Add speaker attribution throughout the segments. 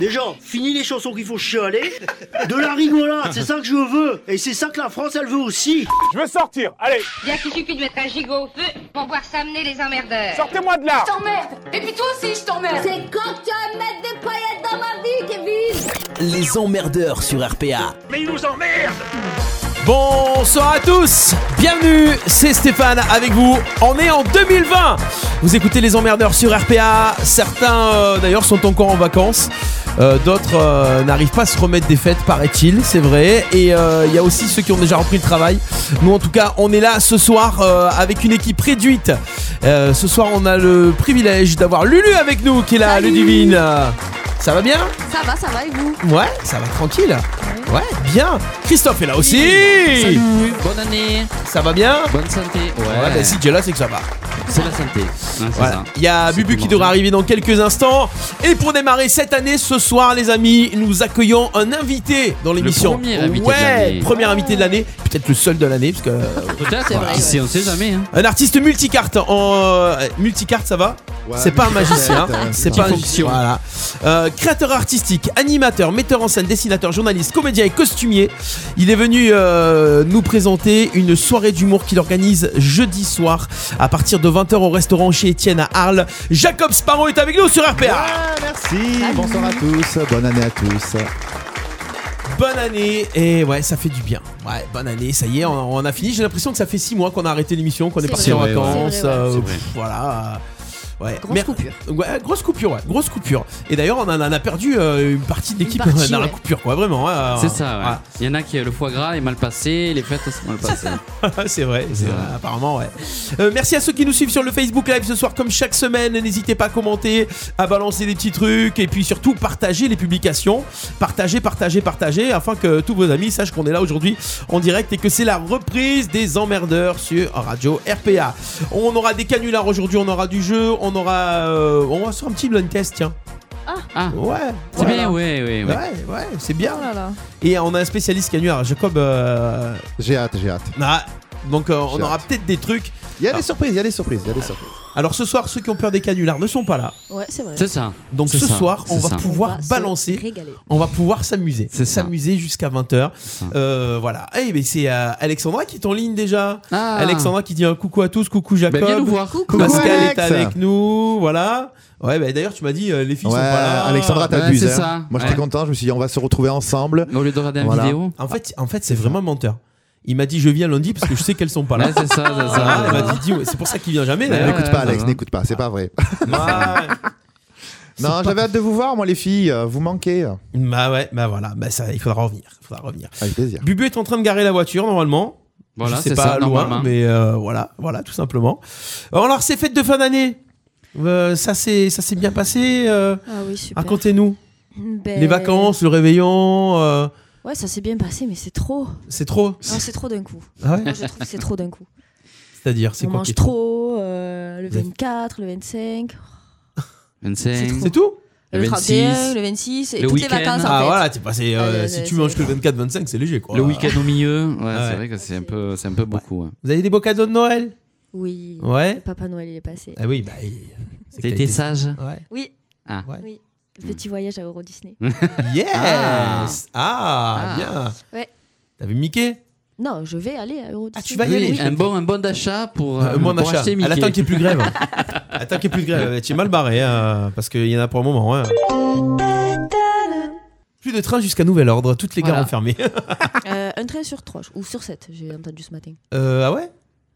Speaker 1: Déjà, fini les chansons qu'il faut chialer. De la rigolade, c'est ça que je veux. Et c'est ça que la France, elle veut aussi.
Speaker 2: Je veux sortir, allez,
Speaker 3: Bien qu'il suffit de mettre un gigot au feu pour voir s'amener les emmerdeurs.
Speaker 2: sortez-moi de là
Speaker 4: t'emmerde Et puis toi aussi, je t'emmerde
Speaker 5: C'est quand tu vas mettre des paillettes dans ma vie, Kevin
Speaker 6: Les emmerdeurs sur RPA.
Speaker 1: Mais il nous emmerde
Speaker 6: Bonsoir à tous, bienvenue, c'est Stéphane avec vous. On est en 2020. Vous écoutez les emmerdeurs sur RPA. Certains euh, d'ailleurs sont encore en vacances. Euh, D'autres euh, n'arrivent pas à se remettre des fêtes, paraît-il, c'est vrai. Et euh, il y a aussi ceux qui ont déjà repris le travail. Nous, en tout cas, on est là ce soir euh, avec une équipe réduite. Euh, ce soir, on a le privilège d'avoir Lulu avec nous qui est là,
Speaker 4: Salut.
Speaker 6: Ludivine. Ça va bien
Speaker 4: Ça va, ça va, et vous
Speaker 6: Ouais, ça va tranquille. Ouais, bien. Christophe est là aussi.
Speaker 7: Bonne année,
Speaker 6: Ça va bien
Speaker 7: bonne santé.
Speaker 6: Ouais, bah si tu es là, c'est que ça va.
Speaker 7: c'est la santé. Hein, c'est
Speaker 6: Voilà.
Speaker 7: ça.
Speaker 6: Il y a
Speaker 7: C'est
Speaker 6: Bubu
Speaker 7: tout
Speaker 6: qui
Speaker 7: bon.
Speaker 6: devrait arriver dans quelques instants. Et pour démarrer cette année, ce soir, les amis, nous accueillons un invité dans l'émission.
Speaker 7: premier invité de
Speaker 6: ouais,
Speaker 7: l'année.
Speaker 6: premier invité de l'année. Peut-être le seul de l'année, parce que.
Speaker 7: Peut-être,
Speaker 6: Voilà.
Speaker 7: qui sait, on sait jamais. Hein.
Speaker 6: Un artiste multicarte. En... euh, Multicarte, ça va C'est pas un magicien. hein. C'est pas un magicien.
Speaker 7: Multifonction.
Speaker 6: Voilà. Euh, créateur artistique, animateur, metteur en scène, dessinateur, journaliste, comédien et costumier. Il est venu euh, nous présenter une soirée d'humour qu'il organise jeudi soir à partir de 20h au restaurant chez Étienne à Arles. Jacob Sparrow est avec nous sur RPA.
Speaker 8: Merci, bonsoir à tous, bonne année à tous.
Speaker 6: Bonne année et ouais, ça fait du bien. Ouais, bonne année, ça y est, on, on a fini. J'ai l'impression que ça fait 6 mois qu'on a arrêté l'émission, qu'on est,
Speaker 4: C'est
Speaker 6: parti en
Speaker 8: vrai, ouais.
Speaker 6: vacances.
Speaker 4: C'est vrai, ouais.
Speaker 6: euh,
Speaker 7: C'est vrai.
Speaker 6: pff, voilà. Ouais.
Speaker 4: Grosse
Speaker 6: Mer-
Speaker 4: coupure.
Speaker 6: Ouais, grosse coupure, ouais, grosse coupure. Et d'ailleurs, on en a perdu euh, une partie de l'équipe
Speaker 4: partie,
Speaker 6: dans la
Speaker 4: ouais.
Speaker 6: coupure, quoi, vraiment. hein.
Speaker 7: C'est ça, ouais.
Speaker 6: Ouais.
Speaker 7: Il y en a qui euh, le foie gras est mal passé, les fêtes sont mal passées.
Speaker 6: c'est vrai, c'est vrai, apparemment, ouais. Euh, merci à ceux qui nous suivent sur le Facebook Live ce soir, comme chaque semaine. N'hésitez pas à commenter, à balancer des petits trucs et puis surtout partager les publications. Partagez, partagez, partagez afin que tous vos amis sachent qu'on est là aujourd'hui en direct et que c'est la reprise des emmerdeurs sur Radio RPA. On aura des canulars aujourd'hui, on aura du jeu, on aura. euh, on va se faire un petit blind test, tiens.
Speaker 7: Ah,
Speaker 6: Ouais.
Speaker 7: c'est
Speaker 6: voilà.
Speaker 7: bien, ouais, ouais,
Speaker 6: Ouais,
Speaker 7: ouais.
Speaker 6: ouais, c'est bien. Et on a un spécialiste canular, Jacob. euh,
Speaker 8: J'ai hâte, j'ai hâte.
Speaker 6: ah, donc euh, on
Speaker 8: J'ai
Speaker 6: aura
Speaker 8: hâte.
Speaker 6: peut-être des trucs.
Speaker 8: Il y a
Speaker 6: Ah.
Speaker 8: des surprises, il y a des surprises, il y a des surprises.
Speaker 6: Alors ce soir, ceux qui ont peur des canulars ne sont pas là.
Speaker 4: Ouais, c'est vrai.
Speaker 7: C'est ça.
Speaker 6: Donc ce
Speaker 7: C'est ça,
Speaker 6: soir, on
Speaker 7: c'est
Speaker 6: va
Speaker 7: ça.
Speaker 6: pouvoir
Speaker 4: va se
Speaker 6: balancer.
Speaker 4: régaler.
Speaker 6: On va pouvoir s'amuser.
Speaker 7: C'est ça.
Speaker 6: S'amuser jusqu'à 20h.
Speaker 7: ça.
Speaker 6: voilà. Eh mais c'est euh, Alexandra qui est en ligne déjà.
Speaker 7: Ah.
Speaker 6: Alexandra qui dit un coucou à tous, coucou
Speaker 7: Bah,
Speaker 6: Jacob.
Speaker 7: viens nous voir.
Speaker 4: Coucou.
Speaker 6: Pascal
Speaker 8: Coucou,
Speaker 6: est
Speaker 8: Alex.
Speaker 6: avec nous, voilà. Ouais, bah, d'ailleurs tu m'as dit euh, les filles
Speaker 8: Ouais,
Speaker 6: sont pas là.
Speaker 8: Alexandra,
Speaker 7: Ouais,
Speaker 8: t'abuses.
Speaker 7: c'est
Speaker 8: hein.
Speaker 7: ça.
Speaker 8: Moi j'étais
Speaker 7: Ouais.
Speaker 8: content, je me suis dit on va se retrouver ensemble.
Speaker 7: Au lieu de regarder une
Speaker 8: Voilà.
Speaker 7: vidéo.
Speaker 6: En fait, en fait, c'est vraiment menteur. Il m'a dit je viens lundi parce que je sais qu'elles sont pas là.
Speaker 7: Ouais, c'est ça, c'est
Speaker 6: Ah, il m'a
Speaker 7: ça. Bah,
Speaker 6: dit, dis- ouais, c'est pour ça qu'il vient jamais
Speaker 7: Ouais,
Speaker 6: d'ailleurs.
Speaker 8: N'écoute pas
Speaker 7: ça
Speaker 8: Alex,
Speaker 7: va.
Speaker 8: n'écoute pas, c'est pas vrai.
Speaker 6: Ouais.
Speaker 8: Non, j'avais hâte de vous voir moi les filles, euh, vous manquez. euh,
Speaker 6: Bah ouais, bah voilà, bah ça, il faudra revenir, il faudra revenir.
Speaker 8: Avec
Speaker 7: Bah,
Speaker 8: plaisir.
Speaker 6: Bubu est en train de garer la voiture normalement.
Speaker 7: Voilà,
Speaker 6: Je sais
Speaker 7: c'est
Speaker 6: pas
Speaker 7: ça, hein.
Speaker 6: loin,
Speaker 7: normalement.
Speaker 6: mais euh, voilà, voilà, tout simplement. Alors ces fêtes de fin d'année, euh, ça s'est, ça s'est bien passé. euh,
Speaker 4: Ah oui, super.
Speaker 6: racontez-nous
Speaker 4: Ben-
Speaker 6: les vacances, le réveillon, euh,
Speaker 4: Ouais, ça s'est bien passé, mais c'est trop.
Speaker 6: c'est trop.
Speaker 4: Non, c'est trop d'un coup.
Speaker 6: Ah ouais
Speaker 4: Moi, je trouve que c'est trop d'un coup.
Speaker 6: C'est-à-dire, c'est
Speaker 4: On
Speaker 6: quoi
Speaker 4: mange
Speaker 6: qui est
Speaker 4: trop, euh, le
Speaker 6: Vous avez-
Speaker 4: 24, le 25, C'est
Speaker 7: 25.
Speaker 4: trop.
Speaker 6: C'est tout
Speaker 4: le,
Speaker 7: Le
Speaker 4: 31,
Speaker 7: 26,
Speaker 4: le 26, et
Speaker 7: le
Speaker 4: toutes les
Speaker 7: week-end.
Speaker 4: vacances en
Speaker 6: Ah
Speaker 4: fait.
Speaker 6: voilà, t'es passé. euh,
Speaker 4: Ouais,
Speaker 6: si
Speaker 4: ouais,
Speaker 6: tu
Speaker 4: c'est-
Speaker 6: manges que le 24-25, c'est léger quoi.
Speaker 7: Le week-end au milieu. Ouais,
Speaker 6: Ouais.
Speaker 7: c'est vrai que c'est un peu, c'est un peu beaucoup. ouais.
Speaker 6: Vous avez des beaux cadeaux de Noël
Speaker 4: Oui.
Speaker 6: Ouais.
Speaker 4: Papa Noël, il est passé.
Speaker 6: Ah oui, bah. il- c'est
Speaker 7: T'as
Speaker 6: que t'as
Speaker 7: été
Speaker 6: été-
Speaker 7: sage.
Speaker 6: Ouais.
Speaker 4: Oui.
Speaker 7: Ah.
Speaker 6: Ouais.
Speaker 4: Oui. Petit voyage à Euro Disney.
Speaker 7: Mm.
Speaker 6: Yes
Speaker 7: Ah.
Speaker 6: Ah, bien
Speaker 4: Ouais.
Speaker 6: T'as vu Mickey
Speaker 4: Non, je vais aller à Euro
Speaker 6: Ah,
Speaker 4: Disney.
Speaker 6: tu vas y
Speaker 7: Oui,
Speaker 6: aller.
Speaker 7: un bon, un bon d'achat pour, euh,
Speaker 6: Euh, moins
Speaker 7: pour
Speaker 6: d'achat.
Speaker 7: acheter
Speaker 6: Elle
Speaker 7: Mickey.
Speaker 6: attend qu'il n'y ait plus de grève. Elle attend qu'il n'y ait plus de grève. Tu es mal barré, hein, parce qu'il y en a pour un moment. hein. Plus de train jusqu'à nouvel ordre. Toutes les gares
Speaker 7: Voilà.
Speaker 6: ont fermé.
Speaker 4: Euh, un train sur 3 ou sur 7, j'ai entendu ce matin.
Speaker 6: Euh, ah ouais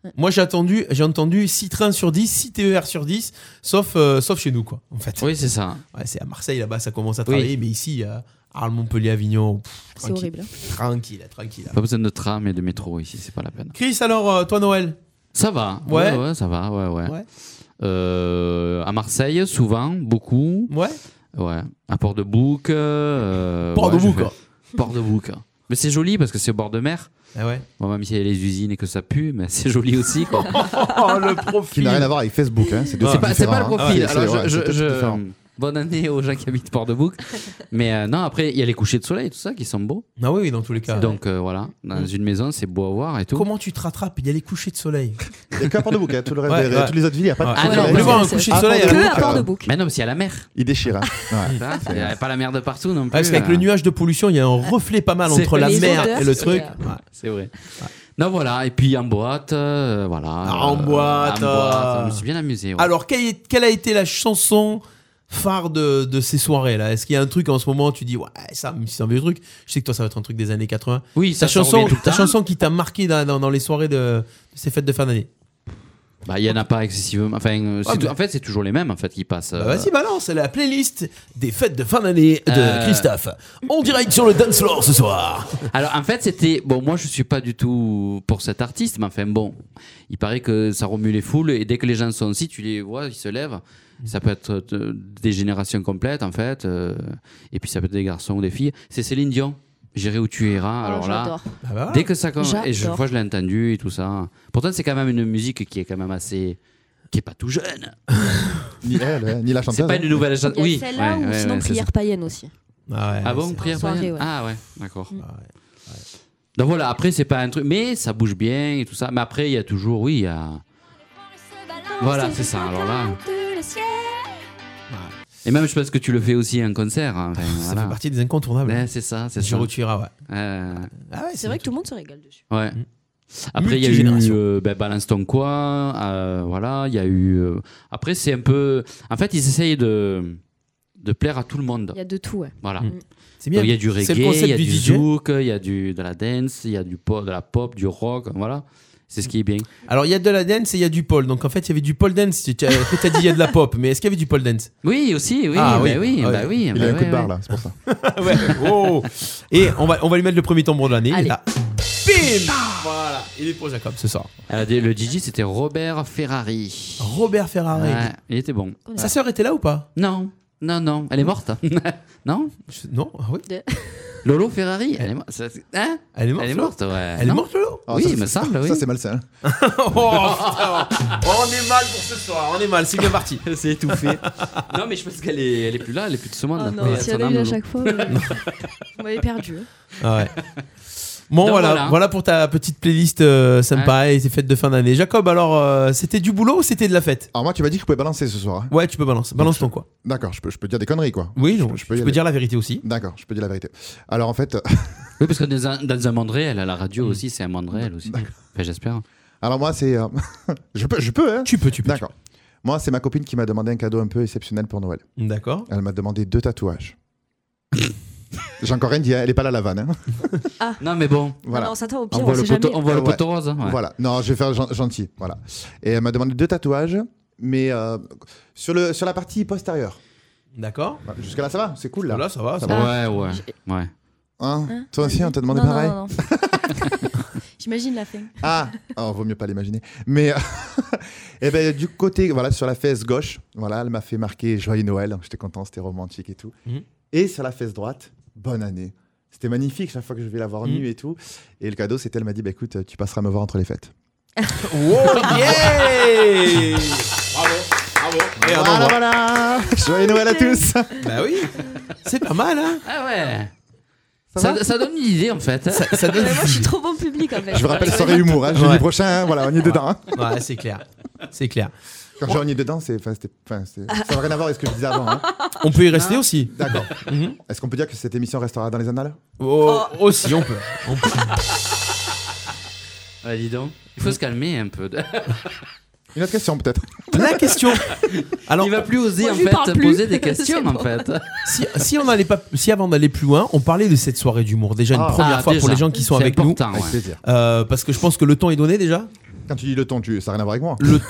Speaker 4: Ouais.
Speaker 6: Moi, j'ai attendu- j'ai entendu 6 trains sur 10, 6 TER E sur 10, sauf, euh, sauf chez nous, quoi, en fait.
Speaker 7: Oui, c'est ça.
Speaker 6: Ouais, c'est à Marseille, là-bas, ça commence à travailler, mais ici, à Arles, Montpellier, Avignon, pff,
Speaker 4: C'est
Speaker 6: tranquille,
Speaker 4: horrible. hein.
Speaker 6: tranquille, tranquille.
Speaker 7: Pas besoin de tram et de métro ici, c'est pas la peine.
Speaker 6: Chris, alors, euh, toi, Noël
Speaker 7: Ça va.
Speaker 6: Ouais.
Speaker 7: ouais, ça va. Ouais, ouais.
Speaker 6: Ouais.
Speaker 7: Euh, à Marseille, souvent, beaucoup.
Speaker 6: Ouais
Speaker 7: Euh, Ouais. À Port-de-Bouc. euh,
Speaker 6: Port de vous, quoi.
Speaker 7: Port-de-Bouc. Mais c'est joli parce que c'est au bord de mer.
Speaker 6: Ah ouais.
Speaker 7: Bon, même s'il y a les usines et que ça pue, mais c'est joli aussi. quoi.
Speaker 6: Oh, le
Speaker 8: Qui
Speaker 6: profil
Speaker 8: n'a rien à voir avec Facebook, hein. c'est deux
Speaker 6: C'est
Speaker 8: trucs
Speaker 7: c'est pas, c'est pas le
Speaker 8: différents, hein.
Speaker 7: profil.
Speaker 8: Ah, c'est-
Speaker 7: Alors,
Speaker 8: ouais,
Speaker 7: je-
Speaker 8: c'est deux
Speaker 7: je-
Speaker 8: trucs
Speaker 7: je-
Speaker 8: différents.
Speaker 7: Bonne année aux gens qui habitent Port-de-Bouc. Mais euh, non, après, il y a les couchers de soleil, tout ça, qui sont beaux.
Speaker 6: Ah oui, oui, dans tous les cas.
Speaker 7: Donc euh, voilà, dans
Speaker 6: Mm.
Speaker 7: une maison, c'est beau à voir et tout.
Speaker 9: Comment tu te rattrapes Il y a les couchers de soleil.
Speaker 8: Il n'y a qu'à Port-de-Bouc, hein, tout le reste,
Speaker 6: Ouais,
Speaker 8: des-
Speaker 6: ouais.
Speaker 8: toutes les autres villes, il n'y a pas de
Speaker 6: Ah
Speaker 7: Ah non,
Speaker 8: coucher de
Speaker 6: non,
Speaker 7: mais
Speaker 6: plus
Speaker 8: soleil.
Speaker 6: voir un
Speaker 4: c'est-
Speaker 6: coucher de
Speaker 8: Ah,
Speaker 6: soleil.
Speaker 8: attends,
Speaker 6: à la-
Speaker 8: mais-
Speaker 4: Que à
Speaker 8: donc,
Speaker 4: port de
Speaker 8: euh,
Speaker 4: bouc.
Speaker 7: Mais non, mais s'il y a la mer.
Speaker 8: Il déchire. hein. Ouais.
Speaker 7: Putain, Il n'y a pas la mer de partout non plus.
Speaker 6: Ouais, parce qu'avec
Speaker 7: euh,
Speaker 6: le nuage de pollution, il y a un reflet pas mal
Speaker 7: C'est-
Speaker 6: entre la
Speaker 4: Les
Speaker 6: mer
Speaker 4: odeurs,
Speaker 6: et le
Speaker 4: c'est-
Speaker 6: truc.
Speaker 4: euh,
Speaker 6: Ouais.
Speaker 7: C'est vrai. Non, voilà, et puis en boîte, euh, voilà.
Speaker 6: Ah, en
Speaker 7: Euh,
Speaker 6: boîte,
Speaker 7: en
Speaker 6: euh.
Speaker 7: Je me suis bien amusé. ouais.
Speaker 6: Alors, quelle, est- quelle a été la chanson phare de, de ces soirées là Est-ce qu'il y a un truc en ce moment tu dis ouais ça même si c'est un vieux truc je sais que toi ça va être un truc des années 80
Speaker 7: oui, ça,
Speaker 6: ta
Speaker 7: ça
Speaker 6: chanson
Speaker 7: revient tout le
Speaker 6: ta
Speaker 7: temps.
Speaker 6: chanson qui t'a marqué dans, dans- dans les soirées de, de ces fêtes de fin d'année
Speaker 7: Bah, il n'y en a pas excessivement. Enfin, euh, c'est
Speaker 6: Ah,
Speaker 7: tout-
Speaker 6: mais-
Speaker 7: En fait, c'est toujours les mêmes en fait, qui passent.
Speaker 6: Bah,
Speaker 7: euh,
Speaker 6: vas-y balance c'est la playlist des fêtes de fin d'année de
Speaker 7: Euh.
Speaker 6: Christophe en direct sur le dance floor ce soir
Speaker 7: Alors en fait c'était bon moi je suis pas du tout pour cet artiste mais enfin bon il paraît que ça remue les foules et dès que les gens sont assis tu les vois ils se lèvent ça peut être euh, des générations complètes en fait euh, et puis ça peut être des garçons ou des filles c'est Céline Dion J'irai où tu iras
Speaker 4: Oh,
Speaker 7: alors là
Speaker 4: j'adore.
Speaker 6: Ah, bah, voilà.
Speaker 7: dès que ça commence et je
Speaker 4: J'adore.
Speaker 7: fois je l'ai entendu et tout ça pourtant c'est quand même une musique qui est quand même assez qui est pas tout jeune
Speaker 8: Ni elle, ouais, ni la chanteuse. hein.
Speaker 7: c'est pas une nouvelle chanson
Speaker 4: Il y a
Speaker 7: oui
Speaker 4: celle-là
Speaker 7: ouais,
Speaker 4: ou
Speaker 7: ouais,
Speaker 4: sinon
Speaker 7: ouais, c'est ça.
Speaker 4: prière païenne aussi.
Speaker 6: Ah ouais,
Speaker 7: Ah bon,
Speaker 6: c'est-
Speaker 7: prière
Speaker 4: soirée,
Speaker 7: païenne
Speaker 4: ouais.
Speaker 7: Ah ouais, d'accord.
Speaker 6: Ah ouais.
Speaker 7: Donc voilà, après, c'est pas un truc, mais ça bouge bien et tout ça. Mais après, il y a toujours, oui, il y a. Voilà, c'est ça, alors là. Et même, je pense que tu le fais aussi à un concert. hein, enfin,
Speaker 6: ça
Speaker 7: voilà.
Speaker 6: fait partie des incontournables
Speaker 7: Ouais, c'est ça, c'est
Speaker 6: sur
Speaker 7: ça.
Speaker 6: où tu iras ouais
Speaker 7: Euh,
Speaker 6: Ah ouais,
Speaker 4: C'est vrai que tout le monde se régale dessus.
Speaker 7: ouais. Après, il y a eu
Speaker 6: Multigénération.
Speaker 7: euh, ben, Balance ton quoi. euh, voilà, il y a eu. euh, Après, c'est un peu. En fait, ils essayent de, de plaire à tout le monde.
Speaker 4: Il y a de tout, ouais.
Speaker 7: Voilà.
Speaker 6: Mm. c'est
Speaker 7: Donc,
Speaker 6: bien
Speaker 7: il y a du
Speaker 6: C'est
Speaker 7: reggae,
Speaker 6: le concept
Speaker 7: il y a
Speaker 6: du
Speaker 7: du,
Speaker 6: DJ.
Speaker 7: zouk, il y a du, de la dance, il y a du pop, de la pop, du rock, voilà. C'est ce qui est bien.
Speaker 6: Alors il y a de la dance et il y a du pole. Donc en fait il y avait du pole dance. Tu tu as après, t'as dit il y a de la pop, mais est-ce qu'il y avait du pole dance
Speaker 7: Oui, aussi, oui,
Speaker 6: Ah,
Speaker 7: bah
Speaker 6: oui.
Speaker 7: oui,
Speaker 6: Ah,
Speaker 7: bah oui.
Speaker 8: Il
Speaker 7: bah
Speaker 8: a un
Speaker 7: ouais,
Speaker 8: coup de barre
Speaker 7: ouais.
Speaker 8: là, c'est pour ça.
Speaker 6: Ah ouais. wow. Et on va on va lui mettre le premier tambour de l'année. Il est
Speaker 4: Allez.
Speaker 6: là. Bim. Voilà. Il est pour Jacob ce soir.
Speaker 7: Alors, Euh, le DJ, c'était Robert Ferrari.
Speaker 6: Robert Ferrari.
Speaker 7: Ouais, il était bon.
Speaker 6: Sa sœur était là ou pas
Speaker 7: Non, non, non, elle est morte. non
Speaker 6: Je- Non. Ah oui.
Speaker 7: Lolo Ferrari, elle est morte. Ça- Hein
Speaker 6: Elle est morte.
Speaker 7: Elle est
Speaker 6: Flo
Speaker 7: morte, ouais.
Speaker 6: Elle est
Speaker 7: Non
Speaker 6: morte Lolo
Speaker 8: Ah,
Speaker 7: Oui,
Speaker 8: ça,
Speaker 7: il me
Speaker 8: c'est-
Speaker 7: semble, oui.
Speaker 8: Ça, c'est malsain.
Speaker 6: Oh, putain. On est mal pour ce soir.
Speaker 10: hein.
Speaker 6: On est mal. C'est bien parti.
Speaker 7: C'est étouffé. non, mais je pense qu'elle est, elle est plus là, elle est plus de ce monde.
Speaker 4: Ah non,
Speaker 7: Ouais,
Speaker 4: si
Speaker 7: son
Speaker 4: elle a
Speaker 7: âme,
Speaker 4: eu à
Speaker 7: Lolo.
Speaker 4: chaque fois, euh, vous m'avez perdu. hein.
Speaker 6: Ah ouais. Bon
Speaker 7: Donc,
Speaker 6: voilà, voilà,
Speaker 7: voilà.
Speaker 6: pour ta petite playlist euh, sympa et tes fêtes de fin d'année. Jacob, alors euh, c'était du boulot ou c'était de la fête
Speaker 8: Alors moi, tu m'as dit que je pouvais balancer ce soir. hein.
Speaker 6: Ouais, tu peux balancer. Balance ton quoi.
Speaker 8: D'accord, je peux, je peux dire des conneries quoi.
Speaker 6: Oui,
Speaker 8: je,
Speaker 6: non,
Speaker 8: peux-
Speaker 6: je,
Speaker 8: peux y
Speaker 6: peux
Speaker 8: aller.
Speaker 6: dire la vérité aussi.
Speaker 8: D'accord, je peux dire la vérité. Alors en fait,
Speaker 7: Oui, parce que dans un, dans un monde réel, à la radio aussi, c'est un monde réel aussi. Enfin, j'espère.
Speaker 8: alors moi c'est, euh, je peux, je peux hein.
Speaker 6: Tu peux, tu peux.
Speaker 8: D'accord. Moi, c'est ma copine qui m'a demandé un cadeau un peu exceptionnel pour Noël.
Speaker 6: D'accord.
Speaker 8: Elle m'a demandé deux tatouages. J'ai encore rien dit, hein, elle est pas là la vanne. hein.
Speaker 7: Non, mais bon,
Speaker 8: Voilà.
Speaker 4: Ah Non, on s'attend au pire,
Speaker 7: on
Speaker 4: on,
Speaker 7: voit,
Speaker 4: sait
Speaker 7: le
Speaker 4: jamais.
Speaker 7: poteau, on voit le
Speaker 8: Ouais.
Speaker 7: poteau rose. hein, ouais.
Speaker 8: Voilà. Non, je vais faire gen- gentil. Voilà. Et elle m'a demandé deux tatouages, mais euh, sur, le, sur la partie postérieure.
Speaker 6: D'accord.
Speaker 8: Voilà. Jusque-là, ça va, c'est cool là.
Speaker 6: Là, ça va. Ça
Speaker 8: Ça
Speaker 6: va.
Speaker 8: va.
Speaker 7: Ouais, ouais, ouais.
Speaker 8: Hein
Speaker 4: Hein
Speaker 8: Toi aussi, on t'a demandé
Speaker 4: Non, non,
Speaker 8: pareil
Speaker 4: non, non. J'imagine la fin.
Speaker 8: Ah, oh, vaut mieux pas l'imaginer. Mais et ben, du côté, voilà, sur la fesse gauche, voilà, elle m'a fait marquer Joyeux Noël. donc J'étais content, c'était romantique et tout.
Speaker 6: Mhm.
Speaker 8: Et sur la fesse droite, Bonne année. C'était magnifique chaque fois que je vais la
Speaker 6: Mhm.
Speaker 8: voir nue et tout. Et le cadeau, c'était elle m'a dit bah, écoute, tu passeras me voir entre les fêtes.
Speaker 6: Wow, yeah Bravo, bravo. Et un
Speaker 8: voilà,
Speaker 6: endroit.
Speaker 8: voilà Joyeux Noël à tous
Speaker 6: Bah oui. C'est pas mal, hein.
Speaker 7: Ah ouais. Ça, ça donne une idée en fait. hein.
Speaker 6: Ça donne.
Speaker 4: Mais moi, je suis trop bon public en fait.
Speaker 8: Je vous rappelle, soirée humour, hein, jeudi
Speaker 6: Ouais.
Speaker 8: prochain, hein, voilà, on y est dedans. hein.
Speaker 6: Ouais, c'est clair. C'est clair.
Speaker 8: Quand je dis on y est dedans, c'est, enfin, c'était- enfin, c'est- ça n'a rien à voir avec ce que je disais avant. hein.
Speaker 6: On peut y rester aussi. Mhm.
Speaker 8: D'accord. Est-ce qu'on peut dire que cette émission restera dans les annales
Speaker 6: Oh, Aussi, on peut. On peut.
Speaker 7: Ouais, dis donc. Il faut se calmer un peu.
Speaker 8: Une autre question peut-être
Speaker 6: La question. Alors,
Speaker 7: Il va plus oser
Speaker 4: Moi,
Speaker 7: en
Speaker 4: je lui
Speaker 7: fait
Speaker 4: parle plus.
Speaker 7: poser des
Speaker 4: C'est
Speaker 7: questions
Speaker 4: bon.
Speaker 7: en fait.
Speaker 6: si, si on allait pas, si avant d'aller plus loin, on parlait de cette soirée d'humour. Déjà une
Speaker 8: Ah.
Speaker 6: première
Speaker 7: Ah,
Speaker 6: fois pour
Speaker 7: déjà.
Speaker 6: les gens qui sont
Speaker 7: C'est
Speaker 6: avec
Speaker 7: important,
Speaker 8: Avec
Speaker 7: ouais.
Speaker 8: plaisir.
Speaker 6: nous, Euh, parce que je pense que le ton est donné déjà.
Speaker 8: Quand tu dis le ton, tu... ça n'a rien à voir avec moi.
Speaker 6: Le.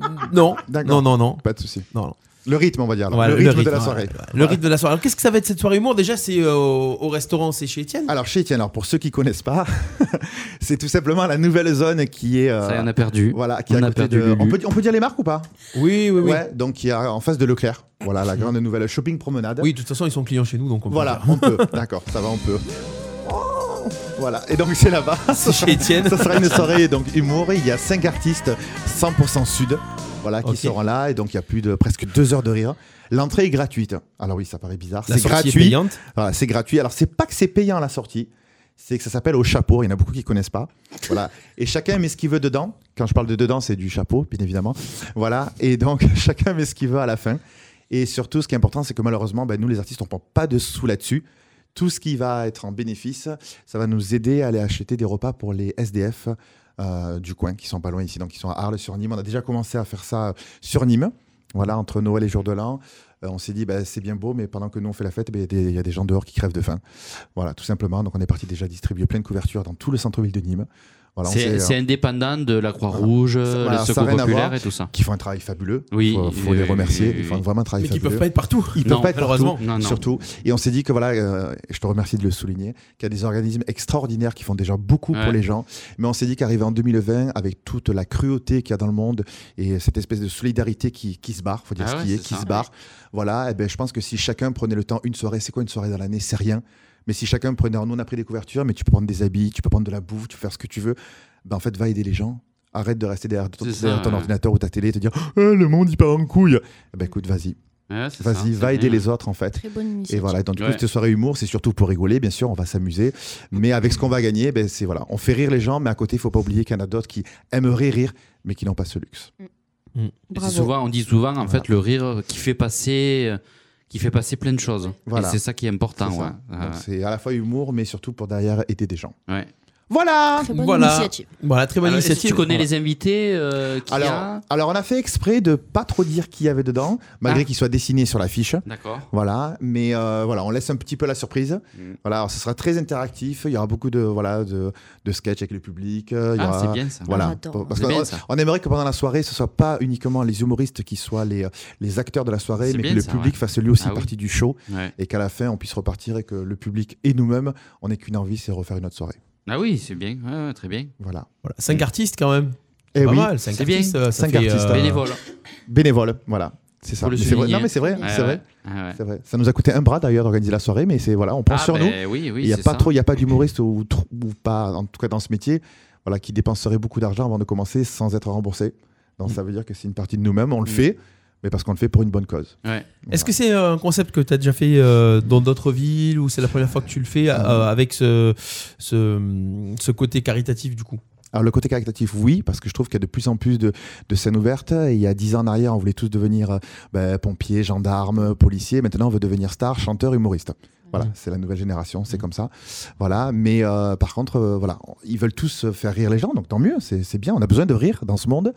Speaker 6: non. Non,
Speaker 8: D'accord.
Speaker 6: non, non.
Speaker 8: Pas de souci.
Speaker 6: Non, non.
Speaker 8: Le rythme, on va dire. alors.
Speaker 6: Ouais,
Speaker 8: le, rythme de la
Speaker 6: ouais,
Speaker 8: soirée.
Speaker 6: ouais, ouais. Le rythme de la soirée. Alors, qu'est-ce que ça va être cette soirée humour Déjà, c'est euh, au, au restaurant, c'est chez Étienne.
Speaker 8: Alors chez Etienne, alors pour ceux qui connaissent pas, c'est tout simplement la nouvelle zone qui est. euh,
Speaker 7: Ça, on a perdu.
Speaker 8: Voilà, qui est
Speaker 7: on
Speaker 8: à
Speaker 7: a
Speaker 8: côté
Speaker 7: perdu.
Speaker 8: de-
Speaker 7: Lulu.
Speaker 8: on, peut, on peut dire les marques ou pas
Speaker 6: Oui, oui, oui.
Speaker 8: Ah. Ouais, donc qui est en face de Leclerc. Voilà, la grande nouvelle shopping promenade.
Speaker 6: Oui, de toute façon, ils sont clients chez nous, donc on peut
Speaker 8: Voilà,
Speaker 6: le
Speaker 8: on peut. D'accord, ça va, on peut. Oh, Voilà, et donc c'est là-bas.
Speaker 6: faire. C'est chez Étienne.
Speaker 8: Ça sera une soirée donc humour. Il y a cinq artistes 100% sud. voilà, qui
Speaker 11: Ok.
Speaker 8: seront là. Et donc, il y a plus de presque deux heures de rire. L'entrée est gratuite. Alors oui, ça paraît bizarre.
Speaker 11: La
Speaker 8: C'est
Speaker 11: sortie est
Speaker 8: gratuit. Ah,
Speaker 11: payante.
Speaker 8: Voilà, c'est gratuit. Alors, c'est pas que c'est payant la sortie, c'est que ça s'appelle au chapeau. Il y en a beaucoup qui connaissent pas. Voilà. Et chacun met ce qu'il veut dedans. Quand je parle de dedans, c'est du chapeau, bien évidemment. Voilà. Et donc, chacun met ce qu'il veut à la fin. Et surtout, ce qui est important, c'est que malheureusement, ben, nous, les artistes, on ne prend pas de sous là-dessus. Tout ce qui va être en bénéfice, ça va nous aider à aller acheter des repas pour les SDF euh, du coin, qui sont pas loin ici, donc qui sont à Arles-sur-Nîmes. On a déjà commencé à faire ça euh, sur Nîmes, voilà, entre Noël et Jour de l'An. Euh, on s'est dit, bah, c'est bien beau, mais pendant que nous, on fait la fête, ben, il y a des- il y, a des gens dehors qui crèvent de faim. Voilà, tout simplement. Donc, on est parti déjà distribuer plein de couvertures dans tout le centre-ville de Nîmes. Voilà, on euh,
Speaker 7: C'est
Speaker 8: s'est-
Speaker 7: c'est indépendant de la Croix-Rouge,
Speaker 8: Voilà,
Speaker 7: le
Speaker 8: ça a
Speaker 7: Secours
Speaker 8: rien à
Speaker 7: populaire
Speaker 8: voir.
Speaker 7: et tout ça.
Speaker 8: qui font un travail fabuleux.
Speaker 7: Oui, euh,
Speaker 8: faut, faut
Speaker 7: oui,
Speaker 8: les
Speaker 7: oui,
Speaker 8: remercier.
Speaker 7: oui,
Speaker 8: Ils font
Speaker 7: oui.
Speaker 8: vraiment un travail
Speaker 12: Mais qui
Speaker 8: fabuleux.
Speaker 12: peuvent pas être partout.
Speaker 8: Ils
Speaker 7: Non,
Speaker 8: peuvent pas être partout,
Speaker 11: malheureusement.
Speaker 7: Ah, Non, non.
Speaker 8: surtout. Et on s'est dit que voilà, euh, et je te remercie de le souligner, qu'il y a des organismes extraordinaires qui font déjà beaucoup
Speaker 7: Ouais.
Speaker 8: pour les gens. Mais on s'est dit qu'arrivé en 2020, avec toute la cruauté qu'il y a dans le monde et cette espèce de solidarité qui, qui se barre, faut dire
Speaker 7: Ah
Speaker 8: ce
Speaker 7: ouais,
Speaker 8: qui est,
Speaker 7: c'est
Speaker 8: qui
Speaker 7: ça.
Speaker 8: se barre. Voilà, et ben, je pense que si chacun prenait le temps, une soirée, c'est quoi une soirée dans l'année C'est rien. Mais si chacun prenait, nous on a pris des couvertures, mais tu peux prendre des habits, tu peux prendre de la bouffe, tu peux faire ce que tu veux. Ben, en fait, va aider les gens. Arrête de rester derrière ton,
Speaker 7: C'est ça,
Speaker 8: derrière ton
Speaker 7: ouais.
Speaker 8: ordinateur ou ta télé et te dire Eh, le monde il part en couille. Eh Ben écoute, vas-y,
Speaker 7: Ouais, c'est ça,
Speaker 8: vas-y,
Speaker 7: c'est
Speaker 8: va aider
Speaker 7: bien.
Speaker 8: les autres en fait.
Speaker 5: Très bonne
Speaker 8: Et
Speaker 5: initiative.
Speaker 8: voilà, donc du coup,
Speaker 7: Ouais.
Speaker 8: cette soirée humour, c'est surtout pour rigoler, bien sûr, on va s'amuser. Mais avec ce qu'on va gagner, ben, c'est voilà, on fait rire les gens, mais à côté, il faut pas oublier qu'il y en a d'autres qui aimeraient rire, mais qui n'ont pas ce luxe.
Speaker 7: C'est
Speaker 5: Bravo.
Speaker 7: souvent, on dit souvent, en
Speaker 8: Voilà.
Speaker 7: fait, le rire qui fait passer, euh, qui fait passer plein de choses.
Speaker 8: Voilà.
Speaker 7: Et c'est ça qui est important.
Speaker 8: C'est
Speaker 7: ouais.
Speaker 8: ça.
Speaker 7: Ouais,
Speaker 8: Donc, c'est à la fois humour, mais surtout pour derrière aider des gens.
Speaker 7: ouais.
Speaker 8: Voilà
Speaker 5: Très bonne
Speaker 11: Voilà.
Speaker 5: initiative.
Speaker 11: Voilà,
Speaker 8: bah,
Speaker 11: très bonne
Speaker 7: Alors, est-ce que
Speaker 11: initiative.
Speaker 7: tu connais
Speaker 11: Voilà.
Speaker 7: les invités euh, qu'il y
Speaker 8: alors,
Speaker 7: a
Speaker 8: alors, on a fait exprès de pas trop dire qui y avait dedans, malgré
Speaker 7: Ah.
Speaker 8: qu'il soit dessiné sur l'affiche.
Speaker 7: D'accord.
Speaker 8: Voilà, mais euh, voilà, on laisse un petit peu la surprise.
Speaker 7: Mm.
Speaker 8: Voilà, alors, ce sera très interactif. Il y aura beaucoup de voilà de, de sketch avec le public. euh, il y
Speaker 7: Ah,
Speaker 8: aura-
Speaker 7: c'est bien ça.
Speaker 8: Voilà.
Speaker 5: J'adore.
Speaker 8: Parce
Speaker 7: C'est
Speaker 8: qu'on-
Speaker 7: bien, ça.
Speaker 8: on aimerait que pendant la soirée, ce soit pas uniquement les humoristes qui soient les, euh, les acteurs de la soirée,
Speaker 7: C'est
Speaker 8: mais
Speaker 7: bien
Speaker 8: que le
Speaker 7: ça,
Speaker 8: public fasse lui aussi
Speaker 7: Ah oui.
Speaker 8: partie du show
Speaker 7: Ouais.
Speaker 8: et qu'à la fin, on puisse repartir et que le public et nous-mêmes, on n'ait qu'une envie, c'est refaire une autre soirée.
Speaker 7: Ah oui, c'est bien. Ouais, ouais, très bien.
Speaker 8: Voilà.
Speaker 11: Voilà, Cinq artistes quand même.
Speaker 8: Et
Speaker 11: pas
Speaker 8: Eh oui,
Speaker 11: mal, cinq
Speaker 7: C'est bien.
Speaker 11: artistes. euh, ça
Speaker 8: Cinq
Speaker 11: fait,
Speaker 8: artistes,
Speaker 11: euh,
Speaker 7: Bénévole.
Speaker 8: bénévole, voilà. C'est ça.
Speaker 7: Faut le
Speaker 8: Mais c'est vrai.
Speaker 7: souligner.
Speaker 8: Non, mais c'est vrai,
Speaker 7: Ouais,
Speaker 8: c'est
Speaker 7: ouais.
Speaker 8: vrai,
Speaker 7: Ah, ouais.
Speaker 8: c'est vrai. Ça nous a coûté un bras d'ailleurs d'organiser la soirée, mais c'est voilà, on prend
Speaker 7: Ah,
Speaker 8: sur nous.
Speaker 7: ben Oui, oui,
Speaker 8: Il n'y a
Speaker 7: c'est
Speaker 8: pas
Speaker 7: ça.
Speaker 8: trop, il y a pas d'humoriste ou, tr- ou pas, en tout cas dans ce métier, voilà, qui dépenserait beaucoup d'argent avant de commencer sans être remboursé. Donc ça veut dire que c'est une partie de nous-mêmes, on le
Speaker 7: Mm.
Speaker 8: fait, mais parce qu'on le fait pour une bonne cause.
Speaker 7: Ouais.
Speaker 11: Est-ce que c'est un concept que tu as déjà fait euh, dans d'autres villes ou c'est la première fois que tu le fais euh, avec ce, ce, ce côté caritatif du coup
Speaker 8: Alors le côté caritatif, oui, parce que je trouve qu'il y a de plus en plus de, de scènes ouvertes. Et il y a dix ans en arrière, on voulait tous devenir euh, ben, pompiers, gendarmes, policiers. Maintenant, on veut devenir star, chanteur, humoriste. Voilà, c'est la nouvelle génération, c'est comme ça. Voilà, mais euh, par contre, euh, voilà, on- ils veulent tous euh, faire rire les gens, donc tant mieux, c'est c'est bien. On a besoin de rire dans ce monde,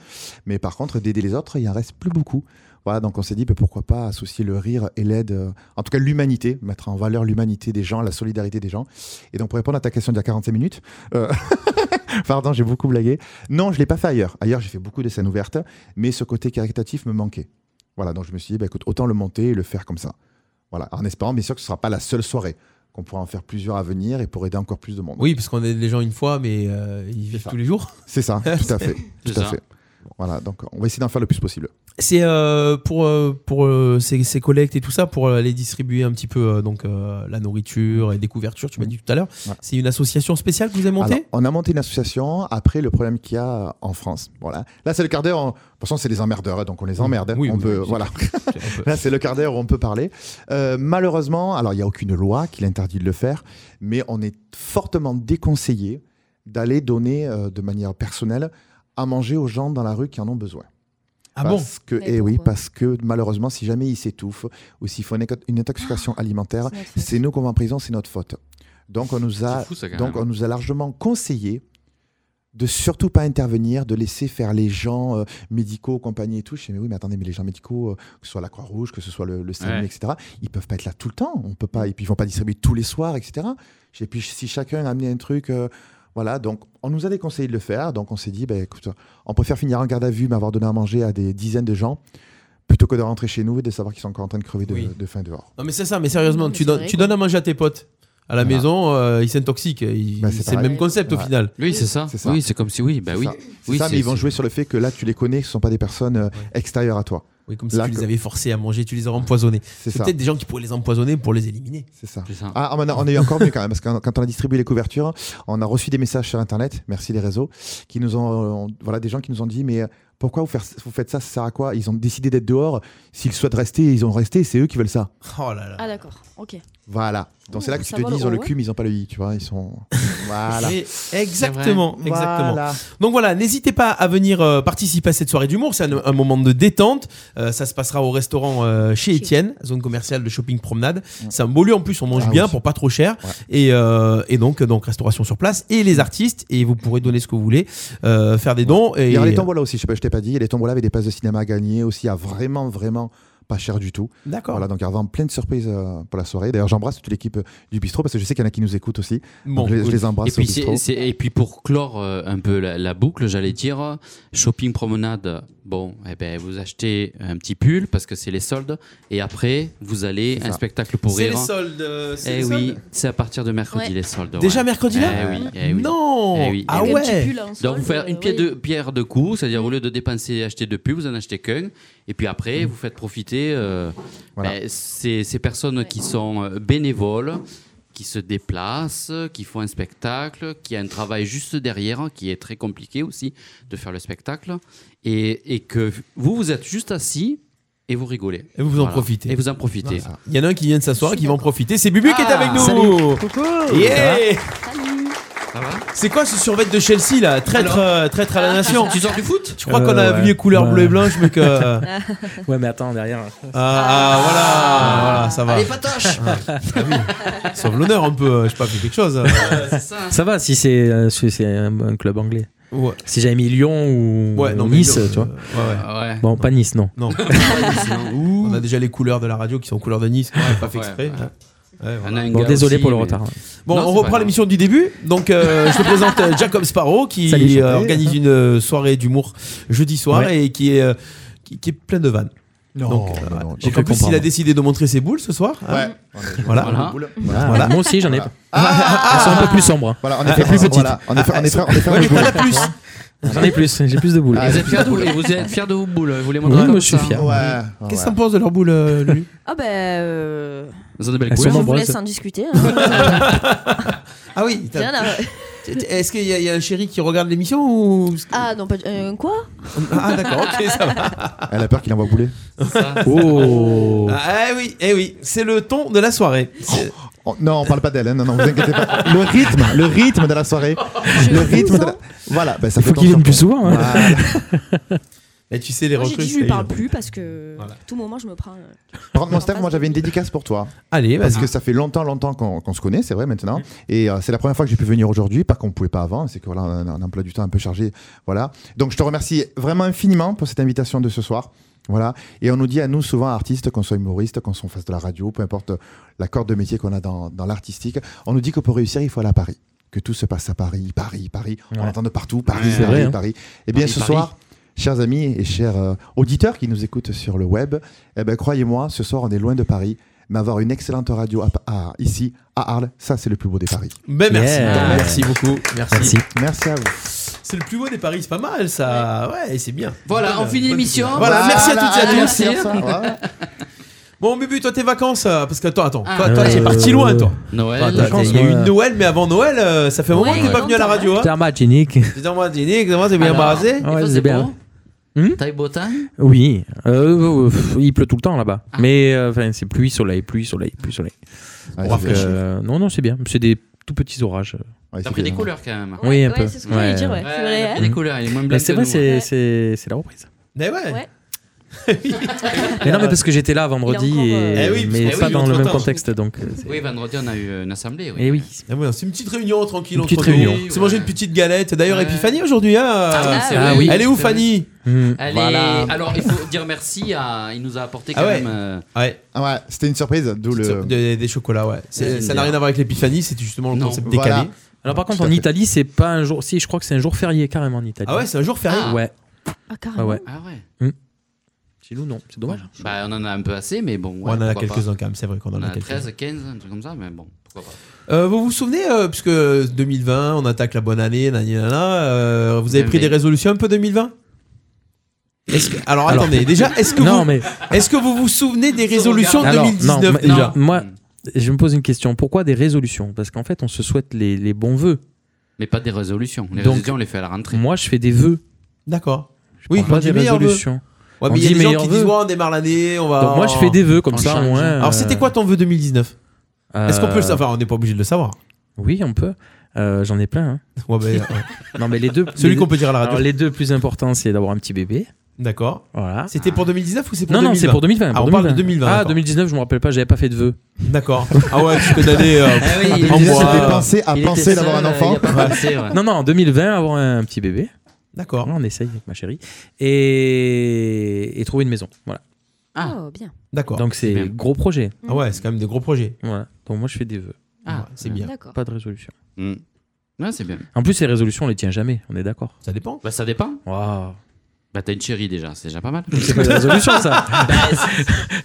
Speaker 8: mais par contre, d'aider les autres, il en reste plus beaucoup. Voilà, donc on s'est dit, ben, pourquoi pas associer le rire et l'aide, euh, en tout cas l'humanité, mettre en valeur l'humanité des gens, la solidarité des gens. Et donc pour répondre à ta question d'il y a 45 minutes, euh, pardon, j'ai beaucoup blagué. Non, je l'ai pas fait ailleurs. Ailleurs, j'ai fait beaucoup de scènes ouvertes, mais ce côté caritatif me manquait. Voilà, donc je me suis dit, bah, écoute, autant le monter et le faire comme ça. Voilà, en espérant bien sûr que ce ne sera pas la seule soirée, qu'on pourra en faire plusieurs à venir et pour aider encore plus de monde.
Speaker 11: Oui, parce qu'on aide les gens une fois, mais euh, ils vivent
Speaker 8: ça.
Speaker 11: tous les jours.
Speaker 8: C'est ça, tout à fait.
Speaker 7: C'est
Speaker 8: Tout à
Speaker 7: ça.
Speaker 8: fait. Voilà, donc on va essayer d'en faire le plus possible.
Speaker 11: C'est euh, pour, euh, pour euh, ces, ces collectes et tout ça, pour aller distribuer un petit peu euh, donc, euh, la nourriture et des couvertures, tu m'as dit tout à l'heure.
Speaker 8: Ouais.
Speaker 11: C'est une association spéciale que vous avez montée
Speaker 8: Alors, on a monté une association. Après, le problème qu'il y a en France, voilà. Là, c'est le quart d'heure. on- De toute façon, c'est des emmerdeurs, hein, donc on les emmerde.
Speaker 11: Oui,
Speaker 8: on
Speaker 11: oui,
Speaker 8: peut,
Speaker 11: oui.
Speaker 8: voilà.
Speaker 11: C'est un peu-
Speaker 8: Là, c'est le quart d'heure où on peut parler. Euh, malheureusement, alors il n'y a aucune loi qui l'interdit de le faire, mais on est fortement déconseillé d'aller donner euh, de manière personnelle à manger aux gens dans la rue qui en ont besoin.
Speaker 11: Ah bon
Speaker 8: parce que,
Speaker 5: Mais
Speaker 8: eh oui,
Speaker 5: pourquoi
Speaker 8: parce que malheureusement, si jamais ils s'étouffent ou s'ils font une éco- une intoxication alimentaire,
Speaker 5: Ah, C'est notre faute.
Speaker 8: c'est nous qu'on va en prison, c'est notre faute. Donc on nous a
Speaker 7: C'est fou, ça, quand
Speaker 8: donc
Speaker 7: même.
Speaker 8: on nous a largement conseillé de surtout pas intervenir, de laisser faire les gens euh, médicaux, compagnie et tout. Je dis, mais oui, mais attendez, mais les gens médicaux, euh, que ce soit la Croix-Rouge, que ce soit le, le SAMU,
Speaker 7: Ouais.
Speaker 8: etc., ils peuvent pas être là tout le temps. On peut pas, et puis ils vont pas distribuer tous les soirs, etc. Je dis, Et puis si chacun a amené un truc, euh, voilà. Donc on nous a déconseillé de le faire. Donc on s'est dit, ben écoute, on préfère finir en garde à vue, mais avoir donné à manger à des dizaines de gens, plutôt que de rentrer chez nous et de savoir qu'ils sont encore en train de crever de,
Speaker 11: Oui.
Speaker 8: de faim dehors.
Speaker 11: Non, mais c'est ça, mais sérieusement,
Speaker 5: Non, mais
Speaker 11: tu,
Speaker 5: c'est
Speaker 11: donnes,
Speaker 5: vrai,
Speaker 11: tu
Speaker 5: quoi.
Speaker 11: donnes à manger à tes potes. À la
Speaker 8: Voilà.
Speaker 11: maison, euh, ils s'intoxiquent. ils-
Speaker 8: Bah, c'est
Speaker 11: c'est le
Speaker 8: pareil.
Speaker 11: même concept au
Speaker 8: Ouais.
Speaker 11: final.
Speaker 7: Oui, c'est ça.
Speaker 8: C'est ça.
Speaker 7: Oui, c'est comme si oui, bah
Speaker 8: C'est
Speaker 7: oui.
Speaker 8: ça. C'est
Speaker 7: Oui,
Speaker 8: ça,
Speaker 7: c'est-
Speaker 8: mais ils vont
Speaker 7: c'est-
Speaker 8: jouer sur le fait que là, tu les connais, ce ne sont pas des personnes euh, extérieures à toi.
Speaker 6: Oui, comme si
Speaker 8: Là
Speaker 6: tu
Speaker 8: que-
Speaker 6: les avais forcés à manger, tu les aurais empoisonnés.
Speaker 8: C'est
Speaker 6: C'est
Speaker 8: ça.
Speaker 6: peut-être des gens qui pourraient les empoisonner pour les éliminer.
Speaker 8: C'est ça.
Speaker 7: C'est ça.
Speaker 8: Ah, on a, on a eu encore mieux quand même, parce que quand on a distribué les couvertures, on a reçu des messages sur Internet, merci les réseaux, qui nous ont, euh, voilà, des gens qui nous ont dit, mais euh, pourquoi vous, faire- vous faites ça, ça sert à quoi Ils ont décidé d'être dehors, s'ils souhaitent rester, ils ont resté, c'est eux qui veulent ça.
Speaker 6: Oh là là.
Speaker 4: Ah d'accord, ok.
Speaker 8: Voilà. Donc c'est là que tu
Speaker 4: Ça
Speaker 8: te
Speaker 4: vole
Speaker 8: dis, ils ont
Speaker 4: haut,
Speaker 8: le
Speaker 4: ouais.
Speaker 8: cul, mais ils ont pas le i, tu vois, ils sont... Voilà.
Speaker 6: Mais exactement, exactement.
Speaker 8: Voilà.
Speaker 6: Donc voilà, n'hésitez pas à venir euh, participer à cette soirée d'humour. C'est un, un moment de détente. Euh, ça se passera au restaurant euh, chez
Speaker 4: Chez-
Speaker 6: Étienne, zone commerciale de shopping promenade. C'est un beau lieu en plus, on mange
Speaker 8: Ah
Speaker 6: bien
Speaker 8: oui.
Speaker 6: pour pas trop cher.
Speaker 8: Ouais.
Speaker 6: Et, euh, et donc, donc restauration sur place et les artistes. Et vous pourrez donner ce que vous voulez, euh, faire des dons. Et,
Speaker 8: Il y aura les tombolas aussi, je sais pas, je t'ai pas dit, il y a les tombolas avec des places de cinéma à gagner aussi à vraiment, vraiment pas cher du tout.
Speaker 6: D'accord.
Speaker 8: Voilà, donc il y aura vraiment plein de surprises euh, pour la soirée. D'ailleurs, j'embrasse toute l'équipe euh, du bistrot parce que je sais qu'il y en a qui nous écoutent aussi.
Speaker 6: Bon,
Speaker 8: Donc, je, les- je les embrasse
Speaker 7: Et puis,
Speaker 8: au bistrot.
Speaker 7: c'est- c'est- et puis pour clore euh, un peu la, la boucle, j'allais dire, shopping promenade, bon, eh ben, vous achetez un petit pull parce que c'est les soldes, et après, vous allez
Speaker 8: C'est
Speaker 7: un
Speaker 8: ça.
Speaker 7: spectacle pour
Speaker 6: C'est
Speaker 7: rire.
Speaker 6: les soldes. euh, c'est
Speaker 7: Eh
Speaker 6: les
Speaker 7: oui,
Speaker 6: soldes.
Speaker 7: c'est à partir de mercredi
Speaker 4: Ouais.
Speaker 7: les soldes.
Speaker 6: Déjà
Speaker 7: ouais.
Speaker 6: mercredi là
Speaker 7: Eh oui, eh oui.
Speaker 6: Non
Speaker 7: Eh oui, eh
Speaker 6: Ah
Speaker 7: oui.
Speaker 4: Avec un petit
Speaker 6: ouais
Speaker 4: pull en
Speaker 7: Donc
Speaker 4: solde,
Speaker 7: vous faire une
Speaker 4: euh,
Speaker 7: pierre
Speaker 4: oui.
Speaker 7: de, pierre de coups, c'est-à-dire au lieu de dépenser et acheter deux pubs, vous en achetez qu'un. Et puis après,
Speaker 4: Mm.
Speaker 7: vous faites profiter euh,
Speaker 8: Voilà.
Speaker 7: ben, ces, ces personnes qui sont euh, bénévoles, qui se déplacent, qui font un spectacle, qui a un travail juste derrière, hein, qui est très compliqué aussi de faire le spectacle. Et, et que vous, vous êtes juste assis et vous rigolez.
Speaker 6: Et vous en profitez.
Speaker 7: Et vous en profitez.
Speaker 8: Voilà.
Speaker 6: Il y en a un qui vient de s'asseoir et qui va en profiter. C'est Bubu qui est
Speaker 7: Ah,
Speaker 6: avec nous
Speaker 13: Coucou
Speaker 6: Yeah
Speaker 4: Salut
Speaker 7: Ça va Ah,
Speaker 6: C'est quoi ce survêt de Chelsea là Traître, euh, traître à la nation
Speaker 7: Tu sors du foot
Speaker 6: Tu crois
Speaker 14: Euh,
Speaker 6: qu'on a
Speaker 14: ouais.
Speaker 6: vu les couleurs
Speaker 14: Ouais.
Speaker 6: bleu et blanche mais que... Ah,
Speaker 14: Ouais, mais attends, derrière.
Speaker 6: ah, voilà,
Speaker 14: Ah,
Speaker 6: voilà, ça va. Ah,
Speaker 7: Allez, patoche
Speaker 6: Sauve l'honneur un peu, euh, je sais pas, fait quelque chose. euh.
Speaker 7: C'est ça.
Speaker 14: Ça va si c'est euh, si c'est un, un club anglais.
Speaker 6: Ouais,
Speaker 14: Si j'avais mis Lyon ou,
Speaker 6: ouais, non,
Speaker 14: ou
Speaker 6: mais
Speaker 14: Nice,
Speaker 6: non,
Speaker 14: tu vois.
Speaker 6: euh, Ouais, ouais.
Speaker 7: Ouais.
Speaker 14: Bon, pas Nice, non.
Speaker 6: Non. On a déjà les couleurs de la radio qui sont couleurs de Nice. Ouais, pas fait
Speaker 7: Ouais,
Speaker 6: exprès.
Speaker 7: ouais.
Speaker 6: Ouais, voilà.
Speaker 7: On a un
Speaker 14: Bon,
Speaker 7: gars
Speaker 14: désolé
Speaker 7: aussi,
Speaker 14: pour le
Speaker 7: mais-
Speaker 14: retard.
Speaker 6: Bon,
Speaker 7: Non, c'est
Speaker 6: on
Speaker 7: pas
Speaker 6: reprend
Speaker 7: grave.
Speaker 6: l'émission du début. Donc, euh, je te présente euh, Jacob Sparrow qui
Speaker 14: Salut, Jacob.
Speaker 6: euh, organise une euh, soirée d'humour jeudi soir
Speaker 14: Ouais.
Speaker 6: et qui est, euh, qui, qui est plein de vannes.
Speaker 8: Non,
Speaker 6: Donc, euh,
Speaker 8: non, non, Ah,
Speaker 6: donc, en
Speaker 14: cru
Speaker 6: plus, il a
Speaker 14: comprendre.
Speaker 6: décidé de montrer ses boules ce soir. hein.
Speaker 8: Ouais.
Speaker 6: Voilà.
Speaker 7: Voilà.
Speaker 14: Ah,
Speaker 6: Voilà.
Speaker 14: Moi aussi, j'en ai
Speaker 8: Voilà.
Speaker 14: pas. Elles sont un peu plus sombres. hein.
Speaker 8: Voilà, on est fait Ah, plus
Speaker 14: petite.
Speaker 8: Voilà, on est fait, on est fait, on est fait
Speaker 6: Ouais, mais
Speaker 8: un
Speaker 6: t'en as
Speaker 8: boulot.
Speaker 6: plus.
Speaker 14: J'en ai plus, j'ai plus de boules.
Speaker 8: Ah,
Speaker 7: Et vous, êtes fiers de, et vous êtes fiers de vos boules, vous les montrez
Speaker 14: Ouais,
Speaker 7: comme
Speaker 14: moi je suis
Speaker 7: ça. hein.
Speaker 14: fier.
Speaker 8: Ouais.
Speaker 6: Qu'est-ce que
Speaker 8: ouais.
Speaker 6: t'en penses de leur boule, euh, lui
Speaker 4: Ah ben... euh,
Speaker 7: Vous ont de belles
Speaker 14: Elles sont
Speaker 4: Je
Speaker 7: couleurs.
Speaker 14: Comment
Speaker 4: vous
Speaker 14: brosse
Speaker 4: laisse en discuter. hein.
Speaker 6: Ah oui. t'as-
Speaker 4: Rien à-
Speaker 6: Est-ce qu'il y, a- il y a un chéri qui regarde l'émission ou
Speaker 4: Ah non, pas... euh, quoi
Speaker 6: Ah d'accord, ok, ça va.
Speaker 8: Elle a peur qu'il envoie bouler.
Speaker 14: Oh
Speaker 6: Ah eh oui, eh oui, c'est le ton de la soirée. C'est-
Speaker 8: Oh, non, on parle pas d'elle. hein, Non, non, vous inquiétez pas. Le rythme, le rythme de la soirée. le rythme de la... Voilà, ben, ça
Speaker 14: Il
Speaker 8: fait
Speaker 14: faut qu'il
Speaker 8: tension.
Speaker 14: vienne plus souvent. hein.
Speaker 8: Voilà.
Speaker 6: Mais tu sais les
Speaker 4: Moi j'ai
Speaker 6: recrues.
Speaker 4: dit je lui
Speaker 6: c'est-
Speaker 4: parle plus parce que
Speaker 6: Voilà.
Speaker 4: à tout moment je me prends... euh,
Speaker 8: Par contre, mon Steph, moi j'avais une dédicace pour toi.
Speaker 6: Allez,
Speaker 8: Parce
Speaker 6: vas-y.
Speaker 8: que ça fait longtemps, longtemps qu'on qu'on se connaît, c'est vrai maintenant. Et euh, c'est la première fois que j'ai pu venir aujourd'hui, pas qu'on pouvait pas avant. C'est que voilà, on a un emploi du temps un peu chargé. Voilà. Donc je te remercie vraiment infiniment pour cette invitation de ce soir. Voilà. Et on nous dit à nous, souvent artistes, qu'on soit humoriste, qu'on soit- fasse de la radio, peu importe la corde de métier qu'on a dans, dans l'artistique, on nous dit que pour réussir, il faut aller à Paris. Que tout se passe à Paris, Paris, Paris. On
Speaker 14: Ouais.
Speaker 8: entend de partout, Paris,
Speaker 14: C'est
Speaker 8: Paris,
Speaker 14: vrai, hein.
Speaker 8: Paris. Eh bien,
Speaker 7: Paris,
Speaker 8: ce
Speaker 7: Paris.
Speaker 8: soir, chers amis et chers euh, auditeurs qui nous écoutent sur le web, eh ben, croyez-moi, ce soir, on est loin de Paris. Mais avoir une excellente radio à, à- ici, à Arles, ça, c'est le plus beau des paris.
Speaker 6: Ben merci,
Speaker 14: Yeah.
Speaker 6: merci beaucoup, merci.
Speaker 14: Merci.
Speaker 8: Merci à vous.
Speaker 6: C'est le plus beau des paris, c'est pas mal ça. Ouais, et c'est bien.
Speaker 7: Voilà, on
Speaker 6: Bonne-
Speaker 7: finit
Speaker 6: bonne-
Speaker 7: l'émission.
Speaker 6: Voilà, merci à toutes et à tous.
Speaker 7: Merci.
Speaker 6: Bon, Bubu, toi tes vacances, euh, parce que attends, attends, toi,
Speaker 7: Ah,
Speaker 6: toi, t'es
Speaker 14: euh,
Speaker 6: parti loin, toi.
Speaker 7: Noël,
Speaker 14: Attends,
Speaker 6: Attends,
Speaker 14: attends,
Speaker 6: Il y a eu
Speaker 7: hein.
Speaker 14: moi-
Speaker 6: Noël, mais avant Noël, euh, ça fait un moment que
Speaker 4: Ouais,
Speaker 6: t'es pas venu à la
Speaker 4: longtemps,
Speaker 6: radio. Hein.
Speaker 14: T'es un match, Nick.
Speaker 6: Dis-moi, moi t'es bien
Speaker 7: Alors,
Speaker 6: embarrassé
Speaker 14: Ah ouais,
Speaker 7: il faisait
Speaker 14: c'est bien.
Speaker 7: beau hein.
Speaker 14: Hmm
Speaker 7: T'as eu beau temps
Speaker 14: Oui. Euh, euh, pff, il pleut tout le temps là-bas. Mais euh, enfin, c'est pluie, soleil, pluie, soleil, pluie, soleil.
Speaker 8: Ouais,
Speaker 14: Donc,
Speaker 8: c'est-
Speaker 6: rafraîchir.
Speaker 14: euh, non, non, c'est bien. C'est des tout petits orages.
Speaker 8: ouais,
Speaker 7: T'as
Speaker 8: c'est
Speaker 7: pris des
Speaker 8: bien.
Speaker 7: couleurs quand même. hein.
Speaker 14: Oui, un peu.
Speaker 4: Ouais, c'est ce que je voulais
Speaker 14: Ouais.
Speaker 4: dire, ouais.
Speaker 7: Ouais,
Speaker 4: c'est
Speaker 7: il
Speaker 4: vrai.
Speaker 7: a
Speaker 4: hein.
Speaker 7: pris des couleurs, il est moins blanc.
Speaker 14: Mais c'est
Speaker 7: que
Speaker 14: vrai,
Speaker 7: nous.
Speaker 14: c'est
Speaker 4: Ouais.
Speaker 14: c'est- c'est la reprise.
Speaker 6: Mais Eh ouais.
Speaker 4: Ouais.
Speaker 14: Mais non, mais parce que j'étais là vendredi,
Speaker 4: Il est encore,
Speaker 14: et...
Speaker 6: euh, Eh oui,
Speaker 14: mais
Speaker 6: parce que-
Speaker 14: pas
Speaker 6: eh oui,
Speaker 14: dans le même
Speaker 6: entre-temps.
Speaker 14: contexte. Donc, euh, c'est-
Speaker 7: hein. Oui, vendredi, on a eu une assemblée. Oui.
Speaker 14: Eh oui.
Speaker 6: Ah ouais, c'est une petite réunion tranquille
Speaker 14: Une petite
Speaker 6: entre nous.
Speaker 14: réunion.
Speaker 6: C'est manger une petite galette. D'ailleurs,
Speaker 7: Ouais. bah
Speaker 6: Epiphanie aujourd'hui. Hein,
Speaker 7: oui, c'est
Speaker 14: Ah
Speaker 7: vrai.
Speaker 14: oui.
Speaker 6: Elle est où
Speaker 7: C'est vrai.
Speaker 6: Fanny
Speaker 14: Hmm.
Speaker 7: Elle
Speaker 6: Voilà.
Speaker 7: est... Alors, il faut dire merci à. Il nous a apporté quand
Speaker 6: Ah ouais.
Speaker 7: même. euh,
Speaker 6: Ouais.
Speaker 8: Ah ouais, c'était une surprise, d'où le.
Speaker 6: Des, des chocolats, ouais. C'est-
Speaker 7: Ouais,
Speaker 6: Ça n'a rien à voir avec l'épiphanie, c'était justement le
Speaker 7: Non.
Speaker 6: concept
Speaker 8: Voilà.
Speaker 6: décalé.
Speaker 14: Alors par contre
Speaker 8: Tout à
Speaker 14: en
Speaker 8: fait.
Speaker 14: Italie c'est pas un jour si je crois que c'est un jour férié carrément en Italie.
Speaker 6: Ah ouais, c'est un jour férié.
Speaker 7: Ah.
Speaker 14: Ouais.
Speaker 4: Ah
Speaker 14: Ah
Speaker 4: carrément.
Speaker 14: ouais.
Speaker 7: Ah ouais.
Speaker 14: Chez nous non, c'est dommage.
Speaker 7: Bah, on en a un peu assez, mais bon. ouais,
Speaker 6: Ouais, on en a
Speaker 7: pourquoi pas.
Speaker 6: quelques-uns quand même, c'est vrai qu'on
Speaker 7: On
Speaker 6: en
Speaker 7: en
Speaker 6: a
Speaker 7: a
Speaker 6: quelques-uns.
Speaker 7: 13, 15, un truc comme ça, mais bon, pourquoi pas.
Speaker 6: Euh, vous vous souvenez, euh, puisque 2020, on attaque la bonne année, nanani, nanana, euh, vous avez
Speaker 7: Mais
Speaker 6: pris
Speaker 7: oui.
Speaker 6: des résolutions un peu 2020 Est-ce que- alors,
Speaker 15: Alors-
Speaker 6: attendez, déjà, est-ce que,
Speaker 15: non,
Speaker 6: vous,
Speaker 15: mais
Speaker 6: est-ce que vous vous souvenez des résolutions de
Speaker 15: Alors, non,
Speaker 6: 2019
Speaker 15: mais-
Speaker 6: déjà
Speaker 15: non, moi, je me pose une question. Pourquoi des résolutions Parce qu'en fait, on se souhaite les, les bons vœux.
Speaker 7: Mais pas des résolutions. Les
Speaker 15: Donc-
Speaker 7: résolutions, on les fait à la rentrée.
Speaker 15: Moi, je fais des vœux.
Speaker 6: D'accord.
Speaker 15: Je
Speaker 6: Oui,
Speaker 15: prends pas
Speaker 6: on dit
Speaker 15: des
Speaker 6: meilleurs vœux.
Speaker 15: résolutions.
Speaker 6: Ouais,
Speaker 15: On
Speaker 6: mais il y a
Speaker 15: dit
Speaker 6: des gens
Speaker 15: meilleurs
Speaker 6: qui
Speaker 15: vœux.
Speaker 6: disent ouais, on démarre l'année, on va.
Speaker 15: Donc, moi, je fais des vœux comme
Speaker 7: on
Speaker 15: ça.
Speaker 7: change.
Speaker 15: ouais,
Speaker 6: Alors, c'était
Speaker 15: euh,
Speaker 6: quoi ton vœu 2019 Est-ce qu'on peut le
Speaker 15: euh,
Speaker 6: savoir Enfin, on n'est pas obligé de le savoir.
Speaker 15: Oui, on peut. Euh, J'en ai plein. hein.
Speaker 6: Ouais, bah, euh,
Speaker 15: Non, mais les deux.
Speaker 6: celui
Speaker 15: les-
Speaker 6: qu'on peut dire à la
Speaker 15: Alors,
Speaker 6: radio.
Speaker 15: les deux plus importants,
Speaker 4: Oh,
Speaker 15: c'est d'avoir un petit bébé.
Speaker 6: D'accord.
Speaker 15: Voilà.
Speaker 6: C'était pour 2019 ou c'est pour
Speaker 15: Non, non,
Speaker 6: 2020
Speaker 15: c'est pour 2020.
Speaker 6: Ah,
Speaker 15: pour
Speaker 6: on parle de 2020,
Speaker 15: Ah,
Speaker 6: d'accord.
Speaker 15: 2019, je me rappelle pas, j'avais pas fait de vœu.
Speaker 6: D'accord. Ah ouais, tu fais d'année. euh,
Speaker 7: Ah oui,
Speaker 6: En
Speaker 8: Déjà,
Speaker 6: bois.
Speaker 8: c'était pensé à penser d'avoir un enfant.
Speaker 15: Non, non, en 2020, avoir un petit bébé.
Speaker 6: D'accord.
Speaker 15: Voilà, on essaye avec ma chérie. Et, et trouver une maison. Voilà.
Speaker 7: Ah.
Speaker 4: Oh, bien.
Speaker 6: D'accord.
Speaker 15: Donc,
Speaker 7: bien.
Speaker 15: c'est gros projet.
Speaker 6: Ah ouais, c'est quand même des gros projets.
Speaker 15: Voilà. Donc, moi, je fais des vœux.
Speaker 7: Ah,
Speaker 6: Ouais, c'est bien.
Speaker 4: D'accord.
Speaker 15: Pas de résolution.
Speaker 7: Mm. Ouais, c'est bien.
Speaker 15: En plus, les résolutions, on les tient jamais. On est d'accord.
Speaker 6: Ça dépend.
Speaker 7: Bah, ça dépend.
Speaker 15: Waouh.
Speaker 7: Bah, t'as une chérie déjà, c'est déjà pas mal.
Speaker 15: C'est pas des résolutions, ça.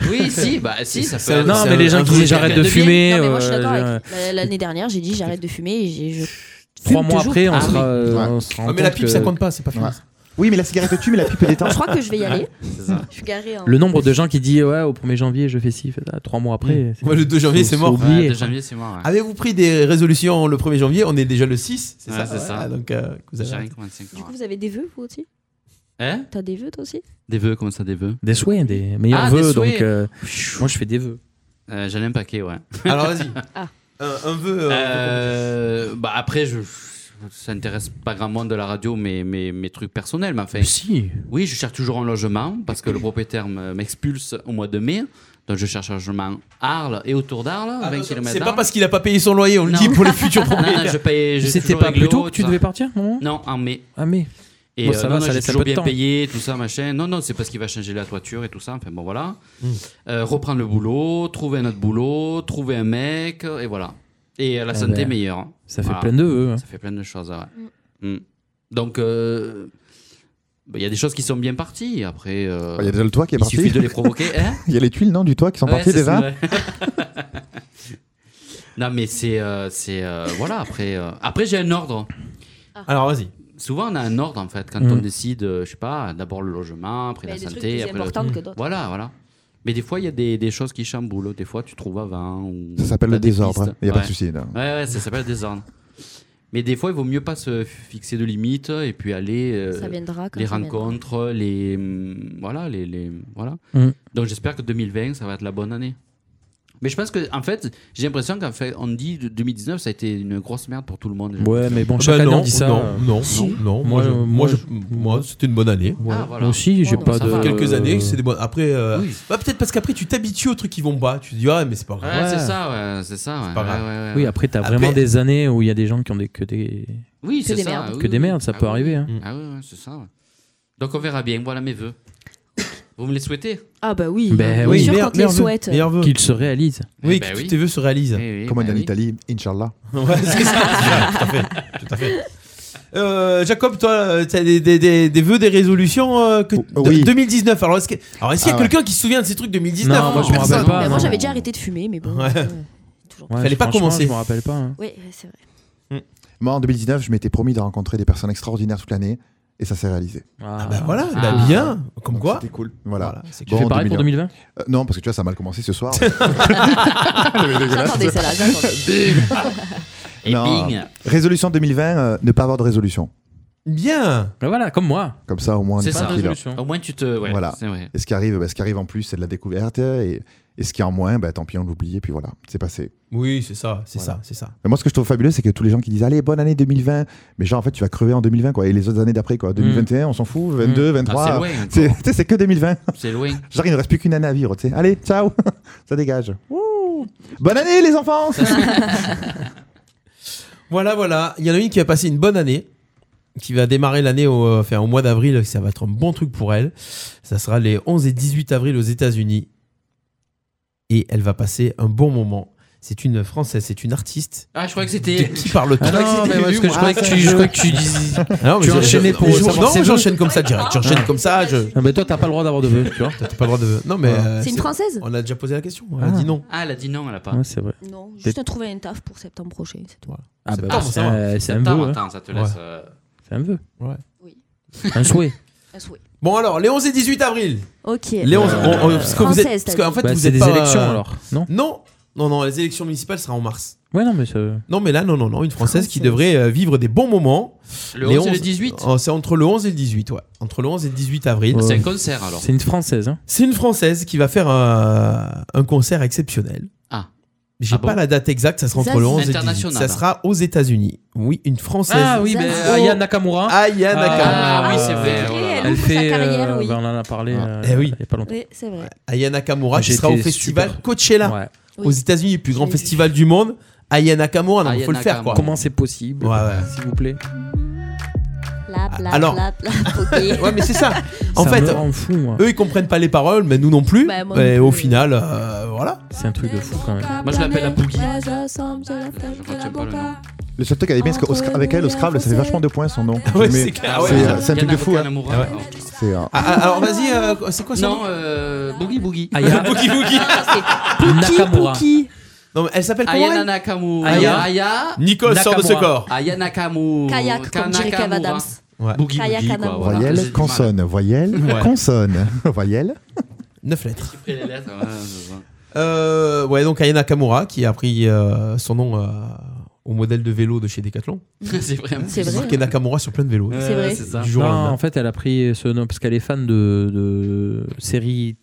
Speaker 7: oui, si, bah, si, ça
Speaker 6: C'est-
Speaker 7: peut.
Speaker 15: non,
Speaker 6: c'est
Speaker 15: mais
Speaker 6: un-
Speaker 15: les gens
Speaker 6: un
Speaker 15: qui
Speaker 6: truc
Speaker 15: disent j'arrête de
Speaker 7: de vie.
Speaker 15: fumer.
Speaker 4: Non, mais moi, je suis
Speaker 15: euh,
Speaker 4: d'accord
Speaker 15: j'ai-
Speaker 4: avec. la- L'année dernière, j'ai dit j'arrête de fumer et j'ai- je. fume
Speaker 15: Trois mois
Speaker 4: toujours.
Speaker 15: après, on
Speaker 7: Ah oui.
Speaker 15: sera. euh,
Speaker 8: Ouais.
Speaker 15: on se rend
Speaker 6: Ouais, Ah, mais la
Speaker 15: compte
Speaker 6: pipe,
Speaker 15: que
Speaker 6: ça compte pas, c'est pas fini.
Speaker 8: Ouais. Oui, mais la cigarette tue, mais la pipe détend.
Speaker 4: Je crois que je vais y aller.
Speaker 7: C'est ça.
Speaker 4: Je suis garée. en-
Speaker 15: Le nombre de gens qui disent ouais, au 1er janvier, je fais ci, fais ça. Trois mois après. c'est-
Speaker 6: Mmh. Mm. Ouais, le 2 janvier,
Speaker 15: faut-
Speaker 6: c'est
Speaker 15: faut
Speaker 6: mort.
Speaker 15: oublier,
Speaker 7: Ouais, de
Speaker 15: quoi.
Speaker 7: janvier, c'est moi.
Speaker 15: Ah,
Speaker 7: Ouais.
Speaker 6: Avez-vous pris des résolutions le 1er janvier On est déjà le 6, c'est
Speaker 7: Ouais,
Speaker 6: ça
Speaker 7: c'est ça.
Speaker 6: Ah, Donc, euh, que vous avez-
Speaker 7: J'ai rien commencé
Speaker 4: Du
Speaker 7: encore.
Speaker 4: coup, vous avez des vœux, vous aussi
Speaker 7: Hein
Speaker 4: T'as des vœux, toi aussi
Speaker 7: Des vœux, comment ça, des vœux
Speaker 15: Eh Des souhaits, des meilleurs
Speaker 7: Ah, des
Speaker 15: vœux.
Speaker 7: souhaits.
Speaker 15: donc, euh, moi, je fais des vœux.
Speaker 7: Euh, J'en ai un paquet, ouais.
Speaker 6: Alors, vas-y.
Speaker 4: Ah.
Speaker 6: Un, un vœu. euh,
Speaker 7: Euh, bah, après, je. Ça intéresse pas grand monde de la radio, mais mes, mes trucs personnels. Mais enfin,
Speaker 15: Si.
Speaker 7: oui, je cherche toujours un logement parce que le propriétaire me- m'expulse au mois de mai. Donc, je cherche un logement à Arles et autour d'Arles,
Speaker 15: Ah,
Speaker 7: 20 km.
Speaker 6: C'est pas parce qu'il a pas payé son loyer, on le
Speaker 7: Non.
Speaker 6: dit pour les futurs
Speaker 7: Non, non,
Speaker 6: propriétaires.
Speaker 7: je paye. je suis
Speaker 15: C'était
Speaker 7: toujours
Speaker 15: pas
Speaker 7: avec
Speaker 15: plus
Speaker 7: Léo,
Speaker 15: tôt que tu
Speaker 7: tout
Speaker 15: devais
Speaker 7: ça.
Speaker 15: partir non
Speaker 7: Non, en mai.
Speaker 15: Ah, mais.
Speaker 7: Et
Speaker 15: Bon,
Speaker 7: euh,
Speaker 15: ça
Speaker 7: non,
Speaker 15: va,
Speaker 7: non,
Speaker 15: ça
Speaker 7: j'ai
Speaker 15: laisse un
Speaker 7: toujours
Speaker 15: peu de
Speaker 7: bien
Speaker 15: temps.
Speaker 7: payé, tout ça, machin. Non, non, c'est parce qu'il va changer la toiture et tout ça. Enfin bon, voilà.
Speaker 15: Mm.
Speaker 7: Euh, reprendre le boulot, trouver un autre boulot, trouver un mec, euh, et voilà. Et euh, la
Speaker 15: Eh
Speaker 7: santé
Speaker 15: ben,
Speaker 7: meilleure.
Speaker 15: Ça fait
Speaker 7: Voilà.
Speaker 15: plein de vœux. hein.
Speaker 7: Ça fait plein de choses, ouais. Mm. Donc, euh, bah, il y a des choses qui sont bien parties. Après, euh,
Speaker 8: Ah, Il y a déjà le toit qui est
Speaker 7: il
Speaker 8: parti.
Speaker 7: suffit de les provoquer. hein
Speaker 8: Il y a les tuiles, non, du toit qui sont
Speaker 7: Ouais,
Speaker 8: parties
Speaker 7: ça,
Speaker 8: déjà.
Speaker 7: c'est vrai. non, mais c'est. euh, c'est euh, voilà, après, euh, après j'ai un ordre.
Speaker 6: Alors, vas-y.
Speaker 7: Souvent, on a un ordre en fait quand
Speaker 15: Mm.
Speaker 7: on décide, euh, je sais pas, d'abord le logement, après
Speaker 4: Mais
Speaker 7: la
Speaker 4: des trucs
Speaker 7: santé,
Speaker 4: plus
Speaker 7: après le-
Speaker 4: importants que d'autres.
Speaker 7: Voilà, voilà. Mais des fois, il y a des, des choses qui chamboulent. Des fois, tu trouves avant. Ou...
Speaker 8: Ça s'appelle
Speaker 7: t'as
Speaker 8: le
Speaker 7: des
Speaker 8: désordre. hein.
Speaker 7: pistes.
Speaker 8: Il n'y a pas
Speaker 7: Ouais.
Speaker 8: de souci. non.
Speaker 7: Ouais, ouais, ça s'appelle le désordre. Mais des fois, il vaut mieux pas se fixer de limites et puis aller euh,
Speaker 4: Ça viendra quand
Speaker 7: les
Speaker 4: ça viendra.
Speaker 7: rencontres, les hum, voilà, les, les- voilà.
Speaker 15: Mm.
Speaker 7: Donc j'espère que 2020, ça va être la bonne année. Mais je pense que en fait, j'ai l'impression qu'en fait, on dit de 2019, ça a été une grosse merde pour tout le monde.
Speaker 15: Ouais, mais bon,
Speaker 6: Bah
Speaker 15: chaque année,
Speaker 6: non,
Speaker 15: on dit ça.
Speaker 6: Non, non,
Speaker 4: Si.
Speaker 6: non, non.
Speaker 15: Moi,
Speaker 6: Moi, je-
Speaker 15: euh,
Speaker 6: moi,
Speaker 15: moi,
Speaker 6: je- moi, c'était une bonne année.
Speaker 15: Ouais.
Speaker 7: Ah, voilà.
Speaker 15: Moi aussi, j'ai
Speaker 4: Ouais,
Speaker 15: pas
Speaker 7: ça
Speaker 15: de.
Speaker 7: va.
Speaker 6: Quelques années, c'est des bonnes. Après, euh,
Speaker 7: Oui.
Speaker 6: bah, peut-être parce qu'après, tu t'habitues aux trucs qui vont pas. Tu te dis, ah, mais c'est pas
Speaker 7: Ouais,
Speaker 6: grave.
Speaker 7: c'est ça, ouais, c'est ça. ouais,
Speaker 6: pas
Speaker 7: ouais,
Speaker 6: grave.
Speaker 7: ouais, ouais,
Speaker 15: Oui,
Speaker 7: ouais.
Speaker 15: après, t'as
Speaker 6: Après-
Speaker 15: vraiment des années où il y a des gens qui ont des, que des,
Speaker 7: Oui, c'est
Speaker 4: des
Speaker 7: ça.
Speaker 4: merdes.
Speaker 7: oui,
Speaker 15: que des
Speaker 7: oui.
Speaker 15: merdes, ça
Speaker 7: Ah
Speaker 15: peut
Speaker 7: oui.
Speaker 15: arriver. hein.
Speaker 7: Ah oui, ouais, c'est ça. ouais. Donc on verra bien. Voilà mes vœux. Vous me les souhaitez
Speaker 4: Ah, bah oui.
Speaker 15: Ben oui.
Speaker 4: Bien sûr,
Speaker 6: Meilleur-
Speaker 4: quand tu les
Speaker 6: meilleur vœu,
Speaker 4: souhaites.
Speaker 6: meilleur vœu.
Speaker 15: Qu'ils se réalisent.
Speaker 6: Oui,
Speaker 7: Eh
Speaker 6: que
Speaker 7: ben
Speaker 6: tous tes vœux se réalisent.
Speaker 7: Eh oui,
Speaker 8: Comme on dit
Speaker 7: bah
Speaker 8: en
Speaker 7: oui.
Speaker 8: Italie, Inch'Allah.
Speaker 6: Ouais, c'est ça. tout à fait. Tout à fait. Euh, Jacob, toi, euh, t'as des, des, des, des vœux, des résolutions euh, que
Speaker 8: Oh, oui.
Speaker 6: de- 2019. Alors, est-ce que- alors, est-ce qu'il y a
Speaker 8: Ah ouais.
Speaker 6: quelqu'un qui se souvient de ces trucs 2019
Speaker 15: Non, moi, je me
Speaker 6: Personne.
Speaker 15: rappelle pas.
Speaker 4: Ben,
Speaker 15: non.
Speaker 4: moi, j'avais déjà arrêté de fumer, mais bon.
Speaker 6: Ouais.
Speaker 4: euh,
Speaker 15: Ouais,
Speaker 6: Fallait pas
Speaker 15: franchement,
Speaker 6: commencer.
Speaker 15: Je me rappelle pas. hein.
Speaker 4: Oui, ouais, c'est vrai.
Speaker 8: Moi, en 2019, je m'étais promis de rencontrer des personnes extraordinaires toute l'année et ça s'est réalisé.
Speaker 6: Ah, bah voilà,
Speaker 7: Ah.
Speaker 6: bah bien. Comme
Speaker 8: Donc,
Speaker 6: quoi.
Speaker 8: C'était cool. Voilà.
Speaker 6: Voilà, c'est
Speaker 15: Tu fais
Speaker 8: Bon,
Speaker 15: pareil pour 2020
Speaker 8: Euh, non, parce que tu vois, ça a mal commencé ce soir.
Speaker 6: Ah,
Speaker 4: J'attendais celle-là, j'attendais.
Speaker 7: Et
Speaker 8: Non.
Speaker 7: bing.
Speaker 8: résolution 2020, euh, ne pas avoir de résolution.
Speaker 6: Bien.
Speaker 15: Bah voilà, comme moi.
Speaker 8: Comme ça, au moins, on
Speaker 7: C'est
Speaker 8: est
Speaker 7: ça.
Speaker 8: tranquille.
Speaker 7: Au moins tu te. Ouais,
Speaker 8: Voilà.
Speaker 7: C'est vrai. Ah,
Speaker 8: Et ce qui arrive, bah, ce qui arrive en plus, c'est de la découverte. euh, Et, et ce qui est en moins, bah, tant pis, on l'oublie. Et puis voilà, c'est passé.
Speaker 6: Oui, c'est ça, c'est
Speaker 8: Voilà.
Speaker 6: ça, c'est ça.
Speaker 8: Mais moi, ce que je trouve fabuleux, c'est que tous les gens qui disent Allez, bonne année 2020. Mais genre, en fait, tu vas crever en 2020, quoi. Et les autres années d'après, quoi. 2021, on s'en fout. 22,
Speaker 7: Ah,
Speaker 8: 23.
Speaker 7: c'est loin.
Speaker 8: C'est-
Speaker 7: encore.
Speaker 8: tu sais, c'est que 2020.
Speaker 7: C'est loin.
Speaker 8: Genre, il ne reste plus qu'une année à vivre, tu sais. Allez, ciao Ça dégage. Ouh. Bonne année, les enfants
Speaker 6: Voilà, voilà. Il y en a une qui va passer une bonne année, qui va démarrer l'année au, euh, enfin, au mois d'avril. Ça va être un bon truc pour elle. Ça sera les 11 et 18 avril aux États-Unis. Et elle va passer un bon moment. C'est une française, c'est une artiste.
Speaker 7: Ah, je croyais que
Speaker 6: De
Speaker 7: c'était.
Speaker 6: qui parle-t-on
Speaker 15: Ah non, mais parce que je croyais que tu- je croyais que tu disais.
Speaker 6: Non, mais
Speaker 15: tu
Speaker 6: je-
Speaker 15: enchaînais
Speaker 6: je-
Speaker 15: pour
Speaker 6: je-
Speaker 15: savoir ses
Speaker 6: Non,
Speaker 15: vœux.
Speaker 6: j'enchaîne comme ça direct. J'enchaîne comme ça. Je...
Speaker 15: Ah, bah toi, t'as pas le droit d'avoir de vœux, tu vois.
Speaker 6: T'as pas le droit de. Non, mais.
Speaker 15: Voilà.
Speaker 6: euh,
Speaker 4: C'est une
Speaker 6: c'est-
Speaker 4: française
Speaker 6: On a déjà posé la question. Elle a
Speaker 15: Ah.
Speaker 6: dit non.
Speaker 7: Ah, elle a dit non, elle a pas.
Speaker 15: Ouais, c'est vrai.
Speaker 4: Non, juste un trouver un taf pour septembre prochain, c'est tout.
Speaker 15: Ah bah,
Speaker 6: Septembre,
Speaker 15: c'est
Speaker 6: ça va.
Speaker 15: un- c'est un
Speaker 7: Attends,
Speaker 15: vœu. hein.
Speaker 7: attends, ça te laisse.
Speaker 6: Ouais.
Speaker 7: euh,
Speaker 15: C'est un vœu.
Speaker 6: Ouais.
Speaker 4: Oui.
Speaker 15: Un souhait.
Speaker 4: Un souhait.
Speaker 6: Bon alors, les 11 et 18 avril.
Speaker 4: Ok.
Speaker 6: Les 11,
Speaker 2: Euh,
Speaker 6: on- on- parce que vous
Speaker 4: française,
Speaker 6: êtes, parce
Speaker 4: t'as
Speaker 6: qu'en
Speaker 4: dit.
Speaker 6: fait,
Speaker 2: Bah,
Speaker 6: vous
Speaker 2: c'est
Speaker 6: êtes
Speaker 2: des
Speaker 6: pas,
Speaker 2: élections
Speaker 6: euh,
Speaker 2: alors, non
Speaker 6: Non, non, non, les élections municipales seront en mars.
Speaker 2: Ouais, non, mais ça.
Speaker 6: Non, mais là, non, non, non, une Française qui
Speaker 4: Française.
Speaker 6: devrait euh, vivre des bons moments.
Speaker 7: Le
Speaker 6: Les
Speaker 7: 11 et le
Speaker 6: 11,
Speaker 7: 18
Speaker 6: Oh, C'est entre le 11 et le 18, ouais. Entre le 11 et le 18 avril.
Speaker 2: Ouais.
Speaker 7: C'est un concert alors.
Speaker 2: C'est une française, hein.
Speaker 6: C'est une Française qui va faire euh, un concert exceptionnel.
Speaker 7: Ah.
Speaker 6: J'ai
Speaker 7: Ah
Speaker 6: pas
Speaker 7: bon
Speaker 6: la date exacte, ça sera
Speaker 4: Ça,
Speaker 6: entre le
Speaker 4: c'est
Speaker 6: 11 et le 18.
Speaker 7: international.
Speaker 6: Ça sera aux États-Unis. Oui, une Française.
Speaker 4: oui, mais,
Speaker 2: euh, Aya Nakamura.
Speaker 6: Oh, Aya Nakamura.
Speaker 7: Ah, oui, c'est vrai.
Speaker 4: Ok,
Speaker 7: oh là là.
Speaker 4: elle
Speaker 2: Elle
Speaker 4: ouvre sa
Speaker 2: fait.
Speaker 4: carrière,
Speaker 2: euh,
Speaker 4: oui.
Speaker 2: bah, on en a parlé
Speaker 6: Ah.
Speaker 2: euh,
Speaker 6: Eh oui.
Speaker 2: il y a pas longtemps.
Speaker 4: Oui, c'est vrai.
Speaker 6: Aya Nakamura qui
Speaker 2: J'étais
Speaker 6: sera au festival
Speaker 2: super.
Speaker 6: Coachella
Speaker 2: Ouais.
Speaker 4: Oui.
Speaker 6: aux États-Unis, le plus grand
Speaker 4: Je l'ai
Speaker 6: festival du monde. Aya Nakamura, non,
Speaker 7: Aya
Speaker 6: il faut le faire quoi.
Speaker 7: Nakamura.
Speaker 2: Comment c'est possible
Speaker 6: Ouais, ouais.
Speaker 2: S'il vous plaît.
Speaker 5: Bla, bla,
Speaker 6: Alors.
Speaker 5: bla, bla, ok.
Speaker 6: Ouais, mais c'est ça. En
Speaker 2: ça
Speaker 6: fait,
Speaker 2: me rend fou, moi.
Speaker 6: eux ils comprennent pas les paroles, mais nous non plus.
Speaker 4: Bah, moi
Speaker 6: et
Speaker 4: non
Speaker 6: au
Speaker 4: plus.
Speaker 6: final, euh, voilà.
Speaker 2: C'est un truc de fou quand même.
Speaker 7: Moi, je l'appelle la Boogie.
Speaker 4: Je
Speaker 7: Je retiens pas le nom.
Speaker 8: Le seul truc qu'elle est bien, c'est qu'avec elle, au Scrabble, ça fait vachement de points son nom.
Speaker 6: Ouais,
Speaker 8: Mais
Speaker 6: c'est clair,
Speaker 7: Ah
Speaker 6: ouais.
Speaker 8: c'est- c'est un truc de fou. hein.
Speaker 7: Nakamura.
Speaker 6: Ah ouais.
Speaker 7: Alors,
Speaker 8: C'est, euh,
Speaker 6: Ah, ah, alors vas-y, euh, c'est quoi ça
Speaker 7: Non, euh, Boogie Boogie.
Speaker 2: Aya
Speaker 6: Boogie Boogie.
Speaker 2: Nakamura.
Speaker 6: Non, mais elle s'appelle comment
Speaker 7: Aya
Speaker 6: elle
Speaker 7: Nakamura.
Speaker 2: Aya.
Speaker 7: Aya.
Speaker 6: Nicole sort de ce
Speaker 2: Nakamura.
Speaker 6: corps.
Speaker 7: Aya Nakamura.
Speaker 4: Kayak, comme dirait Kev
Speaker 7: Nakamura.
Speaker 4: Adams.
Speaker 6: Ouais.
Speaker 7: Boogie
Speaker 4: Kayak
Speaker 7: Boogie.
Speaker 4: Adams.
Speaker 7: Quoi, Ah, voilà. J'ai
Speaker 8: Voyelle,
Speaker 7: du mal.
Speaker 8: consonne, voyelle,
Speaker 6: Ouais.
Speaker 8: consonne, voyelle.
Speaker 6: Neuf lettres.
Speaker 7: Après les lettres, voilà, c'est ça.
Speaker 6: Euh, ouais, donc Aya Nakamura qui a pris euh, son nom euh, au modèle de vélo de chez Decathlon.
Speaker 7: C'est vrai.
Speaker 4: C'est
Speaker 6: C'est
Speaker 4: vrai.
Speaker 6: marqué Nakamura sur plein de vélos.
Speaker 4: C'est vrai.
Speaker 7: C'est ça.
Speaker 6: Du jour au
Speaker 2: Non,
Speaker 6: lendemain.
Speaker 2: en fait, elle a pris ce nom parce qu'elle est fan de, de séries.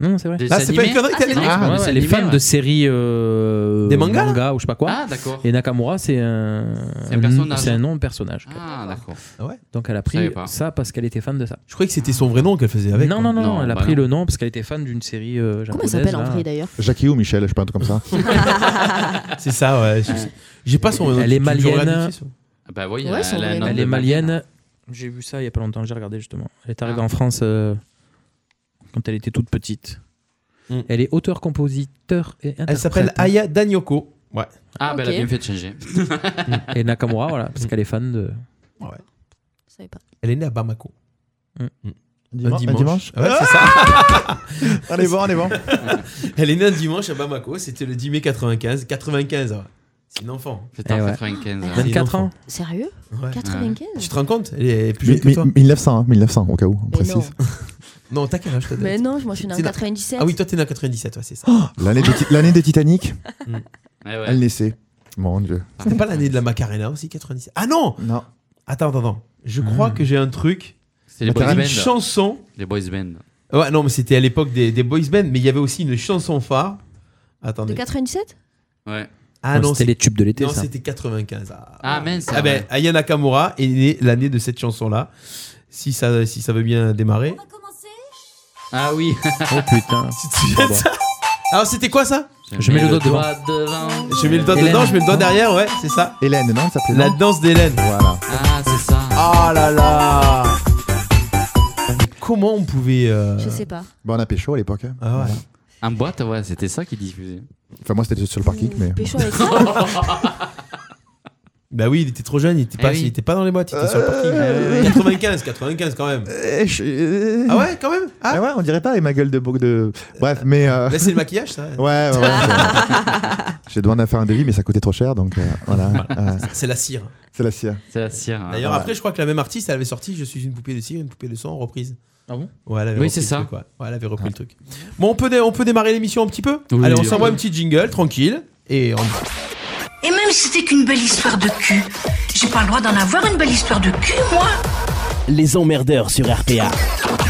Speaker 2: Non, non, c'est vrai.
Speaker 7: Des
Speaker 6: Ah, c'est pas
Speaker 7: animés
Speaker 6: une connerie que t'allais
Speaker 7: Ah,
Speaker 6: dire
Speaker 2: Ouais,
Speaker 7: c'est pas
Speaker 2: ouais,
Speaker 7: des
Speaker 2: elle est
Speaker 7: animés,
Speaker 2: fan
Speaker 7: ouais.
Speaker 2: de séries. euh,
Speaker 6: Des mangas
Speaker 2: ou je sais pas quoi.
Speaker 7: Ah, d'accord.
Speaker 2: Et Nakamura, c'est un.
Speaker 7: C'est un personnage.
Speaker 2: C'est un nom de personnage.
Speaker 7: Ah, d'accord.
Speaker 2: Donc elle a
Speaker 7: savais
Speaker 2: pris
Speaker 7: pas.
Speaker 2: ça parce qu'elle était fan de ça.
Speaker 6: Je croyais que c'était son vrai nom qu'elle faisait avec.
Speaker 2: non, non, non,
Speaker 7: Non,
Speaker 2: elle a
Speaker 7: bah
Speaker 2: pris
Speaker 7: non.
Speaker 2: le nom parce qu'elle était fan d'une série euh,
Speaker 4: Comment
Speaker 2: japonaise.
Speaker 4: elle s'appelle en
Speaker 2: là.
Speaker 4: vrai d'ailleurs
Speaker 8: Jackie ou Michel, je sais pas, un truc comme ça.
Speaker 6: C'est ça, ouais. je- J'ai pas son nom.
Speaker 2: Elle est
Speaker 6: Tu- tu devrais
Speaker 2: malienne.
Speaker 6: vérifier ça.
Speaker 7: Ah Bah oui,
Speaker 4: Ouais,
Speaker 7: elle,
Speaker 4: son
Speaker 7: a un
Speaker 4: vrai
Speaker 7: nom
Speaker 4: nom.
Speaker 2: Elle
Speaker 7: de
Speaker 2: est malienne.
Speaker 7: Malienne.
Speaker 2: J'ai vu ça il y a pas longtemps, j'ai regardé justement. Elle est arrivée
Speaker 7: Ah.
Speaker 2: en France euh, quand elle était toute petite.
Speaker 6: Mm.
Speaker 2: Elle est auteur, compositeur et interprète.
Speaker 6: Elle s'appelle
Speaker 2: hein.
Speaker 6: Aya Danyoko. Ouais.
Speaker 7: Ah, bah elle a
Speaker 4: Ok.
Speaker 7: bien fait de changer.
Speaker 2: Et Nakamura, voilà, parce
Speaker 6: Mm.
Speaker 2: qu'elle est fan de.
Speaker 4: Je savais pas.
Speaker 6: Elle est née à Bamako. Un
Speaker 8: Un Ah, dimanche.
Speaker 6: Ouais, c'est ça.
Speaker 8: On est bon, on est bon.
Speaker 6: Elle est née un dimanche à Bamako. C'était le 10 mai 95. 95, ouais. C'est une enfant.
Speaker 7: C'était en
Speaker 2: Eh ouais.
Speaker 7: 95. hein.
Speaker 6: C'est une
Speaker 2: 24
Speaker 6: enfant.
Speaker 2: ans
Speaker 4: Sérieux
Speaker 6: Ouais. Tu
Speaker 4: 95
Speaker 6: te rends compte Elle est plus jeune
Speaker 8: Mi-
Speaker 6: que
Speaker 8: mi-
Speaker 6: toi.
Speaker 8: 1900, hein, 1900, au cas où, on
Speaker 4: Mais non.
Speaker 8: précise.
Speaker 6: Non, t'as quel âge toi
Speaker 4: Mais non, moi je suis née en
Speaker 6: C'est na-
Speaker 4: 97.
Speaker 6: Ah oui, toi t'es née en 97, ouais, c'est ça.
Speaker 4: Oh,
Speaker 8: L'année de, Ti- l'année de Titanic,
Speaker 7: Eh ouais.
Speaker 8: elle naissait. Mon dieu.
Speaker 6: C'était pas l'année de la Macarena aussi, 97. Ah non
Speaker 8: Non.
Speaker 6: Attends, attends, attends. Je crois que j'ai un truc.
Speaker 7: C'est les boys
Speaker 6: Une
Speaker 7: band.
Speaker 6: chanson.
Speaker 7: Les boys band.
Speaker 6: Ouais, non, mais c'était à l'époque des, des boys band, mais il y avait aussi une chanson phare.
Speaker 4: De
Speaker 6: Attendez.
Speaker 4: 97
Speaker 7: Ouais.
Speaker 6: Ah non,
Speaker 2: C'était
Speaker 6: c'est-
Speaker 2: les tubes de l'été,
Speaker 6: non,
Speaker 2: ça.
Speaker 6: c'était 95. Ah,
Speaker 7: Ah, mince.
Speaker 6: Ah ben, Aya Nakamura est née l'année de cette chanson-là. Si ça, si ça veut bien démarrer.
Speaker 5: On va commencer
Speaker 7: Ah oui.
Speaker 2: Oh putain.
Speaker 6: Tu te souviens de ça Alors, c'était quoi ça
Speaker 2: Je mets le doigt devant.
Speaker 7: devant.
Speaker 6: Je mets le doigt
Speaker 2: Hélène.
Speaker 6: dedans, je mets le doigt derrière, ouais, c'est ça.
Speaker 8: Hélène, non, ça s'appelait
Speaker 6: La
Speaker 8: non
Speaker 6: danse d'Hélène.
Speaker 8: Voilà.
Speaker 7: Ah, c'est ça.
Speaker 6: Oh là là Mais Comment on pouvait. euh,
Speaker 4: Je sais pas.
Speaker 8: Bon, on a pécho à l'époque. hein.
Speaker 6: Ah ouais.
Speaker 7: En boîte, ouais, c'était ça qui diffusait.
Speaker 8: Enfin, moi, c'était sur le parking, mais.
Speaker 4: Pécho avec ça
Speaker 6: Bah oui, il était trop jeune, il était,
Speaker 7: Eh
Speaker 6: pas,
Speaker 7: oui.
Speaker 6: il était pas dans les boîtes, il était sur le parking. 95, 95 quand même.
Speaker 8: hein. Eh, je-
Speaker 6: euh. Ah ouais, quand même Ah
Speaker 8: Euh, Ah ouais, on dirait pas, et ma gueule de. bouc de... Bref, mais. euh,
Speaker 6: Là, c'est le maquillage, ça
Speaker 8: Ouais, ouais, ouais. c'est- J'ai demandé à faire un devis, mais ça coûtait trop cher, donc euh, voilà. Ouais,
Speaker 6: C'est la cire.
Speaker 8: c'est la cire.
Speaker 7: C'est la cire. hein.
Speaker 6: D'ailleurs,
Speaker 8: ouais.
Speaker 6: après, je crois que la même artiste, elle avait sorti Je suis une poupée de cire, une poupée de sang en reprise.
Speaker 2: Ah bon
Speaker 6: Ouais, elle avait
Speaker 7: Oui,
Speaker 6: repris
Speaker 7: c'est
Speaker 6: le
Speaker 7: ça. Ah.
Speaker 6: truc, ouais. Ouais, elle avait repris le truc. Bon, on peut, dé- on peut démarrer l'émission un petit peu
Speaker 7: Oui.
Speaker 6: Allez, on s'envoie un petit jingle, tranquille. Et on...
Speaker 3: Et même si c'était qu'une belle histoire de cul, j'ai pas le droit d'en avoir une belle histoire de cul, moi.
Speaker 1: Les emmerdeurs sur RPA.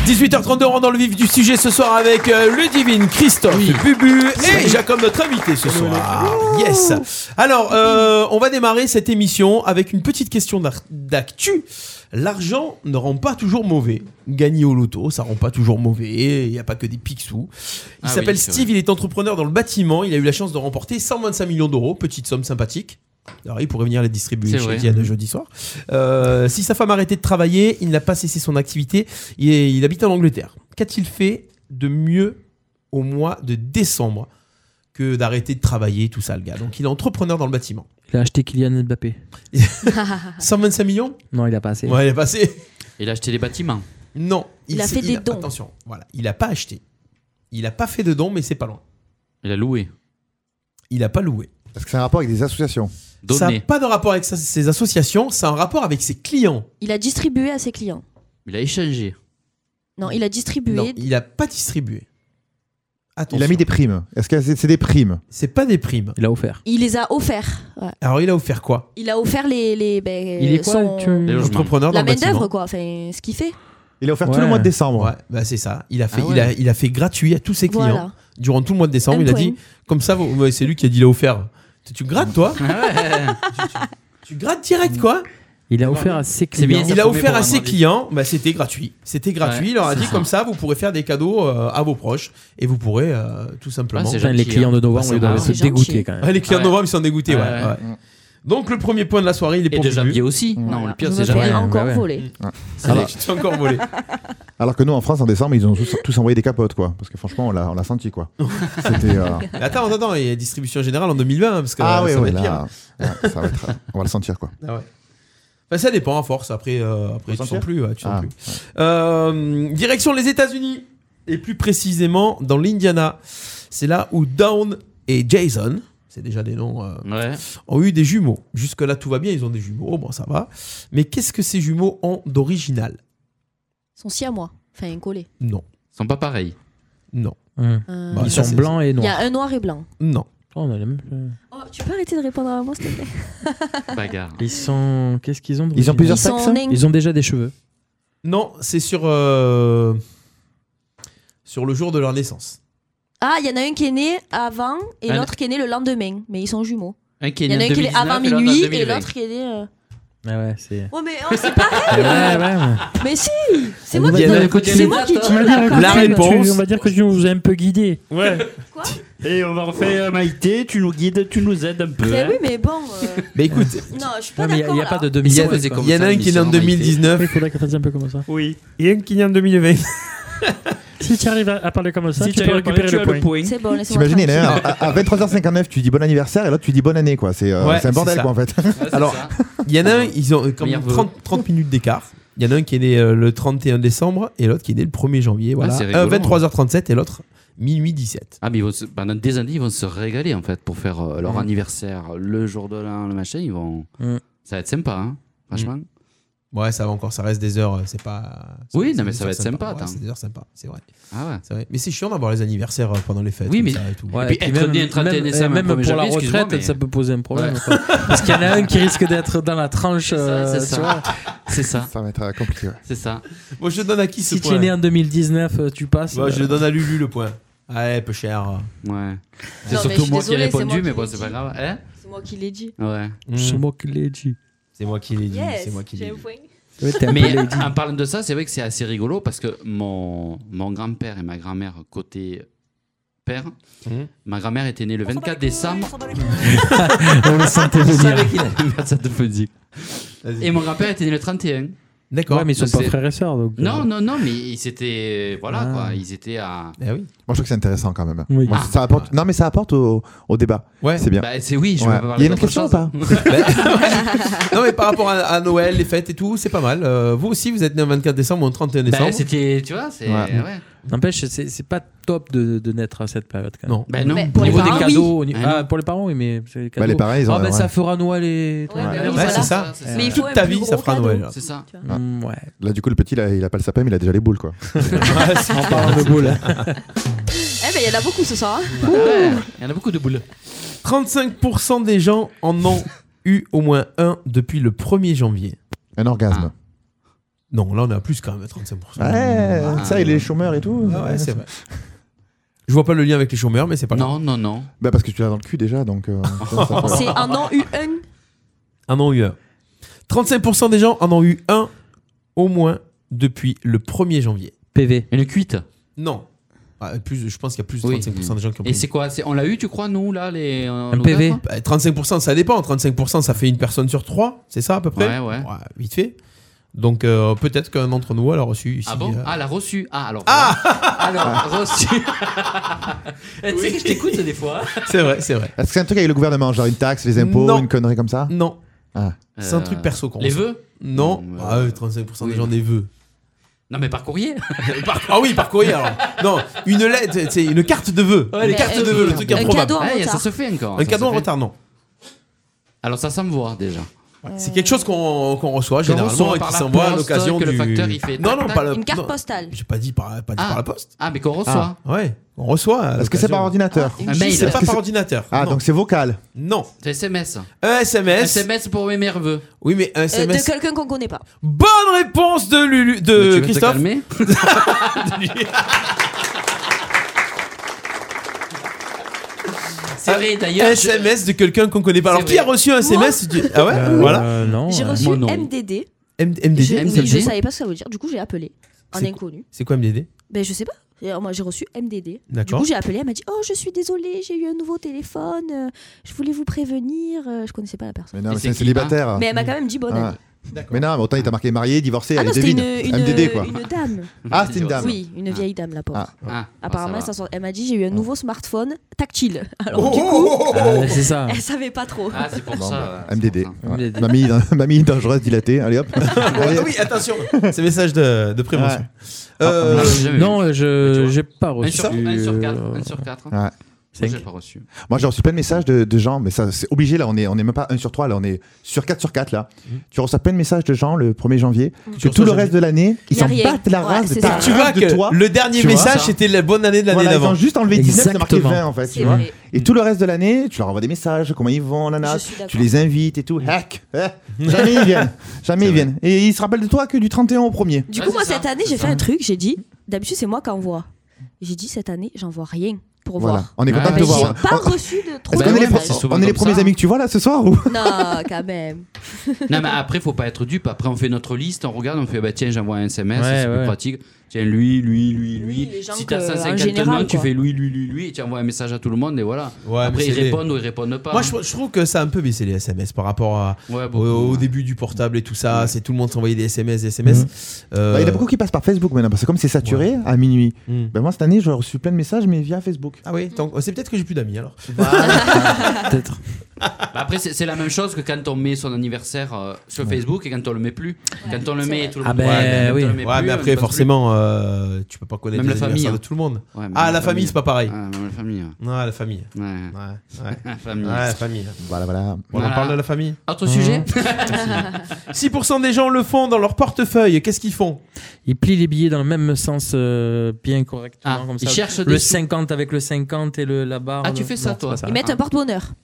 Speaker 6: 18h32, on rentre dans le vif du sujet ce soir avec euh, le divine Christophe Bubu et Jacob, notre invité ce soir. Yes. Alors, euh, on va démarrer cette émission avec une petite question d'ar- d'actu. L'argent ne rend pas toujours mauvais. Gagner au loto, ça rend pas toujours mauvais. Il n'y a pas que des pics sous. Il
Speaker 7: Ah oui,
Speaker 6: s'appelle
Speaker 7: c'est
Speaker 6: Steve, il est entrepreneur dans le bâtiment. Il a eu la chance de remporter 125 millions d'euros, petite somme sympathique. Alors, il pourrait venir les distribuer
Speaker 7: C'est
Speaker 6: chez
Speaker 7: vrai.
Speaker 6: Diane jeudi soir. Euh, si sa femme a arrêté de travailler, il n'a pas cessé son activité. Il, est- il habite en Angleterre. Qu'a-t-il fait de mieux au mois de décembre que d'arrêter de travailler, tout ça, le gars Donc, il est entrepreneur dans le bâtiment.
Speaker 2: Il a acheté Kylian Mbappé.
Speaker 6: 125 millions
Speaker 2: Non, il a pas assez.
Speaker 6: Ouais, il est passé.
Speaker 7: Il a acheté les bâtiments.
Speaker 6: Non.
Speaker 4: Il a
Speaker 6: s'est-
Speaker 4: fait des dons.
Speaker 6: Attention, voilà. Il n'a pas acheté. Il n'a pas fait de dons, mais c'est pas loin.
Speaker 7: Il a loué.
Speaker 6: Il n'a pas loué.
Speaker 8: Parce que c'est un rapport avec des associations.
Speaker 6: Ça n'a
Speaker 7: Donné.
Speaker 6: pas de rapport avec sa- ses associations, ça a un rapport avec ses clients.
Speaker 4: Il a distribué à ses clients.
Speaker 7: Il a échangé.
Speaker 5: Non, il a distribué.
Speaker 6: Non, il a pas distribué.
Speaker 8: Il a mis des primes. Est-ce que c'est c'est des primes
Speaker 6: C'est pas des primes.
Speaker 11: Il a offert.
Speaker 5: Il les a offerts. ouais.
Speaker 6: Alors il a offert quoi
Speaker 5: Il a offert les. les ben,
Speaker 6: Il est quoi,
Speaker 5: son-
Speaker 6: tu- Les logements. Entrepreneur dans
Speaker 5: La
Speaker 6: le
Speaker 5: main-d'œuvre,
Speaker 6: bâtiment.
Speaker 5: quoi. Enfin, ce qu'il fait.
Speaker 8: Il a offert
Speaker 6: Ouais.
Speaker 8: tout le mois de décembre.
Speaker 6: Ouais, bah c'est ça. Il a fait,
Speaker 5: Ah ouais.
Speaker 6: il a, il a fait gratuit à tous ses clients
Speaker 5: Voilà.
Speaker 6: durant tout le mois de décembre.
Speaker 5: Un
Speaker 6: il a
Speaker 5: point.
Speaker 6: dit, comme ça, vous- ouais, c'est lui qui a dit il a offert. Tu, tu grattes toi tu, tu- tu grattes direct quoi
Speaker 16: Il a offert à ses
Speaker 6: Il,
Speaker 16: clients.
Speaker 6: a offert à ses clients, bah, c'était gratuit. C'était gratuit.
Speaker 16: Ouais,
Speaker 6: il leur a
Speaker 16: c'est
Speaker 6: dit
Speaker 16: ça.
Speaker 6: comme ça, vous pourrez faire des cadeaux euh, à vos proches et vous pourrez euh, tout simplement.
Speaker 16: Ah, c'est Putain, les gentil, clients hein. de
Speaker 7: Bah,
Speaker 16: novembre, ils doivent Ah, être c'est gentil. dégoûtés, quand même.
Speaker 6: Ah, les clients
Speaker 16: Ah
Speaker 6: de
Speaker 16: ouais.
Speaker 6: novembre, ils sont dégoûtés. ouais,
Speaker 16: Ah ouais.
Speaker 6: ouais. Donc le premier point de la soirée, il est pour
Speaker 7: de
Speaker 6: Bubu.
Speaker 7: janvier aussi. Non, Voilà. le pire, Je c'est Bah me fais
Speaker 8: janvier.
Speaker 7: encore
Speaker 8: Ouais, ouais.
Speaker 7: voler.
Speaker 8: Ouais.
Speaker 6: C'est vrai, tu te fais encore voler.
Speaker 8: Alors que nous, en France, en décembre, ils ont tous, tous envoyé des capotes, quoi. Parce que franchement, on l'a on l'a senti, quoi. C'était. euh,
Speaker 6: Mais Attends, attends, il y a distribution générale en 2020 hein, parce que
Speaker 8: Ah
Speaker 6: euh,
Speaker 8: oui,
Speaker 6: ça va
Speaker 8: oui,
Speaker 6: être
Speaker 8: là.
Speaker 6: pire.
Speaker 8: ouais, ça va être- On va le sentir, quoi.
Speaker 6: Ah ouais. Enfin, ça dépend à force. Après, euh, après
Speaker 8: Faut
Speaker 6: tu sens
Speaker 8: sentir
Speaker 6: plus. ouais, tu sens
Speaker 8: Ah,
Speaker 6: plus. Euh, direction les États-Unis et plus précisément dans l'Indiana. C'est là où Dawn et Jason, c'est déjà des noms, euh, ont eu des jumeaux. Jusque là, tout va bien. Ils ont des jumeaux. Bon, ça va. Mais qu'est-ce que ces jumeaux ont d'original
Speaker 5: Son si à moi. Enfin, collé.
Speaker 6: Non.
Speaker 7: Ils sont pas pareils.
Speaker 6: Non.
Speaker 5: Euh,
Speaker 6: Bah,
Speaker 16: Mm. Ils
Speaker 6: ça,
Speaker 16: sont
Speaker 6: c'est-
Speaker 16: blancs et
Speaker 5: Il y a
Speaker 16: noirs.
Speaker 5: un noir et blanc.
Speaker 6: Non.
Speaker 16: on a la même. euh.
Speaker 5: Oh, tu peux arrêter de répondre à moi, s'il te plaît
Speaker 7: Bagarre.
Speaker 16: Ils sont. Qu'est-ce qu'ils ont
Speaker 8: Ils ont plusieurs Ils
Speaker 5: sont sexes, hein nains.
Speaker 16: Ils ont déjà des cheveux.
Speaker 6: Non, c'est sur euh, sur le jour de leur naissance.
Speaker 5: Ah, il y en a un qui est né avant et
Speaker 6: Un-
Speaker 5: l'autre qui est né le lendemain. Mais ils sont jumeaux.
Speaker 7: Un qui est
Speaker 5: Il y en
Speaker 7: né
Speaker 5: a un
Speaker 7: en
Speaker 5: qui est né
Speaker 7: 2019
Speaker 5: avant
Speaker 7: et l'autre en
Speaker 5: minuit et
Speaker 7: 2020.
Speaker 5: l'autre qui est né. euh,
Speaker 16: Ah ouais, c'est.
Speaker 5: Oh, mais oh, c'est
Speaker 4: Ah
Speaker 5: pareil hein.
Speaker 16: Ouais, ouais, ouais.
Speaker 5: Mais si C'est moi qui
Speaker 16: Diana,
Speaker 5: C'est moi qui
Speaker 16: On va dire
Speaker 5: tue
Speaker 16: que
Speaker 5: là.
Speaker 16: tu- tu- On va dire que tu nous as un peu guidé.
Speaker 2: Ouais. Et on va refaire euh, Maïté, tu nous guides, tu nous aides un peu.
Speaker 5: Mais
Speaker 2: hein.
Speaker 5: Eh oui, mais bon. euh,
Speaker 6: Mais écoute,
Speaker 5: Non, je suis pas
Speaker 2: Ouais, mais y a-
Speaker 5: d'accord.
Speaker 2: y a pas
Speaker 5: là.
Speaker 2: de
Speaker 6: Il y, a-
Speaker 2: faisait comme
Speaker 6: il y en
Speaker 2: ça,
Speaker 6: a un
Speaker 2: l'émission,
Speaker 6: qui est né en
Speaker 2: en réalité.
Speaker 6: 2019.
Speaker 16: Il faudrait qu'on fasse un peu comme ça.
Speaker 2: Oui.
Speaker 6: Et un qui est né en 2020.
Speaker 16: Si tu arrives à, à parler comme ça,
Speaker 2: Si
Speaker 16: tu,
Speaker 2: tu
Speaker 16: peux
Speaker 2: arrives à parler,
Speaker 16: récupérer
Speaker 2: tu
Speaker 16: le
Speaker 2: as
Speaker 16: point.
Speaker 2: le point. C'est
Speaker 5: bon, laissez-moi
Speaker 8: T'imagines, il y en a un, à, à 23h59, tu dis bon anniversaire et l'autre, tu dis bonne année, quoi. C'est euh,
Speaker 6: Ouais,
Speaker 8: c'est un bordel,
Speaker 6: ça.
Speaker 8: quoi, en fait.
Speaker 6: Alors, il y en a un, ils ont euh, comme
Speaker 8: Meilleur vœu.
Speaker 6: 30, 30 minutes d'écart. Il y en a un qui est né euh, le 31 décembre et l'autre qui est né le 1er janvier. Voilà.
Speaker 7: Ah,
Speaker 6: Euh,
Speaker 7: c'est
Speaker 6: un
Speaker 7: rigolo,
Speaker 6: 23h37 et l'autre minuit 17.
Speaker 7: Ah, mais ils vont se- pendant des années, ils vont se régaler en fait pour faire euh, leur
Speaker 6: Mm.
Speaker 7: anniversaire, le jour de l'an, le machin. Ils vont.
Speaker 6: Mm.
Speaker 7: Ça va être sympa, hein, franchement.
Speaker 6: Ouais, ça va encore, ça reste des heures, euh, c'est pas.
Speaker 7: Oui,
Speaker 6: c'est
Speaker 7: non,
Speaker 6: des
Speaker 7: mais ça
Speaker 6: heures
Speaker 7: va être sympa.
Speaker 6: sympas. Ouais,
Speaker 7: attends.
Speaker 6: c'est des heures sympas, c'est vrai.
Speaker 7: Ah ouais.
Speaker 6: C'est vrai. Mais c'est chiant d'avoir les anniversaires euh, pendant les fêtes.
Speaker 7: Oui,
Speaker 6: comme
Speaker 7: mais-
Speaker 6: ça et tout.
Speaker 7: Ouais, Et puis et puis être même- né un 31 même- décembre,
Speaker 16: Même
Speaker 7: un premier
Speaker 16: pour la
Speaker 7: janvier, excuse-moi,
Speaker 16: retraite,
Speaker 7: mais-
Speaker 16: ça peut poser un problème.
Speaker 7: Ouais.
Speaker 16: quoi. Parce qu'il y en a un qui risque d'être dans la tranche. euh,
Speaker 7: C'est
Speaker 16: tu
Speaker 7: ça.
Speaker 16: vois.
Speaker 7: C'est ça.
Speaker 8: Ça va être euh, compliqué, ouais.
Speaker 7: C'est ça.
Speaker 6: Bon, je donne à qui ce
Speaker 16: Si tu
Speaker 6: point
Speaker 16: es né en 2019, euh, tu passes.
Speaker 6: Bah, Je
Speaker 16: euh,
Speaker 6: donne à Lulu le point. Ouais, peu cher.
Speaker 7: Ouais.
Speaker 5: C'est Non, mais surtout je suis moi qui ai désolée, répondu, c'est moi mais qui bon, l'ai c'est pas dit. grave.
Speaker 7: Hein
Speaker 5: C'est moi qui l'ai dit.
Speaker 7: Ouais.
Speaker 16: C'est moi qui l'ai dit.
Speaker 6: Mm. C'est moi qui l'ai dit.
Speaker 5: Yes,
Speaker 6: c'est moi qui l'ai
Speaker 5: j'ai
Speaker 6: dit.
Speaker 5: un point.
Speaker 16: Ouais, t'es un peu
Speaker 7: Mais
Speaker 16: lady.
Speaker 7: en parlant de ça, c'est vrai que c'est assez rigolo parce que mon, mon grand-père et ma grand-mère côté père,
Speaker 6: Mhm.
Speaker 7: ma grand-mère était née le 24 décembre.
Speaker 16: On le sentait venir.
Speaker 7: Je savais qu'il allait faire ça de petit.
Speaker 6: Vas-y.
Speaker 7: Et mon grand-père était né le 31.
Speaker 6: D'accord.
Speaker 16: Ouais, mais ils sont
Speaker 7: Donc
Speaker 16: pas
Speaker 7: c'est-
Speaker 16: frères et sœurs. donc, euh,
Speaker 7: Non, non, non, mais ils étaient. Voilà
Speaker 16: Ah.
Speaker 7: quoi, ils étaient à.
Speaker 6: Eh
Speaker 8: Moi, je trouve que c'est intéressant quand même.
Speaker 16: Oui.
Speaker 8: Moi, ça apporte... Non, mais ça apporte au, au débat.
Speaker 6: Ouais.
Speaker 8: C'est bien.
Speaker 7: Bah, c'est oui, je
Speaker 8: Ouais.
Speaker 7: vais pas parler
Speaker 8: Il y a une autre
Speaker 7: d'autre
Speaker 8: question ou
Speaker 7: chose.
Speaker 8: pas
Speaker 6: non mais par rapport à, à Noël, les fêtes et tout, c'est pas mal. Euh, vous aussi, vous êtes né le 24 décembre ou le
Speaker 16: Ben,
Speaker 6: 31
Speaker 7: Bah,
Speaker 6: décembre
Speaker 7: c'était. Tu vois, c'est.
Speaker 6: Ouais.
Speaker 7: ouais.
Speaker 16: N'empêche, c'est c'est pas top de, de naître à cette période. Quand même.
Speaker 6: Non. Bah
Speaker 7: non. Mais
Speaker 16: Au
Speaker 7: Ben, pour les
Speaker 16: niveau des
Speaker 7: parents,
Speaker 16: cadeaux,
Speaker 7: oui.
Speaker 16: au ni-
Speaker 7: Ah,
Speaker 16: ah, pour les parents, oui, mais c'est les cadeaux.
Speaker 8: les parents, ils ont-
Speaker 16: Ah, bah,
Speaker 8: ouais.
Speaker 16: ça fera Noël et.
Speaker 5: Ouais, bah oui,
Speaker 6: Ouais,
Speaker 5: voilà.
Speaker 6: c'est ça.
Speaker 5: C'est ça. Mais il faut
Speaker 6: Toute
Speaker 5: un
Speaker 6: ta
Speaker 5: plus
Speaker 6: vie,
Speaker 5: gros
Speaker 6: ça fera
Speaker 5: cadeau.
Speaker 6: Noël.
Speaker 7: C'est ça.
Speaker 16: Mm, ouais.
Speaker 8: Là, du coup, le petit, là, il a pas le sapin, mais il a déjà les boules, quoi.
Speaker 16: En parlant de boule.
Speaker 5: Eh ben, il y en a beaucoup ce soir. hein.
Speaker 7: Ouais, Il y en a beaucoup de boules.
Speaker 6: 35% des gens en ont eu au moins un depuis le 1er janvier.
Speaker 8: Un orgasme.
Speaker 6: Non, là on est à plus quand même, à 35%.
Speaker 8: Ouais,
Speaker 6: Ah,
Speaker 8: ça, il est chômeur et tout.
Speaker 6: ah ouais, c'est vrai. Je vois pas le lien avec les chômeurs, mais c'est pas grave.
Speaker 7: Non, non, non.
Speaker 8: Bah, parce que tu l'as dans le cul déjà, donc. euh, ça, ça peut-
Speaker 5: C'est un an U1.
Speaker 6: Un en ont eu un. 35% des gens en ont eu un au moins depuis le 1er janvier.
Speaker 16: PV.
Speaker 7: Une cuite.
Speaker 6: Non. Ah, plus, je pense qu'il y a plus de
Speaker 7: Oui.
Speaker 6: 35% des gens qui ont
Speaker 7: Et
Speaker 6: pris
Speaker 7: c'est quoi c'est- On l'a eu, tu crois, nous, là les, Un
Speaker 6: Bah, 35%, ça dépend. 35%, ça fait une personne sur trois, c'est ça à peu près
Speaker 7: Ouais, ouais.
Speaker 6: Vite fait. Donc euh, peut-être qu'un d'entre nous elle a reçu ici.
Speaker 7: Ah bon
Speaker 6: euh,
Speaker 7: Ah, elle a reçu. Ah, alors. Ah Alors, reçu. Eh, Tu sais que je t'écoute des fois. hein.
Speaker 6: C'est vrai, c'est vrai.
Speaker 8: Est-ce que c'est un truc avec le gouvernement, genre une taxe, les impôts,
Speaker 6: Non.
Speaker 8: une connerie comme ça
Speaker 6: Non.
Speaker 8: Ah.
Speaker 6: C'est un truc perso qu'on
Speaker 7: Les
Speaker 6: reçoit.
Speaker 7: vœux
Speaker 6: Non.
Speaker 7: Non,
Speaker 6: Ah,
Speaker 7: euh,
Speaker 6: oui, 35%
Speaker 7: oui.
Speaker 6: des gens des vœux.
Speaker 7: Non, mais par courrier.
Speaker 6: Par- Ah oui, par courrier alors. Non, une lettre, c'est une carte de vœux.
Speaker 7: Ouais, les
Speaker 6: une carte
Speaker 7: cartes
Speaker 6: de vœux, le truc
Speaker 7: Un
Speaker 6: improbable.
Speaker 7: cadeau en
Speaker 6: Ah,
Speaker 7: retard.
Speaker 6: ça se fait encore. Un cadeau en retard, non.
Speaker 7: Alors, ça, ça me voit déjà.
Speaker 6: C'est quelque chose qu'on qu'on reçoit
Speaker 7: Qu'on
Speaker 6: généralement
Speaker 7: reçoit
Speaker 6: et
Speaker 7: par
Speaker 6: qui
Speaker 7: la
Speaker 6: s'envoie à
Speaker 7: poste,
Speaker 6: l'occasion
Speaker 7: que
Speaker 6: du.
Speaker 7: le facteur, il fait
Speaker 6: non
Speaker 7: tac,
Speaker 6: non
Speaker 7: tac.
Speaker 6: pas la-
Speaker 4: Une carte
Speaker 6: non,
Speaker 4: postale.
Speaker 6: J'ai pas dit par, pas dit
Speaker 7: Ah.
Speaker 6: par la poste.
Speaker 7: Ah, mais qu'on reçoit.
Speaker 6: Ah, ouais, on reçoit.
Speaker 8: Est-ce que c'est par ordinateur
Speaker 7: Un mail.
Speaker 6: Ah, C'est
Speaker 7: Est-ce
Speaker 6: pas
Speaker 7: que
Speaker 6: par
Speaker 7: c'est-
Speaker 6: ordinateur.
Speaker 8: Ah,
Speaker 6: non.
Speaker 8: donc c'est vocal.
Speaker 6: non.
Speaker 7: C'est SMS.
Speaker 6: Un SMS.
Speaker 7: SMS pour mes nerveux.
Speaker 6: Oui, mais un
Speaker 4: Euh, de
Speaker 6: SMS.
Speaker 4: quelqu'un qu'on connaît pas.
Speaker 6: Bonne réponse de Lulu,
Speaker 7: Mais tu
Speaker 6: de
Speaker 7: veux te
Speaker 6: Christophe. Euh,
Speaker 7: calmer C'est vrai, d'ailleurs. je-
Speaker 6: SMS de quelqu'un qu'on connaît pas. Alors
Speaker 7: C'est
Speaker 6: qui a
Speaker 7: vrai.
Speaker 6: reçu un SMS tu dis- Ah ouais,
Speaker 2: Euh,
Speaker 6: voilà.
Speaker 2: non.
Speaker 4: J'ai
Speaker 2: euh,
Speaker 4: reçu
Speaker 2: moi, non.
Speaker 4: MDD.
Speaker 6: M-
Speaker 4: Je,
Speaker 6: MDD.
Speaker 4: oui, je savais pas ce que ça veut dire. Du coup, j'ai appelé un
Speaker 6: C'est-
Speaker 4: inconnu.
Speaker 6: C'est quoi MDD
Speaker 4: Ben, je sais pas. Et, euh, Moi, j'ai reçu MDD. Du
Speaker 6: D'accord.
Speaker 4: coup, j'ai appelé. Elle m'a dit Oh, je suis désolée, j'ai eu un nouveau téléphone. euh, Je voulais vous prévenir. euh, Je connaissais pas la personne.
Speaker 8: Mais non, mais c'est
Speaker 7: c'est
Speaker 8: un
Speaker 7: qui,
Speaker 8: célibataire.
Speaker 4: Mais elle m'a quand même dit bonne
Speaker 8: Ah.
Speaker 4: année.
Speaker 8: Mais non, mais autant il t'a marqué marié, divorcé,
Speaker 4: Ah non,
Speaker 8: allez,
Speaker 4: c'était
Speaker 8: devine.
Speaker 4: une, une, euh,
Speaker 8: MDD quoi.
Speaker 4: une dame.
Speaker 8: Ah, c'était une dame.
Speaker 4: Oui, une vieille dame, la pauvre.
Speaker 8: Ah.
Speaker 7: Ah,
Speaker 4: Apparemment,
Speaker 7: ah,
Speaker 4: elle
Speaker 7: ça
Speaker 4: s'en
Speaker 7: va.
Speaker 4: sort- elle m'a dit J'ai eu un nouveau smartphone tactile. Alors,
Speaker 6: Oh,
Speaker 4: du
Speaker 6: oh,
Speaker 4: coup,
Speaker 6: oh, oh, oh.
Speaker 2: Ah, c'est ça.
Speaker 4: elle savait pas trop.
Speaker 7: Ah, c'est pour
Speaker 8: Bon,
Speaker 7: ça.
Speaker 8: bah, MDD.
Speaker 2: ça.
Speaker 8: Ouais. Mamie, mamie dangereuse, dilatée. Allez hop. Allez,
Speaker 6: Ah oui, attention. C'est message de, de prévention.
Speaker 8: Ouais.
Speaker 6: Euh,
Speaker 7: Ah, j'ai jamais
Speaker 2: Non, euh,
Speaker 7: Tu
Speaker 2: je
Speaker 7: vois.
Speaker 2: j'ai pas reçu.
Speaker 7: 1 sur 4.
Speaker 2: euh,
Speaker 7: 1 sur 4.
Speaker 8: Ouais.
Speaker 7: J'ai pas reçu.
Speaker 8: Moi, j'ai reçu plein de messages de, de gens, mais ça, c'est obligé, là, on est, on est même pas 1 sur 3, là, on est sur 4 sur 4, là. Tu reçois plein de messages de gens le 1er janvier, que
Speaker 6: Tu
Speaker 8: tout le
Speaker 6: reçois
Speaker 8: reste de l'année, ils
Speaker 4: Y a
Speaker 8: s'en
Speaker 4: rien.
Speaker 8: battent la
Speaker 4: Ouais,
Speaker 8: race de
Speaker 4: c'est
Speaker 8: ta
Speaker 4: ça.
Speaker 6: Tu vois
Speaker 8: Ah, de
Speaker 6: que
Speaker 8: toi.
Speaker 6: le dernier
Speaker 8: Tu vois
Speaker 6: message
Speaker 7: ça
Speaker 6: c'était la bonne année de l'année
Speaker 8: Voilà, ils
Speaker 6: d'avant.
Speaker 8: ont juste enlevé 19, ils ont marqué
Speaker 2: Exactement.
Speaker 8: 20, en fait,
Speaker 4: C'est
Speaker 8: tu vois.
Speaker 4: vrai.
Speaker 8: Et tout le reste de l'année, tu leur envoies des messages, comment ils vont,
Speaker 4: Je
Speaker 8: nana,
Speaker 4: suis d'accord.
Speaker 8: tu les invites et tout, hack, hein. jamais ils viennent, jamais ils viennent. Et ils se rappellent de toi que du 31 au 1er.
Speaker 4: Du
Speaker 7: Ouais,
Speaker 4: coup, moi,
Speaker 7: c'est ça,
Speaker 4: cette année,
Speaker 7: c'est
Speaker 4: j'ai fait
Speaker 7: ça.
Speaker 4: un truc. J'ai dit, d'habitude, c'est moi qui envoie. J'ai dit, cette année, j'envoie rien pour
Speaker 8: Voilà,
Speaker 4: voir.
Speaker 8: on est
Speaker 7: Ouais.
Speaker 8: content de te
Speaker 4: Ben,
Speaker 7: de
Speaker 4: j'ai
Speaker 8: voir.
Speaker 4: pas
Speaker 8: On-
Speaker 4: reçu de trop
Speaker 8: Est-ce
Speaker 4: de
Speaker 8: qu'on est les
Speaker 7: Ouais,
Speaker 8: pro-
Speaker 7: c'est souvent
Speaker 8: on est les
Speaker 7: comme
Speaker 8: premiers
Speaker 7: ça.
Speaker 8: amis que tu vois là ce soir ou
Speaker 4: Euh. Non, quand même.
Speaker 7: Non, mais après, faut pas être dupe. Après, on fait notre liste, on regarde, on fait bah tiens, j'envoie un SMS,
Speaker 2: Ouais,
Speaker 7: c'est
Speaker 2: ouais.
Speaker 7: plus pratique. Tiens, lui, lui, lui,
Speaker 4: Oui,
Speaker 7: lui.
Speaker 4: les gens
Speaker 7: si
Speaker 4: que-
Speaker 7: t'as
Speaker 4: en
Speaker 7: 150
Speaker 4: général,
Speaker 7: noms, tu
Speaker 4: quoi.
Speaker 7: fais lui, lui, lui, lui, et tu envoies un message à tout le monde, et voilà.
Speaker 6: Ouais, mais
Speaker 7: après, ils
Speaker 6: c'est les-
Speaker 7: répondent ou ils répondent pas.
Speaker 6: Moi,
Speaker 7: hein.
Speaker 6: je, je trouve que ça a un peu baissé les SMS par rapport à,
Speaker 7: Ouais,
Speaker 6: au,
Speaker 7: beaucoup,
Speaker 6: au
Speaker 7: ouais.
Speaker 6: début du portable et tout ça. C'est tout le monde s'envoyait des SMS, des SMS. Euh,
Speaker 8: Bah, Il y en a beaucoup qui passent par Facebook maintenant parce que comme c'est saturé à minuit.
Speaker 6: Mm.
Speaker 8: Bah, moi cette année j'ai reçu plein de messages mais via Facebook.
Speaker 6: Ah
Speaker 7: Mhm.
Speaker 6: oui, tant- c'est peut-être que j'ai plus d'amis alors.
Speaker 2: Peut-être.
Speaker 7: Bah, après, c'est c'est la même chose que quand on met son anniversaire euh, sur Facebook et quand on le met plus. quand on le
Speaker 4: c'est
Speaker 7: met,
Speaker 4: vrai.
Speaker 7: tout le
Speaker 2: Ah
Speaker 7: monde.
Speaker 2: ben,
Speaker 7: quand on
Speaker 2: oui.
Speaker 7: le met plus,
Speaker 6: Ouais, mais
Speaker 7: on
Speaker 6: après,
Speaker 7: passe plus.
Speaker 6: forcément, euh, tu peux pas connaître
Speaker 7: Même la
Speaker 6: les
Speaker 7: famille,
Speaker 6: anniversaires
Speaker 7: hein.
Speaker 6: de tout le monde.
Speaker 7: Ouais, même
Speaker 6: ah, la famille, c'est pas pareil.
Speaker 7: Ah, même la famille. ouais.
Speaker 6: Non, la famille.
Speaker 7: Ouais,
Speaker 6: Ouais, ouais.
Speaker 7: la famille.
Speaker 6: Ouais, Mmh. la famille.
Speaker 8: Voilà voilà.
Speaker 6: On en
Speaker 7: Voilà.
Speaker 6: parle de la famille.
Speaker 7: Autre sujet
Speaker 6: 6% des gens le font dans leur portefeuille. Qu'est-ce qu'ils font
Speaker 2: Ils plient les billets dans le même sens, euh, bien correctement.
Speaker 7: Ah,
Speaker 2: comme
Speaker 7: ils
Speaker 2: ça.
Speaker 7: cherchent des
Speaker 2: le
Speaker 7: sous.
Speaker 2: 50 avec le 50 et le, la barre.
Speaker 7: Ah, tu
Speaker 2: le-
Speaker 7: fais ça,
Speaker 2: non,
Speaker 7: toi.
Speaker 2: c'est pas
Speaker 4: Ils mettent un porte-bonheur.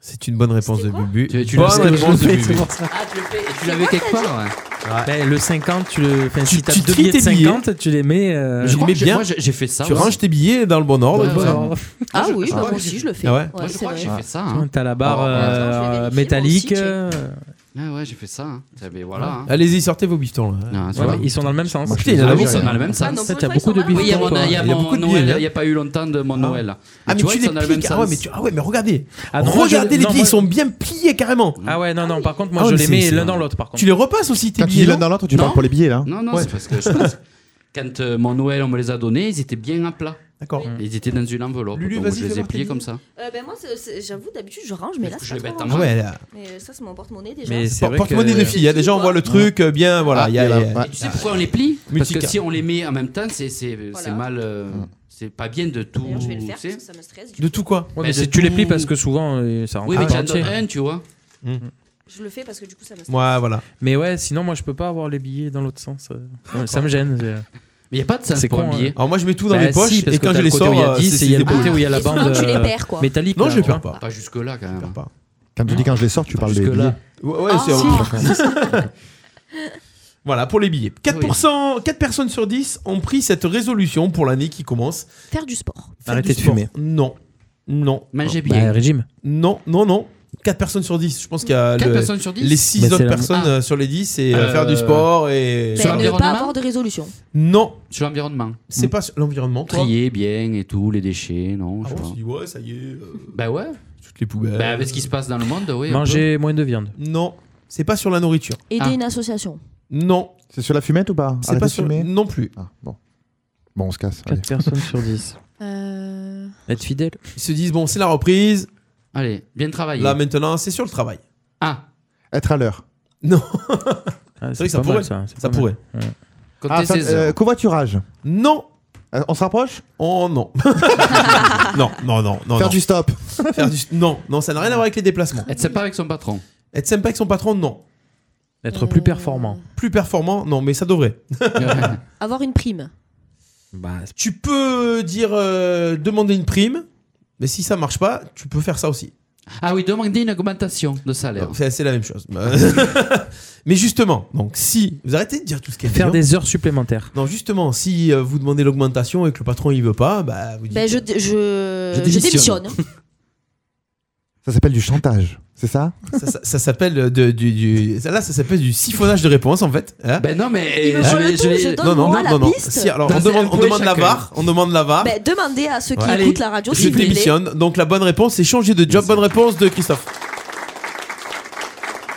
Speaker 6: C'est une bonne réponse de
Speaker 4: C'était quoi
Speaker 6: Bubu.
Speaker 7: Tu- tu
Speaker 6: bonne
Speaker 7: le sais,
Speaker 6: réponse
Speaker 2: je le fais,
Speaker 6: de Bubu.
Speaker 2: c'est pour ça.
Speaker 7: Ah, tu le fais. Et tu l'avais quelque part
Speaker 6: Euh,
Speaker 7: ouais.
Speaker 6: Ouais.
Speaker 2: Ben, le 50, tu le. Enfin, si
Speaker 6: Bah, Tu-
Speaker 2: t'as
Speaker 6: tu
Speaker 2: deux
Speaker 6: tries
Speaker 2: billets de
Speaker 6: tes billets.
Speaker 2: 50, tu les mets. euh,
Speaker 6: Je
Speaker 2: dans
Speaker 6: les
Speaker 7: Moi,
Speaker 6: mets
Speaker 7: j'ai-
Speaker 6: bien.
Speaker 7: Moi, j'ai j'ai fait ça.
Speaker 6: Tu
Speaker 7: ouais.
Speaker 6: ranges tes billets dans le bon ordre.
Speaker 7: Ouais,
Speaker 6: tout
Speaker 2: le
Speaker 6: ça.
Speaker 2: bon.
Speaker 4: Ah oui,
Speaker 7: je-
Speaker 4: bah,
Speaker 7: ah
Speaker 4: moi
Speaker 7: ouais.
Speaker 4: aussi, je le fais.
Speaker 6: Ah ouais
Speaker 7: Moi, je
Speaker 4: c'est
Speaker 7: crois que
Speaker 4: vrai.
Speaker 7: j'ai fait ça. hein.
Speaker 2: T'as la barre
Speaker 7: Ah,
Speaker 2: euh,
Speaker 4: attends, je vais vérifier,
Speaker 2: métallique.
Speaker 4: moi aussi,
Speaker 2: euh,
Speaker 7: Ah ouais, j'ai fait ça. hein. Ça, mais voilà. hein.
Speaker 6: Allez-y, sortez vos bifetons. là.
Speaker 7: Non, c'est
Speaker 2: ouais,
Speaker 7: vrai.
Speaker 2: mais ils sont dans le même sens.
Speaker 8: Moi, je
Speaker 6: Putain, il a
Speaker 7: Ah
Speaker 6: la
Speaker 7: oui,
Speaker 6: bouche.
Speaker 7: ils sont dans le même
Speaker 4: Ah,
Speaker 7: sens.
Speaker 4: non,
Speaker 2: Ça,
Speaker 4: pour
Speaker 2: t'as
Speaker 4: une fois,
Speaker 2: beaucoup
Speaker 4: ils
Speaker 2: de
Speaker 4: sont malins.
Speaker 7: Oui, il y a
Speaker 2: bifetons.
Speaker 7: mon, il y a
Speaker 6: Il y a
Speaker 7: mon
Speaker 6: beaucoup de
Speaker 7: Noël,
Speaker 6: billets, hein.
Speaker 7: il n'y a pas eu longtemps de mon Noël. là.
Speaker 6: Ah, mais
Speaker 7: tu vois,
Speaker 6: tu
Speaker 7: ils
Speaker 6: les
Speaker 7: sont dans le même
Speaker 6: plies. Ah ouais,
Speaker 7: sens.
Speaker 6: mais tu- ah ouais, mais regardez.
Speaker 2: Ah non, moi, je-
Speaker 6: regardez les
Speaker 2: non,
Speaker 6: billets,
Speaker 2: moi-
Speaker 6: ils sont bien pliés carrément.
Speaker 2: Ah ouais, non, non, par contre, moi
Speaker 6: Ah
Speaker 2: je
Speaker 6: oui,
Speaker 2: les
Speaker 6: c'est-
Speaker 2: mets
Speaker 6: c'est-
Speaker 2: l'un dans l'autre par contre.
Speaker 6: Tu les repasses aussi tes
Speaker 8: Quand tu dis
Speaker 6: billets.
Speaker 8: l'un
Speaker 6: non
Speaker 8: dans l'autre tu
Speaker 7: Non.
Speaker 8: parles pour les billets là.
Speaker 7: Non, non,
Speaker 8: Ouais.
Speaker 7: c'est parce que je pense. Quand euh, mon Noël, on me les a donnés, ils étaient bien à plat.
Speaker 6: D'accord.
Speaker 7: Ils étaient dans une enveloppe.
Speaker 6: Mm. Lulu,
Speaker 7: donc
Speaker 6: vas-y,
Speaker 7: je
Speaker 6: fais
Speaker 7: les ai
Speaker 6: voir tes
Speaker 7: pliés comme
Speaker 6: billets.
Speaker 7: ça.
Speaker 4: Euh, ben moi, c'est- c'est- j'avoue, d'habitude, je range, mais là,
Speaker 7: Je
Speaker 4: c'est
Speaker 7: les
Speaker 4: pas
Speaker 7: mets
Speaker 4: trop
Speaker 7: en
Speaker 4: rangé.
Speaker 6: Ah ouais, là.
Speaker 4: Mais ça, c'est mon porte-monnaie déjà.
Speaker 2: Mais c'est
Speaker 6: Por-
Speaker 2: vrai
Speaker 6: Porte-monnaie
Speaker 2: que-
Speaker 6: des filles. hein. Déjà, on voit le truc euh, bien. Voilà,
Speaker 8: Ah,
Speaker 6: il y a-
Speaker 8: il y a
Speaker 6: il y
Speaker 8: la-
Speaker 6: a-
Speaker 8: ouais.
Speaker 7: Et tu sais pourquoi on les plie Parce que
Speaker 6: Multicarte.
Speaker 7: si on les met en même temps, c'est c'est- c'est
Speaker 4: Voilà.
Speaker 7: mal. euh, C'est pas bien de tout.
Speaker 4: D'ailleurs, je vais le faire
Speaker 7: tu sais.
Speaker 4: parce que ça me stresse. du
Speaker 6: de
Speaker 4: coup.
Speaker 6: tout quoi.
Speaker 2: Ouais,
Speaker 7: Mais
Speaker 2: mais c'est-
Speaker 7: de
Speaker 2: tu les plies
Speaker 7: tout-
Speaker 2: parce que souvent euh, ça rentre
Speaker 7: Oui, mais
Speaker 2: pas
Speaker 7: j'en donne
Speaker 2: entier.
Speaker 7: un, tu vois.
Speaker 4: Je le fais parce que du coup, ça me stresse.
Speaker 6: Ouais, voilà.
Speaker 2: Mais ouais, sinon moi je peux pas avoir les billets dans l'autre sens. euh. Ouais, ça me gêne. c'est-
Speaker 7: Mais il n'y a pas de sens
Speaker 2: C'est
Speaker 7: pour
Speaker 2: con,
Speaker 7: un billet.
Speaker 6: Alors moi, je mets tout dans
Speaker 2: Bah,
Speaker 6: mes poches
Speaker 2: si, parce
Speaker 6: et
Speaker 2: que
Speaker 6: quand
Speaker 2: t'as
Speaker 6: je
Speaker 2: le
Speaker 6: les
Speaker 2: côté
Speaker 6: sors,
Speaker 2: où il y a
Speaker 6: euh,
Speaker 2: 10
Speaker 6: c'est
Speaker 2: et il y a
Speaker 6: des
Speaker 2: le côté
Speaker 6: boules.
Speaker 2: où il y a la
Speaker 4: Et souvent,
Speaker 2: bande
Speaker 4: tu les
Speaker 2: euh,
Speaker 4: perds, quoi.
Speaker 2: métallique.
Speaker 6: Non,
Speaker 2: là,
Speaker 6: je les
Speaker 2: alors.
Speaker 6: perds pas.
Speaker 7: Pas jusque-là quand
Speaker 6: Je les
Speaker 7: même.
Speaker 6: perds pas.
Speaker 8: Quand tu dis quand je les sors tu parles des
Speaker 2: Jusque
Speaker 8: billets.
Speaker 2: là.
Speaker 6: Ouais, ouais,
Speaker 4: Ah,
Speaker 6: c'est-
Speaker 4: si.
Speaker 6: Voilà, pour les billets. 4%, 4 personnes sur 10 ont pris cette résolution pour l'année qui commence.
Speaker 4: Faire du sport.
Speaker 6: Faire
Speaker 2: Arrêter
Speaker 6: du
Speaker 2: de
Speaker 6: sport.
Speaker 2: fumer.
Speaker 6: Non. Non.
Speaker 7: Manger
Speaker 2: Bah,
Speaker 7: bien.
Speaker 2: régime.
Speaker 6: Non, non, non. 4 personnes sur 10. Je pense qu'il y a
Speaker 7: 4
Speaker 6: le-
Speaker 7: personnes sur 10
Speaker 6: les 6
Speaker 2: Bah, c'est
Speaker 6: autres
Speaker 2: la-
Speaker 6: personnes
Speaker 7: Ah.
Speaker 6: euh, sur les 10 et euh,
Speaker 7: Euh,
Speaker 6: faire du sport et.
Speaker 7: Sur
Speaker 4: Ben, ne
Speaker 7: l'environnement
Speaker 4: pas avoir de résolution.
Speaker 6: Non,
Speaker 7: Sur l'environnement.
Speaker 6: c'est
Speaker 2: Mm.
Speaker 6: pas sur l'environnement. toi.
Speaker 7: Trier bien et tout, les déchets, non, je
Speaker 6: Ah
Speaker 7: sais
Speaker 6: bon,
Speaker 7: pas.
Speaker 6: tu dis, ouais, ça y est. euh,
Speaker 7: Bah ouais.
Speaker 6: toutes les poubelles.
Speaker 7: Bah avec ce qui se passe dans le monde, oui. un
Speaker 2: Manger moins de viande.
Speaker 6: Non, c'est pas sur la nourriture.
Speaker 4: Aider
Speaker 7: Ah.
Speaker 4: une association.
Speaker 6: Non,
Speaker 8: C'est sur la fumette ou pas
Speaker 6: c'est
Speaker 8: Arrêtez
Speaker 6: pas
Speaker 8: de
Speaker 6: sur.
Speaker 8: fumer.
Speaker 6: Non plus.
Speaker 8: Ah, bon. Bon on se casse. allez.
Speaker 2: 4 personnes sur 10.
Speaker 4: Euh...
Speaker 2: Être fidèle.
Speaker 6: Ils se disent, bon, c'est la reprise.
Speaker 7: peu. Allez, bien travailler.
Speaker 6: Là, maintenant, c'est sur le travail.
Speaker 7: Ah,
Speaker 8: Être à l'heure.
Speaker 6: Non,
Speaker 2: Ah,
Speaker 6: c'est vrai que ça
Speaker 2: pas mal,
Speaker 6: pourrait.
Speaker 2: ça, c'est
Speaker 6: ça
Speaker 2: pas mal.
Speaker 6: pourrait.
Speaker 7: compter
Speaker 8: Ah, ça-
Speaker 7: 16
Speaker 8: euh,
Speaker 7: heures.
Speaker 8: covoiturage.
Speaker 6: Non,
Speaker 8: Euh, On se rapproche
Speaker 6: Oh non. non, non, non, non.
Speaker 8: Faire
Speaker 6: non.
Speaker 8: du stop.
Speaker 6: Faire du- Non, non, ça n'a rien à voir avec les déplacements.
Speaker 7: Être sympa avec son patron.
Speaker 6: Être sympa avec son patron, non.
Speaker 16: Être plus performant.
Speaker 6: Plus performant, non, mais ça devrait.
Speaker 4: Avoir une prime.
Speaker 6: tu peux dire euh, demander une prime, mais si ça marche pas, tu peux faire ça aussi.
Speaker 7: Ah oui, demander une augmentation de salaire.
Speaker 6: C'est c'est la même chose. mais justement, donc si vous arrêtez de dire tout ce qui est
Speaker 16: Faire
Speaker 6: payant.
Speaker 16: des heures supplémentaires.
Speaker 6: Non, justement, si euh, vous demandez l'augmentation et que le patron il veut pas, bah vous dites
Speaker 4: Ben, je, je, je
Speaker 6: démissionne.
Speaker 4: démissionne.
Speaker 8: Ça s'appelle du chantage, c'est ça
Speaker 6: ça, ça- ça s'appelle de- du, du- ça, là ça s'appelle du siphonnage de réponse en fait. ben
Speaker 7: non mais
Speaker 4: Il me faut le tout, je donne
Speaker 6: non non
Speaker 4: moi la
Speaker 6: non non.
Speaker 4: piste.
Speaker 6: Si, alors
Speaker 4: Dans
Speaker 6: on
Speaker 4: un
Speaker 6: demande on
Speaker 4: point
Speaker 6: demande la
Speaker 4: chacun.
Speaker 6: barre, on demande la
Speaker 16: Ah.
Speaker 6: barre.
Speaker 4: Ben, demandez à ceux qui
Speaker 6: Allez,
Speaker 4: écoutent la radio
Speaker 6: je
Speaker 4: si vous voulez.
Speaker 6: démissionne. Donc la bonne réponse c'est changer de job. Bonne réponse de Christophe.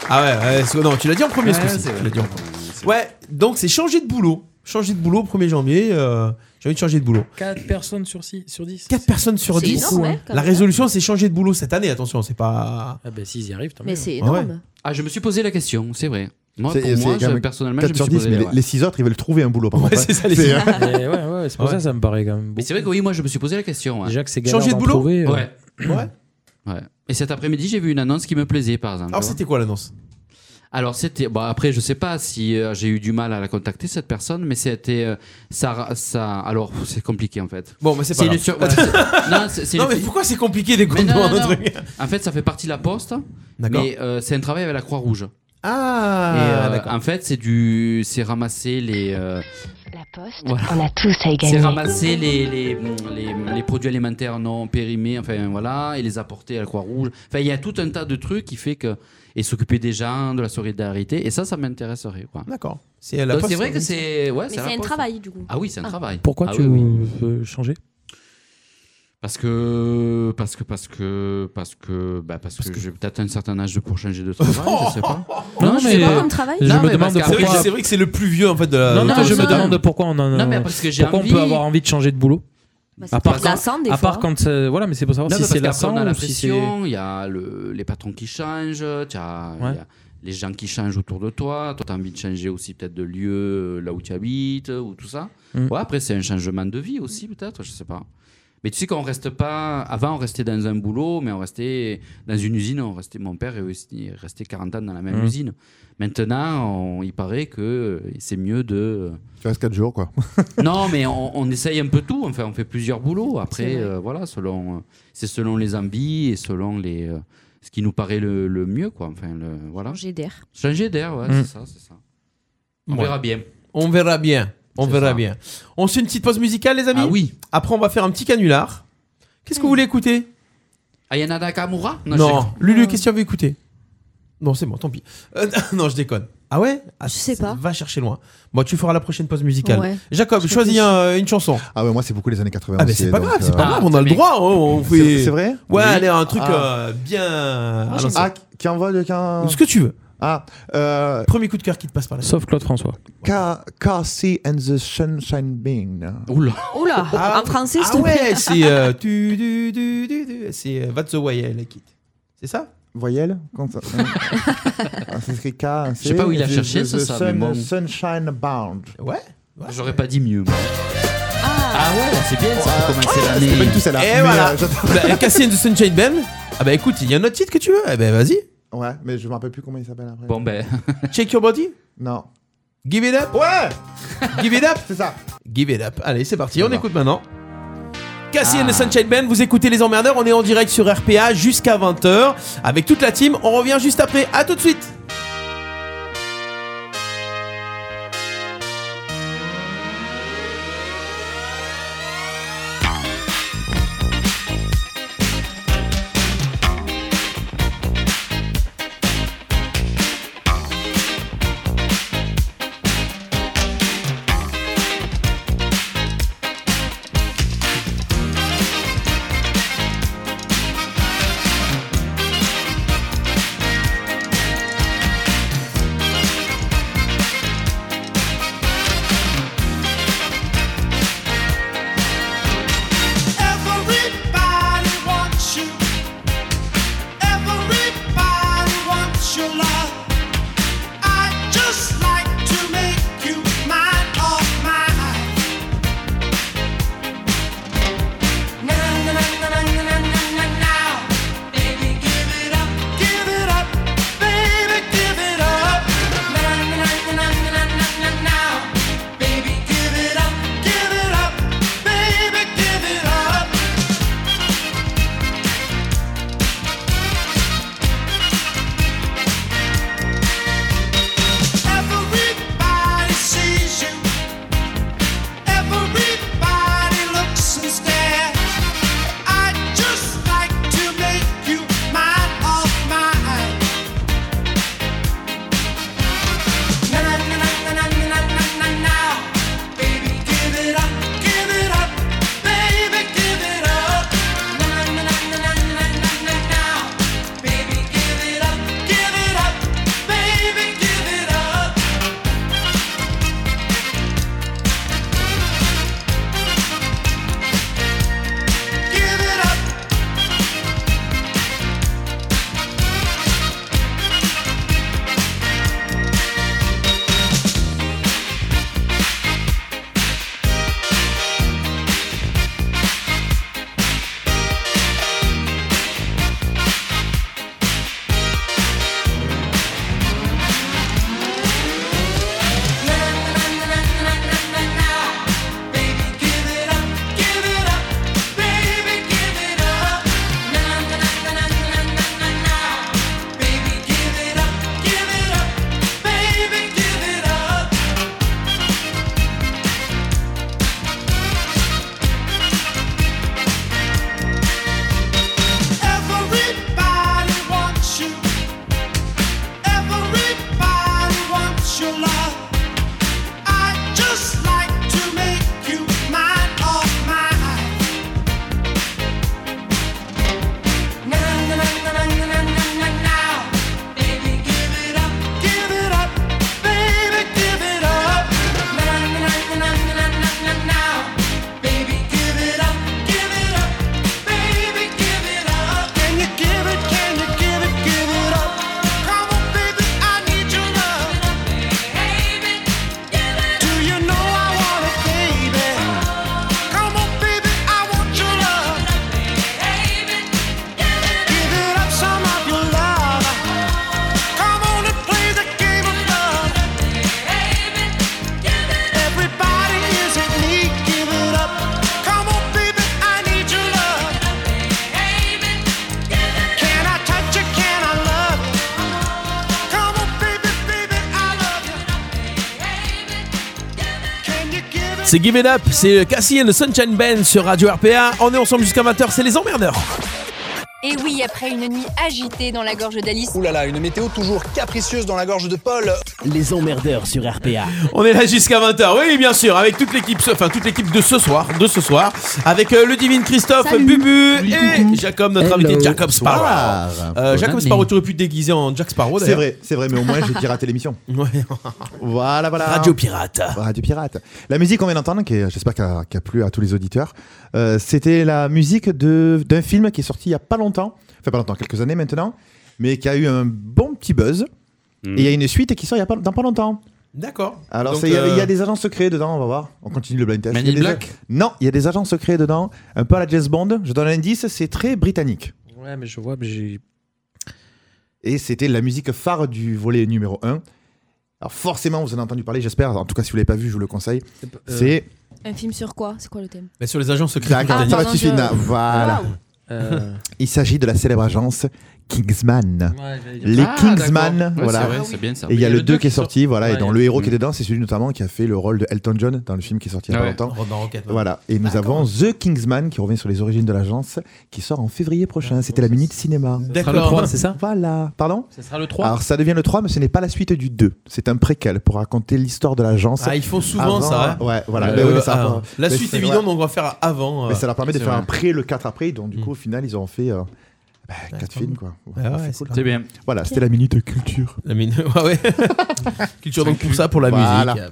Speaker 6: Ah ouais, ouais, c'est- non, tu l'as dit en premier
Speaker 16: Ouais,
Speaker 6: ce coup-ci.
Speaker 16: c'est vrai.
Speaker 6: Tu l'as dit en premier. Ouais, donc c'est changer de boulot. Changer de boulot 1er janvier, euh, j'ai envie de changer de boulot.
Speaker 16: 4 personnes sur 6 sur 10.
Speaker 6: 4 personnes sur
Speaker 16: C'est
Speaker 6: 10.
Speaker 16: énorme, ouais, quand
Speaker 6: la
Speaker 16: même.
Speaker 6: résolution c'est changer de boulot cette année, attention, c'est pas
Speaker 16: Ah ben s'ils y arrivent, tant
Speaker 4: Mais
Speaker 16: mieux.
Speaker 4: c'est
Speaker 6: Ah ouais.
Speaker 4: énorme.
Speaker 7: Ah, je me suis posé la question, c'est vrai. Moi,
Speaker 8: C'est-
Speaker 7: pour
Speaker 8: c'est
Speaker 7: moi,
Speaker 8: quand
Speaker 7: je-
Speaker 8: même
Speaker 7: personnellement, je
Speaker 8: 4
Speaker 7: me
Speaker 8: sur
Speaker 7: suis
Speaker 8: 10,
Speaker 7: posé
Speaker 8: mais
Speaker 7: ouais.
Speaker 8: les, les six autres, ils veulent trouver un boulot. par
Speaker 7: bah,
Speaker 8: contre, hein.
Speaker 16: Mais ouais, ouais, c'est pour
Speaker 8: Ouais.
Speaker 16: ça ça me paraît quand même.
Speaker 7: Mais c'est vrai que oui, moi je me suis posé la question.
Speaker 16: Déjà que c'est galère Changer de d'en boulot trouver, euh.
Speaker 7: Ouais.
Speaker 6: Ouais.
Speaker 7: Ouais. Et cet après-midi, j'ai vu une annonce qui me plaisait, par exemple.
Speaker 6: Alors, c'était quoi l'annonce
Speaker 7: Alors c'était bon après je sais pas si euh, j'ai eu du mal à la contacter cette personne mais c'était euh, ça ça alors pff, c'est compliqué en fait.
Speaker 6: Bon, mais c'est pas
Speaker 7: une
Speaker 6: grave.
Speaker 7: sur- voilà, c'est- non, c'est- c'est
Speaker 6: Non,
Speaker 7: une-
Speaker 6: mais pourquoi c'est compliqué des
Speaker 7: Mais
Speaker 6: comptes
Speaker 7: non,
Speaker 6: en
Speaker 7: non,
Speaker 6: un
Speaker 7: non.
Speaker 6: truc
Speaker 7: En fait ça fait partie de la poste
Speaker 6: D'accord.
Speaker 7: mais euh, c'est un travail avec la Croix Rouge.
Speaker 6: Ah,
Speaker 7: euh, en fait c'est du c'est ramasser les euh,
Speaker 3: La poste,
Speaker 7: voilà.
Speaker 3: on a tous à y gagner.
Speaker 7: C'est ramasser les, les, les- les produits alimentaires non périmés, enfin voilà, et les apporter à la Croix-Rouge. Enfin, il y a tout un tas de trucs qui fait que. Et s'occuper des gens, de la solidarité, et ça, ça m'intéresserait. quoi.
Speaker 6: D'accord.
Speaker 16: à
Speaker 7: C'est
Speaker 16: la Poste,
Speaker 7: vrai que
Speaker 16: oui.
Speaker 7: c'est. Ouais,
Speaker 4: Mais
Speaker 7: à la
Speaker 4: c'est un
Speaker 7: Poste.
Speaker 4: travail du coup.
Speaker 7: Ah oui, c'est un travail.
Speaker 16: Pourquoi
Speaker 7: Ah
Speaker 16: tu
Speaker 7: oui, oui.
Speaker 16: veux changer
Speaker 7: Parce que. Parce que. Parce que. Parce que. Bah, parce, que, j'ai peut-être un certain âge pour changer de travail, je sais pas.
Speaker 16: Non, mais- bah,
Speaker 7: je sais
Speaker 16: C'est quoi comme travail je
Speaker 7: Non,
Speaker 16: me
Speaker 7: mais
Speaker 16: demande
Speaker 7: parce qu'après,
Speaker 16: pourquoi-
Speaker 7: j'ai-
Speaker 6: C'est vrai que c'est le plus vieux en fait de la.
Speaker 16: Non, non,
Speaker 7: non,
Speaker 16: je me
Speaker 7: non.
Speaker 16: demande pourquoi on en
Speaker 7: Non, mais parce que j'ai
Speaker 16: pourquoi
Speaker 7: envie-
Speaker 16: on peut avoir envie de changer de boulot.
Speaker 4: Bah, c'est peut-être lassant, des
Speaker 16: à part
Speaker 4: fois.
Speaker 16: quand euh, voilà, mais c'est pour savoir
Speaker 7: Non,
Speaker 16: si
Speaker 7: mais
Speaker 16: c'est
Speaker 7: parce qu'après, on a
Speaker 16: lassant
Speaker 7: la
Speaker 16: ou si c'est
Speaker 7: pression, il y a le- les patrons qui changent, tu as- il y a les gens qui changent autour de toi, toi tu as envie de changer aussi peut-être de lieu euh, là où tu habites euh, ou tout ça.
Speaker 16: Mm.
Speaker 7: Ouais, après c'est un changement de vie aussi peut-être, je sais pas. Mais tu sais qu'on reste pas avant on restait dans un boulot mais on restait dans une usine, on restait mon père est aussi- est resté 40 ans dans la même
Speaker 8: Mm.
Speaker 7: usine. Maintenant, on- il paraît que euh, c'est mieux de
Speaker 8: Tu restes 4 jours, quoi.
Speaker 7: non, mais on, on essaye un peu tout. Enfin, on fait plusieurs boulots. Après, euh, voilà, selon, euh, c'est selon les envies et selon les, euh, ce qui nous paraît le, le mieux, quoi. Enfin, le, voilà.
Speaker 4: Changer hein. d'air.
Speaker 7: Changer d'air, ouais,
Speaker 6: Mm.
Speaker 7: c'est ça, c'est ça. On
Speaker 6: Ouais.
Speaker 7: verra bien.
Speaker 6: On verra bien. On verra bien. On se fait une petite pause musicale, les amis.
Speaker 7: Ah oui.
Speaker 6: Après, on va faire un petit canular. Qu'est-ce que vous voulez écouter
Speaker 7: Ayana Nakamura
Speaker 6: Non. Lulu, qu'est-ce que tu veux écouter Non, c'est bon, tant pis. Euh, non, je déconne. Ah ouais Je sais pas. Va chercher loin. Bon, tu feras la prochaine pause musicale.
Speaker 8: Ouais.
Speaker 6: Jacob,
Speaker 8: Je
Speaker 6: choisis
Speaker 8: réfléchis.
Speaker 6: un- une chanson.
Speaker 8: Ah ouais, moi, c'est beaucoup les années 80.
Speaker 6: Ah, mais
Speaker 8: aussi,
Speaker 6: c'est pas
Speaker 8: donc,
Speaker 6: grave, c'est
Speaker 8: euh,
Speaker 6: pas grave, on
Speaker 16: ah,
Speaker 6: a le droit. oh, on
Speaker 8: C'est-
Speaker 6: fait-
Speaker 8: c'est vrai
Speaker 6: Ouais,
Speaker 8: Oui.
Speaker 6: allez, un truc
Speaker 8: Ah.
Speaker 6: euh, bien. à l'ancienne.
Speaker 8: Ah, qui envoie de. Qu'un...
Speaker 6: Ce que tu veux.
Speaker 8: Ah,
Speaker 6: Premier coup de cœur qui te passe par là.
Speaker 16: Sauf Claude François.
Speaker 8: Car, Car Sea and the Sunshine Bean.
Speaker 7: Oula.
Speaker 4: Oula, en français, s'il
Speaker 6: Ah
Speaker 4: te plaît.
Speaker 6: ouais, c'est euh, tu, du, du, du, du, c'est euh, What's the Wayel Kit. C'est ça
Speaker 8: Voyelle Quand ça- Ah, C'est écrit K.
Speaker 7: Je sais pas où il a cherché, ça, ça, mais bon. Ah,
Speaker 8: Sunshine Bound.
Speaker 6: Ouais.
Speaker 7: J'aurais pas dit mieux. moi. Ah, ouais, c'est bien ça pour commencer l'année.
Speaker 8: c'était pas du tout celle-là.
Speaker 6: Et
Speaker 8: Mais,
Speaker 6: voilà.
Speaker 8: euh, j'attends-
Speaker 6: Bah, Cassie and the Sunshine Band. Ah bah écoute, il y a un autre titre que tu veux. Eh ben vas-y.
Speaker 8: Ouais, mais je me rappelle plus comment il s'appelle après.
Speaker 7: Bon, ben.
Speaker 6: Check your body.
Speaker 8: Non.
Speaker 6: Give it up.
Speaker 8: Ouais.
Speaker 6: Give it up.
Speaker 8: C'est ça.
Speaker 6: Give it up. Allez, c'est parti. On écoute maintenant. Cassie
Speaker 8: Ah.
Speaker 6: and the Sunshine Band, vous écoutez les emmerdeurs, on est en direct sur RPA jusqu'à 20h avec toute la team, on revient juste après, à tout de suite
Speaker 3: Give
Speaker 11: C'est Give It Up, c'est euh, Cassie and the Sunshine Band sur Radio RPA. On est ensemble jusqu'à 20h, c'est les emmerdeurs.
Speaker 17: Et oui, après une nuit agitée dans la gorge d'Alice.
Speaker 18: Ouh là là, une météo toujours capricieuse dans la gorge de Paul. Les emmerdeurs sur RPA.
Speaker 11: On est là jusqu'à 20h, oui bien sûr, avec toute l'équipe, enfin toute l'équipe de ce soir, de ce soir, avec euh, le divine Christophe,
Speaker 6: Salut.
Speaker 11: Bubu et Jacob, notre
Speaker 6: Hello.
Speaker 11: invité Jacob Sparrow.
Speaker 6: Bonsoir.
Speaker 11: Euh,
Speaker 6: Bonne
Speaker 11: Jacob
Speaker 6: année.
Speaker 11: Sparrow, tu aurais pu te déguiser en Jack Sparrow
Speaker 8: C'est
Speaker 11: d'ailleurs.
Speaker 8: vrai, c'est vrai, mais au moins j'ai piraté l'émission. Voilà, voilà.
Speaker 11: Radio Pirate.
Speaker 8: Radio Pirate. La musique qu'on vient d'entendre, qui est- j'espère qu'elle a, qu'elle a plu à tous les auditeurs, euh, c'était la musique de- d'un film qui est sorti il y a pas longtemps, enfin pas longtemps, quelques années maintenant, mais qui a eu un bon petit buzz. Et il y a une suite qui sort il y a pas- dans pas longtemps.
Speaker 6: D'accord.
Speaker 8: Alors,
Speaker 6: Donc,
Speaker 8: ça, il y a- il y,
Speaker 6: euh,
Speaker 8: a des agents secrets dedans, on va voir. On continue le blind test.
Speaker 6: Men
Speaker 8: Il y a
Speaker 6: in
Speaker 8: des-
Speaker 6: Black
Speaker 8: Non, il y a des agents secrets dedans, un peu à la James Bond. Je donne un indice, c'est très britannique.
Speaker 16: Ouais, mais je vois, mais j'ai.
Speaker 8: Et c'était la musique phare du volet numéro 1. Alors forcément, vous en avez entendu parler, j'espère. En tout cas, si vous l'avez pas vu, je vous le conseille.
Speaker 5: euh,
Speaker 8: C'est...
Speaker 5: Un film sur quoi C'est quoi le thème
Speaker 6: Mais sur les agents secrets.
Speaker 8: D'accord,
Speaker 6: britanniques.
Speaker 8: ça va, tu suis là.
Speaker 16: Ah
Speaker 8: Voilà.
Speaker 16: Euh.
Speaker 8: Il s'agit de la célèbre agence Kingsman.
Speaker 16: Ouais, j'allais dire
Speaker 8: Les
Speaker 16: ça. Ah,
Speaker 8: Kingsman,
Speaker 16: d'accord. Ouais,
Speaker 8: voilà.
Speaker 16: c'est vrai, c'est bien ça.
Speaker 8: Et il y a le 2 qui est
Speaker 16: sort.
Speaker 8: sorti, voilà.
Speaker 16: Ouais,
Speaker 8: et dans
Speaker 16: il y a-
Speaker 8: le héros qui
Speaker 16: Mm.
Speaker 8: est dedans, c'est celui notamment qui a fait le rôle de Elton John dans le film qui est sorti il y a
Speaker 16: Ah
Speaker 8: pas
Speaker 16: ouais.
Speaker 8: longtemps.
Speaker 16: Dans Rocketman.
Speaker 8: Voilà. Et nous avons The Kingsman qui revient sur les origines de l'agence, qui sort en février prochain. C'était la minute cinéma.
Speaker 16: D'accord. le 3, c'est ça
Speaker 8: Voilà. Pardon
Speaker 16: Ce sera le 3.
Speaker 8: Alors ça devient le 3, mais ce n'est pas la suite du 2. C'est un préquel pour raconter l'histoire de l'agence.
Speaker 6: Ah, ils font souvent
Speaker 8: avant-
Speaker 6: ça. hein.
Speaker 8: Ouais, voilà.
Speaker 6: Euh,
Speaker 8: Mais oui, mais ça-
Speaker 6: ah, la
Speaker 8: mais
Speaker 6: suite
Speaker 8: c'est-
Speaker 6: évidente,
Speaker 8: ouais.
Speaker 6: donc on va faire avant.
Speaker 8: Mais
Speaker 6: euh,
Speaker 8: ça leur permet de
Speaker 6: c'est
Speaker 8: faire
Speaker 6: vrai. Mm.
Speaker 8: un pré le 4 après, donc du coup au final ils ont fait 4 films quoi.
Speaker 6: Ah ouais, c'est pas mal.
Speaker 8: Voilà, c'était la minute culture.
Speaker 6: La minute, ouais, ouais. Culture donc pour ça, pour la
Speaker 8: Voilà.
Speaker 6: musique.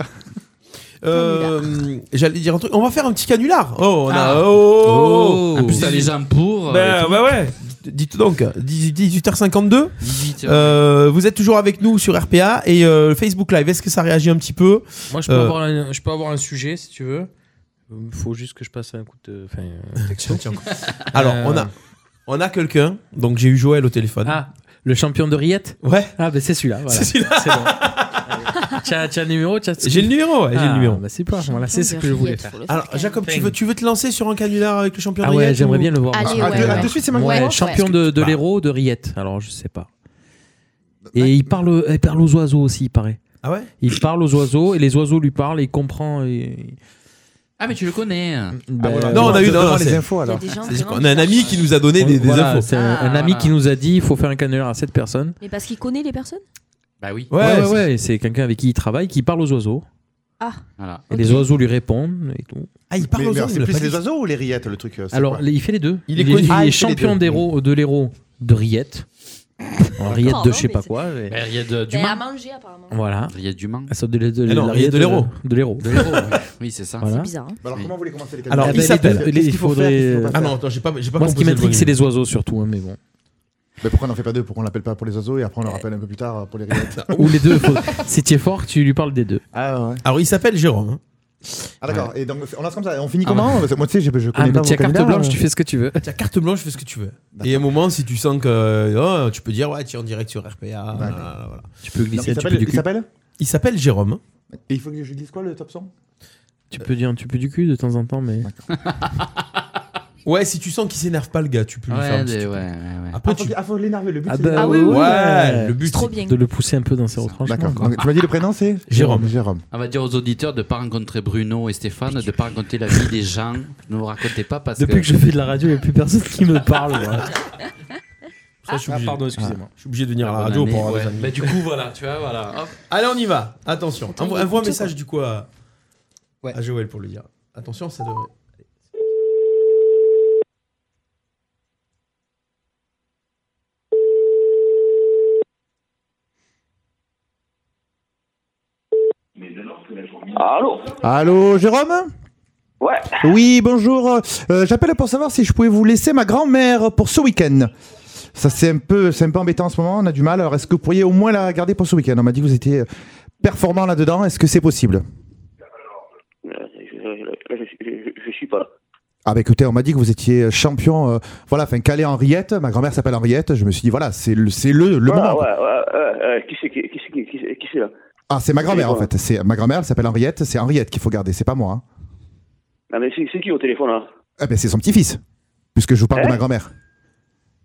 Speaker 6: Euh, J'allais dire un truc. On va faire un petit canular. Oh, on a.
Speaker 7: Ah.
Speaker 6: Oh,
Speaker 7: Oh. En plus, t'as les gens pour,
Speaker 6: Ben,
Speaker 7: et tout.
Speaker 6: ouais, ouais. Dites donc, 18 18h52.
Speaker 7: 18h.
Speaker 6: Euh, vous êtes toujours avec nous sur RPA et euh, Facebook Live. Est-ce que ça réagit un petit peu
Speaker 16: Moi, je peux,
Speaker 6: Euh,
Speaker 16: avoir un, je peux avoir un sujet si tu veux. Il faut juste que je passe un coup de. Enfin, un texto.
Speaker 6: Alors,
Speaker 16: Euh,
Speaker 6: on a, on a quelqu'un. Donc, j'ai eu Joël au téléphone.
Speaker 16: Ah, le champion de Riette
Speaker 6: Ouais.
Speaker 16: Ah, ben c'est celui-là. voilà.
Speaker 6: C'est celui-là.
Speaker 16: C'est bon. T'as- T'as le numéro t'as-
Speaker 6: J'ai le numéro, ouais, j'ai le
Speaker 16: Ah,
Speaker 6: numéro.
Speaker 16: bah, c'est pas, voilà, c'est ce que je voulais faire.
Speaker 6: Alors, Jacob, tu veux, tu veux te lancer sur un canular avec le champion
Speaker 16: Ah
Speaker 6: de
Speaker 16: ouais,
Speaker 6: Riette
Speaker 16: j'aimerais
Speaker 6: ou-
Speaker 16: bien le voir. moi.
Speaker 6: Ah, de- ah, de suite, c'est moi qui
Speaker 16: Ouais,
Speaker 6: commence
Speaker 16: champion
Speaker 6: Ouais.
Speaker 16: de, de l'héros de Riette. Alors, je sais pas. Et il parle, il parle aux oiseaux aussi, il paraît.
Speaker 6: Ah ouais
Speaker 16: Il parle aux oiseaux et les oiseaux lui parlent et il comprend. et-
Speaker 7: Ah, mais tu le connais.
Speaker 16: Ah, voilà.
Speaker 6: Non, on a eu
Speaker 16: Donne-moi
Speaker 6: non, non,
Speaker 16: les
Speaker 6: c'est-
Speaker 16: infos, alors.
Speaker 6: c'est-
Speaker 16: Il y a des gens
Speaker 6: c'est-
Speaker 16: qui
Speaker 6: On a un ami qui nous a donné des, des
Speaker 16: Voilà,
Speaker 6: infos.
Speaker 16: C'est un, un ami qui nous a dit il faut faire un canular à cette personne.
Speaker 5: Mais parce qu'il connaît les personnes
Speaker 7: Bah oui.
Speaker 16: Ouais, ouais, ouais, c'est quelqu'un avec qui il travaille qui parle aux oiseaux.
Speaker 5: Ah.
Speaker 7: Voilà.
Speaker 16: Et les oiseaux lui répondent et tout.
Speaker 6: Ah, il
Speaker 8: Mais- mais alors, C'est plus les oiseaux ou les rillettes le truc euh, c'est
Speaker 16: Alors,
Speaker 8: quoi
Speaker 16: il fait les deux.
Speaker 8: Il est connu.
Speaker 16: Il
Speaker 8: Ah,
Speaker 16: est
Speaker 8: il fait les
Speaker 16: champion
Speaker 8: deux.
Speaker 16: d'héros- de l'héros de Riette. Riette de je sais pas quoi. mais-
Speaker 7: Bah, Riette euh,
Speaker 16: Mais
Speaker 7: Dumas.
Speaker 16: à
Speaker 5: manger, apparemment.
Speaker 16: Voilà.
Speaker 7: Riette du Mans.
Speaker 16: Ah, ça, de, de, de,
Speaker 7: Ah non,
Speaker 16: la
Speaker 7: Riette
Speaker 16: Riette
Speaker 7: de l'Hérault.
Speaker 16: De l'héros.
Speaker 7: De l'Hérault, oui. Oui, c'est ça.
Speaker 16: Voilà.
Speaker 7: C'est bizarre, hein.
Speaker 8: Bah Alors comment vous voulez commencer les
Speaker 16: Alors,
Speaker 8: Ah,
Speaker 16: il
Speaker 8: bah,
Speaker 16: s'appelle.
Speaker 8: qu'est-ce
Speaker 16: les-
Speaker 8: qu'il
Speaker 16: Il
Speaker 8: faut faire, qu'est-ce qu'il
Speaker 16: faudrait.
Speaker 8: faut pas
Speaker 6: Ah non, attends, j'ai pas- j'ai pas
Speaker 16: Moi, ce
Speaker 6: composé
Speaker 16: qui
Speaker 6: le
Speaker 16: m'intrigue,
Speaker 6: volume.
Speaker 16: c'est les oiseaux surtout, hein, mais bon.
Speaker 8: Mais pourquoi on en fait pas deux Pourquoi on l'appelle pas pour les oiseaux et après on le rappelle un peu plus tard euh, pour les rillettes
Speaker 16: Ou les deux. faut- Si tu es fort, tu lui parles des deux.
Speaker 8: Ah ouais.
Speaker 6: Alors, il s'appelle Jérôme. hein.
Speaker 8: Ah d'accord, et donc on lance comme ça, et on finit
Speaker 6: Ah
Speaker 8: comment
Speaker 6: bah.
Speaker 8: Parce que Moi tu sais, je, je
Speaker 6: Ah,
Speaker 8: connais
Speaker 6: mais
Speaker 8: pas
Speaker 6: tiens,
Speaker 8: vos
Speaker 6: carte
Speaker 8: candidats,
Speaker 6: blanche,
Speaker 8: euh.
Speaker 6: tu fais ce
Speaker 16: que tu veux.
Speaker 6: Tu as carte blanche, fais ce que tu veux. Et à un moment, si tu sens que oh, tu peux dire ouais, tu es en direct sur RPA. voilà, voilà.
Speaker 16: Tu peux
Speaker 8: glisser un petit peu du cul.
Speaker 6: Il s'appelle Jérôme.
Speaker 8: Et il faut que je glisse quoi le top 100
Speaker 16: Tu peux dire un petit peu du cul de temps en temps, mais.
Speaker 6: Ouais, si tu sens qu'il s'énerve pas le gars, tu peux lui
Speaker 16: Ouais,
Speaker 6: faire un
Speaker 16: des-
Speaker 6: petit peu.
Speaker 16: ouais, ouais, ouais.
Speaker 6: Après,
Speaker 8: Ah,
Speaker 6: tu...
Speaker 8: faut- ah, faut l'énerver, le but
Speaker 16: Ah
Speaker 6: ben.
Speaker 8: c'est
Speaker 16: bah
Speaker 8: l'énerver.
Speaker 16: oui, oui,
Speaker 6: Ouais, le but,
Speaker 16: C'est
Speaker 6: C'est trop
Speaker 16: trop
Speaker 6: bien.
Speaker 16: de le pousser un peu dans ses retranchements.
Speaker 8: D'accord.
Speaker 16: quoi.
Speaker 8: Donc, Tu m'as dit le prénom c'est
Speaker 16: Jérôme.
Speaker 8: Jérôme.
Speaker 7: On va dire aux auditeurs de ne pas rencontrer Bruno et Stéphane, de ne pas raconter la vie des gens. Ne vous racontez pas parce
Speaker 16: Depuis que je fais de la radio, il n'y a plus personne qui me parle. moi.
Speaker 6: Ça, je suis
Speaker 16: Ah,
Speaker 6: obligé-
Speaker 16: pardon, excusez-moi.
Speaker 6: Je suis obligé de venir à la
Speaker 7: Ah,
Speaker 16: Bonne
Speaker 6: radio
Speaker 16: année,
Speaker 6: pour avoir
Speaker 16: ouais.
Speaker 6: des amis.
Speaker 16: Bah, du coup, voilà, tu vois, voilà, hop.
Speaker 6: Allez, on y va. Attention.
Speaker 16: Attends,
Speaker 6: envoie
Speaker 16: il
Speaker 6: envoie un
Speaker 16: écoute,
Speaker 6: message
Speaker 16: quoi.
Speaker 6: du coup à... à Joël pour lui dire. Attention, ça devrait.
Speaker 10: Allô
Speaker 8: Allô Jérôme
Speaker 10: Ouais.
Speaker 8: Oui, bonjour. Euh, J'appelle pour savoir si je pouvais vous laisser ma grand-mère pour ce week-end. Ça c'est un peu, c'est un peu embêtant en ce moment. On a du mal. Alors est-ce que vous pourriez au moins la garder pour ce week-end On m'a dit que vous étiez euh, performant là-dedans. Est-ce que c'est possible
Speaker 10: Euh, Je, je, je- je- je- je suis pas là.
Speaker 8: Ah bah écoutez, on m'a dit que vous étiez champion, euh, voilà, enfin calé Henriette, ma grand-mère s'appelle Henriette, je me suis dit voilà, c'est le, c'est le, le
Speaker 10: Voilà,
Speaker 8: moment.
Speaker 10: ouais, ouais, ouais, ouais, qui c'est qui, qui, c'est qui, qui, c'est- qui c'est là
Speaker 8: Ah c'est ma grand-mère en fait, c'est ma grand-mère, elle s'appelle Henriette, c'est Henriette qu'il faut garder, c'est pas moi. hein.
Speaker 10: Non mais c'est c'est qui au téléphone hein là
Speaker 8: Ah ben c'est son petit-fils, puisque je vous parle de ma grand-mère.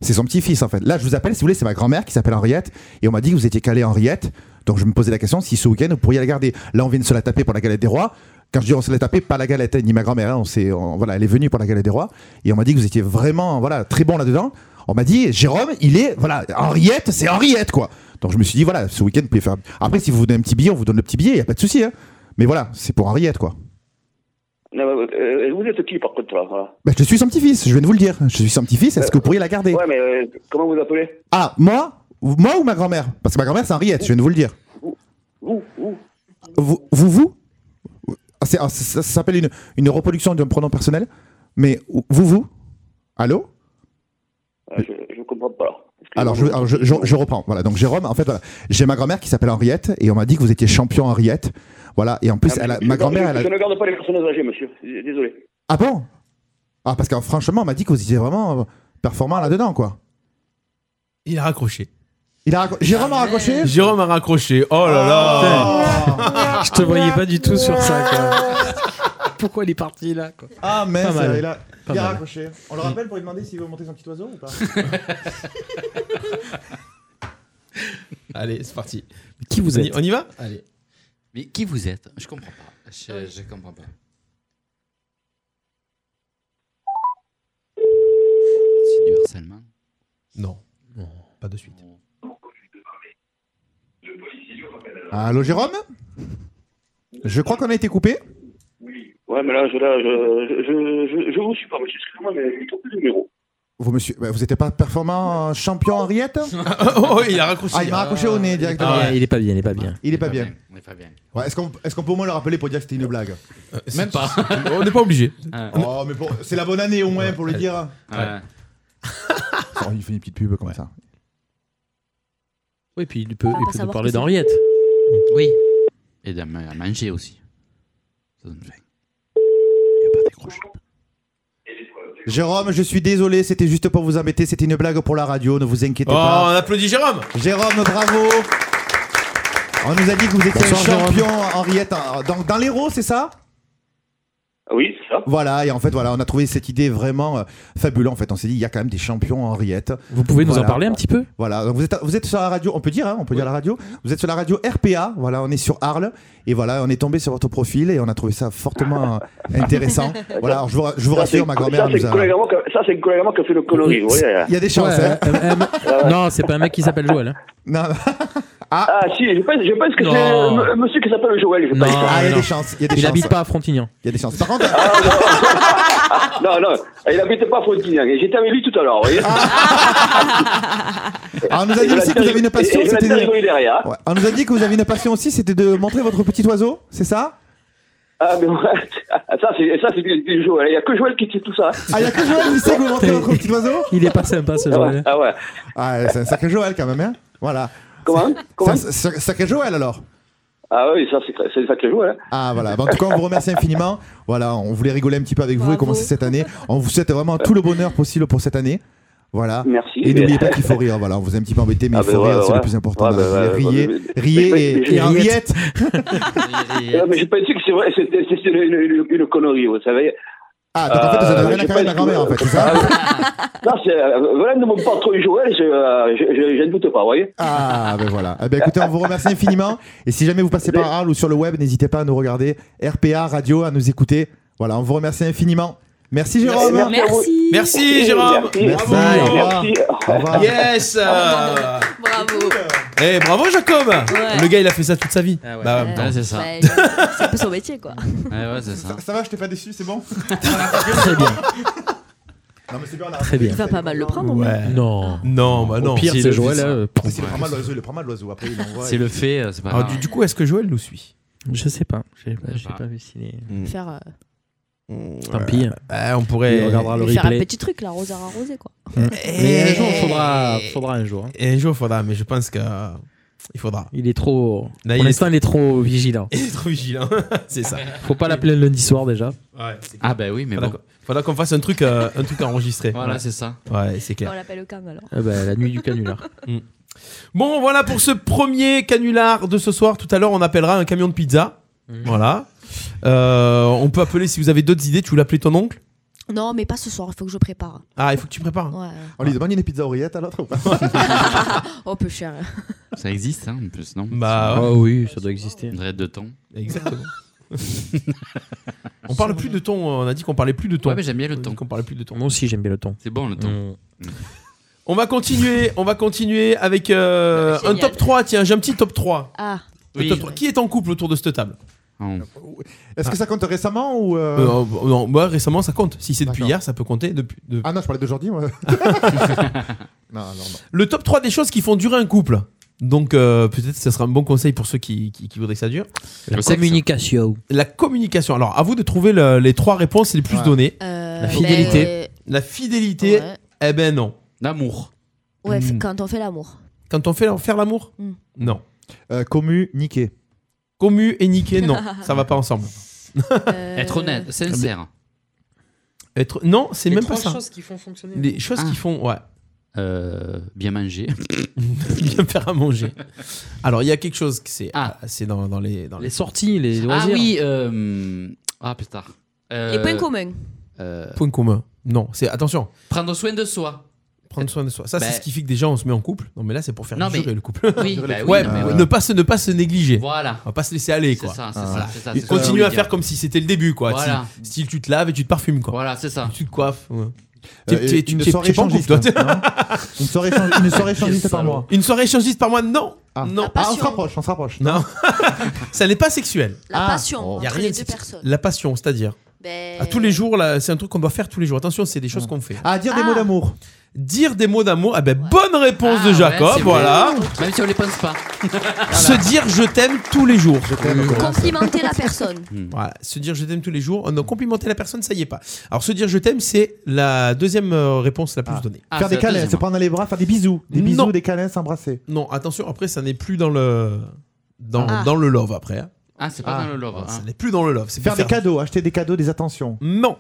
Speaker 8: C'est son petit-fils en fait. Là, je vous appelle, si vous voulez, c'est ma grand-mère qui s'appelle Henriette, et on m'a dit que vous étiez calé Henriette, donc je me posais la question si ce week-end vous pourriez la garder. Là, on vient de se la taper pour la galette des rois. Quand je dis on se l'a tapé, pas la galette, ni ma grand-mère. hein, on s'est- on- voilà, elle est venue pour la galette des rois. Et on m'a dit que vous étiez vraiment voilà, très bon là-dedans. On m'a dit, Jérôme, il est. Voilà, Henriette, c'est Henriette, quoi. Donc je me suis dit, voilà, ce week-end, vous pouvez faire. Après, si vous vous donnez un petit billet, on vous donne le petit billet, il a pas de souci. hein. Mais voilà, c'est pour Henriette, quoi.
Speaker 10: Non, mais, euh, vous êtes qui, par contre, là voilà.
Speaker 8: Bah, je suis son petit-fils, je viens de vous le dire. Je suis son petit-fils, est-ce que vous pourriez la garder
Speaker 10: Ouais, mais euh, comment vous appelez
Speaker 8: Ah, moi Ou- Moi ou ma grand-mère Parce que ma grand-mère, c'est Henriette, je viens de vous le dire.
Speaker 10: Vous, vous.
Speaker 8: Vous, vous, vous Ah, c'est- ah, ça, ça s'appelle une, une reproduction d'un pronom personnel. Mais vous, vous Allô
Speaker 10: Euh, je, je comprends pas.
Speaker 8: alors je, alors, je, je- je reprends. Voilà, donc Jérôme, en fait, voilà, j'ai ma grand-mère qui s'appelle Henriette et on m'a dit que vous étiez champion Henriette. Voilà, et en plus, elle a- ma grand-mère,
Speaker 10: Ah, Je,
Speaker 8: elle a.
Speaker 10: je ne garde pas les personnes âgées, monsieur. D- Désolé.
Speaker 8: Ah bon Ah, parce que franchement, on m'a dit que vous étiez vraiment euh, performant là-dedans, quoi.
Speaker 6: Il a raccroché.
Speaker 8: Il a racco- Jérôme a raccroché
Speaker 6: Jérôme a raccroché. Oh là là
Speaker 16: Je te voyais pas du tout sur ça, Pourquoi il est parti là
Speaker 8: Ah, mais
Speaker 16: Pas
Speaker 8: ça,
Speaker 16: mal.
Speaker 8: il a,
Speaker 16: Pas
Speaker 8: il a
Speaker 16: mal.
Speaker 8: raccroché. On le rappelle pour lui demander s'il veut monter son petit oiseau ou pas
Speaker 6: Allez, c'est parti.
Speaker 7: Qui vous
Speaker 6: On y-
Speaker 7: êtes
Speaker 6: On y va
Speaker 7: Allez. Mais qui vous êtes Je comprends pas. Je, je comprends pas. C'est du harcèlement.
Speaker 6: Non. Pas de suite.
Speaker 8: Allô, Jérôme Je crois qu'on a été coupé.
Speaker 10: Ouais, mais là, je, là, je, je, je, je vous suis pas, monsieur. Excusez-moi, mais j'ai trompé le numéro.
Speaker 8: Vous, monsieur, bah, vous n'étes pas performant euh, champion Henriette
Speaker 6: Oh, il a raccroché.
Speaker 8: Ah, il m'a raccroché au nez directement.
Speaker 16: Ah, Il est pas bien, il est pas bien.
Speaker 8: Il est pas bien.
Speaker 7: On est pas bien.
Speaker 8: Ouais, Est-ce qu'on est-ce qu'on peut au moins le rappeler pour dire que c'était une blague
Speaker 6: Même Euh,
Speaker 8: Ah.
Speaker 6: pas. On n'est pas obligé.
Speaker 16: Ah,
Speaker 8: Oh, mais bon, c'est la bonne année au moins pour le dire.
Speaker 7: Euh,
Speaker 8: Oh, il fait une petite pub comme ça.
Speaker 16: Oui, puis il peut, il
Speaker 8: pas
Speaker 16: peut nous
Speaker 8: savoir
Speaker 16: parler
Speaker 8: que c'est-
Speaker 16: d'Henriette.
Speaker 6: Oh,
Speaker 7: Oui. Et d'à ma- à manger aussi. Ça donne faim.
Speaker 8: Jérôme, je suis désolé, c'était juste pour vous embêter, c'était une blague pour la radio, ne vous inquiétez
Speaker 6: Oh, on
Speaker 8: pas.
Speaker 6: applaudit Jérôme
Speaker 8: Jérôme, bravo On nous a dit que vous étiez
Speaker 6: Bonsoir,
Speaker 8: champion
Speaker 6: Jérôme.
Speaker 8: Henriette. hein, Dans, dans l'héros, c'est ça
Speaker 10: Oui, c'est ça.
Speaker 8: Voilà, et en fait, voilà, on a trouvé cette idée vraiment euh, fabuleuse. En fait, on s'est dit, il y a quand même des champions Henriette.
Speaker 16: Vous pouvez nous en parler un petit peu
Speaker 8: Voilà, donc vous êtes, vous êtes sur la radio, on peut dire, hein, on peut dire la radio. Vous êtes sur la radio RPA, voilà, on est sur Arles, et voilà, on est tombé sur votre profil et on a trouvé ça fortement euh, intéressant. voilà, alors je vous, je vous
Speaker 10: Ça,
Speaker 8: rassure,
Speaker 10: c'est-
Speaker 8: ma grand-mère
Speaker 10: ça, c'est
Speaker 8: nous a.
Speaker 10: collègue à moi qui a- Ça, c'est le collègue à moi qui a fait le connerie, vous voyez.
Speaker 8: Il y a des chances, hein.
Speaker 16: Non, c'est pas un mec qui s'appelle Joël. hein.
Speaker 8: Non.
Speaker 10: Ah, si, je pense, je pense que
Speaker 16: Non.
Speaker 10: c'est un un monsieur qui s'appelle Joël. Je
Speaker 16: Non,
Speaker 10: pense.
Speaker 16: Ah, il y a non. des chances, il y a des Il chances. habite pas à
Speaker 10: Frontignan.
Speaker 8: Il y a des chances. Par contre.
Speaker 10: non, non, il habite pas à Frontignan. Et J'étais avec lui tout à l'heure, vous voyez.
Speaker 8: Alors, on nous a dit
Speaker 10: Et
Speaker 8: aussi
Speaker 10: je
Speaker 8: que vous avez une passion,
Speaker 10: et je
Speaker 8: c'était
Speaker 10: l'ai
Speaker 8: de-
Speaker 10: rigolé derrière.
Speaker 8: Ouais, on nous a dit que vous avez une passion aussi, c'était de montrer votre petit oiseau, c'est ça
Speaker 10: Ah, mais ouais. Ah, Ça, c'est ça, c'est du, du Joël. Il n'y a que Joël qui tient tout ça.
Speaker 8: Ah, il y a que Joël qui sait que vous montrez votre petit oiseau
Speaker 16: Il est pas sympa ce
Speaker 10: Ah ouais,
Speaker 16: Joël.
Speaker 10: ah ouais.
Speaker 8: Ah, c'est un sacré Joël quand même, hein Voilà.
Speaker 10: Comment
Speaker 8: Comment C'est un sacré Joël alors
Speaker 10: Ah oui, ça, c'est c'est le sacré Joël. hein.
Speaker 8: Ah voilà, Bah, en tout cas on vous remercie infiniment. Voilà, on voulait rigoler un petit peu avec vous et commencer cette année. On vous souhaite vraiment tout le bonheur possible pour cette année. Voilà.
Speaker 10: Merci.
Speaker 8: Et n'oubliez pas qu'il faut rire. Voilà, on vous a un petit peu embêté, mais
Speaker 10: Ah,
Speaker 8: il
Speaker 10: bah,
Speaker 8: faut rire,
Speaker 10: ouais,
Speaker 8: c'est
Speaker 10: ouais.
Speaker 8: le plus important.
Speaker 10: Ouais,
Speaker 8: dans la
Speaker 10: bah,
Speaker 8: vie.
Speaker 10: ouais,
Speaker 8: riez,
Speaker 10: ouais, mais-
Speaker 8: riez
Speaker 10: mais-
Speaker 8: et,
Speaker 10: mais-
Speaker 8: et Henriette.
Speaker 10: Non, mais je pensais que c'est vrai, c'était c'était une, une- une connerie, vous savez.
Speaker 8: Ah, donc en fait, vous
Speaker 10: Euh,
Speaker 8: avez rien à carrer de la grand-mère, en fait, c'est ça
Speaker 10: Non, c'est euh, venant de mon patron Joël, je euh, je- je- je ne doute pas, vous voyez.
Speaker 8: Ah ben voilà. Eh ben, écoutez, on vous remercie infiniment. Et si jamais vous passez par Arles ou sur le web, n'hésitez pas à nous regarder. RPA Radio, à nous écouter. Voilà, on vous remercie infiniment. Merci Jérôme.
Speaker 6: Merci à vous. Merci. Merci, Jérôme. Merci.
Speaker 8: Bravo.
Speaker 6: Merci.
Speaker 8: Au revoir.
Speaker 6: Merci.
Speaker 8: Au revoir.
Speaker 6: Yes euh,
Speaker 4: Bravo.
Speaker 6: Eh, bravo Jacob
Speaker 4: Ouais.
Speaker 6: Le gars, il a fait ça toute sa vie.
Speaker 7: ouais.
Speaker 6: Bah, en même
Speaker 7: Ouais,
Speaker 6: temps.
Speaker 7: c'est ça.
Speaker 4: Ouais, c'est un peu son métier, quoi.
Speaker 7: Ouais, ouais, c'est ça.
Speaker 8: Ça va, je t'ai pas déçu, c'est bon
Speaker 16: Très bien.
Speaker 8: Non, mais c'est bien, on a
Speaker 16: Très bien.
Speaker 4: Il va pas mal le prendre.
Speaker 6: Ouais.
Speaker 16: Non.
Speaker 6: Non, bah non.
Speaker 16: Au pire,
Speaker 6: si
Speaker 16: c'est
Speaker 6: le-
Speaker 16: Joël. là, euh,
Speaker 8: Ah, S'il prend mal l'oiseau, il le prend mal l'oiseau. Après, il l'envoie.
Speaker 7: C'est le fait, euh, c'est pas
Speaker 6: Alors,
Speaker 7: grave.
Speaker 6: Ah, du, du coup, est-ce que Joël nous suit
Speaker 16: Je sais pas. J'ai
Speaker 7: Je sais
Speaker 16: pas,
Speaker 7: pas.
Speaker 16: vu s'il est.
Speaker 4: Faire, euh,
Speaker 16: Tant pis.
Speaker 6: Ah, on pourrait.
Speaker 16: Il regardera le
Speaker 4: lui faire un
Speaker 16: replay.
Speaker 4: petit truc, là, arroseur arrosé, quoi.
Speaker 16: Mais un jour, faudra, faudra un jour. hein.
Speaker 6: Et un jour, faudra, mais je pense que. euh, Il faudra.
Speaker 16: Il est trop. pour
Speaker 6: Là, il est-
Speaker 16: l'instant, il est trop vigilant.
Speaker 6: Il est trop vigilant, c'est ça.
Speaker 16: Faut pas l'appeler le lundi soir déjà.
Speaker 6: Ouais,
Speaker 7: Ah bah oui, mais
Speaker 6: faudra
Speaker 7: bon.
Speaker 6: qu'on- Faudra qu'on fasse un truc, euh, un truc enregistré.
Speaker 7: Voilà,
Speaker 6: Ouais.
Speaker 7: c'est ça.
Speaker 6: Ouais, c'est
Speaker 4: On
Speaker 6: clair.
Speaker 4: l'appelle au calme, alors.
Speaker 16: la nuit du canular.
Speaker 6: Bon, voilà pour ce premier canular de ce soir. Tout à l'heure, on appellera un camion de pizza. Voilà. Euh, on peut appeler si vous avez d'autres idées. Tu veux l'appeler ton oncle
Speaker 4: Non, mais pas ce soir, il faut que je prépare.
Speaker 6: Ah, il faut que tu prépares.
Speaker 4: Ouais.
Speaker 8: On lui demande une pizza oreillette à l'autre ou pas
Speaker 4: Oh, peu cher.
Speaker 7: Ça existe, hein, en plus, non
Speaker 6: Bah,
Speaker 7: Ah
Speaker 6: ouais.
Speaker 16: oui, ça doit exister.
Speaker 7: Une raide de temps.
Speaker 6: Exactement. on parle plus de ton. On a dit qu'on parlait plus de ton.
Speaker 7: Ouais, mais j'aime bien le ton.
Speaker 6: Qu'on parlait plus de ton.
Speaker 16: Moi aussi, j'aime bien le ton.
Speaker 7: C'est bon le ton.
Speaker 6: On va continuer. On va continuer avec euh, un
Speaker 4: Génial.
Speaker 6: top 3. Tiens, j'ai un petit top 3.
Speaker 4: Ah.
Speaker 6: Le top 3. Qui est en couple autour de cette table
Speaker 7: Ah,
Speaker 8: Est-ce que ça compte récemment ou euh,
Speaker 6: Euh, non, non, moi récemment ça compte. Si c'est depuis
Speaker 8: D'accord.
Speaker 6: hier, ça peut compter. Depuis, de-
Speaker 8: Ah non, je parlais d'aujourd'hui, moi. non, alors non.
Speaker 6: Le top 3 des choses qui font durer un couple. Donc euh, peut-être ça sera un bon conseil pour ceux qui, qui- qui voudraient que ça dure.
Speaker 16: La Le sexe. communication.
Speaker 6: La communication. Alors à vous de trouver le- les trois réponses les plus
Speaker 16: Ouais.
Speaker 6: données.
Speaker 4: Euh,
Speaker 6: la fidélité.
Speaker 4: ben-
Speaker 6: La fidélité.
Speaker 4: Ouais.
Speaker 6: Eh ben non.
Speaker 7: L'amour.
Speaker 4: Ouais, f- quand on fait l'amour.
Speaker 6: Quand on fait faire l'amour
Speaker 7: Hmm.
Speaker 4: Mm.
Speaker 6: Non.
Speaker 8: commu, niqué.
Speaker 6: Commu et niqué, non. ça va pas ensemble.
Speaker 4: Euh,
Speaker 7: Être honnête, sincère.
Speaker 6: Être... Non, c'est
Speaker 7: Les
Speaker 6: même
Speaker 7: trois
Speaker 6: pas ça.
Speaker 7: choses qui font fonctionner.
Speaker 6: Les choses
Speaker 7: Ah.
Speaker 6: qui font, ouais.
Speaker 7: Euh, bien manger.
Speaker 6: bien faire à manger. Alors il y a quelque chose qui c'est
Speaker 7: Ah.
Speaker 6: c'est dans, dans les dans les
Speaker 16: sorties, les
Speaker 7: Ah oui. euh, Ah putain. Euh,
Speaker 4: Les points communs.
Speaker 7: euh,
Speaker 6: Point commun. Non, c'est attention.
Speaker 7: Prendre soin de soi.
Speaker 6: Prendre soin de soi. Ça,
Speaker 7: Ben-
Speaker 6: c'est ce qui fait que déjà on se met en couple. Non, mais là, c'est pour faire
Speaker 7: Non,
Speaker 6: durer
Speaker 7: mais-
Speaker 6: le couple.
Speaker 7: Oui, bah oui,
Speaker 6: ouais,
Speaker 7: non, mais
Speaker 6: ne,
Speaker 7: voilà.
Speaker 6: pas se, ne pas se négliger.
Speaker 7: Voilà.
Speaker 6: On va pas se laisser aller, quoi.
Speaker 7: ça, c'est ça, c'est ça,
Speaker 6: Et
Speaker 7: c'est ce que je
Speaker 6: Continue
Speaker 7: voulais
Speaker 6: à faire
Speaker 7: dire.
Speaker 6: comme si c'était le début, quoi.
Speaker 7: Voilà.
Speaker 6: Si- Style, tu te laves et tu te parfumes, quoi.
Speaker 7: Voilà, c'est ça.
Speaker 6: Tu te coiffes. ouais.
Speaker 8: Euh,
Speaker 6: Tu- tu-
Speaker 8: et
Speaker 6: tu-
Speaker 8: une
Speaker 6: tu-
Speaker 8: soirée
Speaker 6: tu es pas en
Speaker 8: échangiste, hein,
Speaker 6: couple, toi,
Speaker 8: non Une soirée échange- une soirée échangiste par mois.
Speaker 6: Une soirée échangiste par mois, non. Non.
Speaker 8: Ah, on se rapproche, on se rapproche.
Speaker 6: Non. ça n'est pas sexuel.
Speaker 7: ah.
Speaker 4: La passion
Speaker 6: Y a
Speaker 4: entre
Speaker 6: rien
Speaker 4: les
Speaker 6: de
Speaker 4: deux
Speaker 6: sexuel.
Speaker 4: personnes.
Speaker 6: La passion, c'est-à-dire
Speaker 4: Ben-
Speaker 6: À tous les jours, là, c'est un truc qu'on doit faire tous les jours. Attention, c'est des choses qu'on fait.
Speaker 8: Ah, dire des mots d'amour.
Speaker 6: Dire des mots d'amour. Ah ben, bonne réponse
Speaker 7: Ah,
Speaker 6: de Jacob, voilà.
Speaker 7: Même si on les pense pas.
Speaker 6: Se dire je t'aime tous les jours. Je t'aime.
Speaker 4: Complimenter la personne.
Speaker 6: Voilà, se dire je t'aime tous les jours. Non, complimenter la personne, ça y est pas. Alors, se dire je t'aime, c'est la deuxième euh, réponse la plus donnée.
Speaker 7: Ah,
Speaker 8: faire des câlins, se prendre dans les bras, faire des bisous. Des bisous,
Speaker 6: Non.
Speaker 8: des câlins, s'embrasser.
Speaker 6: Non, attention, après, ça n'est plus dans le. Dans,
Speaker 8: Ah.
Speaker 6: dans le love après. hein.
Speaker 7: Ah, c'est pas dans le love.
Speaker 6: Ça
Speaker 7: hein.
Speaker 6: n'est plus dans le love. C'est
Speaker 8: Faire
Speaker 6: plus
Speaker 8: des cadeaux, acheter des cadeaux, des attentions.
Speaker 6: Non.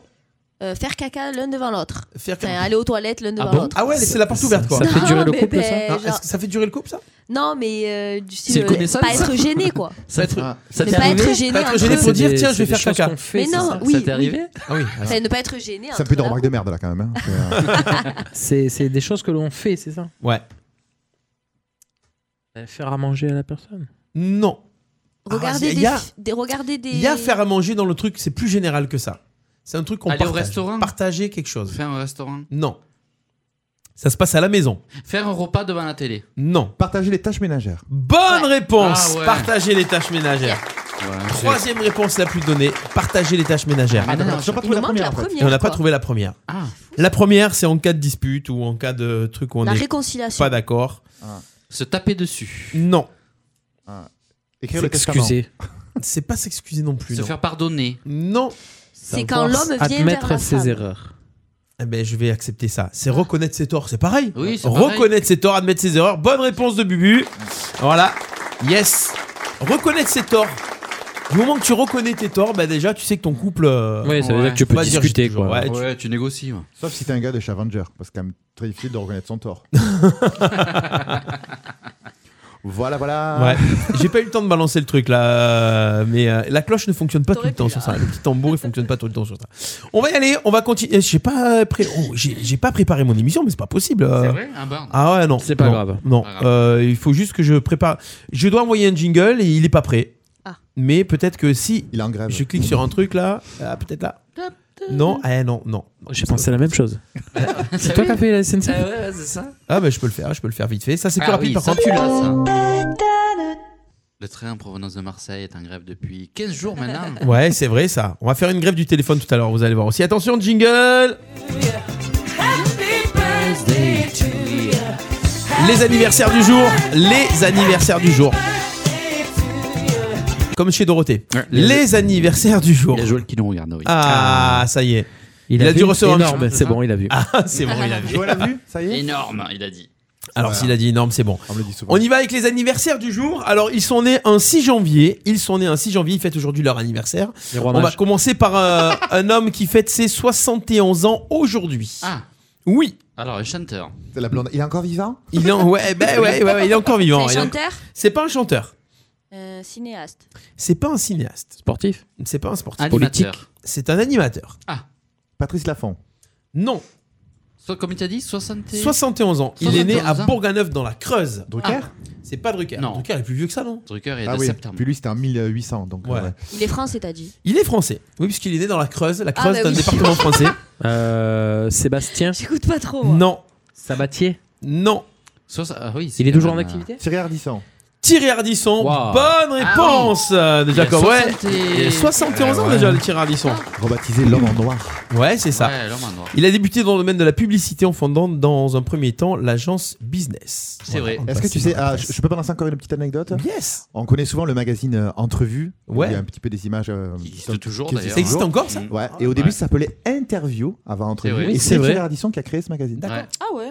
Speaker 4: Euh, faire caca l'un devant l'autre.
Speaker 6: Faire
Speaker 4: Enfin, aller aux toilettes l'un devant l'autre.
Speaker 6: Ah ouais, c'est la porte ouverte quoi.
Speaker 4: ça fait Non, durer le mais couple, ben, ça
Speaker 6: Non,
Speaker 4: genre-
Speaker 6: Est-ce que ça fait durer le couple ça
Speaker 4: Non, mais euh, du
Speaker 6: C'est
Speaker 4: style.
Speaker 6: une
Speaker 4: euh,
Speaker 6: connaissance,
Speaker 4: pas
Speaker 6: ça
Speaker 4: être gêné, quoi.
Speaker 6: Ça t'est
Speaker 7: Ah.
Speaker 6: arrivé
Speaker 4: Ne pas être gêné.
Speaker 6: Pas être
Speaker 4: entre
Speaker 6: gêné
Speaker 4: eux.
Speaker 6: pour dire tiens, je vais faire caca.
Speaker 4: Mais non, oui. oui.
Speaker 6: Ah oui.
Speaker 4: Enfin, ne pas être gêné. hein,
Speaker 8: C'est un peu des remarques de merde là quand même. hein.
Speaker 16: C'est c'est des choses que l'on fait, c'est ça
Speaker 6: Ouais.
Speaker 16: Faire à manger à la personne.
Speaker 6: Non.
Speaker 4: Regarder,
Speaker 6: Ah,
Speaker 4: des,
Speaker 6: y a-
Speaker 4: fi- des, regarder des.
Speaker 6: Il y a faire à manger dans le truc, c'est plus général que ça. C'est un truc qu'on
Speaker 7: Aller
Speaker 6: partage.
Speaker 7: au restaurant.
Speaker 6: Partager quelque chose.
Speaker 7: Faire un restaurant.
Speaker 6: Non. Ça se passe à la maison.
Speaker 7: Faire un repas devant la télé.
Speaker 6: Non.
Speaker 8: Partager les tâches ménagères.
Speaker 6: Bonne réponse.
Speaker 7: Ah ouais.
Speaker 6: Partager les tâches ménagères. Troisième réponse la plus donnée. Partager les tâches ménagères.
Speaker 8: Ah, non, non, j'ai pas trouvé la première. en fait.
Speaker 6: Et on n'a pas trouvé la première.
Speaker 7: Ah.
Speaker 6: La première, c'est en cas de dispute ou en cas de truc où on
Speaker 4: La
Speaker 6: n'est
Speaker 4: réconciliation.
Speaker 6: pas d'accord.
Speaker 7: Se taper dessus.
Speaker 6: Non.
Speaker 8: Écrire le testament.
Speaker 6: S'excuser. C'est pas s'excuser non plus.
Speaker 7: Se
Speaker 6: non.
Speaker 7: faire pardonner.
Speaker 6: Non.
Speaker 4: C'est quand l'homme vient vers la femme.
Speaker 16: erreurs.
Speaker 6: Eh ben, je vais accepter ça. C'est reconnaître ses torts, c'est pareil.
Speaker 7: Oui, c'est pareil.
Speaker 6: reconnaître ses torts, admettre ses erreurs. Bonne réponse de Bubu. Voilà. Yes. Reconnaître ses torts. Du moment que tu reconnais tes torts, bah déjà, tu sais que ton couple. euh,
Speaker 16: Ouais, ça veut dire que tu peux
Speaker 6: va dire
Speaker 16: discuter,
Speaker 6: toujours,
Speaker 16: quoi.
Speaker 6: ouais, Bah, tu-
Speaker 7: tu négocies. ouais.
Speaker 8: Sauf si t'es un gars de chez Avenger, parce que c'est quand même très difficile de reconnaître son tort. voilà, voilà.
Speaker 6: Ouais. J'ai pas eu le temps de balancer le truc là, mais euh, la cloche ne fonctionne pas tout le temps sur
Speaker 4: hein.
Speaker 6: ça. Le petit tambour, il fonctionne pas tout le temps sur ça. On va y aller, on va continuer. J'ai pas pré- oh, j'ai j'ai pas préparé mon émission, mais c'est pas possible. euh.
Speaker 7: C'est vrai Ah bah.
Speaker 6: Ah ouais non.
Speaker 16: C'est pas
Speaker 6: Non,
Speaker 16: grave.
Speaker 6: Non,
Speaker 7: Pas grave.
Speaker 6: Euh, il faut juste que je prépare. Je dois envoyer un jingle et il est pas prêt. Mais peut-être que si
Speaker 8: il en grève.
Speaker 6: je clique sur un truc là, ah, peut-être là. Non, ah non, non.
Speaker 16: J'ai pensé à la même chose. C'est toi qui as fait la SNCF
Speaker 7: Ah ouais, ouais, c'est ça.
Speaker 6: Ah bah je peux le faire, je peux le faire vite fait. Ça c'est plus
Speaker 7: Ah
Speaker 6: rapide
Speaker 7: oui,
Speaker 6: par
Speaker 7: ça,
Speaker 6: contre.
Speaker 7: tu l'as, ça. Le train en provenance de Marseille est en grève depuis 15 jours maintenant.
Speaker 6: Ouais, c'est vrai ça. On va faire une grève du téléphone tout à l'heure, vous allez voir aussi. Attention, jingle Les anniversaires du jour Les anniversaires du jour Comme chez Dorothée. Les anniversaires du jour.
Speaker 7: Il y a Joël qui nous regarde, oui.
Speaker 6: Ah, ça y est.
Speaker 16: Il a
Speaker 6: dû
Speaker 16: vu,
Speaker 6: recevoir un
Speaker 16: énorme,
Speaker 6: petit-
Speaker 16: c'est bon, il a vu.
Speaker 6: Ah, c'est bon, il a vu.
Speaker 8: Joël a vu, ça y est
Speaker 7: Énorme, il a dit.
Speaker 6: Alors
Speaker 8: Voilà.
Speaker 6: s'il a dit énorme, c'est bon.
Speaker 8: On me le dit souvent.
Speaker 6: On y va avec les anniversaires du jour. Alors ils sont nés un 6 janvier. Ils sont nés un 6 janvier. Ils fêtent aujourd'hui leur anniversaire.
Speaker 16: Les rois
Speaker 6: On va
Speaker 16: mages.
Speaker 6: commencer par euh, un homme qui fête ses 71 ans aujourd'hui.
Speaker 7: Ah.
Speaker 6: Oui.
Speaker 7: Alors, un chanteur.
Speaker 8: C'est La blonde. Il est encore vivant
Speaker 6: Il est en- ouais, ben ouais, ouais, ouais, il est encore vivant.
Speaker 4: C'est
Speaker 6: Il est
Speaker 4: un
Speaker 6: en-
Speaker 4: chanteur
Speaker 6: C'est pas un chanteur.
Speaker 4: Euh, cinéaste.
Speaker 6: C'est pas un cinéaste.
Speaker 16: Sportif.
Speaker 6: C'est pas un sportif.
Speaker 7: Animateur.
Speaker 6: Politique. C'est un animateur.
Speaker 7: Ah.
Speaker 8: Patrice Laffont.
Speaker 6: Non.
Speaker 7: So- comme il t'a dit, 60 et-
Speaker 6: 71 ans. Il est né à
Speaker 7: 71 ans.
Speaker 6: Bourganeuf dans la Creuse.
Speaker 8: Drucker
Speaker 6: C'est pas Drucker. Drucker est plus vieux que ça, non
Speaker 7: Drucker est
Speaker 8: Ah oui, puis lui c'était en 1800, donc euh, ouais.
Speaker 4: Il est français, t'as dit.
Speaker 6: Il est français. Oui, puisqu'il est né dans la Creuse. La Creuse
Speaker 4: bah
Speaker 6: est un
Speaker 4: oui.
Speaker 6: département français.
Speaker 16: Euh, Sébastien.
Speaker 4: J'écoute pas trop. moi.
Speaker 6: Non.
Speaker 16: Sabatier.
Speaker 6: Non.
Speaker 7: ah
Speaker 16: Il est toujours
Speaker 7: euh,
Speaker 6: Ah.
Speaker 16: en activité
Speaker 8: Thierry Ardisson.
Speaker 6: Thierry Ardisson,
Speaker 16: Waouh.
Speaker 6: bonne
Speaker 16: Ah
Speaker 6: réponse
Speaker 16: oui.
Speaker 6: euh,
Speaker 16: Il
Speaker 6: de
Speaker 16: a
Speaker 6: Jacob. Ouais.
Speaker 16: 60 et-
Speaker 6: Il a 71
Speaker 7: Ah
Speaker 6: ans
Speaker 16: Ouais.
Speaker 6: déjà, le Thierry Ardisson.
Speaker 8: Rebaptisé l'homme en noir.
Speaker 6: Ouais, c'est ça.
Speaker 7: Ouais, l'homme en noir.
Speaker 6: Il a débuté dans le domaine de la publicité en fondant dans un premier temps l'agence Business.
Speaker 7: C'est vrai.
Speaker 6: on
Speaker 8: Est-ce que
Speaker 6: passe
Speaker 8: tu sais,
Speaker 6: dans la
Speaker 8: ah, je, je peux balancer encore une petite anecdote
Speaker 6: Yes
Speaker 8: On connaît souvent le magazine euh, Entrevue, où
Speaker 6: Ouais.
Speaker 8: il y a un petit peu des images. euh, qui
Speaker 7: existe toujours,
Speaker 8: qui
Speaker 7: d'ailleurs. Hein.
Speaker 6: Ça existe encore, ça
Speaker 8: Ouais, et au début
Speaker 6: Ouais.
Speaker 8: ça s'appelait Interview avant
Speaker 7: C'est
Speaker 8: Entrevue.
Speaker 7: vrai.
Speaker 8: Et
Speaker 7: C'est
Speaker 8: c'est
Speaker 7: vrai.
Speaker 8: Thierry Ardisson qui a créé ce magazine.
Speaker 7: Ouais.
Speaker 4: Ah ouais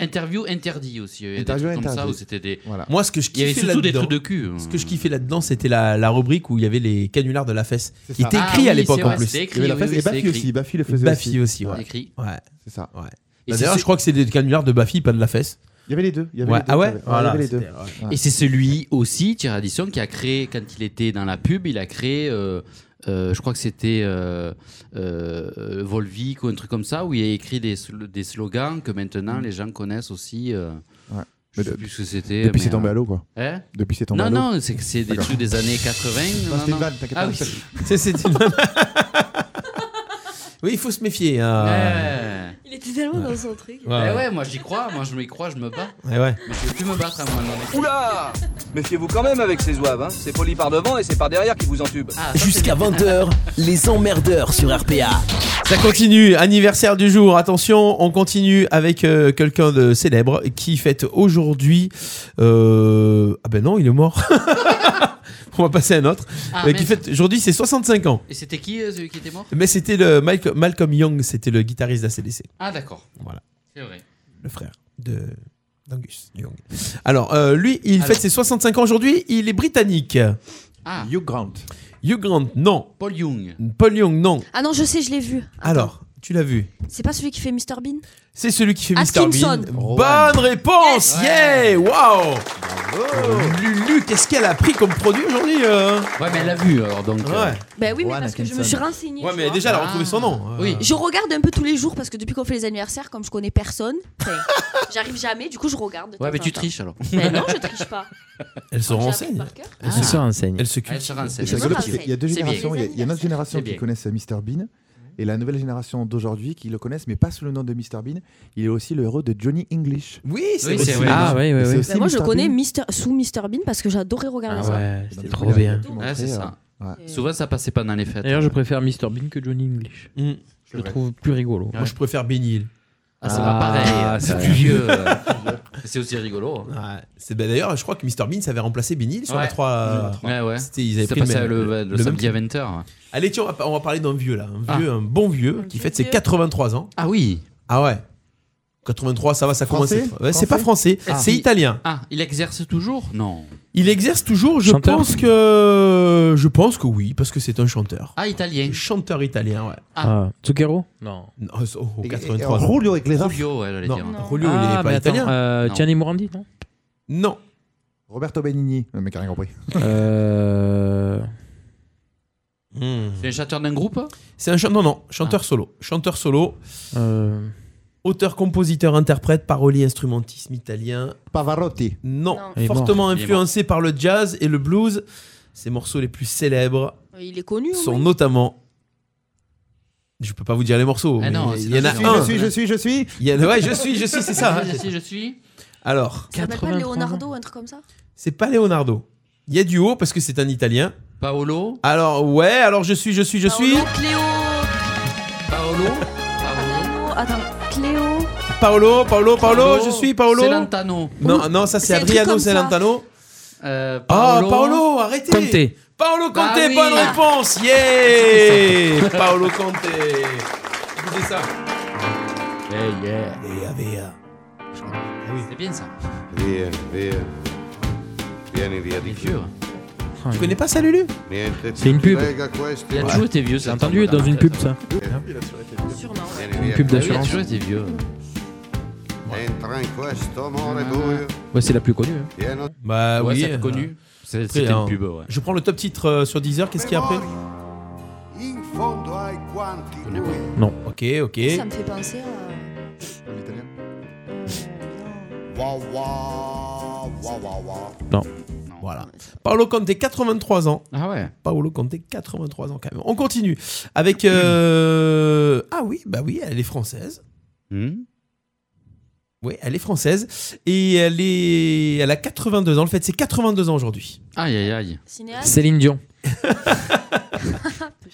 Speaker 7: Interview interdit aussi. Il y a des
Speaker 8: Interview
Speaker 7: trucs comme ça
Speaker 8: interdit.
Speaker 7: où c'était des.
Speaker 6: Moi, ce que je
Speaker 7: Il y avait
Speaker 6: kiffais
Speaker 7: surtout des
Speaker 6: là-dedans,
Speaker 7: trucs de cul. hein.
Speaker 6: Ce que je kiffais là-dedans, c'était la, la rubrique où il y avait les canulars de la fesse, qui
Speaker 7: ça.
Speaker 6: était
Speaker 7: Ah
Speaker 6: écrit à
Speaker 7: oui,
Speaker 6: l'époque
Speaker 7: c'est
Speaker 6: en
Speaker 7: vrai,
Speaker 6: plus.
Speaker 7: c'était écrit, Il y avait la oui, fesse oui, et c'était Baffy écrit. aussi,
Speaker 8: Baffy le faisait
Speaker 6: Baffy
Speaker 8: aussi.
Speaker 6: ouais.
Speaker 7: Écrit.
Speaker 6: Ouais.
Speaker 8: C'est ça.
Speaker 6: Ouais.
Speaker 7: Et
Speaker 6: Bah,
Speaker 7: c'est
Speaker 6: D'ailleurs,
Speaker 7: ce-
Speaker 6: je crois que c'est des canulars de Baffy, pas de la fesse.
Speaker 8: Il y avait les deux. Il y avait
Speaker 6: Ouais.
Speaker 8: les deux,
Speaker 6: Ah
Speaker 8: il y
Speaker 6: ouais.
Speaker 8: avait-
Speaker 6: Voilà,
Speaker 8: il y avait les
Speaker 6: c'était-
Speaker 8: deux.
Speaker 6: ouais.
Speaker 7: Et c'est celui aussi, Thierry Addison, qui a créé, quand il était dans la pub, il a créé, euh, euh, je crois que c'était euh, euh, Volvic ou un truc comme ça, où il a écrit des, sl- des slogans que maintenant les gens connaissent aussi. euh,
Speaker 8: Ouais.
Speaker 7: Je sais plus ce que c'était.
Speaker 8: Depuis
Speaker 7: mais,
Speaker 8: c'est tombé
Speaker 7: euh,
Speaker 8: à l'eau quoi.
Speaker 7: Hein
Speaker 8: Depuis c'est tombé
Speaker 7: non,
Speaker 8: à l'eau.
Speaker 7: Non, c'est que c'est des
Speaker 8: D'accord.
Speaker 7: trucs des années 80.
Speaker 8: Non,
Speaker 7: non,
Speaker 8: c'était une
Speaker 7: non.
Speaker 8: vanne, t'inquiète
Speaker 7: Ah
Speaker 8: pas.
Speaker 7: oui.
Speaker 6: C'est- c'est une- oui, il faut se méfier. hein.
Speaker 8: Ah.
Speaker 7: Ouais.
Speaker 4: Il était tellement dans son truc.
Speaker 6: Ouais,
Speaker 7: Eh
Speaker 6: ouais.
Speaker 7: ouais, moi j'y crois, moi je m'y crois, je me bats.
Speaker 6: Ouais, ouais.
Speaker 7: Mais je vais plus me battre à un moment donné.
Speaker 19: Oula Méfiez-vous quand même avec ces oeuvres, hein. c'est poli par devant et c'est par derrière qui vous entube.
Speaker 7: Ah,
Speaker 18: Jusqu'à 20h, les emmerdeurs sur RPA.
Speaker 6: Ça continue, anniversaire du jour. Attention, on continue avec euh, quelqu'un de célèbre qui fête aujourd'hui. euh, Ah ben non, il est mort. on va passer à un autre.
Speaker 7: Ah,
Speaker 6: Euh, qui
Speaker 7: merde.
Speaker 6: fête aujourd'hui ses 65 ans.
Speaker 7: Et c'était qui euh, celui qui était mort
Speaker 6: Mais c'était le Malco- Malcolm Young, c'était le guitariste d'ACDC.
Speaker 7: Ah d'accord.
Speaker 6: Voilà.
Speaker 7: C'est vrai.
Speaker 6: Le frère de d'Angus Young. Alors, euh, lui, il fête ses 65 ans aujourd'hui. Il est britannique.
Speaker 7: Ah.
Speaker 8: Hugh Grant.
Speaker 6: Hugh Grant, non.
Speaker 7: Paul Young.
Speaker 6: Paul Young, non.
Speaker 4: Ah non, je sais, je l'ai vu.
Speaker 6: Alors, tu l'as vu
Speaker 4: C'est pas celui qui fait Mr Bean
Speaker 6: C'est celui qui fait Mr.
Speaker 4: Atkinson.
Speaker 6: Bean. Bonne réponse Yeah Waouh Lulu, qu'est-ce qu'elle a pris comme produit aujourd'hui euh
Speaker 7: Ouais, mais elle l'a vu alors donc. euh,
Speaker 6: Ouais. Ah.
Speaker 4: Bah oui, mais parce que je me suis renseignée.
Speaker 6: Ouais,
Speaker 4: tu
Speaker 6: mais
Speaker 4: vois.
Speaker 6: déjà, elle a retrouvé son nom.
Speaker 7: Oui.
Speaker 4: Je regarde un peu tous les jours parce que depuis qu'on fait les anniversaires, comme je connais personne, enfin, j'arrive jamais, du coup je regarde.
Speaker 7: Ouais, mais tu
Speaker 4: Attends.
Speaker 7: triches alors.
Speaker 4: Mais non, je triche pas.
Speaker 6: Elle se renseigne.
Speaker 16: Elle se renseigne.
Speaker 6: Elle se
Speaker 7: cultive.
Speaker 8: Et
Speaker 7: Ah, renseigne.
Speaker 8: c'est rigolo parce qu'il y a deux
Speaker 7: C'est bien.
Speaker 8: générations. Il y a- il y, a notre génération
Speaker 7: C'est
Speaker 8: qui
Speaker 7: bien.
Speaker 8: connaissent Mr Bean et la nouvelle génération d'aujourd'hui qui le connaissent, mais pas sous le nom de Mr Bean. Il est aussi le héros de Johnny English.
Speaker 6: Oui,
Speaker 16: c'est Oui, vrai. c'est vrai. Ah,
Speaker 6: Eh
Speaker 16: oui, oui, oui.
Speaker 4: Bah, moi je connais Mister, sous Mr Bean parce que j'adorais
Speaker 6: Ah
Speaker 4: regarder ça.
Speaker 16: c'était trop bien.
Speaker 7: Ouais, c'est ça.
Speaker 8: Ouais.
Speaker 7: Souvent ça passait pendant les fêtes.
Speaker 16: D'ailleurs, je préfère Mr. Bean que Johnny English. Je le
Speaker 7: vrai.
Speaker 16: trouve plus rigolo.
Speaker 6: Moi, je préfère Benny Hill.
Speaker 7: Ah, c'est pas pareil.
Speaker 16: Ah,
Speaker 7: c'est
Speaker 16: c'est
Speaker 7: plus vieux.
Speaker 16: vrai.
Speaker 7: c'est aussi rigolo. hein.
Speaker 6: Ouais. C'est- bah, D'ailleurs, je crois que Mr. Bean, ça avait remplacé Benny Hill sur la
Speaker 7: Ouais.
Speaker 6: 3. la 3.
Speaker 7: Ouais, ouais.
Speaker 6: C'était- ils avaient
Speaker 7: Ça
Speaker 6: pris le
Speaker 7: passait
Speaker 6: même-
Speaker 7: le- le
Speaker 6: même
Speaker 7: samedi à
Speaker 6: truc.
Speaker 7: 20h.
Speaker 6: Allez, tiens, on va, par- on va parler d'un vieux là. Un,
Speaker 7: Ah.
Speaker 6: vieux, un bon vieux qui fête ses 83 ans.
Speaker 7: Ah oui
Speaker 6: Ah ouais. 83, ça va, ça commence.
Speaker 7: Français
Speaker 6: Ouais, c'est pas français,
Speaker 7: Français
Speaker 6: c'est
Speaker 7: Ah.
Speaker 6: italien.
Speaker 7: Ah, il exerce toujours Non.
Speaker 6: Il exerce toujours, je
Speaker 7: Chanteur
Speaker 6: pense que. Je pense que oui, parce que c'est un chanteur.
Speaker 7: Ah, italien.
Speaker 6: Chanteur italien, ouais.
Speaker 16: Ah. Zucchero
Speaker 7: Non.
Speaker 6: Non, oh, oh,
Speaker 7: Et- et-
Speaker 6: 83.
Speaker 7: et Julio
Speaker 6: Iglesias
Speaker 7: Julio, ouais, j'allais
Speaker 6: Non,
Speaker 7: dire. Non.
Speaker 6: Julio, il
Speaker 16: Ah,
Speaker 6: est pas
Speaker 16: mais attends,
Speaker 6: italien.
Speaker 16: euh,
Speaker 6: Non.
Speaker 16: Gianni Morandi, non
Speaker 6: Non.
Speaker 8: Roberto Benigni. Le mec a rien compris.
Speaker 16: Euh.
Speaker 7: C'est un chanteur d'un groupe
Speaker 6: C'est un chan- non non
Speaker 7: Ah.
Speaker 6: chanteur solo, chanteur solo,
Speaker 4: Euh,
Speaker 6: auteur, compositeur, interprète, parolier, instrumentisme italien.
Speaker 8: Pavarotti.
Speaker 6: Non,
Speaker 4: Il est mort.
Speaker 6: fortement
Speaker 4: Il est
Speaker 6: influencé par le jazz et le blues. Ses morceaux les plus célèbres
Speaker 4: Il est connu. hein, au
Speaker 6: sont
Speaker 4: moins.
Speaker 6: notamment. Je peux pas vous dire les morceaux.
Speaker 7: Ah
Speaker 6: mais
Speaker 7: non,
Speaker 6: il
Speaker 7: sinon
Speaker 6: y en a
Speaker 7: je suis,
Speaker 6: un.
Speaker 7: je suis, je
Speaker 8: suis, je suis.
Speaker 6: Il y en a- ouais, je suis, je suis, c'est ça. hein.
Speaker 7: Je suis, je suis.
Speaker 6: Alors.
Speaker 4: Ça s'appelle pas Leonardo, un truc comme ça
Speaker 6: C'est pas Leonardo. Il y a du haut parce que c'est un Italien.
Speaker 7: Paolo.
Speaker 6: Alors ouais, alors je suis, je suis,
Speaker 4: Bah,
Speaker 6: je suis.
Speaker 4: Cléo
Speaker 7: Paolo
Speaker 4: Paolo Attends, Cléo
Speaker 6: Paolo, Paolo, Paolo, je suis Paolo.
Speaker 7: Celentano.
Speaker 6: Non, non, ça c'est
Speaker 7: C'est un truc
Speaker 6: Adriano
Speaker 7: comme ça.
Speaker 6: Celentano.
Speaker 7: Euh,
Speaker 6: Ah,
Speaker 7: Paolo.
Speaker 6: Paolo, arrêtez.
Speaker 16: Conte.
Speaker 6: Paolo Conte,
Speaker 7: Bah oui.
Speaker 6: bonne réponse. Yeah Paolo Conte. Écoutez ça.
Speaker 7: Hey, yeah.
Speaker 6: Oui.
Speaker 7: C'est bien ça.
Speaker 20: Via, via. Vieni via di più.
Speaker 7: hein.
Speaker 6: Tu connais pas ça, Lulu
Speaker 20: Niente.
Speaker 16: C'est une pub.
Speaker 20: Il
Speaker 7: a toujours été vieux,
Speaker 16: J'ai
Speaker 7: ça,
Speaker 16: entendu
Speaker 7: Tom
Speaker 16: dans une
Speaker 7: Holland.
Speaker 16: pub ça. Une pub
Speaker 7: Ah Il a
Speaker 16: d'assurance.
Speaker 7: toujours été vieux.
Speaker 20: Entra in questo amore buio.
Speaker 16: Ouais, c'est la plus connue. hein.
Speaker 20: Pieno.
Speaker 6: Bah
Speaker 7: Ah. Ouais,
Speaker 6: oui.
Speaker 7: c'est connu. C'est-
Speaker 6: Après,
Speaker 7: c'était une
Speaker 6: hein,
Speaker 7: pub, ouais.
Speaker 6: Je prends le top titre euh, sur Deezer. Qu'est-ce qu'il y a après
Speaker 20: In fondo ai guanti lui.
Speaker 16: Non.
Speaker 6: Ok, ok.
Speaker 4: Ça me fait penser à. euh,
Speaker 20: Wow, wow.
Speaker 6: Non. Voilà. Paolo Conte, 83 ans.
Speaker 7: Ah ouais.
Speaker 6: Paolo Conte, 83 ans quand même. On continue avec. euh, Ah oui, bah oui, elle est française. Oui, elle est française. Et elle, est... elle a 82 ans. Le fait, c'est 82 ans aujourd'hui.
Speaker 7: Aïe, aïe, aïe.
Speaker 4: Cinéaste
Speaker 6: Céline Dion.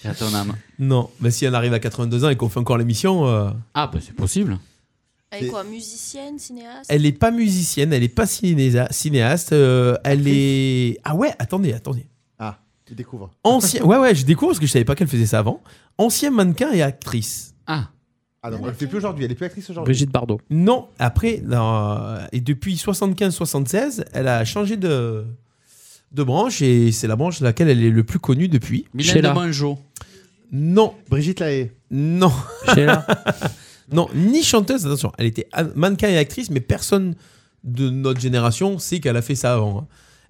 Speaker 7: À ton âme.
Speaker 6: Non, mais si elle arrive à 82 ans et qu'on fait encore l'émission. euh,
Speaker 7: Ah, bah c'est possible.
Speaker 4: Elle est quoi Musicienne, cinéaste
Speaker 6: Elle n'est pas musicienne, elle n'est pas cinéa- cinéaste. euh, elle est. Ah ouais, attendez, attendez.
Speaker 8: Ah, tu découvres.
Speaker 6: Ancien... Ouais, ouais, je découvre parce que je savais pas qu'elle faisait ça avant. Ancien mannequin et actrice.
Speaker 7: Ah.
Speaker 8: Ah non, elle le fait plus aujourd'hui, elle est plus actrice aujourd'hui.
Speaker 6: Bardot. Non, après, dans- et depuis 75-76, elle a changé de, de branche et c'est la branche laquelle elle est le plus connue depuis.
Speaker 7: Mylène Sheila. de Mongeau.
Speaker 6: Non.
Speaker 8: Brigitte Lahaye.
Speaker 6: Non. non, ni chanteuse, attention. Elle était a- mannequin et actrice, mais personne de notre génération sait qu'elle a fait ça avant. hein.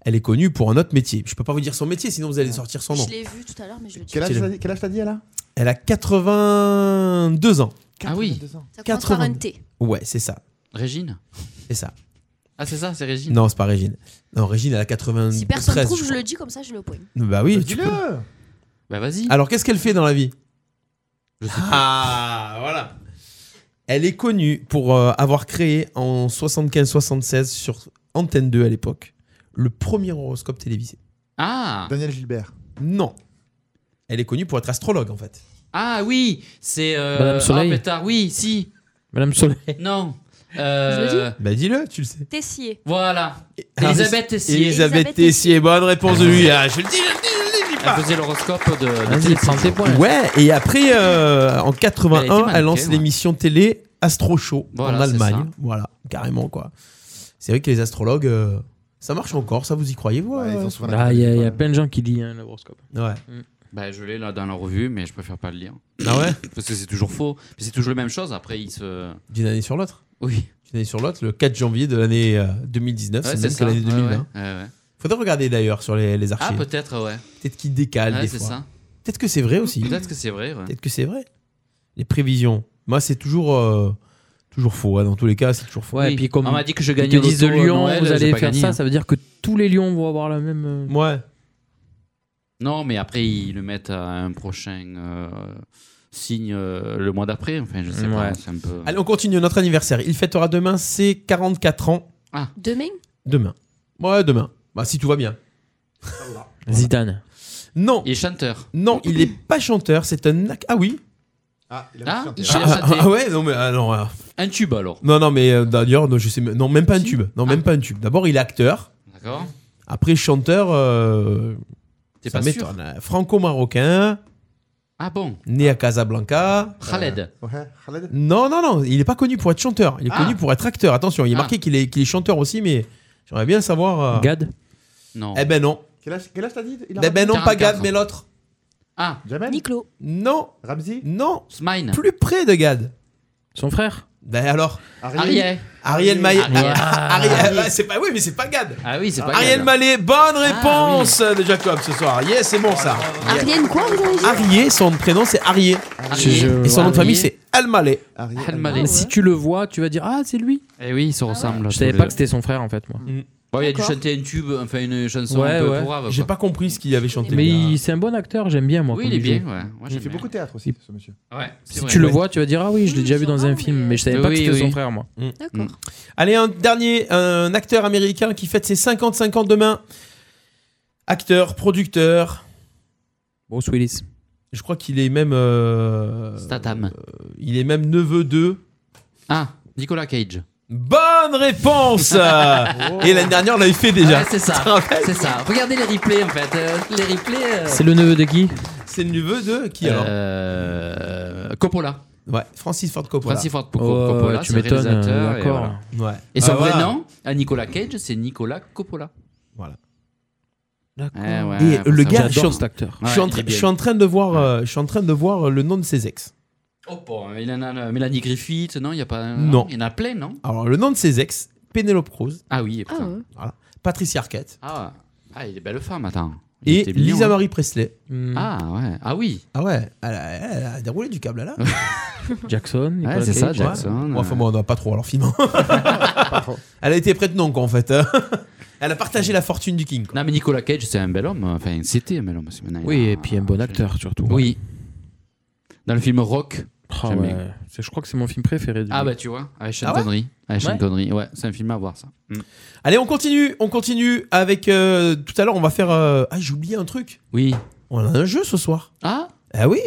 Speaker 6: Elle est connue pour un autre métier. Je peux pas vous dire son métier, sinon vous allez sortir son nom.
Speaker 4: Je l'ai vu tout à l'heure, mais je le dis.
Speaker 8: Quel âge t'as dit- quel âge t'as dit, elle a
Speaker 6: Elle a 82 ans.
Speaker 7: Ah oui.
Speaker 4: Ça commence par un T.
Speaker 6: Ouais, c'est ça.
Speaker 7: Régine
Speaker 6: C'est ça.
Speaker 7: Ah, c'est ça, c'est Régine
Speaker 6: Non, c'est pas Régine. Non, Régine, elle a 93.
Speaker 4: Si personne trouve,
Speaker 6: je
Speaker 4: je le dis comme ça, je le poigne.
Speaker 6: crois. Bah oui, tu
Speaker 4: Dis-le.
Speaker 6: peux.
Speaker 7: Bah vas-y.
Speaker 6: Alors, qu'est-ce qu'elle fait dans la vie Ah, voilà. Elle est connue pour euh, avoir créé en 75-76 sur Antenne 2 à l'époque le premier horoscope télévisé.
Speaker 7: Ah
Speaker 8: Daniel Gilbert.
Speaker 6: Non. Elle est connue pour être astrologue en fait.
Speaker 7: Ah oui, c'est. Euh...
Speaker 6: Madame Soleil.
Speaker 7: Ah, pétard, oui, si.
Speaker 6: Madame Soleil.
Speaker 7: Non.
Speaker 6: Je
Speaker 7: Euh...
Speaker 6: le dis Bah dis-le, tu le sais.
Speaker 4: Tessier.
Speaker 7: Voilà. Elisabeth Tessier.
Speaker 6: Elisabeth Tessier, bonne réponse de lui. Ah, je le dis,
Speaker 7: Elle faisait l'horoscope de. de
Speaker 6: Vas-y, prends tes points. Ouais, et après, euh, en 81,
Speaker 7: Elle
Speaker 6: elle,
Speaker 7: était mannequin,
Speaker 6: lance
Speaker 7: ouais.
Speaker 6: l'émission télé Astro Show
Speaker 7: Voilà,
Speaker 6: en
Speaker 7: c'est
Speaker 6: Allemagne.
Speaker 7: ça.
Speaker 6: Voilà, carrément, quoi. C'est vrai que les astrologues, euh, ça marche encore, ça vous y croyez, vous euh,
Speaker 16: Ah, il y, a- il y a plein de gens qui lisent hein, l'horoscope.
Speaker 6: Ouais.
Speaker 7: Bah, je l'ai là dans la revue, mais je préfère pas le lire.
Speaker 6: Ah ouais
Speaker 7: Parce que c'est toujours faux. Mais c'est toujours la même chose. Après, il se.
Speaker 6: D'une année sur l'autre
Speaker 7: Oui.
Speaker 6: D'une année sur l'autre, le 4 janvier de l'année euh, 2019,
Speaker 7: Ouais,
Speaker 6: c'est
Speaker 7: c'est
Speaker 6: même que
Speaker 7: ça.
Speaker 6: l'année hein.
Speaker 7: Ouais,
Speaker 6: 2020.
Speaker 7: ouais, ouais, ouais.
Speaker 6: Faudrait regarder d'ailleurs sur les, les
Speaker 7: Ah,
Speaker 6: archives.
Speaker 7: peut-être, ouais.
Speaker 6: Peut-être qu'ils décalent
Speaker 7: Ouais,
Speaker 6: des
Speaker 7: c'est
Speaker 6: fois.
Speaker 7: ça.
Speaker 6: Peut-être que c'est vrai aussi.
Speaker 7: Peut-être que c'est vrai, ouais.
Speaker 6: Peut-être que c'est vrai. Les prévisions. Moi, c'est toujours, euh, toujours faux. hein. Dans tous les cas, c'est toujours faux.
Speaker 16: Ouais, et puis comme
Speaker 7: on m'a dit que je
Speaker 16: ils te
Speaker 7: gagnais au
Speaker 16: disent de
Speaker 7: loto à
Speaker 16: Lyon,
Speaker 7: Noël,
Speaker 16: vous
Speaker 7: j'ai
Speaker 16: allez
Speaker 7: pas
Speaker 16: faire
Speaker 7: gagné,
Speaker 16: ça,
Speaker 7: hein.
Speaker 16: ça veut dire que tous les lions vont avoir la même. euh,
Speaker 6: Ouais.
Speaker 7: Non, mais après, ils le mettent à un prochain euh, signe euh, le mois d'après. Enfin, je sais pas.
Speaker 6: Ouais.
Speaker 7: C'est un peu.
Speaker 6: Allez, on continue notre anniversaire. Il fêtera demain ses 44 ans.
Speaker 4: Demain
Speaker 6: Demain. Ouais, demain. Bah, si tout va bien.
Speaker 16: Zidane.
Speaker 6: Non.
Speaker 7: Il est chanteur.
Speaker 6: Non, il est pas chanteur. C'est un. ac- Ah oui.
Speaker 8: Ah, il
Speaker 7: a
Speaker 8: il
Speaker 6: Ah, ah, ah, ouais, non, mais. ah, non, ah.
Speaker 7: Un tube alors.
Speaker 6: Non, non, mais euh, d'ailleurs, non, je sais. même- Non, même pas un tube. Non,
Speaker 7: Ah.
Speaker 6: même pas un tube. D'abord, il est acteur.
Speaker 7: D'accord.
Speaker 6: Après, chanteur. euh,
Speaker 7: T'es
Speaker 6: ça
Speaker 7: pas sûr
Speaker 6: m'étonne. Euh, Franco-marocain.
Speaker 7: Ah bon
Speaker 6: Né à Casablanca.
Speaker 7: Khaled.
Speaker 8: Ouais, Khaled.
Speaker 6: Non, non, non, il n'est pas connu pour être chanteur. Il est
Speaker 7: Ah.
Speaker 6: connu pour être acteur. Attention, il est
Speaker 7: Ah.
Speaker 6: marqué qu'il est, qu'il est chanteur aussi, mais j'aimerais bien savoir. euh,
Speaker 16: Gad
Speaker 7: Non.
Speaker 6: Eh ben non.
Speaker 8: Quel âge, quel âge t'as dit il a
Speaker 6: Eh ben non, pas
Speaker 8: 44
Speaker 6: Gad,
Speaker 8: ans.
Speaker 6: mais l'autre.
Speaker 7: Ah.
Speaker 8: Jamel
Speaker 4: Niclo.
Speaker 6: Non.
Speaker 8: Ramsey
Speaker 6: Non.
Speaker 7: Smine.
Speaker 6: Plus près de Gad.
Speaker 16: Son frère
Speaker 6: Ben alors.
Speaker 7: Ariel.
Speaker 6: Ariel Maillet.
Speaker 7: Ariel.
Speaker 6: Ah, Ariel. Ah, c'est pas, oui, Ah mais c'est pas Gad.
Speaker 7: Ah oui, c'est pas.
Speaker 6: Ariel
Speaker 7: Gad.
Speaker 6: Mallet, bonne réponse de Jacob ce soir. Yes, c'est bon ça.
Speaker 4: Ariane quoi, vous avez dit
Speaker 6: Arié, son prénom c'est Arié.
Speaker 7: Arié.
Speaker 6: Et son nom
Speaker 16: Arié.
Speaker 6: de famille c'est Almalé.
Speaker 7: Almalé.
Speaker 16: Si tu le vois, tu vas dire Ah, c'est lui.
Speaker 7: Eh oui, ils se ressemblent.
Speaker 16: Je savais pas que c'était son frère en fait, moi.
Speaker 7: Bon, il a dû
Speaker 16: D'accord.
Speaker 7: chanter un tube, enfin une chanson
Speaker 16: Ouais,
Speaker 7: un peu
Speaker 16: ouais.
Speaker 7: pourrave. quoi.
Speaker 6: J'ai pas compris ce qu'il avait chanté.
Speaker 16: Mais il- c'est un bon acteur, j'aime bien moi.
Speaker 7: Oui,
Speaker 16: comme
Speaker 7: il est bien,
Speaker 16: joue.
Speaker 7: ouais. Moi,
Speaker 8: Il
Speaker 7: j'aime
Speaker 8: fait
Speaker 7: bien.
Speaker 8: beaucoup de théâtre aussi, ce monsieur.
Speaker 7: Ouais. c'est
Speaker 16: Si
Speaker 7: vrai.
Speaker 16: tu le
Speaker 7: Ouais.
Speaker 16: vois, tu vas dire Ah oui, je l'ai déjà vu dans un film, mais je savais pas que
Speaker 7: Oui,
Speaker 16: c'était
Speaker 7: oui.
Speaker 16: son frère, moi.
Speaker 4: D'accord.
Speaker 6: Allez, un dernier, un acteur américain qui fête ses 55 ans demain. Acteur, producteur.
Speaker 16: Bruce Willis.
Speaker 6: Je crois qu'il est même. euh, euh, il est même neveu de.
Speaker 7: Ah, Nicolas Cage.
Speaker 6: Bonne réponse Et l'année dernière, on l'avait fait déjà.
Speaker 7: Ouais, c'est
Speaker 6: Tu te
Speaker 7: ça.
Speaker 6: rappelles
Speaker 7: C'est ça. Regardez les replays en fait. Euh, les replays. euh,
Speaker 16: C'est le neveu de qui
Speaker 6: C'est le neveu de qui alors
Speaker 7: euh, Coppola.
Speaker 6: Ouais, Francis Ford Coppola.
Speaker 7: Francis Ford
Speaker 16: Oh,
Speaker 7: Coppola,
Speaker 16: tu
Speaker 7: c'est le
Speaker 16: m'étonnes,
Speaker 7: réalisateur,
Speaker 16: euh,
Speaker 7: et
Speaker 16: d'accord.
Speaker 7: voilà.
Speaker 6: Ouais.
Speaker 7: Et son
Speaker 6: Ah,
Speaker 7: vrai
Speaker 6: voilà.
Speaker 7: nom à Nicolas Cage, c'est Nicolas Coppola.
Speaker 6: Voilà.
Speaker 16: D'accord.
Speaker 7: Eh ouais,
Speaker 6: Et
Speaker 7: faut
Speaker 6: le
Speaker 7: savoir.
Speaker 6: gars, je suis, en,
Speaker 16: cet acteur.
Speaker 6: je suis en
Speaker 7: Ouais, il
Speaker 6: train-
Speaker 7: est bien.
Speaker 6: je suis en train de voir, euh, je suis en train de voir le nom de ses ex.
Speaker 7: Oh, bon, il en a euh, Mélanie Griffith, non, il y a pas. un-
Speaker 6: Non.
Speaker 7: Il y en a plein, non
Speaker 6: Alors le nom de ses ex, Pénélope Cruz.
Speaker 7: Ah oui, putain.
Speaker 6: Voilà. Patricia Arquette.
Speaker 7: Ah, ah, il est belle femme, attends.
Speaker 6: Et
Speaker 7: était mignon,
Speaker 6: Lisa
Speaker 7: hein.
Speaker 6: Marie Presley. Hmm.
Speaker 7: Ah ouais, ah oui.
Speaker 6: Ah ouais, elle a, elle a déroulé du câble là.
Speaker 16: Jackson,
Speaker 6: Mmh, Nicolas
Speaker 7: c'est ça,
Speaker 6: Cage,
Speaker 7: Jackson. euh.
Speaker 6: ouais. Ouais, enfin bon, on n'a pas trop alors film. elle a été prête non quoi en fait. hein. elle a partagé la fortune du King.
Speaker 7: Non, mais Nicolas Cage, c'est un bel homme. Enfin, c'était un bel homme. parce que maintenant, il
Speaker 16: Oui,
Speaker 7: a-
Speaker 16: et puis un bon acteur surtout.
Speaker 7: Oui. Dans le film Rock.
Speaker 16: Ah
Speaker 7: j'aime
Speaker 16: ouais.
Speaker 7: bien.
Speaker 16: C'est- Je crois que c'est mon film préféré. de
Speaker 7: Ah
Speaker 16: lui.
Speaker 7: bah tu vois, avec Sean
Speaker 16: Ah ouais
Speaker 7: Connery. Avec Sean
Speaker 16: Ouais.
Speaker 7: Connery, ouais, c'est un film à voir ça. Mm.
Speaker 6: Allez, on continue, on continue avec euh, tout à l'heure on va faire euh, ah j'ai oublié un truc.
Speaker 7: Oui.
Speaker 6: On a un jeu ce soir.
Speaker 7: Ah
Speaker 6: Ah oui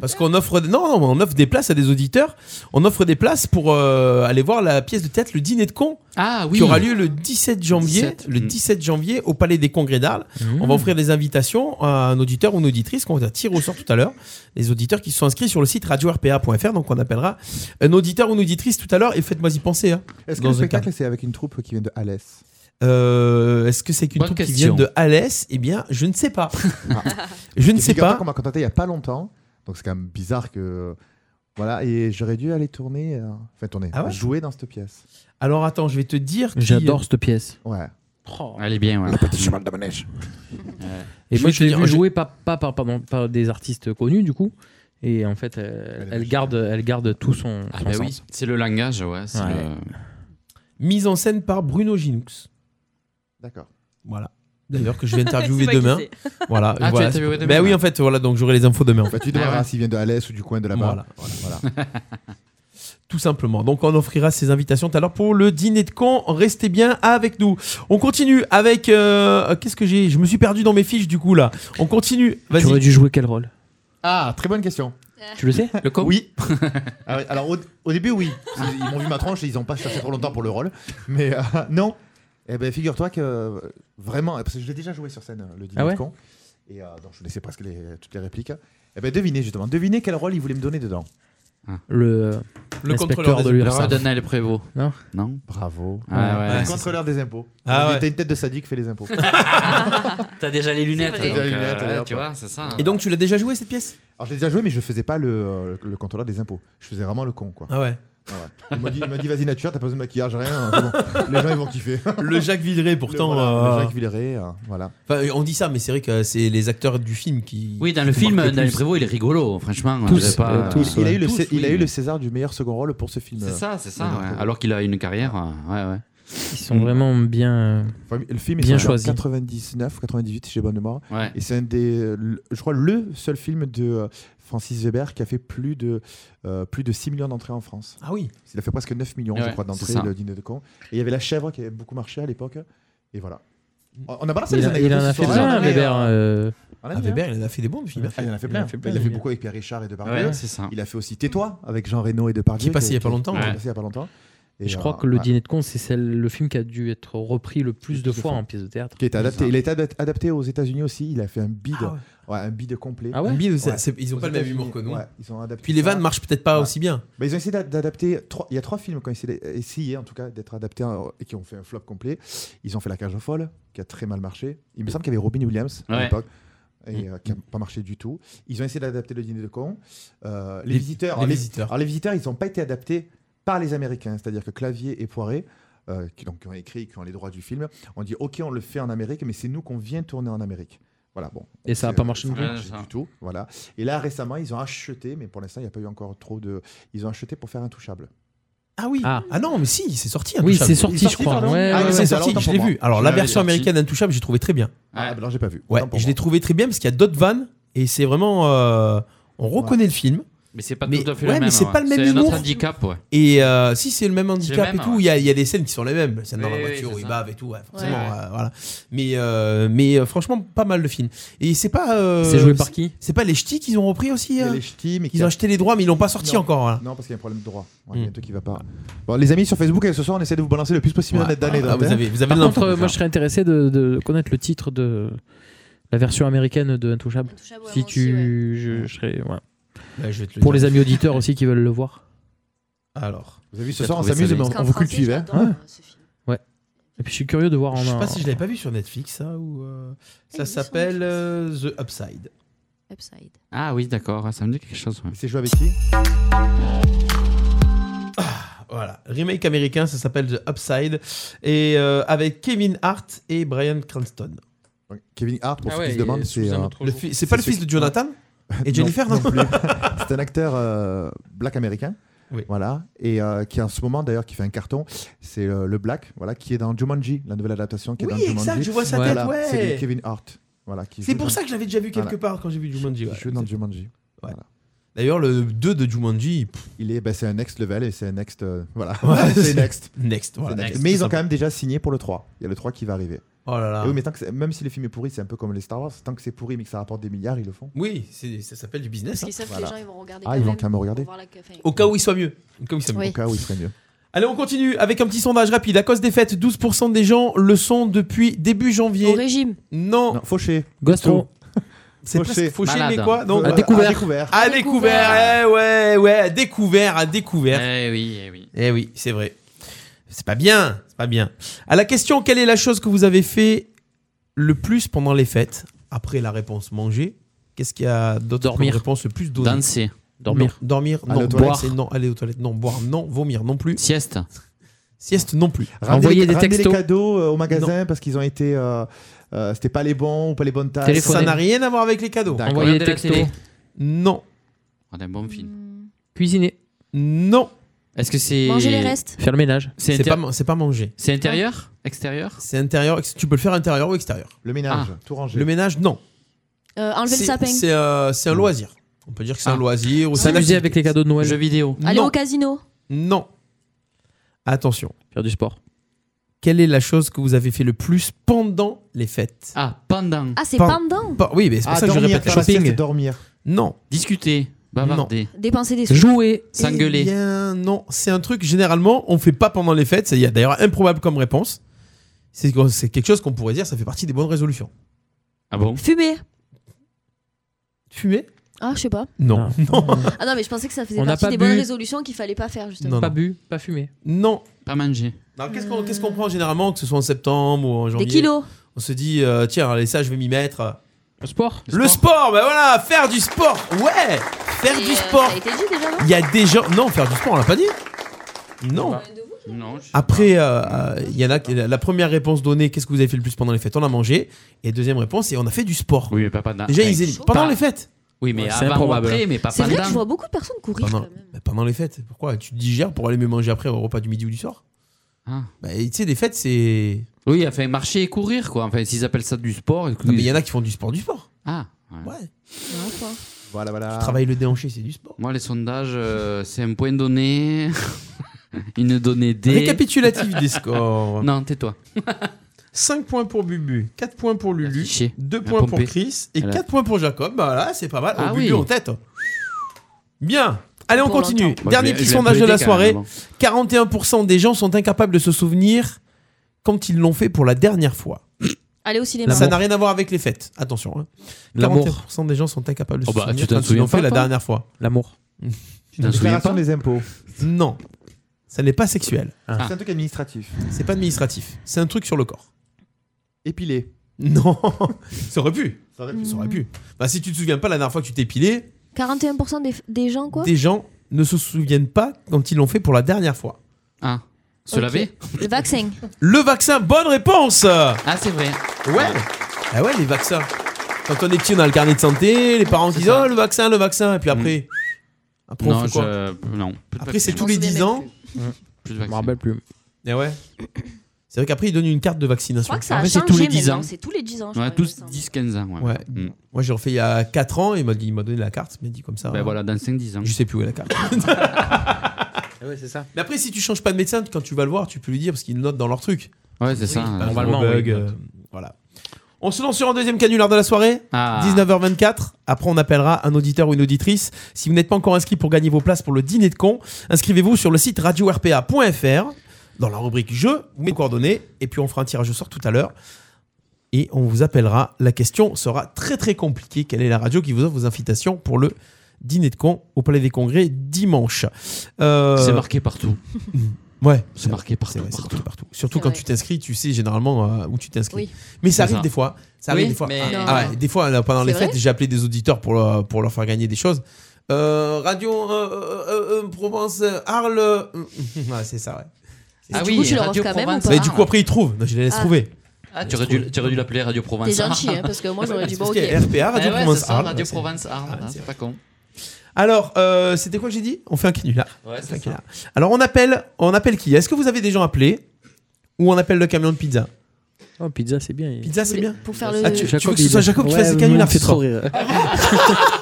Speaker 6: Parce qu'on offre non, non, on offre des places à des auditeurs. On offre des places pour euh, aller voir la pièce de théâtre Le Dîner de cons
Speaker 7: ah, oui.
Speaker 6: qui aura lieu le 17 janvier,
Speaker 7: 17,
Speaker 6: le
Speaker 7: mm.
Speaker 6: 17 janvier au Palais des Congrès d'Arles.
Speaker 7: Mm.
Speaker 8: Hmm.
Speaker 6: On va offrir des invitations à un auditeur ou une auditrice qu'on va tirer au sort tout à l'heure. Les auditeurs qui sont inscrits sur le site radio-rpa.fr donc on appellera un auditeur ou une auditrice tout à l'heure et faites-moi y penser. hein,
Speaker 8: Est-ce que
Speaker 6: dans
Speaker 8: le
Speaker 6: un cadre.
Speaker 8: spectacle, c'est avec une troupe qui vient de Alès
Speaker 6: Euh, Est-ce que c'est qu'une
Speaker 8: Bonne
Speaker 6: troupe qui vient
Speaker 8: question. Ah.
Speaker 6: de Alès Eh bien, je ne sais pas. je ne
Speaker 8: Et
Speaker 6: sais
Speaker 8: figure-toi
Speaker 6: pas.
Speaker 8: qu'on m'a contacté il n'y a pas longtemps. Donc c'est quand même bizarre que. Voilà, et j'aurais dû aller tourner. euh, Enfin, tourner.
Speaker 6: Ah ouais
Speaker 8: jouer dans cette pièce.
Speaker 6: Alors attends, je vais te dire. qui-
Speaker 16: J'adore cette pièce.
Speaker 8: Ouais.
Speaker 7: Elle est bien, ouais. Mmh. Le
Speaker 8: petit chemin de manège.
Speaker 16: Et
Speaker 6: Je
Speaker 16: moi,
Speaker 6: vais
Speaker 16: je
Speaker 6: te
Speaker 16: l'ai
Speaker 6: dire,
Speaker 16: vu
Speaker 6: je-
Speaker 16: jouer par, pas par, pardon, par des artistes connus, du coup. Et en fait, euh, elle, garde, elle garde tout son.
Speaker 7: Ah
Speaker 16: son
Speaker 7: bah
Speaker 16: sens.
Speaker 7: oui, c'est le langage, ouais. c'est
Speaker 16: Ouais.
Speaker 7: le-
Speaker 6: Mise en scène par Bruno Ginoux.
Speaker 8: D'accord.
Speaker 6: Voilà. D'ailleurs, que je vais
Speaker 8: C'est
Speaker 6: interviewer
Speaker 8: pas qui
Speaker 6: demain.
Speaker 8: c'est.
Speaker 6: Voilà.
Speaker 8: Ah, tu
Speaker 6: voilà.
Speaker 8: vas interviewer demain,
Speaker 6: Ben oui,
Speaker 8: ouais.
Speaker 6: en fait, voilà, donc j'aurai les infos demain. en
Speaker 8: Bah,
Speaker 6: fait.
Speaker 8: tu demanderas s'il vient de Alès ou du coin de là-bas.
Speaker 6: Ah Voilà, Tout simplement. Donc, on offrira ces invitations tout à l'heure pour le dîner de con. Restez bien avec nous. On continue avec. euh, Qu'est-ce que j'ai Je me suis perdu dans mes fiches du coup là. On continue. Vas-y.
Speaker 16: Tu aurais dû jouer quel rôle
Speaker 8: Ah, très bonne question.
Speaker 16: Tu le sais Le con
Speaker 8: Oui. Ah oui, Alors, au, au début, oui. Ils m'ont vu ma tronche et ils n'ont pas cherché trop longtemps pour le rôle. Mais euh, non. Eh ben, figure-toi que euh, vraiment, parce que je l'ai déjà joué sur scène, le dîner
Speaker 16: Ah ouais
Speaker 8: de con. Et euh, donc, je connaissais presque les- toutes les répliques. Eh ben, devinez justement. Devinez quel rôle ils voulaient me donner dedans.
Speaker 16: Le,
Speaker 8: Le
Speaker 16: l'inspecteur
Speaker 8: contrôleur
Speaker 16: de
Speaker 8: des-
Speaker 16: l'URSSAF.
Speaker 8: Le
Speaker 7: Daniel Prévost.
Speaker 16: Non
Speaker 7: Non
Speaker 8: Bravo.
Speaker 7: Ah ouais.
Speaker 8: Le contrôleur des impôts.
Speaker 6: Ah
Speaker 8: Ah
Speaker 6: ouais.
Speaker 8: T'as une tête de sadique, fais les impôts.
Speaker 7: T'as déjà les lunettes.
Speaker 8: T'as déjà
Speaker 7: donc,
Speaker 8: les lunettes,
Speaker 7: euh,
Speaker 8: allez, hop.
Speaker 7: tu vois, c'est ça.
Speaker 6: Et donc, tu l'as déjà joué cette pièce
Speaker 8: Alors, je l'ai déjà joué, mais je faisais pas le, euh, le contrôleur des impôts. Je faisais vraiment le con, quoi.
Speaker 6: Ah ouais.
Speaker 8: Il m'a dit, il m'a dit, vas-y, nature, t'as pas besoin de maquillage, rien. hein, c'est bon. Les gens, ils vont kiffer.
Speaker 6: Le Jacques Villeray, pourtant.
Speaker 8: Le- voilà,
Speaker 6: euh,
Speaker 8: le Jacques Villeray, euh, voilà.
Speaker 6: Enfin, on dit ça, mais c'est vrai que c'est les acteurs du film qui.
Speaker 7: Oui, dans le
Speaker 6: qui
Speaker 7: film,
Speaker 6: marquent le
Speaker 7: Daniel
Speaker 6: plus.
Speaker 7: Prévost, il est rigolo, franchement. on
Speaker 6: Tous,
Speaker 7: dirait pas-
Speaker 6: euh, tous,
Speaker 8: Ah, il, a eu le,
Speaker 6: Tous,
Speaker 8: Cé- il a
Speaker 7: oui.
Speaker 8: eu le César du meilleur second rôle pour ce film.
Speaker 7: C'est ça, c'est ça.
Speaker 8: Euh,
Speaker 7: ouais. Alors qu'il a une carrière, euh, ouais, ouais.
Speaker 16: Ils sont vraiment bien, euh,
Speaker 8: Enfin, le film est
Speaker 16: bien
Speaker 8: sorti en
Speaker 16: choisis.
Speaker 8: 99, 98, si j'ai bonne mémoire.
Speaker 7: Ouais.
Speaker 8: Et c'est un des, euh, le- je crois, le seul film de euh, Francis Weber qui a fait plus de, euh, plus de 6 millions d'entrées en France.
Speaker 6: Ah oui.
Speaker 8: Il a fait presque 9 millions, je
Speaker 7: Ouais,
Speaker 8: crois,
Speaker 7: c'est
Speaker 8: d'entrées,
Speaker 7: ça.
Speaker 8: le dîner de con. Et il y avait La Chèvre qui avait beaucoup marché à l'époque. Et voilà. On on a balancé
Speaker 16: Il,
Speaker 8: les
Speaker 16: a- il
Speaker 8: anecdotes
Speaker 16: en a
Speaker 8: ce
Speaker 16: fait
Speaker 8: soir.
Speaker 16: plein,
Speaker 8: On en avait,
Speaker 16: Weber.
Speaker 8: euh,
Speaker 16: euh,
Speaker 8: on en
Speaker 6: Ah,
Speaker 8: avait,
Speaker 6: Weber, il en a fait des bons, de films.
Speaker 8: Ah, il en a fait
Speaker 6: Il
Speaker 8: plein.
Speaker 6: en a fait plein,
Speaker 8: il a
Speaker 6: oui.
Speaker 8: fait beaucoup avec Pierre Richard et Depardieu.
Speaker 6: Ouais, c'est ça.
Speaker 8: Il a fait aussi Tais-toi avec Jean Reno et Depardieu.
Speaker 6: Qui est passé il y a pas longtemps,
Speaker 8: qui
Speaker 6: ouais.
Speaker 8: est passé il y a pas longtemps. Et,
Speaker 16: je
Speaker 8: euh,
Speaker 16: crois que le
Speaker 8: ouais.
Speaker 16: dîner de con, c'est celle- le film qui a dû être repris le plus de
Speaker 8: Qui
Speaker 16: fois
Speaker 8: fait-
Speaker 16: en pièce de théâtre. Ah
Speaker 8: Qui a été adapté.
Speaker 16: C'est
Speaker 8: Il a été ad- adapté aux États-Unis aussi. Il a fait un bide. ouais. un bide complet.
Speaker 6: Ah ouais Un bide, c'est-
Speaker 8: Ouais.
Speaker 6: c'est- ils ont
Speaker 8: Aux
Speaker 6: pas le même humour
Speaker 8: États-Unis,
Speaker 6: que nous.
Speaker 8: ouais, ils ont adapté
Speaker 6: Puis les
Speaker 8: ça.
Speaker 6: vannes marchent peut-être pas
Speaker 8: Ouais.
Speaker 6: aussi bien.
Speaker 8: Bah, ils ont essayé d'a- d'adapter. trois- Il y a trois films qui ont essayé, d'a- essayé, en tout cas d'être adaptés en- et qui ont fait un flop complet. Ils ont fait La Cage aux Folles, qui a très mal marché. Il me semble qu'il y avait Robin Williams à
Speaker 7: Ouais.
Speaker 8: l'époque. Et, euh, qui n'a pas marché du tout. Ils ont essayé d'adapter le dîner de con. Euh, les,
Speaker 6: Les-
Speaker 8: visiteurs,
Speaker 6: les
Speaker 8: alors,
Speaker 6: visiteurs.
Speaker 8: alors, les visiteurs, ils n'ont pas été adaptés par les Américains. C'est-à-dire que Clavier et Poiré, euh, qui, donc, qui ont écrit, qui ont les droits du film, ont dit OK, on le fait en Amérique, mais c'est nous qu'on vient tourner en Amérique. Voilà, bon.
Speaker 16: Et ça a
Speaker 8: C'est-
Speaker 16: pas marché non
Speaker 8: ça a
Speaker 16: plus.
Speaker 8: marché
Speaker 16: Ouais, ça.
Speaker 8: du tout. Voilà. Et là, récemment, ils ont acheté, mais pour l'instant, il n'y a pas eu encore trop de. Ils ont acheté pour faire Intouchable.
Speaker 6: Ah oui. Ah, non, mais si, c'est sorti.
Speaker 16: Oui,
Speaker 6: Intouchable.
Speaker 16: c'est sorti, je crois.
Speaker 6: pardon.
Speaker 16: Ouais,
Speaker 6: Ah,
Speaker 16: ouais,
Speaker 6: oui,
Speaker 16: ouais.
Speaker 6: c'est sorti.
Speaker 16: Autant
Speaker 6: Je
Speaker 16: pour
Speaker 6: l'ai
Speaker 16: moi.
Speaker 6: vu. Alors
Speaker 16: Je
Speaker 6: la
Speaker 16: l'avais
Speaker 6: version
Speaker 16: sorti.
Speaker 6: américaine d'Intouchable, j'ai trouvé très bien.
Speaker 8: Ah, ben non, j'ai pas vu.
Speaker 6: Ouais,
Speaker 8: Autant pour
Speaker 6: je
Speaker 8: moi.
Speaker 6: l'ai trouvé très bien parce qu'il y a d'autres vannes et c'est vraiment, euh, on reconnaît le film.
Speaker 7: Mais c'est pas
Speaker 6: Mais-
Speaker 7: tout à fait le
Speaker 6: ouais, mais
Speaker 7: même. hein.
Speaker 6: c'est pas le même
Speaker 7: C'est un autre
Speaker 6: humour.
Speaker 7: handicap, ouais.
Speaker 6: Et euh, si c'est le même handicap
Speaker 7: même,
Speaker 6: et tout, il y a- il y, a des scènes qui sont les mêmes. Scène dans
Speaker 7: Oui,
Speaker 6: la
Speaker 7: oui,
Speaker 6: voiture,
Speaker 7: c'est
Speaker 6: où ils
Speaker 7: ça.
Speaker 6: bavent et tout, ouais, forcément.
Speaker 7: Ouais.
Speaker 6: euh, voilà. Mais, euh, mais euh, franchement, pas mal de films. Et c'est pas. euh,
Speaker 16: C'est joué par qui
Speaker 6: C'est pas les ch'tis qu'ils ont repris aussi
Speaker 8: Il y a
Speaker 6: euh
Speaker 8: les ch'tis, mais qui
Speaker 6: Ils ont
Speaker 8: a-
Speaker 6: acheté Hmm. les droits, mais ils l'ont pas sorti
Speaker 8: Non.
Speaker 6: encore. voilà.
Speaker 8: Non, parce qu'il y a un problème de droit. Ouais, il y a un truc qui va pas. Bon, les amis, sur Facebook, et ce soir, on essaie de vous balancer le plus possible hein.
Speaker 6: Ouais.
Speaker 8: d'années.
Speaker 6: Ah, vous avez- vous avez
Speaker 16: Par
Speaker 6: des
Speaker 16: contre,
Speaker 6: infos,
Speaker 16: euh, moi,
Speaker 6: ça.
Speaker 16: je serais intéressé de, de connaître le titre de la version américaine de Intouchable. si tu, je, je serais, ouais.
Speaker 6: Bah, je vais te le
Speaker 16: Pour
Speaker 6: dire.
Speaker 16: les amis auditeurs aussi qui veulent le voir.
Speaker 6: Alors.
Speaker 8: Vous avez vu,
Speaker 16: ce
Speaker 8: ce
Speaker 16: soir,
Speaker 8: soir, on
Speaker 16: T'as trouvé on
Speaker 8: s'amuse,
Speaker 16: s'amuse,
Speaker 8: mais
Speaker 16: ça mais
Speaker 8: on,
Speaker 16: on- on
Speaker 8: vous
Speaker 16: vous
Speaker 8: cultive. hein.
Speaker 16: Ouais. Et puis je suis curieux de voir en.
Speaker 6: Je sais pas si je l'avais pas vu sur Netflix, ça ou euh,
Speaker 4: Ah, il est
Speaker 6: ça
Speaker 4: sur
Speaker 6: s'appelle euh, The Upside.
Speaker 4: Upside.
Speaker 7: Ah oui, d'accord, ça me dit quelque chose. ouais.
Speaker 8: C'est joué avec qui
Speaker 6: Voilà, remake américain, ça s'appelle The Upside et euh, avec Kevin Hart et Brian Cranston.
Speaker 8: Donc, Kevin Hart, pour
Speaker 6: Ah
Speaker 8: ceux
Speaker 6: ouais,
Speaker 8: qui se
Speaker 6: et
Speaker 8: demandent,
Speaker 6: sous
Speaker 8: c'est.
Speaker 6: un
Speaker 8: euh,
Speaker 6: autre Le jour. fi- c'est pas le fils de Jonathan Et Jennifer, non
Speaker 8: plus. C'est un acteur euh, black américain. Voilà, et euh, qui en ce moment d'ailleurs qui fait un carton, c'est euh, le Black, voilà, qui est dans Jumanji, la nouvelle adaptation qui
Speaker 6: Oui,
Speaker 8: est dans
Speaker 6: exact,
Speaker 8: Jumanji.
Speaker 6: je vois sa tête,
Speaker 8: Voilà,
Speaker 6: ouais.
Speaker 8: C'est lui, Kevin Hart, voilà. qui
Speaker 6: C'est
Speaker 8: joue
Speaker 6: pour
Speaker 8: dans-
Speaker 6: ça que je l'avais déjà vu quelque
Speaker 8: Voilà.
Speaker 6: part quand j'ai vu Jumanji.
Speaker 8: Il
Speaker 6: ouais.
Speaker 8: joue dans Jumanji. Voilà.
Speaker 6: D'ailleurs, le 2 de Jumanji,
Speaker 8: il est, bah, c'est un next level et c'est un next. euh, voilà,
Speaker 6: Ouais,
Speaker 8: c'est
Speaker 6: c'est-
Speaker 8: next.
Speaker 6: next, voilà,
Speaker 8: C'est
Speaker 6: next,
Speaker 8: Mais
Speaker 6: tout
Speaker 8: ils ont
Speaker 6: simplement.
Speaker 8: quand même déjà signé pour le 3. Il y a le 3 qui va arriver.
Speaker 6: Oh là là.
Speaker 8: Et oui, mais tant que c'est- même si le film est pourri, c'est un peu comme les Star Wars. Tant que c'est pourri mais que ça rapporte des milliards, ils le font.
Speaker 6: Oui, c'est- ça s'appelle du business.
Speaker 8: Parce qu'ils
Speaker 6: hein.
Speaker 8: savent que les Voilà. gens, ils vont regarder Ah, quand ils vont même quand même pour regarder. voir la- enfin,
Speaker 6: Au cas où il soit mieux. Au cas où il soit mieux.
Speaker 8: Au cas où il serait mieux.
Speaker 6: Allez, on continue avec un petit sondage rapide. À cause des fêtes, 12% des gens le sont depuis début janvier. Au
Speaker 4: régime
Speaker 6: Non.
Speaker 8: fauché.
Speaker 6: Gastro. C'est
Speaker 8: Fauché.
Speaker 6: presque fauché,
Speaker 8: Malade. hein.
Speaker 6: mais quoi non,
Speaker 8: À
Speaker 6: voilà.
Speaker 8: découvert.
Speaker 6: À découvert. À découvert. Eh ouais, ouais, à découvert, à découvert.
Speaker 7: Eh oui, eh oui.
Speaker 6: Eh oui, c'est vrai. C'est pas bien, c'est pas bien. À la question, quelle est la chose que vous avez fait le plus pendant les fêtes Après la réponse manger, qu'est-ce qu'il y a d'autre
Speaker 7: Dormir.
Speaker 6: comme réponse le plus donnée
Speaker 7: Danser. Dormir.
Speaker 6: Non, dormir,
Speaker 7: Aller
Speaker 6: non.
Speaker 7: aux
Speaker 6: boire,
Speaker 7: toilettes.
Speaker 6: c'est non. Aller aux toilettes, non. Boire, non. Vomir, non plus.
Speaker 7: Sieste.
Speaker 6: Sieste, non plus.
Speaker 8: Ramener les, ramener les cadeaux euh, au magasin parce qu'ils ont été. euh, euh, C'était pas les bons ou pas les bonnes tailles.
Speaker 6: Ça n'a rien à voir avec les cadeaux.
Speaker 8: D'accord. Envoyer des textos.
Speaker 6: Non.
Speaker 7: On a un Oh, bon film.
Speaker 16: Cuisiner.
Speaker 6: Non.
Speaker 7: Est-ce que c'est.
Speaker 16: Faire le ménage.
Speaker 6: C'est pas, man- c'est pas manger.
Speaker 7: C'est intérieur Extérieur
Speaker 6: C'est intérieur. ex- Tu peux le faire intérieur ou extérieur.
Speaker 8: Le ménage, Ah. tout ranger.
Speaker 6: Le ménage, non.
Speaker 4: Euh, enlever le
Speaker 6: C'est-
Speaker 4: sapin.
Speaker 6: C'est euh, c'est un loisir. On peut dire que c'est un loisir. ou c'est une
Speaker 16: S'amuser
Speaker 6: activité.
Speaker 16: avec les cadeaux de Noël. Jeux
Speaker 7: vidéo.
Speaker 4: Aller
Speaker 6: Non.
Speaker 4: au casino.
Speaker 6: Non. Attention.
Speaker 16: Faire du sport.
Speaker 6: Quelle est la chose que vous avez fait le plus pendant les fêtes
Speaker 7: Ah, pendant.
Speaker 4: Ah, c'est
Speaker 6: Pen-
Speaker 4: pendant
Speaker 6: Pe- Oui, mais c'est pour
Speaker 8: Ah,
Speaker 6: ça que je
Speaker 8: dormir,
Speaker 6: répète.
Speaker 8: faire la sieste et dormir.
Speaker 6: Non.
Speaker 7: Discuter. Bavarder.
Speaker 4: Dépenser des sous.
Speaker 6: Eh bien, non, c'est un truc généralement on fait pas pendant les fêtes. C'est d'ailleurs improbable comme réponse. C'est c'est quelque chose qu'on pourrait dire, ça fait partie des bonnes résolutions.
Speaker 7: Ah bon
Speaker 4: Fumer.
Speaker 6: Fumer
Speaker 4: Ah, je sais pas.
Speaker 6: Non. Non.
Speaker 4: Ah non, mais je pensais que ça faisait
Speaker 6: On n'a
Speaker 4: partie
Speaker 6: pas
Speaker 4: des
Speaker 6: bu.
Speaker 4: bonnes résolutions qu'il fallait pas faire, justement.
Speaker 16: Pas bu, pas fumé.
Speaker 6: Non.
Speaker 7: Pas manger.
Speaker 6: Alors, qu'est-ce qu'on qu'est-ce qu'on prend généralement, que ce soit en septembre ou en janvier
Speaker 4: kilos.
Speaker 6: On se dit, euh, tiens, allez, ça, je vais m'y mettre.
Speaker 16: Le sport
Speaker 6: Le sport, ben voilà, faire du sport Ouais Faire
Speaker 4: euh,
Speaker 6: du sport
Speaker 4: Ça a été dit déjà, non
Speaker 6: Il y a des gens. Non, faire du sport, on l'a pas dit Non.
Speaker 7: Ah. Non.
Speaker 6: Après, euh, euh, il y en a qui- la première réponse donnée, qu'est-ce que vous avez fait le plus pendant les fêtes On a mangé. Et deuxième réponse, c'est on a fait du sport.
Speaker 7: Oui, mais pas pendant.
Speaker 6: Déjà, ils éliminent. Pendant
Speaker 7: Pas-
Speaker 6: les fêtes.
Speaker 7: Oui, mais avant ou après, mais pas
Speaker 4: C'est vrai que
Speaker 7: pendant.
Speaker 4: je vois beaucoup de personnes courir.
Speaker 6: Pendant, mais Ben, pendant les fêtes. Pourquoi Tu te digères pour aller me manger après au repas du midi ou du soir
Speaker 7: Ah.
Speaker 6: Bah, Tu sais, les fêtes, c'est.
Speaker 7: Oui, enfin, marcher et courir, quoi. Enfin, s'ils appellent ça du sport.
Speaker 6: Non, mais il y en a qui font du sport, du sport.
Speaker 7: Ah.
Speaker 6: Ouais.
Speaker 8: Voilà, voilà.
Speaker 6: Tu travailles le déhanché, c'est du sport.
Speaker 7: Moi, les sondages, euh, c'est un point donné. Une donnée D.
Speaker 6: Récapitulatif des scores.
Speaker 7: Non, tais-toi.
Speaker 6: 5 points pour Bubu, 4 points pour Lulu, 2
Speaker 7: La
Speaker 6: points pour
Speaker 7: pompée.
Speaker 6: Chris et
Speaker 7: Elle a-
Speaker 6: 4 points pour Jacob. Bah voilà, c'est pas mal. Oh,
Speaker 7: Ah
Speaker 6: Bubu
Speaker 7: oui.
Speaker 6: en tête. Bien. Allez, on
Speaker 7: Pour
Speaker 6: continue.
Speaker 7: longtemps. Moi,
Speaker 6: Dernier
Speaker 7: je l'ai-
Speaker 6: petit
Speaker 7: je l'ai un
Speaker 6: sondage
Speaker 7: peu
Speaker 6: de la
Speaker 7: aidé, quand
Speaker 6: soirée.
Speaker 7: même,
Speaker 6: 41% des gens sont incapables de se souvenir quand ils l'ont fait pour la dernière fois.
Speaker 4: Aller au cinéma.
Speaker 6: Ça n'a rien à voir avec les fêtes. Attention. hein.
Speaker 16: L'amour.
Speaker 6: 41% des gens sont incapables de se
Speaker 16: Oh bah,
Speaker 6: souvenir
Speaker 16: tu t'en
Speaker 6: quand ils
Speaker 16: souviens
Speaker 6: l'ont fait
Speaker 16: pas,
Speaker 6: la
Speaker 16: toi
Speaker 6: dernière fois.
Speaker 16: L'amour.
Speaker 6: Tu
Speaker 8: La déclaration des impôts.
Speaker 6: Non. Ça n'est pas sexuel.
Speaker 8: C'est un truc administratif.
Speaker 6: C'est pas administratif. C'est un truc sur le corps.
Speaker 8: Épilé.
Speaker 6: Non. ça aurait pu.
Speaker 8: Ça aurait pu.
Speaker 6: Ça aurait pu. Bah, si tu te souviens pas la dernière fois que tu t'es pilé,
Speaker 4: 41% des, des gens, quoi
Speaker 6: des gens ne se souviennent pas quand ils l'ont fait pour la dernière fois.
Speaker 7: Ah. Se
Speaker 4: Ok.
Speaker 7: laver
Speaker 4: Le vaccin.
Speaker 6: Le vaccin, bonne réponse
Speaker 7: Ah, c'est vrai.
Speaker 6: Ouais. Ah ouais, les vaccins. Quand on est petit, on a le carnet de santé, les parents disent Oh, le vaccin, le vaccin. Et puis après.
Speaker 8: Mm.
Speaker 6: Après, on
Speaker 7: non,
Speaker 6: fait quoi
Speaker 7: je... non. Plus de
Speaker 6: Après,
Speaker 7: vaccin.
Speaker 6: c'est tous les 10 ans.
Speaker 7: Plus de vaccin.
Speaker 16: plus.
Speaker 6: Et ouais. C'est vrai qu'après, ils donnent une carte de vaccination.
Speaker 4: Je crois que ça a
Speaker 6: Après,
Speaker 4: changé maintenant, c'est tous les 10 ans, je
Speaker 7: Ouais,
Speaker 4: crois,
Speaker 7: tous 10-15 ans. Ouais. Mm.
Speaker 6: Ouais. Moi, j'ai refait il y a 4 ans et il m'a dit- il m'a donné la carte. Il m'a dit comme ça.
Speaker 7: Ben voilà, dans 5-10 ans.
Speaker 6: Je sais plus où est la carte.
Speaker 16: ouais, c'est ça.
Speaker 6: Hein. Mais après, si tu changes pas de médecin, quand tu vas le voir, tu peux lui dire parce qu'il note dans leur truc.
Speaker 7: Ouais, c'est ça.
Speaker 6: pas
Speaker 7: Normalement,
Speaker 6: un bug,
Speaker 7: oui.
Speaker 6: euh, voilà. On se lance sur un deuxième canular de la soirée.
Speaker 7: Ah.
Speaker 6: 19h24. Après, on appellera un auditeur ou une auditrice. Si vous n'êtes pas encore inscrit pour gagner vos places pour le dîner de con, inscrivez-vous sur le site radio-rpa.fr dans la rubrique jeu, vous mettez vos coordonnées et puis on fera un tirage au sort tout à l'heure. Et on vous appellera. La question sera très très compliquée. Quelle est la radio qui vous offre vos invitations pour le dîner de con au Palais des Congrès dimanche Euh,
Speaker 7: C'est marqué partout.
Speaker 6: Ouais.
Speaker 7: C'est marqué partout.
Speaker 6: c'est marqué partout. Surtout quand tu t'inscris, tu sais généralement euh, où tu t'inscris.
Speaker 7: Oui.
Speaker 6: Mais ça
Speaker 7: C'est
Speaker 6: arrive
Speaker 7: ça.
Speaker 6: des fois. Ça arrive
Speaker 7: Oui,
Speaker 6: des fois.
Speaker 7: mais-
Speaker 6: Ah, ah ouais, des fois, là, pendant
Speaker 7: Hein C'est
Speaker 6: les
Speaker 7: vrai
Speaker 6: fêtes, j'ai appelé des auditeurs pour, leur- pour leur faire gagner des choses. Euh, radio euh, euh, euh, Provence euh, Arles. euh, ouais, c'est ça, ouais.
Speaker 4: Ah Et du oui, coup, tu leur radio offres quand même Provence. ou pas
Speaker 6: Mais du coup, après, ils trouvent. Non, je les laisse
Speaker 4: Ah.
Speaker 6: trouver.
Speaker 7: hein. Ah, tu aurais dû, tu aurais dû l'appeler Radio Provence.
Speaker 4: T'es gentil, hein, parce que moi, j'aurais dit, bon, ok.
Speaker 6: RPA, Ah, Radio
Speaker 7: Eh ouais,
Speaker 6: Provence
Speaker 7: c'est ça,
Speaker 6: Arles,
Speaker 7: Radio
Speaker 6: c'est-
Speaker 7: Provence Arles, hein, c'est pas con.
Speaker 6: Alors, euh, c'était quoi que j'ai dit On fait un canular.
Speaker 7: Ouais,
Speaker 6: On fait
Speaker 7: c'est
Speaker 6: un
Speaker 7: ça.
Speaker 6: canular. Alors, on appelle, on appelle qui Est-ce que vous avez des gens appelés Ou on appelle le camion de pizza
Speaker 16: Oh, pizza, c'est bien.
Speaker 6: Pizza, c'est bien.
Speaker 4: Pour faire
Speaker 6: Ah,
Speaker 4: le.
Speaker 6: tu, tu
Speaker 16: Jacob,
Speaker 6: veux que ce soit
Speaker 16: il-
Speaker 6: Jacob qui
Speaker 16: Ouais,
Speaker 6: fasse les
Speaker 16: mais
Speaker 6: canulars
Speaker 16: il me fait
Speaker 6: ce soir
Speaker 16: trop rire.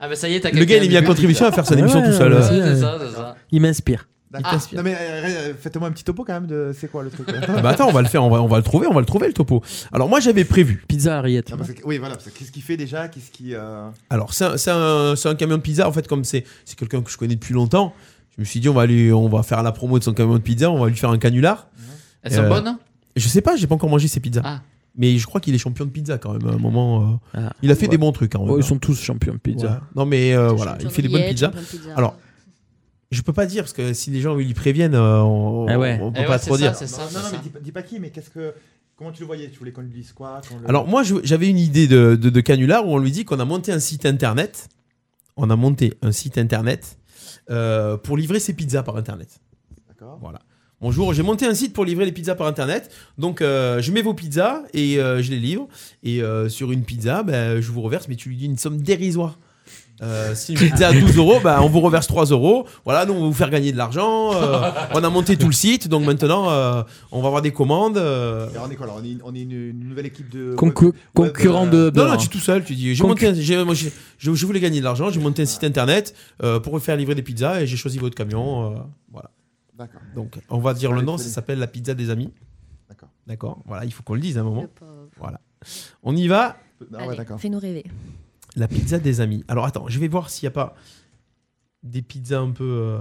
Speaker 7: Ah, bah ça y est, t'as
Speaker 6: Le gars, il est mis à contribution à faire son émission tout seul.
Speaker 16: ouais,
Speaker 6: euh.
Speaker 16: c'est
Speaker 7: c'est
Speaker 16: bien.
Speaker 7: ça, c'est ça.
Speaker 16: Il m'inspire.
Speaker 8: Ah, non mais euh, euh, faites-moi un petit topo quand même de c'est quoi le truc. là.
Speaker 6: Ah bah attends, on va le faire, on va, on va le trouver, on va le trouver le topo. Alors moi j'avais prévu.
Speaker 16: Pizza Ariette.
Speaker 8: Non, parce que- oui voilà, parce que qu'est-ce qu'il fait déjà, qu'est-ce qui. euh,
Speaker 6: Alors c'est un, c'est un- c'est un camion de pizza en fait comme c'est c'est quelqu'un que je connais depuis longtemps. Je me suis dit on va lui on va faire la promo de son camion de pizza, on va lui faire un canular.
Speaker 7: Elles
Speaker 6: Euh,
Speaker 7: sont bonnes hein
Speaker 6: Je sais pas, j'ai pas encore mangé ses pizzas.
Speaker 16: Ah.
Speaker 6: Mais je crois qu'il est champion de pizza quand même à un moment. euh, Il a fait
Speaker 16: Ouais.
Speaker 6: des bons trucs. quand même.
Speaker 16: Ouais, ils sont tous champions de pizza.
Speaker 6: Ouais. Non mais euh, voilà, il
Speaker 16: champion
Speaker 6: fait
Speaker 16: de
Speaker 6: des bonnes
Speaker 16: Liège,
Speaker 6: pizzas.
Speaker 16: champion de pizza.
Speaker 6: Alors je peux pas dire parce que si les gens ils préviennent, euh, on,
Speaker 16: Eh ouais.
Speaker 6: on peut
Speaker 16: Eh
Speaker 6: pas
Speaker 16: ouais,
Speaker 6: trop
Speaker 16: c'est ça,
Speaker 6: dire.
Speaker 16: c'est ça.
Speaker 8: Non, non,
Speaker 16: c'est
Speaker 8: mais dis, pas- dis pas qui, mais qu'est-ce que. Comment tu le voyais Tu voulais qu'on lui dise quoi qu'on le-
Speaker 6: Alors moi je- j'avais une idée de, de- de canular où on lui dit qu'on a monté un site internet. On a monté un site internet euh, pour livrer ses pizzas par internet.
Speaker 8: D'accord.
Speaker 6: Voilà. Bonjour, j'ai monté un site pour livrer les pizzas par internet. Donc euh, je mets vos pizzas et euh, je les livre. Et euh, sur une pizza, ben, je vous reverse, mais tu lui dis une somme dérisoire. Euh, si une pizza à 12 euros, ben, on vous reverse 3 euros. Voilà, nous on va vous faire gagner de l'argent. Euh, on a monté tout le site, donc maintenant euh, on va avoir des commandes. euh,
Speaker 8: Alors, on est quoi alors On est, une, on est une- une nouvelle équipe de.
Speaker 6: Concu-
Speaker 8: web-
Speaker 6: concurrent
Speaker 8: web,
Speaker 6: de
Speaker 8: euh,
Speaker 6: Non, non, tu es tout seul. Tu dis, j'ai
Speaker 8: Concu-
Speaker 6: monté un- j'ai- moi, j'ai- je, je voulais gagner de l'argent, j'ai monté un site internet euh, pour faire livrer des pizzas et j'ai choisi votre camion. euh, voilà.
Speaker 8: D'accord.
Speaker 6: Donc, on va dire
Speaker 8: Ah,
Speaker 6: le
Speaker 8: oui,
Speaker 6: nom,
Speaker 8: très
Speaker 6: ça
Speaker 8: bien.
Speaker 6: s'appelle la pizza des amis. D'accord. D'accord. Voilà, il faut qu'on le dise à un moment. Voilà. On y va.
Speaker 8: Ah ouais, d'accord.
Speaker 4: Fais-nous rêver.
Speaker 6: La pizza des amis. Alors, attends, je vais voir s'il n'y a pas des pizzas un peu. euh,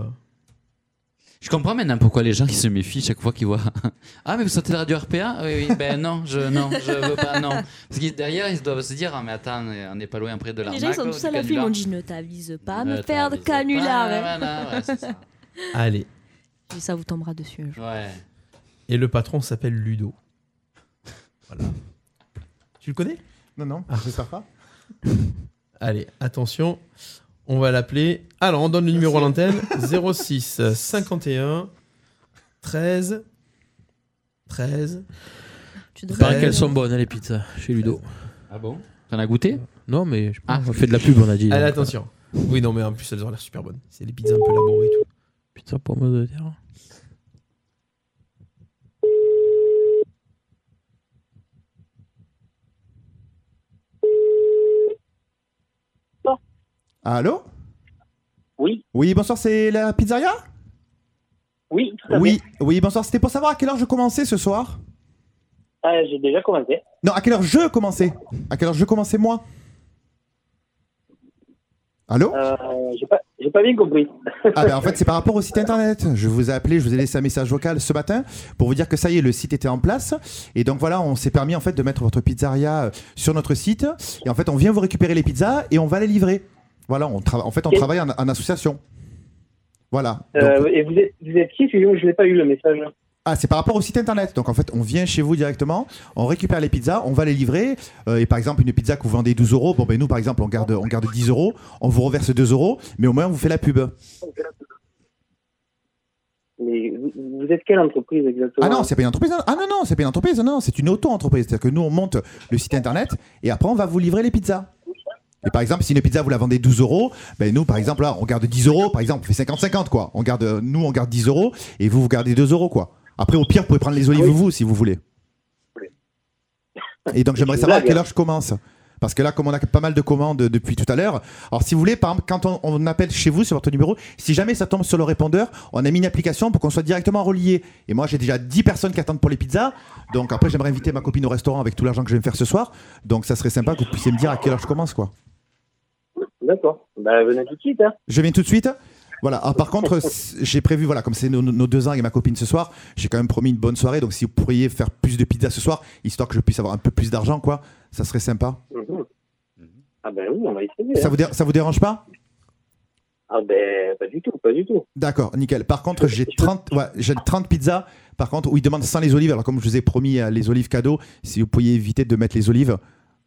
Speaker 7: Je comprends maintenant pourquoi les gens ils se méfient chaque fois qu'ils voient. Ah, mais vous sortez de Radio RPA Oui, oui, ben non, je, non, je veux pas, non. Parce que derrière, ils doivent se dire, ah, mais attends, on n'est pas loin après de
Speaker 4: Les
Speaker 7: l'arnaque.
Speaker 4: gens, ils sont
Speaker 7: ou
Speaker 4: tous
Speaker 7: du
Speaker 4: à la file, ils
Speaker 7: canular. Euh,
Speaker 4: m'ont dit ne t'avise pas à
Speaker 7: Ne
Speaker 4: me faire de
Speaker 7: t'avise pas,
Speaker 4: canular. hein.
Speaker 7: nanana, ouais, c'est ça.
Speaker 6: Allez.
Speaker 4: Et ça vous tombera dessus. un jour.
Speaker 7: Ouais.
Speaker 6: Et le patron s'appelle Ludo. Voilà. Tu le connais
Speaker 8: Non, non,
Speaker 6: Ah.
Speaker 8: j'espère pas.
Speaker 6: Allez, attention. On va l'appeler. Alors, on donne le numéro à l'antenne 06 51 13 13.
Speaker 4: Tu
Speaker 16: Il paraît qu'elles sont bonnes, hein, les pizzas, chez Ludo.
Speaker 7: Ah bon T'en as goûté
Speaker 16: Non, mais je sais
Speaker 7: Ah,
Speaker 16: pas, on fait de la pub, on a dit.
Speaker 6: Allez,
Speaker 16: donc,
Speaker 6: attention. Oui, non, mais en plus, elles ont l'air super bonnes. C'est des pizzas un peu laborées et tout.
Speaker 16: euh, Pizza pour moi de terre.
Speaker 8: Allô
Speaker 10: Oui.
Speaker 8: Oui, bonsoir, c'est la pizzeria
Speaker 10: Oui, tout à
Speaker 8: Oui, oui, bonsoir. C'était pour savoir à quelle heure je commençais ce soir
Speaker 10: fait. Ah, j'ai déjà commencé.
Speaker 8: Non, à quelle heure je commençais À quelle heure je commençais moi Allô
Speaker 10: Euh, j'ai pas, j'ai pas bien compris.
Speaker 8: Ah ben en fait c'est par rapport au site internet. Je vous ai appelé, je vous ai laissé un message vocal ce matin pour vous dire que ça y est, le site était en place et donc voilà, on s'est permis en fait de mettre votre pizzeria euh, sur notre site et en fait on vient vous récupérer les pizzas et on va les livrer. Voilà, on trava- en fait on
Speaker 10: Ok.
Speaker 8: travaille en, en association. Voilà.
Speaker 10: Euh,
Speaker 8: Donc-
Speaker 10: et vous êtes, vous êtes qui Excusez-moi, je n'ai pas eu le message.
Speaker 8: ah, c'est par rapport au site internet. Donc en fait, on vient chez vous directement, on récupère les pizzas, on va les livrer. Euh, et par exemple, une pizza que vous vendez 12 euros, bon ben nous par exemple, on garde, on garde 10 euros, on vous reverse 2 euros, mais au moins on vous fait la pub.
Speaker 10: Mais vous, vous êtes quelle entreprise exactement
Speaker 8: Ah non, c'est pas une entreprise. hein. Ah non, non, c'est pas une entreprise. Non, non, c'est une auto-entreprise. C'est-à-dire que nous, on monte le site internet et après, on va vous livrer les pizzas. Et par exemple, si une pizza, vous la vendez 12 euros, ben nous, par exemple, là, on garde 10 euros. Par exemple, on fait 50-50, quoi. On garde, nous, on garde 10 euros et vous, vous gardez 2 euros, quoi. Après, au pire, vous pouvez prendre les
Speaker 10: Ah
Speaker 8: olives, vous, si vous voulez. Et donc, j'aimerais
Speaker 10: une
Speaker 8: savoir à
Speaker 10: blague,
Speaker 8: quelle
Speaker 10: hein.
Speaker 8: heure je commence. Parce que là, comme on a pas mal de commandes depuis tout à l'heure, alors si vous voulez, par exemple, quand on, on appelle chez vous sur votre numéro, si jamais ça tombe sur le répondeur, on a mis une application pour qu'on soit directement relié. Et moi, j'ai déjà 10 personnes qui attendent pour les pizzas. Donc après, j'aimerais inviter ma copine au restaurant avec tout l'argent que je vais me faire ce soir. Donc ça serait sympa que vous puissiez me dire à quelle heure je commence, quoi.
Speaker 10: D'accord. Bah, venez tout de suite. Hein.
Speaker 8: Je viens tout de suite. Voilà. Ah, par contre, c- j'ai prévu, voilà, comme c'est nos, nos deux ans et ma copine ce soir, j'ai quand même promis une bonne soirée. Donc si vous pourriez faire plus de pizzas ce soir, histoire que je puisse avoir un peu plus d'argent, quoi, ça serait sympa.
Speaker 10: Mhm. Ah ben oui, on va essayer.
Speaker 8: Ça
Speaker 10: hein.
Speaker 8: vous, dé- ça vous dérange pas
Speaker 10: Ah ben pas du tout, pas du tout.
Speaker 8: D'accord, nickel. Par contre, j'ai 30, ouais, j'ai 30 pizzas. Par contre, où ils demandent sans les olives. Alors, comme je vous ai promis euh, les olives cadeaux, si vous pouviez éviter de mettre les olives,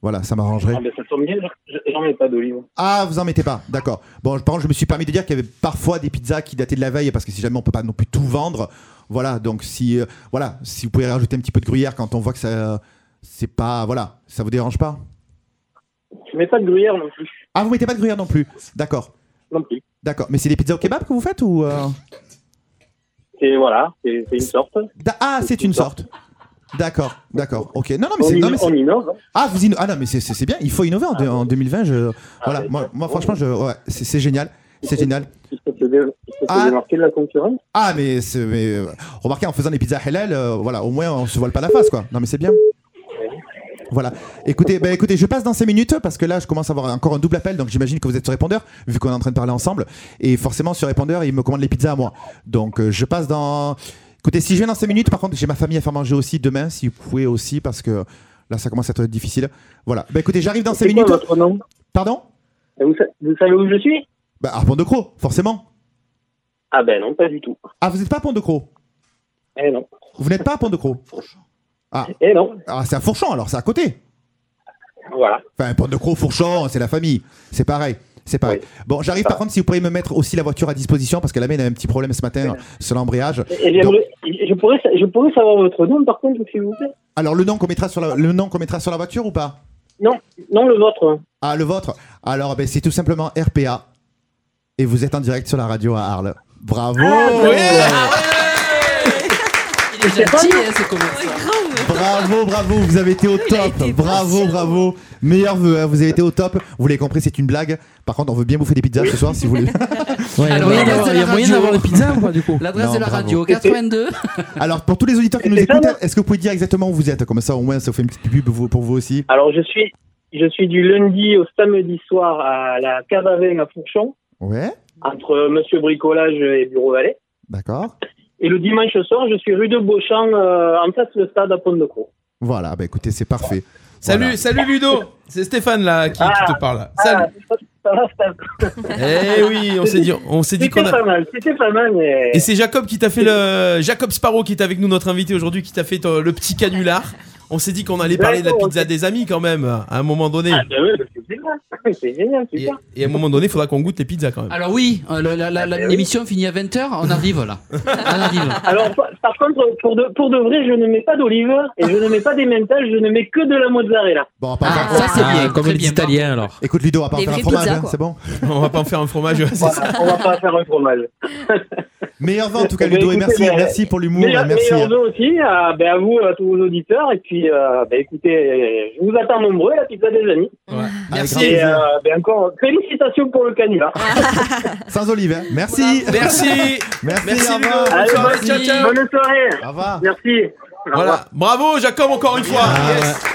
Speaker 8: voilà, ça m'arrangerait.
Speaker 10: Ah ben ça tombe bien, je- j'en mets pas d'olive.
Speaker 8: Ah, vous en mettez pas, d'accord. Bon, par contre, je me suis permis de dire qu'il y avait parfois des pizzas qui dataient de la veille, parce que si jamais on peut pas non plus tout vendre, Voilà, donc si, euh, voilà, si vous pouvez rajouter un petit peu de gruyère quand on voit que ça, euh, c'est pas, voilà, ça vous dérange pas
Speaker 1: Je mets pas de gruyère non plus.
Speaker 8: Ah, vous mettez pas de gruyère non plus, d'accord.
Speaker 1: Non plus.
Speaker 8: D'accord, mais c'est des pizzas au kebab que vous faites ou euh,
Speaker 1: C'est voilà, c'est c'est une sorte.
Speaker 8: Da- Ah, c'est une sorte. D'accord, d'accord, ok. Non, non, mais
Speaker 1: On
Speaker 8: c'est. non,
Speaker 1: inno-
Speaker 8: mais c'est-
Speaker 1: on innove, hein.
Speaker 8: Ah, vous inno- Ah, non, mais c'est- c'est c'est bien, il faut innover en, de- en 2020. Je...
Speaker 1: Ah,
Speaker 8: voilà, moi, moi, franchement, je... ouais, c'est c'est génial. C'est génial.
Speaker 1: oh. Il faut se, dé- il faut se
Speaker 8: Ah.
Speaker 1: démarquer de la concurrence.
Speaker 8: Ah, mais, c'est- mais, euh, remarquez, en faisant des pizzas halal, euh, voilà, au moins on se voile pas la face, quoi. Non, mais c'est bien. Voilà. Écoutez, bah, écoutez, je passe dans 5 minutes parce que là, je commence à avoir encore un double appel, donc j'imagine que vous êtes sur répondeur, vu qu'on est en train de parler ensemble. Et forcément, sur répondeur, il me commande les pizzas à moi. Donc, euh, je passe dans. Écoutez, si je viens dans 5 minutes, par contre, j'ai ma famille à faire manger aussi demain, si vous pouvez aussi, parce que là, ça commence à être difficile. Voilà. Bah, écoutez, j'arrive dans 5
Speaker 1: C'est quoi
Speaker 8: minutes.
Speaker 1: votre nom
Speaker 8: Pardon
Speaker 1: vous, sa- vous savez où je suis
Speaker 8: Bah, à Pont de Croix, forcément.
Speaker 1: Ah ben non, pas du tout.
Speaker 8: Ah, vous n'êtes pas à Pont de Croix
Speaker 1: Eh non.
Speaker 8: Vous n'êtes pas à Pont de Croix Ah.
Speaker 1: Eh non.
Speaker 8: Ah, c'est à Fourchon alors, c'est à côté.
Speaker 1: Voilà.
Speaker 8: Enfin, Pont de Croix, Fourchon, c'est la famille. C'est pareil. C'est pareil. Bon, j'arrive par contre si vous pourriez me mettre aussi la voiture à disposition parce que la mienne a un petit problème ce matin sur l'embrayage.
Speaker 1: Et
Speaker 8: Donc-
Speaker 1: j'aimerais- je, pourrais, sa- je pourrais savoir votre nom par contre, s'il vous plaît
Speaker 8: alors le nom qu'on mettra sur la, le nom qu'on mettra sur la voiture ou pas
Speaker 1: Non, non le vôtre.
Speaker 8: Ah le vôtre. Alors ben, c'est tout simplement RPA et vous êtes en direct sur la radio à Arles. Bravo.
Speaker 1: Il est gentil, hein,
Speaker 3: c'est comment
Speaker 8: Bravo, bravo, vous avez été au top. Bravo, bravo. Meilleur vœu, hein, vous avez été au top. Vous l'avez compris, c'est une blague. Par contre, on veut bien bouffer des pizzas ce soir si vous voulez.
Speaker 16: Ouais, il y a moyen d'avoir- il y a moyen d'avoir des pizzas ou pas du coup
Speaker 7: L'adresse de la radio,
Speaker 8: 82. Alors, pour tous les auditeurs qui nous
Speaker 1: Eh ben
Speaker 8: écoutent, est-ce que vous pouvez dire exactement où vous êtes Comme ça, au moins, ça vous fait une petite pub vous- pour vous aussi.
Speaker 1: Alors je suis, je suis du lundi au samedi soir à la cave à vin à Fourchon,
Speaker 8: Ouais,
Speaker 1: entre Monsieur Bricolage et Bureau Vallée.
Speaker 8: d'accord.
Speaker 1: Et le dimanche soir, je suis rue de Beauchamp, euh, en face le stade à Pont-de-Croix.
Speaker 8: Voilà, bah écoutez, c'est parfait.
Speaker 6: Salut, salut Ludo. C'est Stéphane là qui, qui te parle. Salut. Eh oui, on s'est dit, on s'est dit
Speaker 1: C'était
Speaker 6: qu'on a.
Speaker 1: pas mal, c'était pas mal, mais...
Speaker 6: Et c'est Jacob qui t'a fait le Jacob Sparrow qui est avec nous notre invité aujourd'hui qui t'a fait euh, le petit canular. On s'est dit qu'on allait parler de la pizza des amis quand même à un moment donné.
Speaker 1: Ah ben oui, parce que c'est bien. c'est génial,
Speaker 6: super. Et à un moment donné, il faudra qu'on goûte les pizzas quand même.
Speaker 7: Alors oui, euh, le- la- la- la- l'émission finit à 20h, on arrive là.
Speaker 1: Alors, par par contre, pour de, pour de vrai, je ne mets pas d'olive et je ne mets pas des mentales, je ne mets que de la mozzarella.
Speaker 8: Bon,
Speaker 1: Ah, ça, c'est bien,
Speaker 16: Comme les Italiens alors.
Speaker 8: Écoute Ludo, on va
Speaker 1: pas en Des faire un vraies fromage, pizzas, hein, quoi. c'est
Speaker 8: bon
Speaker 6: On va pas en faire un fromage. c'est ça.
Speaker 1: on va pas faire un fromage.
Speaker 8: Meilleur vœu en tout cas,
Speaker 1: Eh ben,
Speaker 8: Ludo, et
Speaker 1: écoutez,
Speaker 8: merci,
Speaker 1: ben,
Speaker 8: merci pour l'humour.
Speaker 1: meilleur-
Speaker 8: Merci. euh,
Speaker 6: hein.
Speaker 1: Meilleur vœu aussi à, ben, à vous, à tous vos auditeurs. Et puis, euh, ben, écoutez, je vous attends nombreux à la pizza des amis.
Speaker 8: Merci.
Speaker 1: Et euh, ben, encore, félicitations pour le canular.
Speaker 8: Sans olive, hein. Merci.
Speaker 6: Merci.
Speaker 8: Merci,
Speaker 6: Merci,
Speaker 8: au revoir.
Speaker 6: Ludo.
Speaker 8: Bonne
Speaker 6: Allez,
Speaker 8: soirée.
Speaker 6: bonne- ciao, ciao.
Speaker 1: Bonne soirée.
Speaker 8: Au revoir.
Speaker 1: Merci.
Speaker 6: Voilà. Bravo Jacob encore une fois.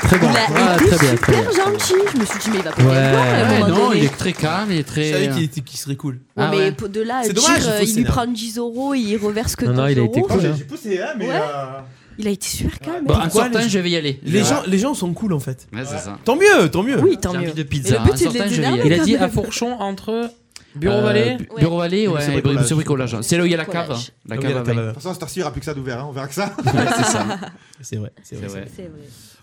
Speaker 16: Très bien. Ah, très bien, très bien.
Speaker 4: Super gentil. Je me suis dit, mais il va pas
Speaker 16: Ouais,
Speaker 4: bien voir, à un moment donné.
Speaker 7: très calme, il est très.
Speaker 6: Je savais qu'il était- qu'il serait cool.
Speaker 4: Ouais, mais pour- de là, à
Speaker 6: C'est
Speaker 4: dire,
Speaker 6: dommage, il
Speaker 4: euh,
Speaker 6: faut
Speaker 4: il lui
Speaker 6: s'énerver.
Speaker 4: prend 10 euros, il reverse que 10
Speaker 6: Non, non, il a été
Speaker 4: euros.
Speaker 6: cool, hein. J'ai
Speaker 8: bah, poussé, mais. euh,
Speaker 4: Ouais. Il a été super calme.
Speaker 6: Pourquoi
Speaker 4: hein.
Speaker 6: les- Les gens, les gens sont cool en fait.
Speaker 7: Ouais, c'est ça.
Speaker 6: Tant mieux, tant mieux.
Speaker 4: Oui, tant J'ai mieux. envie de pizza, hein.
Speaker 16: Sortant, je vais y aller. Il a dit à Fourchon entre Bureau Vallée.
Speaker 7: Bu- Bureau Vallée, ouais,
Speaker 16: Monsieur
Speaker 7: et
Speaker 16: Bricolage.
Speaker 7: Monsieur Bricolage. C'est là où il y a la
Speaker 16: Bricolage.
Speaker 7: cave. hein. La
Speaker 6: Là où
Speaker 7: cave
Speaker 6: il y a Ah la
Speaker 7: avec.
Speaker 6: cave.
Speaker 8: De toute façon, à cette heure-ci, il n'y aura plus que ça d'ouvert, hein, on verra que ça.
Speaker 7: c'est ça.
Speaker 6: C'est vrai, c'est
Speaker 7: C'est
Speaker 6: vrai.
Speaker 7: vrai.
Speaker 6: c'est vrai.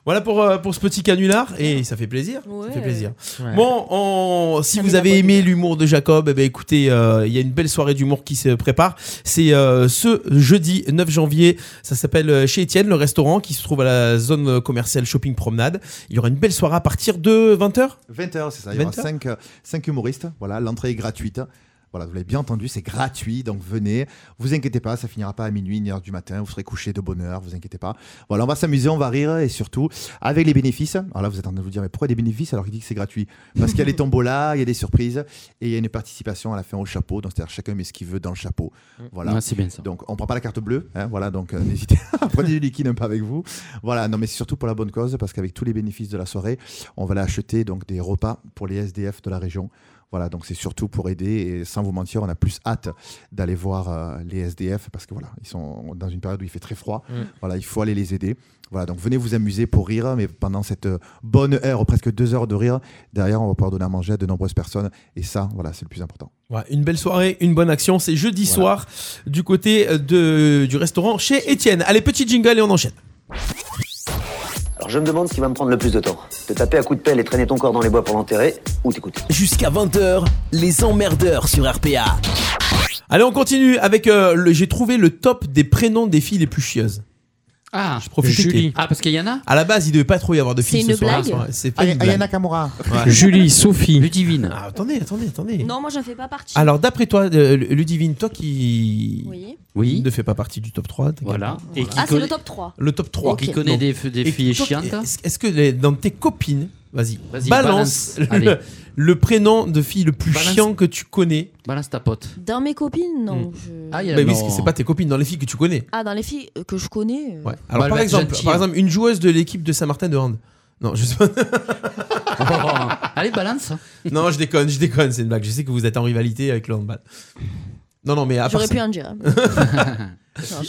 Speaker 6: Voilà pour, euh, pour ce petit canular et ça fait plaisir. Ça fait plaisir. Bon, on- si vous avez aimé l'humour de Jacob, eh ben, écoutez, euh, il y a une belle soirée d'humour qui se prépare. C'est euh, ce jeudi 9 janvier. Ça s'appelle euh, chez Étienne, le restaurant qui se trouve à la zone euh, commerciale Shopping Promenade. Il y aura une belle soirée à partir de 20h
Speaker 8: 20h, c'est ça. Il y aura
Speaker 6: 20h.
Speaker 8: 5, humoristes. Voilà, l'entrée est gratuite. Voilà, vous l'avez bien entendu, c'est gratuit, donc venez. Vous inquiétez pas, ça finira pas à minuit, une heure du matin. Vous serez couché de bonne heure, vous inquiétez pas. Voilà, on va s'amuser, on va rire et surtout avec les bénéfices. Alors là, vous êtes en train de vous dire, mais pourquoi des bénéfices alors qu'il dit que c'est gratuit Parce qu'il y a les tombolas, il y a des surprises et il y a une participation à la fin au chapeau. Donc c'est-à-dire chacun met ce qu'il veut dans le chapeau. Voilà.
Speaker 7: Ouais, Ah, c'est bien ça.
Speaker 8: Donc on prend pas la carte bleue, hein, voilà. Donc euh, n'hésitez, pas, prenez du liquide un peu avec vous. Voilà. Non, mais c'est surtout pour la bonne cause parce qu'avec tous les bénéfices de la soirée, on va aller acheter donc des repas pour les SDF de la région. Voilà, donc c'est surtout pour aider et sans vous mentir, on a plus hâte d'aller voir euh, les SDF parce que voilà, ils sont dans une période où il fait très froid.
Speaker 6: Mm.
Speaker 8: Voilà, il faut aller les aider. Voilà, donc venez vous amuser pour rire, mais pendant cette euh, bonne heure, presque deux heures de rire, derrière, on va pouvoir donner à manger à de nombreuses personnes et ça, voilà, c'est le plus important.
Speaker 6: Ouais, une belle soirée, une bonne action. C'est jeudi soir du côté euh, de, du restaurant chez Étienne. Allez, petit jingle et on enchaîne.
Speaker 21: Alors je me demande ce qui va me prendre le plus de temps. Te taper à coups de pelle et traîner ton corps dans les bois pour l'enterrer, ou t'écouter.
Speaker 22: Jusqu'à 20h, les emmerdeurs sur RPA.
Speaker 6: Allez, on continue avec. euh, le- J'ai trouvé le top des prénoms des filles les plus chieuses.
Speaker 7: Ah, je
Speaker 6: profite
Speaker 7: Julie.
Speaker 6: que-
Speaker 7: Ah, parce qu'il y en a
Speaker 6: À la base, il devait pas trop y avoir de filles
Speaker 4: C'est une
Speaker 6: ce soir-là,
Speaker 4: blague Ah,
Speaker 6: soir. C'est pas une
Speaker 8: Ay- Ayana
Speaker 6: blague.
Speaker 8: Kamura.
Speaker 6: Ouais.
Speaker 16: Julie, Sophie.
Speaker 7: Ludivine.
Speaker 6: Ah, attendez, attendez, attendez.
Speaker 4: Non, moi j'en fais pas partie.
Speaker 6: Alors, d'après toi, euh, Ludivine, toi qui
Speaker 4: Oui.
Speaker 7: Oui.
Speaker 6: ne fais pas partie du top 3. Voilà.
Speaker 4: Et qui Ah, c'est connaît- le top 3.
Speaker 6: Le top 3.
Speaker 4: Et qui connaît
Speaker 6: Donc,
Speaker 7: des f- des
Speaker 6: et
Speaker 7: filles
Speaker 6: toi,
Speaker 7: chiantes
Speaker 6: Est-ce est-ce que les- dans tes copines, vas-y,
Speaker 7: Vas-y, balance.
Speaker 6: balance, le,
Speaker 7: Allez.
Speaker 6: le prénom de fille le plus chiant que tu connais.
Speaker 7: Balance ta pote.
Speaker 4: Dans mes copines, non. je-
Speaker 7: Ah, il y en
Speaker 6: Bah
Speaker 7: a-
Speaker 6: oui,
Speaker 7: non.
Speaker 6: parce que c'est pas tes copines, dans les filles que tu connais.
Speaker 4: Ah, dans les filles euh, que je connais. euh,
Speaker 6: Ouais. Alors,
Speaker 7: Bah,
Speaker 6: par,
Speaker 7: bah,
Speaker 6: exemple,
Speaker 7: gentille,
Speaker 6: par
Speaker 7: hein.
Speaker 6: exemple, une joueuse de l'équipe de Saint-Martin de Hand. Non, je sais pas.
Speaker 7: Allez, balance.
Speaker 6: Non, je déconne, je déconne, c'est une blague. Je sais que vous êtes en rivalité avec le handball. Non, non, mais à part
Speaker 4: J'aurais
Speaker 6: ça-
Speaker 4: pu en dire.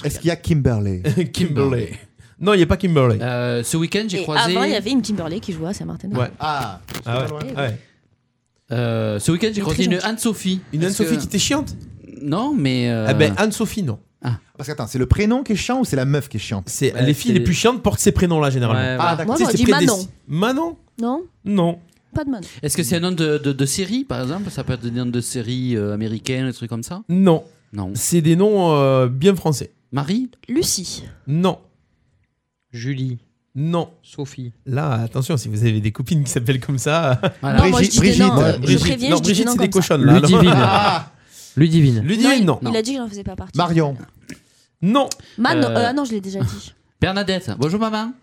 Speaker 8: Est-ce qu'il y a Kimberley
Speaker 6: Kimberley. Non, il n'y a pas Kimberley.
Speaker 7: ce week-end, j'ai
Speaker 4: Et
Speaker 7: croisé.
Speaker 4: avant, il y avait une Timberlake qui jouait à Saint-Martin.
Speaker 6: Ouais.
Speaker 8: Ah,
Speaker 6: Ah
Speaker 4: pas
Speaker 6: ouais.
Speaker 4: loin.
Speaker 6: ouais.
Speaker 7: Euh, ce week-end, j'ai
Speaker 4: est
Speaker 7: croisé
Speaker 4: très
Speaker 7: une
Speaker 4: gentil.
Speaker 7: Anne-Sophie.
Speaker 6: Une
Speaker 7: Parce
Speaker 6: Anne-Sophie
Speaker 7: que-
Speaker 6: qui était chiante
Speaker 7: Non, mais. euh,
Speaker 6: Ah ben, Anne-Sophie, non.
Speaker 8: Parce que attends, c'est le prénom qui est chiant ou c'est la meuf qui est chiante
Speaker 6: C'est les filles les plus chiantes portent ces prénoms-là généralement.
Speaker 7: Ouais,
Speaker 8: Ah,
Speaker 7: ouais.
Speaker 8: d'accord.
Speaker 4: Moi, j'aurais
Speaker 6: c'est
Speaker 4: dit
Speaker 6: prédécis-
Speaker 4: Manon.
Speaker 6: Manon
Speaker 4: Non
Speaker 6: Non.
Speaker 4: Pas de Manon.
Speaker 7: Est-ce que c'est un nom de, de, de série, par exemple Ça peut être des noms de séries euh, américaines, des trucs comme ça
Speaker 6: Non.
Speaker 7: Non.
Speaker 6: C'est des noms euh, bien français.
Speaker 7: Marie
Speaker 4: Lucie.
Speaker 6: Non.
Speaker 16: Julie.
Speaker 6: Non.
Speaker 16: Sophie.
Speaker 6: Là, attention, si vous avez des copines qui s'appellent comme ça.
Speaker 16: Voilà.
Speaker 4: Ah,
Speaker 16: Non, moi, je dis des noms, euh, je préviens,
Speaker 6: non,
Speaker 16: je dis des
Speaker 6: Brigitte,
Speaker 16: noms
Speaker 6: c'est des
Speaker 16: comme ça.
Speaker 6: cochonnes. là.
Speaker 16: Ludivine.
Speaker 6: Ah
Speaker 16: Ludivine.
Speaker 6: Ludivine, non. Bah,
Speaker 4: Il a dit que j'en faisais pas partie.
Speaker 8: Marion.
Speaker 6: Non.
Speaker 4: Manon.
Speaker 7: Euh,
Speaker 4: euh, ah non, je l'ai déjà dit.
Speaker 7: Bernadette. Bonjour, maman.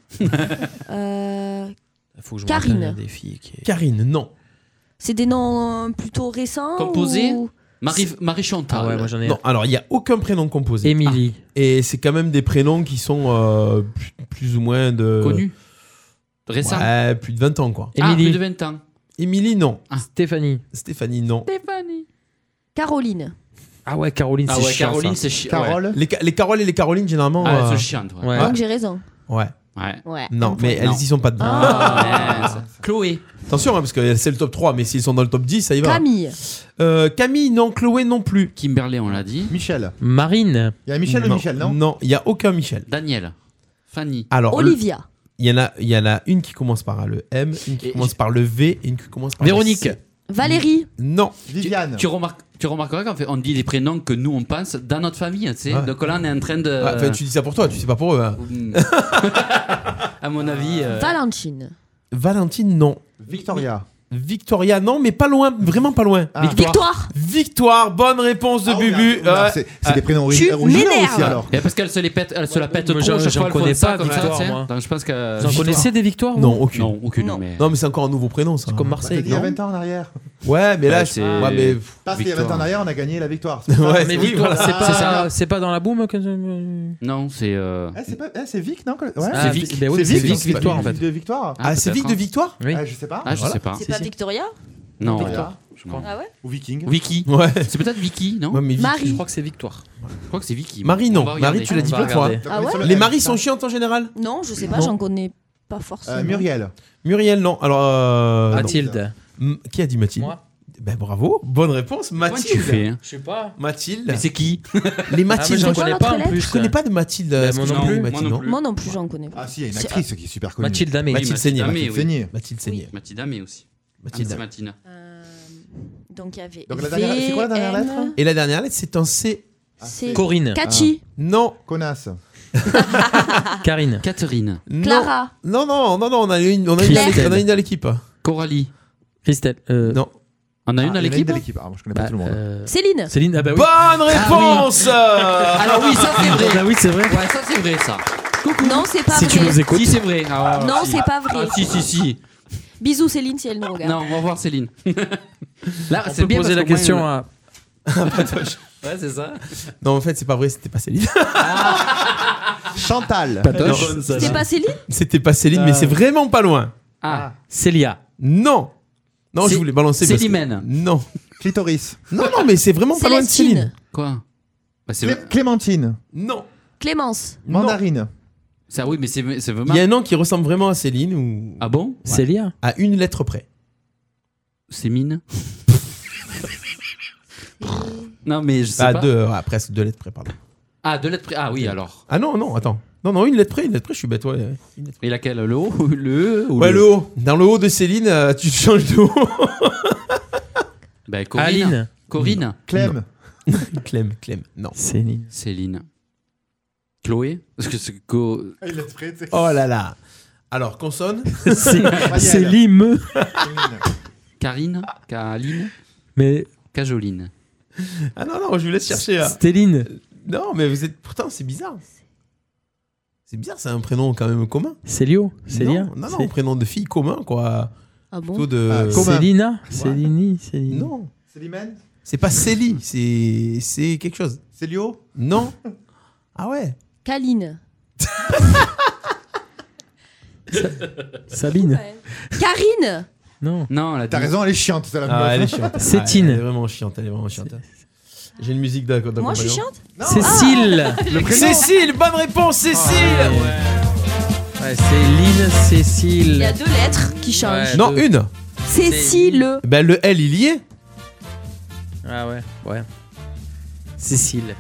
Speaker 4: Euh,
Speaker 7: Faut que
Speaker 4: je me Karine. rappelle
Speaker 7: des
Speaker 6: filles Karine, non.
Speaker 4: C'est des noms euh, plutôt récents.
Speaker 7: Composé
Speaker 4: ou-
Speaker 7: Marie, Marie Chantal.
Speaker 16: Ah ouais, moi, j'en ai
Speaker 6: Non, alors il n'y a aucun prénom composé. Ah.
Speaker 16: Émilie.
Speaker 6: Et c'est quand même des prénoms qui sont euh, plus- plus ou moins de.
Speaker 7: Connus Récents
Speaker 6: Ouais, plus de 20 ans quoi.
Speaker 7: Ah, plus de 20 ans.
Speaker 6: Émilie, non.
Speaker 16: Stéphanie.
Speaker 6: Stéphanie, non.
Speaker 4: Stéphanie. Caroline.
Speaker 16: Ah ouais, Caroline,
Speaker 6: Ah
Speaker 16: c'est
Speaker 6: ouais,
Speaker 16: chiant,
Speaker 6: Caroline,
Speaker 16: ça.
Speaker 6: c'est chi- Carole. Les, ca- les Caroles et les Carolines, généralement.
Speaker 7: Ah,
Speaker 6: euh,
Speaker 7: c'est chiant, ouais.
Speaker 6: Ouais.
Speaker 4: Donc j'ai raison.
Speaker 6: Ouais.
Speaker 4: Ouais.
Speaker 6: Non, mais elles
Speaker 7: Non.
Speaker 6: y sont pas dedans.
Speaker 7: Ah. Chloé.
Speaker 6: Attention, hein, parce que c'est le top 3, mais s'ils sont dans le top 10, ça y va.
Speaker 4: Camille.
Speaker 6: Euh, Camille, non. Chloé, non plus.
Speaker 7: Kimberley, on l'a dit.
Speaker 8: Michel.
Speaker 16: Marine.
Speaker 8: Il y a Michel ou Michel, non
Speaker 6: Non, il n'y a aucun Michel.
Speaker 7: Daniel. Fanny.
Speaker 6: Alors,
Speaker 4: Olivia.
Speaker 6: le- Il y, en a, il y en a une qui commence par le M, une qui
Speaker 7: Et-
Speaker 6: commence par le V et une qui commence par
Speaker 7: Véronique.
Speaker 6: le C.
Speaker 4: Valérie.
Speaker 6: Non.
Speaker 8: Viviane.
Speaker 7: Tu, remarques, tu remarqueras qu'on fait- on dit les prénoms que nous on pense dans notre famille, hein, tu sais.
Speaker 6: Ouais.
Speaker 7: Donc là on est en train de.
Speaker 6: Ouais, enfin, tu dis ça pour toi, tu sais pas pour eux. hein.
Speaker 7: À mon avis. euh,
Speaker 4: Valentine.
Speaker 6: Valentine, non.
Speaker 8: Victoria.
Speaker 6: Victoria, non, mais pas loin, vraiment pas loin.
Speaker 4: Ah. Victoire.
Speaker 6: Victoire, bonne réponse
Speaker 8: Ah,
Speaker 6: de Bubu. Euh,
Speaker 8: oula,
Speaker 6: Ouais.
Speaker 8: hein. c'est- c'est des prénoms Tu origi- originaux m'énerves. aussi, alors.
Speaker 7: Et Eh, parce qu'elle se, les pète, elle se la pète
Speaker 16: Moi,
Speaker 7: trop,
Speaker 16: j'en-
Speaker 7: chaque
Speaker 16: j'en
Speaker 7: fois, elle
Speaker 16: connais
Speaker 7: fait ça
Speaker 16: pas,
Speaker 7: comme ça,
Speaker 16: Victoire,
Speaker 7: tu sais.
Speaker 16: moi.
Speaker 7: Donc je pense que.
Speaker 16: Vous en connaissez des victoires vous
Speaker 6: Non, aucune.
Speaker 7: Non, aucune,
Speaker 16: Non.
Speaker 7: mais.
Speaker 6: Non, mais c'est encore un nouveau prénom, ça. hein.
Speaker 16: Comme
Speaker 8: Bah,
Speaker 16: Marseille.
Speaker 8: il y a 20 ans en arrière.
Speaker 6: Ouais, mais là,
Speaker 16: Ouais,
Speaker 6: je-
Speaker 16: c'est-
Speaker 6: ouais, mais.
Speaker 8: Parce qu'il y a 20 ans en arrière, on a gagné la victoire. C'est pour ça.
Speaker 6: Ouais,
Speaker 16: mais
Speaker 6: c'est- oui,
Speaker 16: Victoire,
Speaker 6: voilà.
Speaker 16: c'est pas,
Speaker 8: C'est ça.
Speaker 16: c'est pas dans la boum que. Ouais,
Speaker 7: Non, c'est. euh,
Speaker 8: Eh, c'est pas- eh, c'est Vic, non que- ouais.
Speaker 7: C'est Vic.
Speaker 16: ben oui,
Speaker 8: C'est Vic,
Speaker 16: c'est Vic
Speaker 8: c'est pas
Speaker 16: Victoire en
Speaker 8: Vic
Speaker 16: fait.
Speaker 8: de victoire.
Speaker 6: Ah, c'est Vic de Victoire
Speaker 16: Oui.
Speaker 8: Ah, je sais pas.
Speaker 7: Ah, je
Speaker 6: Voilà.
Speaker 7: sais pas.
Speaker 4: C'est pas Victoria
Speaker 7: Non.
Speaker 8: Victoire,
Speaker 7: je crois.
Speaker 4: Ah ouais
Speaker 8: Ou Viking.
Speaker 7: Vicky.
Speaker 6: Ouais.
Speaker 7: C'est peut-être Vicky, non
Speaker 6: Ouais, mais Vic-
Speaker 4: Marie.
Speaker 16: Je crois que c'est Victoire.
Speaker 7: Je crois que c'est Vicky.
Speaker 6: Marie,
Speaker 7: On
Speaker 6: non.
Speaker 7: va regarder.
Speaker 6: Marie, tu l'as
Speaker 7: On
Speaker 6: dit
Speaker 7: va
Speaker 6: plein de fois. hein.
Speaker 7: regarder.
Speaker 4: Ah ouais
Speaker 6: Les maris sont chiantes en général
Speaker 4: Non, je sais pas,
Speaker 6: Non.
Speaker 4: j'en connais pas forcément.
Speaker 8: Euh, Muriel.
Speaker 6: Muriel, non. Alors. euh, non.
Speaker 16: Mathilde.
Speaker 6: M- Qui a dit Mathilde
Speaker 16: Moi.
Speaker 6: Ben bravo, bonne réponse, Mathilde.
Speaker 7: tu fais, hein
Speaker 16: Je sais pas.
Speaker 6: Mathilde.
Speaker 7: Mais c'est qui
Speaker 16: Ah, mais
Speaker 6: Les Mathildes, j'en
Speaker 16: je connais
Speaker 6: connais
Speaker 16: pas en
Speaker 6: pas.
Speaker 16: plus.
Speaker 6: Je connais pas de Mathilde. euh,
Speaker 16: moi non
Speaker 6: excuse-moi,
Speaker 16: plus.
Speaker 6: Mathilde, non
Speaker 4: Moi non plus, j'en connais pas.
Speaker 8: Ah, si, il y a une
Speaker 4: C'est-
Speaker 8: actrice qui est super connue.
Speaker 16: Mathilde Ah, Amé.
Speaker 6: Mathilde
Speaker 7: Mathilde
Speaker 6: Seigné.
Speaker 7: Amé,
Speaker 6: Mathilde
Speaker 7: oui.
Speaker 6: Seigné. Mathilde Seigné.
Speaker 7: Mathilda Amé aussi.
Speaker 6: Mathilde.
Speaker 7: Anne Matina.
Speaker 4: Euh, Donc il y avait.
Speaker 8: Donc la dernière- c'est quoi la dernière
Speaker 4: VN,
Speaker 8: lettre
Speaker 6: Et la dernière lettre, c'est un C.
Speaker 4: c'est-
Speaker 16: Corinne.
Speaker 4: Cathy.
Speaker 6: Ah. Non,
Speaker 8: Connasse.
Speaker 16: Karine.
Speaker 7: Catherine.
Speaker 6: non.
Speaker 4: Clara.
Speaker 6: Non, non, non, non, on a une, on a une, dans,
Speaker 16: Claire.
Speaker 6: l'équipe, on a une dans l'équipe.
Speaker 7: Coralie.
Speaker 16: Christelle. euh,
Speaker 6: Non.
Speaker 7: On a une à
Speaker 8: Il y en a
Speaker 7: l'équipe
Speaker 8: de l'équipe. Ah, moi, je connais pas
Speaker 16: bah,
Speaker 8: tout le monde.
Speaker 16: euh,
Speaker 4: Céline.
Speaker 16: Céline, ah bah oui.
Speaker 6: Bonne réponse euh.
Speaker 7: Alors oui, ça c'est vrai.
Speaker 16: Ah oui, c'est vrai.
Speaker 7: Ouais, ça c'est vrai ça.
Speaker 4: Non, c'est pas
Speaker 16: Si tu
Speaker 4: vrai.
Speaker 16: nous écoutes.
Speaker 7: Si c'est vrai. Ah, ouais, ouais,
Speaker 4: Non,
Speaker 7: si.
Speaker 4: c'est pas vrai.
Speaker 7: Ah si si si.
Speaker 4: Bisous Céline si elle nous regarde.
Speaker 7: Non, on va voir Céline. hein. Là,
Speaker 16: On
Speaker 7: c'est
Speaker 16: peut
Speaker 7: bien
Speaker 16: poser
Speaker 7: parce
Speaker 16: la
Speaker 7: qu'au moins,
Speaker 16: question
Speaker 7: euh,
Speaker 16: à.
Speaker 7: bah, Ouais, c'est ça.
Speaker 6: Non, en fait, c'est pas vrai, c'était pas Céline.
Speaker 16: Ah,
Speaker 8: Chantal.
Speaker 16: Patoche.
Speaker 4: C'était pas Céline
Speaker 6: C'était pas Céline, mais c'est vraiment pas loin.
Speaker 7: Ah,
Speaker 16: Célia.
Speaker 6: Non. Non, je
Speaker 7: C'est-
Speaker 6: voulais balancer. parce que-
Speaker 7: Célimène.
Speaker 6: Non.
Speaker 8: Clitoris.
Speaker 6: Non, non, mais c'est vraiment pas loin de Céline.
Speaker 4: Célestine.
Speaker 7: Quoi Bah, c'est
Speaker 8: Clé- Clémentine.
Speaker 6: Non.
Speaker 4: Clémence.
Speaker 6: Non.
Speaker 8: Mandarine.
Speaker 7: ça oui, mais c'est c'est vraiment
Speaker 6: Il y a un nom qui ressemble vraiment à Céline ou
Speaker 7: Ah bon
Speaker 16: Célia.
Speaker 6: à une lettre près.
Speaker 7: C'est mine. non mais je sais
Speaker 6: Ah,
Speaker 7: pas.
Speaker 6: deux, ouais, presque deux lettres près, pardon.
Speaker 7: Ah, deux lettres près. Ah oui, alors.
Speaker 6: Ah non, non, attends. Non, non, une lettre près, une lettre près, je suis bête, ouais. Une lettre
Speaker 7: Et laquelle Le haut ou le E ou
Speaker 6: Ouais, le haut. Dans le haut de Céline, euh, tu te changes de haut.
Speaker 7: Bah, Corinne.
Speaker 16: Aline.
Speaker 7: Corinne.
Speaker 8: Clem.
Speaker 6: Clem, Clem, non.
Speaker 7: Céline. Céline. Chloé Parce que c'est Go-
Speaker 6: Oh là là. Alors, consonne
Speaker 16: C'est- c'est l'ime.
Speaker 7: Karine Kaline
Speaker 16: Mais.
Speaker 7: Cajoline.
Speaker 6: Ah non, non, je vous laisse chercher. là.
Speaker 16: Stéline.
Speaker 6: Non, mais vous êtes. Pourtant, c'est bizarre. C'est bizarre, c'est un prénom quand même commun.
Speaker 16: Célio Célia
Speaker 6: Non, non, non,
Speaker 16: C'est-
Speaker 6: prénom de fille commun, quoi.
Speaker 4: Ah bon
Speaker 6: Plutôt de...
Speaker 16: Ah, Célina Célini Céline.
Speaker 6: Non. C'est pas Célie, c'est c'est quelque chose. Célio Non. Ah ouais
Speaker 4: Kaline.
Speaker 16: Sabine.
Speaker 4: Karine
Speaker 16: Non.
Speaker 7: Non,
Speaker 8: T'as raison, elle est chiante, celle-là.
Speaker 6: Ah, elle est chiante.
Speaker 16: C'est
Speaker 6: Ah,
Speaker 16: Tine.
Speaker 6: Elle est vraiment chiante, elle est vraiment chiante. J'ai une musique d'un
Speaker 4: Moi, je Ah. suis chiante
Speaker 16: Cécile.
Speaker 6: Le prénom. Cécile, bonne réponse,
Speaker 4: Ah,
Speaker 6: Cécile.
Speaker 16: Ouais, Céline,
Speaker 4: Il y a
Speaker 16: Cécile.
Speaker 4: deux lettres qui changent.
Speaker 6: Non, une.
Speaker 4: Cécile.
Speaker 6: Ben le L, il y est.
Speaker 16: Ah ouais, ouais. Cécile.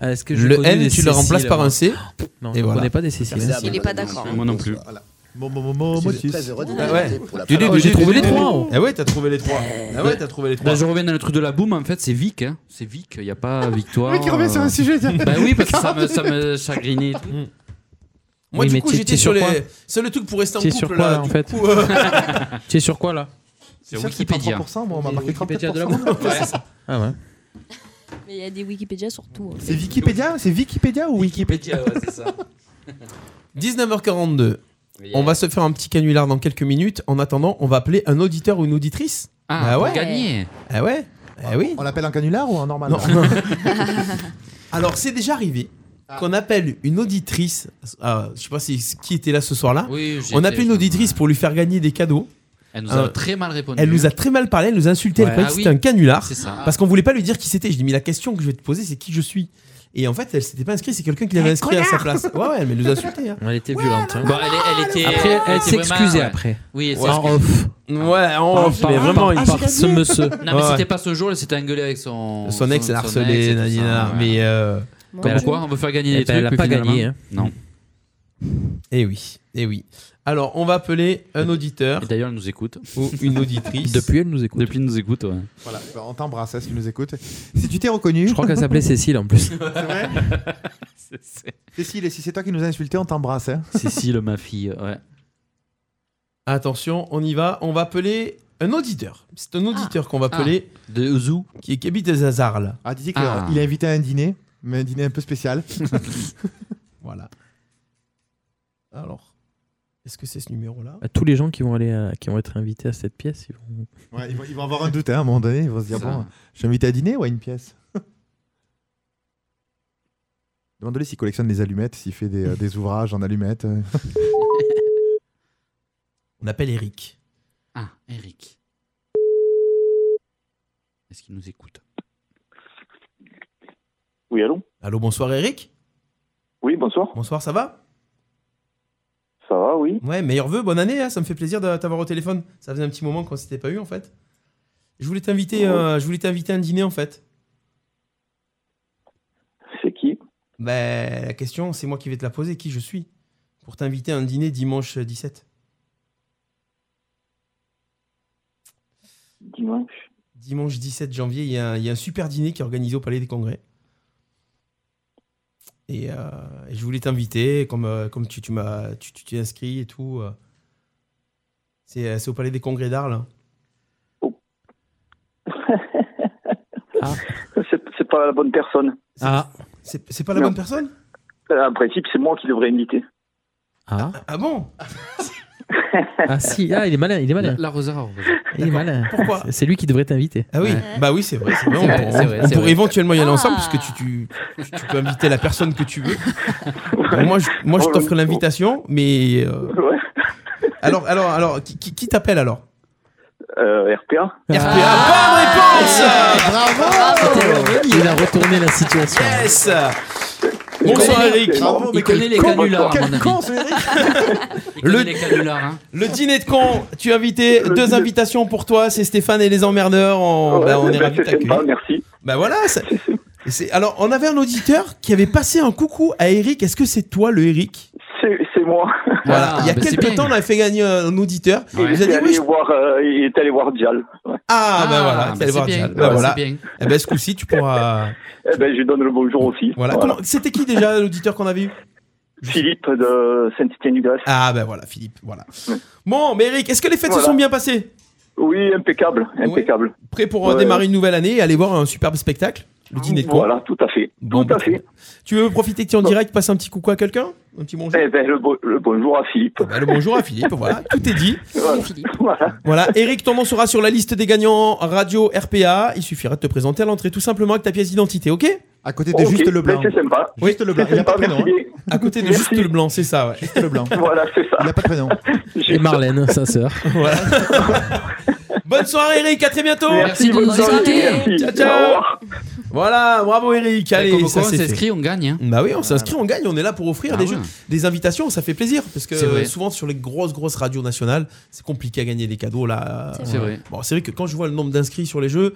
Speaker 16: Ah, Est-ce que je
Speaker 6: Le
Speaker 16: connais
Speaker 6: N,
Speaker 16: des
Speaker 6: tu
Speaker 16: Cécile,
Speaker 6: le remplaces par un
Speaker 16: moi
Speaker 6: C,
Speaker 16: Non,
Speaker 6: et
Speaker 16: je ne
Speaker 6: voilà.
Speaker 16: connais pas des hein. Cécile.
Speaker 6: Il est
Speaker 4: Il est pas d'accord.
Speaker 6: Bah,
Speaker 7: Moi non plus.
Speaker 6: Ah ouais.
Speaker 7: Tu dis, mais j'ai trouvé les trois.
Speaker 6: Ah ouais, t'as trouvé les trois. Ah ouais, t'as trouvé les trois.
Speaker 7: Là, Bah, je reviens dans le truc de la boum. En fait, c'est Vic. Hein. C'est Vic. Il n'y a pas victoire.
Speaker 6: Le mec qui revient sur un sujet, tiens.
Speaker 7: Bah oui, parce que ça me, ça me chagrinait. et tout.
Speaker 16: Mm.
Speaker 6: Moi,
Speaker 7: Oui,
Speaker 6: du
Speaker 7: mais
Speaker 6: coup,
Speaker 7: t'es-
Speaker 6: j'étais
Speaker 7: t'es
Speaker 6: sur
Speaker 7: sur quoi
Speaker 6: les. C'est le truc pour rester en
Speaker 16: Tu es
Speaker 6: couple
Speaker 16: sur quoi là,
Speaker 6: du
Speaker 16: en fait
Speaker 6: coup, euh,
Speaker 16: Tu es sur quoi là
Speaker 7: C'est Wikipédia.
Speaker 8: moi, on m'a marqué
Speaker 16: Wikipédia
Speaker 8: 34%.
Speaker 16: de la boum
Speaker 8: Ouais.
Speaker 16: Ah ouais.
Speaker 4: Mais il y a des Wikipédia sur tout. hein.
Speaker 8: C'est Wikipédia C'est Wikipédia ou Wikipédia
Speaker 7: ouais, c'est ça.
Speaker 6: 19h42. On va se faire un petit canular dans quelques minutes. En attendant, on va appeler un auditeur ou une auditrice.
Speaker 7: Ah, pour gagner.
Speaker 6: Ah ouais Ah oui
Speaker 8: On l'appelle un canular ou un normal
Speaker 6: Non.
Speaker 8: là
Speaker 6: Alors, c'est déjà arrivé
Speaker 7: Ah.
Speaker 6: qu'on appelle une auditrice. Ah, je sais pas si, qui était là ce soir-là.
Speaker 7: Oui, j'étais,
Speaker 6: on appelle une
Speaker 7: je-
Speaker 6: auditrice pour lui faire gagner des cadeaux.
Speaker 7: Elle nous a
Speaker 6: Euh,
Speaker 7: très mal répondu.
Speaker 6: Elle nous a très mal parlé, elle nous a insulté, elle
Speaker 7: Ouais.
Speaker 6: croyait
Speaker 7: Ah
Speaker 6: que
Speaker 7: oui,
Speaker 6: c'était un canular.
Speaker 7: c'est ça.
Speaker 6: Parce qu'on voulait pas lui dire qui c'était. Je lui ai dit, mais la question que je vais te poser, c'est qui je suis. Et en fait, elle s'était pas inscrite, c'est quelqu'un qui l'avait
Speaker 16: Eh,
Speaker 6: inscrit à sa
Speaker 16: connard
Speaker 6: place. Ouais, ouais, mais elle nous a insulté. hein.
Speaker 16: Elle était violente. hein.
Speaker 7: Bon, elle, elle était.
Speaker 16: Après, elle
Speaker 7: était
Speaker 16: s'est excusée
Speaker 7: vraiment- euh,
Speaker 16: après.
Speaker 7: Oui, elle s'est
Speaker 16: en
Speaker 7: excusée.
Speaker 16: off.
Speaker 7: Ah,
Speaker 6: Ouais,
Speaker 16: en off, mais vraiment, il part ce monsieur.
Speaker 7: Non, mais c'était pas ce jour, elle s'était engueulée avec son.
Speaker 6: Son ex l'a harcelé,
Speaker 7: et tout ça,
Speaker 6: nanina,
Speaker 7: ouais.
Speaker 6: mais, euh,
Speaker 7: Comme
Speaker 6: Comme
Speaker 7: quoi,
Speaker 6: tu-
Speaker 7: on veut faire gagner
Speaker 6: Eh
Speaker 7: des
Speaker 6: ben,
Speaker 7: trucs.
Speaker 6: elle a
Speaker 7: mais
Speaker 6: pas
Speaker 7: finalement-
Speaker 6: gagné, hein.
Speaker 7: Non.
Speaker 6: Eh oui, eh oui. Alors, on va appeler un auditeur.
Speaker 7: D'ailleurs, elle nous écoute.
Speaker 6: Ou une auditrice.
Speaker 16: Depuis, elle nous écoute.
Speaker 7: Depuis, elle nous écoute, ouais.
Speaker 8: Voilà, bah, on t'embrasse hein, si tu nous écoutes. Si tu t'es reconnu. Je
Speaker 16: crois qu'elle s'appelait Cécile, en plus.
Speaker 8: C'est vrai Cécile, et si c'est toi qui nous as insulté, on t'embrasse. hein.
Speaker 7: Cécile, ma fille, ouais.
Speaker 6: Attention, on y va. On va appeler un auditeur. C'est un auditeur qu'on va appeler.
Speaker 7: De Zou.
Speaker 6: Qui, qui habite les Hazards,
Speaker 8: Ah, dis qu'il est invité à un dîner, mais un dîner un peu spécial.
Speaker 6: voilà. Alors, est-ce que c'est ce numéro-là
Speaker 16: Bah, Tous les gens qui vont aller, à- qui vont être invités à cette pièce, ils vont.
Speaker 8: Ouais, ils, vont, ils vont avoir un doute hein, à un moment donné. Ils vont se dire
Speaker 16: Ça.
Speaker 8: bon, je suis invité à dîner ou à une pièce Demande-lui s'il collectionne des allumettes, s'il fait des, euh, des ouvrages en allumettes. euh.
Speaker 6: On appelle Eric.
Speaker 7: Ah, Eric. Est-ce qu'il nous écoute
Speaker 10: Oui, allô
Speaker 6: Allô, bonsoir Eric.
Speaker 10: Oui, bonsoir.
Speaker 6: Bonsoir, ça va
Speaker 10: Ça va, oui.
Speaker 6: Ouais, meilleurs vœux, bonne année. hein, ça me fait plaisir de t'avoir au téléphone. Ça faisait un petit moment qu'on s'était pas eu en fait. Je voulais t'inviter.
Speaker 10: Oh.
Speaker 6: euh, je voulais t'inviter à un dîner en fait.
Speaker 10: C'est qui
Speaker 6: Ben, la question, c'est moi qui vais te la poser. Qui je suis Pour t'inviter à un dîner dimanche 17.
Speaker 10: Dimanche.
Speaker 6: Dimanche 17 janvier, il y, a un- il y a un super dîner qui est organisé au Palais des Congrès. Et, euh, et je voulais t'inviter, comme, euh, comme tu, tu m'as tu, tu t'es inscrit et tout. euh. C'est, euh, c'est au Palais des Congrès d'Arles.
Speaker 10: Oh. C'est c'est pas la bonne personne.
Speaker 16: Ah.
Speaker 6: C'est, c'est pas la
Speaker 10: Non.
Speaker 6: bonne personne
Speaker 10: Euh, En principe, c'est moi qui devrais inviter.
Speaker 16: Ah.
Speaker 6: Ah bon
Speaker 16: Ah si, ah, il est malin, il est malin.
Speaker 7: L'arroseur.
Speaker 16: Il est malin.
Speaker 6: Pourquoi
Speaker 16: C'est lui qui devrait t'inviter.
Speaker 6: Ah oui, bah oui, c'est vrai. c'est vrai,
Speaker 16: C'est
Speaker 6: on
Speaker 16: vrai,
Speaker 6: on-
Speaker 16: c'est vrai,
Speaker 6: on
Speaker 16: c'est
Speaker 6: pourrait
Speaker 16: vrai.
Speaker 6: éventuellement y aller ensemble, puisque tu, tu, tu- tu peux inviter la personne que tu veux. Bon, moi, je, moi, je t'offre l'invitation, mais. euh, Alors, alors, alors, qui, qui- qui t'appelle alors
Speaker 10: Euh, RPA
Speaker 6: RPA,
Speaker 16: Ah.
Speaker 6: bonne réponse Bravo
Speaker 16: Il a retourné la situation.
Speaker 6: Yes Bonsoir Eric
Speaker 16: Bravo, mais
Speaker 6: Il connaît
Speaker 16: quel
Speaker 6: les
Speaker 16: con,
Speaker 6: canulars,
Speaker 16: quel
Speaker 6: à mon avis.
Speaker 16: con,
Speaker 6: Le-
Speaker 7: Les canulars, hein.
Speaker 6: Le dîner de con, tu as invité deux invitations pour toi, c'est Stéphane et les emmerdeurs. On,
Speaker 10: Ouais,
Speaker 6: bah, on
Speaker 10: eh
Speaker 6: est
Speaker 10: ben,
Speaker 6: ravis de
Speaker 10: c'est sympa,
Speaker 6: t'accueillir.
Speaker 10: Merci.
Speaker 6: Bah voilà. c'est- c'est- Alors, on avait un auditeur qui avait passé un coucou à Eric. Est-ce que c'est toi le Eric
Speaker 23: c'est c'est moi.
Speaker 6: Voilà, il y a
Speaker 23: ben, c'est
Speaker 6: quelques
Speaker 23: bien.
Speaker 6: temps, on avait fait gagner un un auditeur.
Speaker 23: Il,
Speaker 6: Il nous a
Speaker 23: est
Speaker 6: dit oui,
Speaker 23: allé
Speaker 6: je-
Speaker 23: voir, euh, il est allé voir Dial. Ouais.
Speaker 6: Ah, ben voilà,
Speaker 23: ben,
Speaker 6: t'es allé
Speaker 23: c'est
Speaker 6: voir
Speaker 23: bien.
Speaker 6: Dial.
Speaker 23: Ouais,
Speaker 6: Ben voilà.
Speaker 23: c'est bien.
Speaker 6: Eh ben, ce coup-ci, tu pourras.
Speaker 23: Eh ben, je lui donne le bonjour aussi.
Speaker 6: Voilà. Comment- C'était qui déjà l'auditeur qu'on avait eu
Speaker 23: Philippe de Saint-Étienne-du-Grèce.
Speaker 6: Ah ben voilà, Philippe, voilà. Bon, mais Eric, est-ce que les fêtes se sont bien passées
Speaker 23: Oui, impeccable,
Speaker 6: Ah
Speaker 23: impeccable.
Speaker 6: Prêt pour euh,
Speaker 23: Ouais.
Speaker 6: démarrer une nouvelle année et aller voir un superbe spectacle Le dîner de quoi
Speaker 23: Voilà, tout à fait.
Speaker 6: Bon,
Speaker 23: tout à
Speaker 6: bah,
Speaker 23: fait.
Speaker 6: Tu veux profiter que tu es en direct, passer un petit coucou à quelqu'un Un petit bonjour Ah, bah,
Speaker 23: Eh ben, le, bo- le bonjour à Philippe.
Speaker 6: le bonjour à Philippe, voilà. Tout est dit.
Speaker 23: Voilà. Voilà.
Speaker 6: Voilà, Eric, ton nom sera sur la liste des gagnants radio RPA. Il suffira de te présenter à l'entrée tout simplement avec ta pièce d'identité, ok
Speaker 23: À côté de Ok, Juste Leblanc. ben, c'est sympa.
Speaker 6: Oui.
Speaker 23: Juste Leblanc, il a pas de C'est sympa, prénom, merci.
Speaker 6: À côté de
Speaker 23: Merci.
Speaker 6: Juste Leblanc, c'est ça, ouais. Juste Leblanc.
Speaker 23: Voilà, c'est ça.
Speaker 6: Il n'a pas de prénom.
Speaker 16: Et Marlène, sa sœur.
Speaker 6: Voilà. Bonne soirée, Eric. À très bientôt.
Speaker 7: Merci, bonne soirée. Merci.
Speaker 6: Ciao,
Speaker 7: Au
Speaker 6: ciao.
Speaker 7: revoir.
Speaker 6: Voilà, bravo Eric. Allez,
Speaker 7: comme
Speaker 6: ça
Speaker 7: quoi, on
Speaker 6: c'est fait.
Speaker 7: s'inscrit, on gagne. hein.
Speaker 6: Bah oui, on s'inscrit, on gagne, on est là pour offrir
Speaker 7: Ah
Speaker 6: des,
Speaker 7: ouais.
Speaker 6: jeux- des invitations, ça fait plaisir parce que
Speaker 7: C'est vrai.
Speaker 6: euh, souvent sur les grosses grosses radios nationales, c'est compliqué à gagner des cadeaux là.
Speaker 7: C'est C'est vrai. vrai.
Speaker 6: Bon, c'est vrai que quand je vois le nombre d'inscrits sur les jeux,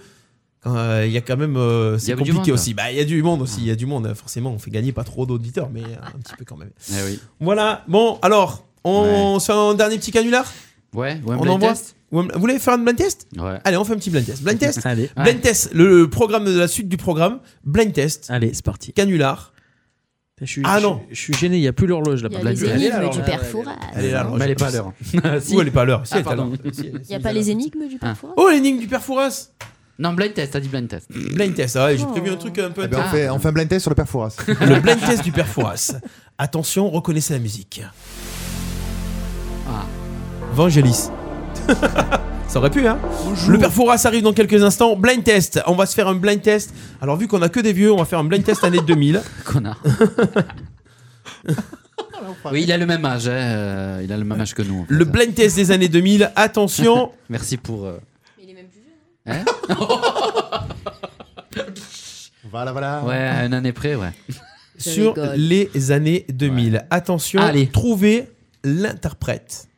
Speaker 6: quand, euh, il y a quand même euh,
Speaker 7: Il y
Speaker 6: c'est
Speaker 7: a du
Speaker 6: compliqué
Speaker 7: monde.
Speaker 6: aussi. Bah il y a du monde aussi, il y a du monde forcément, on fait gagner pas trop d'auditeurs mais euh, un petit peu quand même.
Speaker 7: Eh oui.
Speaker 6: Voilà. Bon, alors, on se fait un dernier petit canular
Speaker 7: Ouais, ouais, un
Speaker 6: on
Speaker 7: blind
Speaker 6: envoie.
Speaker 7: test
Speaker 6: Ouais, Vous voulez faire un blind test
Speaker 7: Ouais.
Speaker 6: Allez, on fait un petit blind test. Blind test.
Speaker 16: Allez.
Speaker 6: Blind test, le programme de la suite du programme. Blind test.
Speaker 16: Allez, c'est parti.
Speaker 6: Canular.
Speaker 16: Je suis,
Speaker 6: Ah non.
Speaker 16: Je, je suis gêné, il n'y a plus l'horloge là-bas.
Speaker 4: Il y a les
Speaker 16: Elle est là,
Speaker 4: énigmes du
Speaker 16: l'horloge.
Speaker 4: père Fouras.
Speaker 16: Elle est là, l'horloge.
Speaker 6: Mais elle est pas à l'heure. Où elle est pas à l'heure Si,
Speaker 7: Ah,
Speaker 6: elle est à l'heure.
Speaker 7: pardon.
Speaker 6: Si, elle-
Speaker 4: Il n'y a pas les énigmes du père Fouras
Speaker 6: Oh, l'énigme du Perforas
Speaker 7: Non, blind test, t'as dit blind test.
Speaker 6: Blind test, ah ouais, j'ai prévu un truc un peu.
Speaker 8: Eh ben, on, fait, on fait un blind test sur le père Fouras.
Speaker 6: Le blind test du père Fouras. Attention, reconnaissez la musique. Vangelis. Ça aurait pu, hein Le père Fouras arrive dans quelques instants. Blind test. On va se faire un blind test. Alors, vu qu'on a que des vieux, on va faire un blind test année 2000.
Speaker 7: Connard. Oui, il a le même âge, hein, euh, il a le même âge que nous. en fait.
Speaker 6: Le blind test des années 2000. Attention.
Speaker 7: Merci pour. euh, hein
Speaker 8: Voilà, voilà.
Speaker 7: Ah ouais, à une année près, ouais.
Speaker 6: Bah,
Speaker 7: Je
Speaker 6: Sur
Speaker 7: rigole.
Speaker 6: les années 2000. Attention.
Speaker 7: Allez.
Speaker 6: Trouvez l'interprète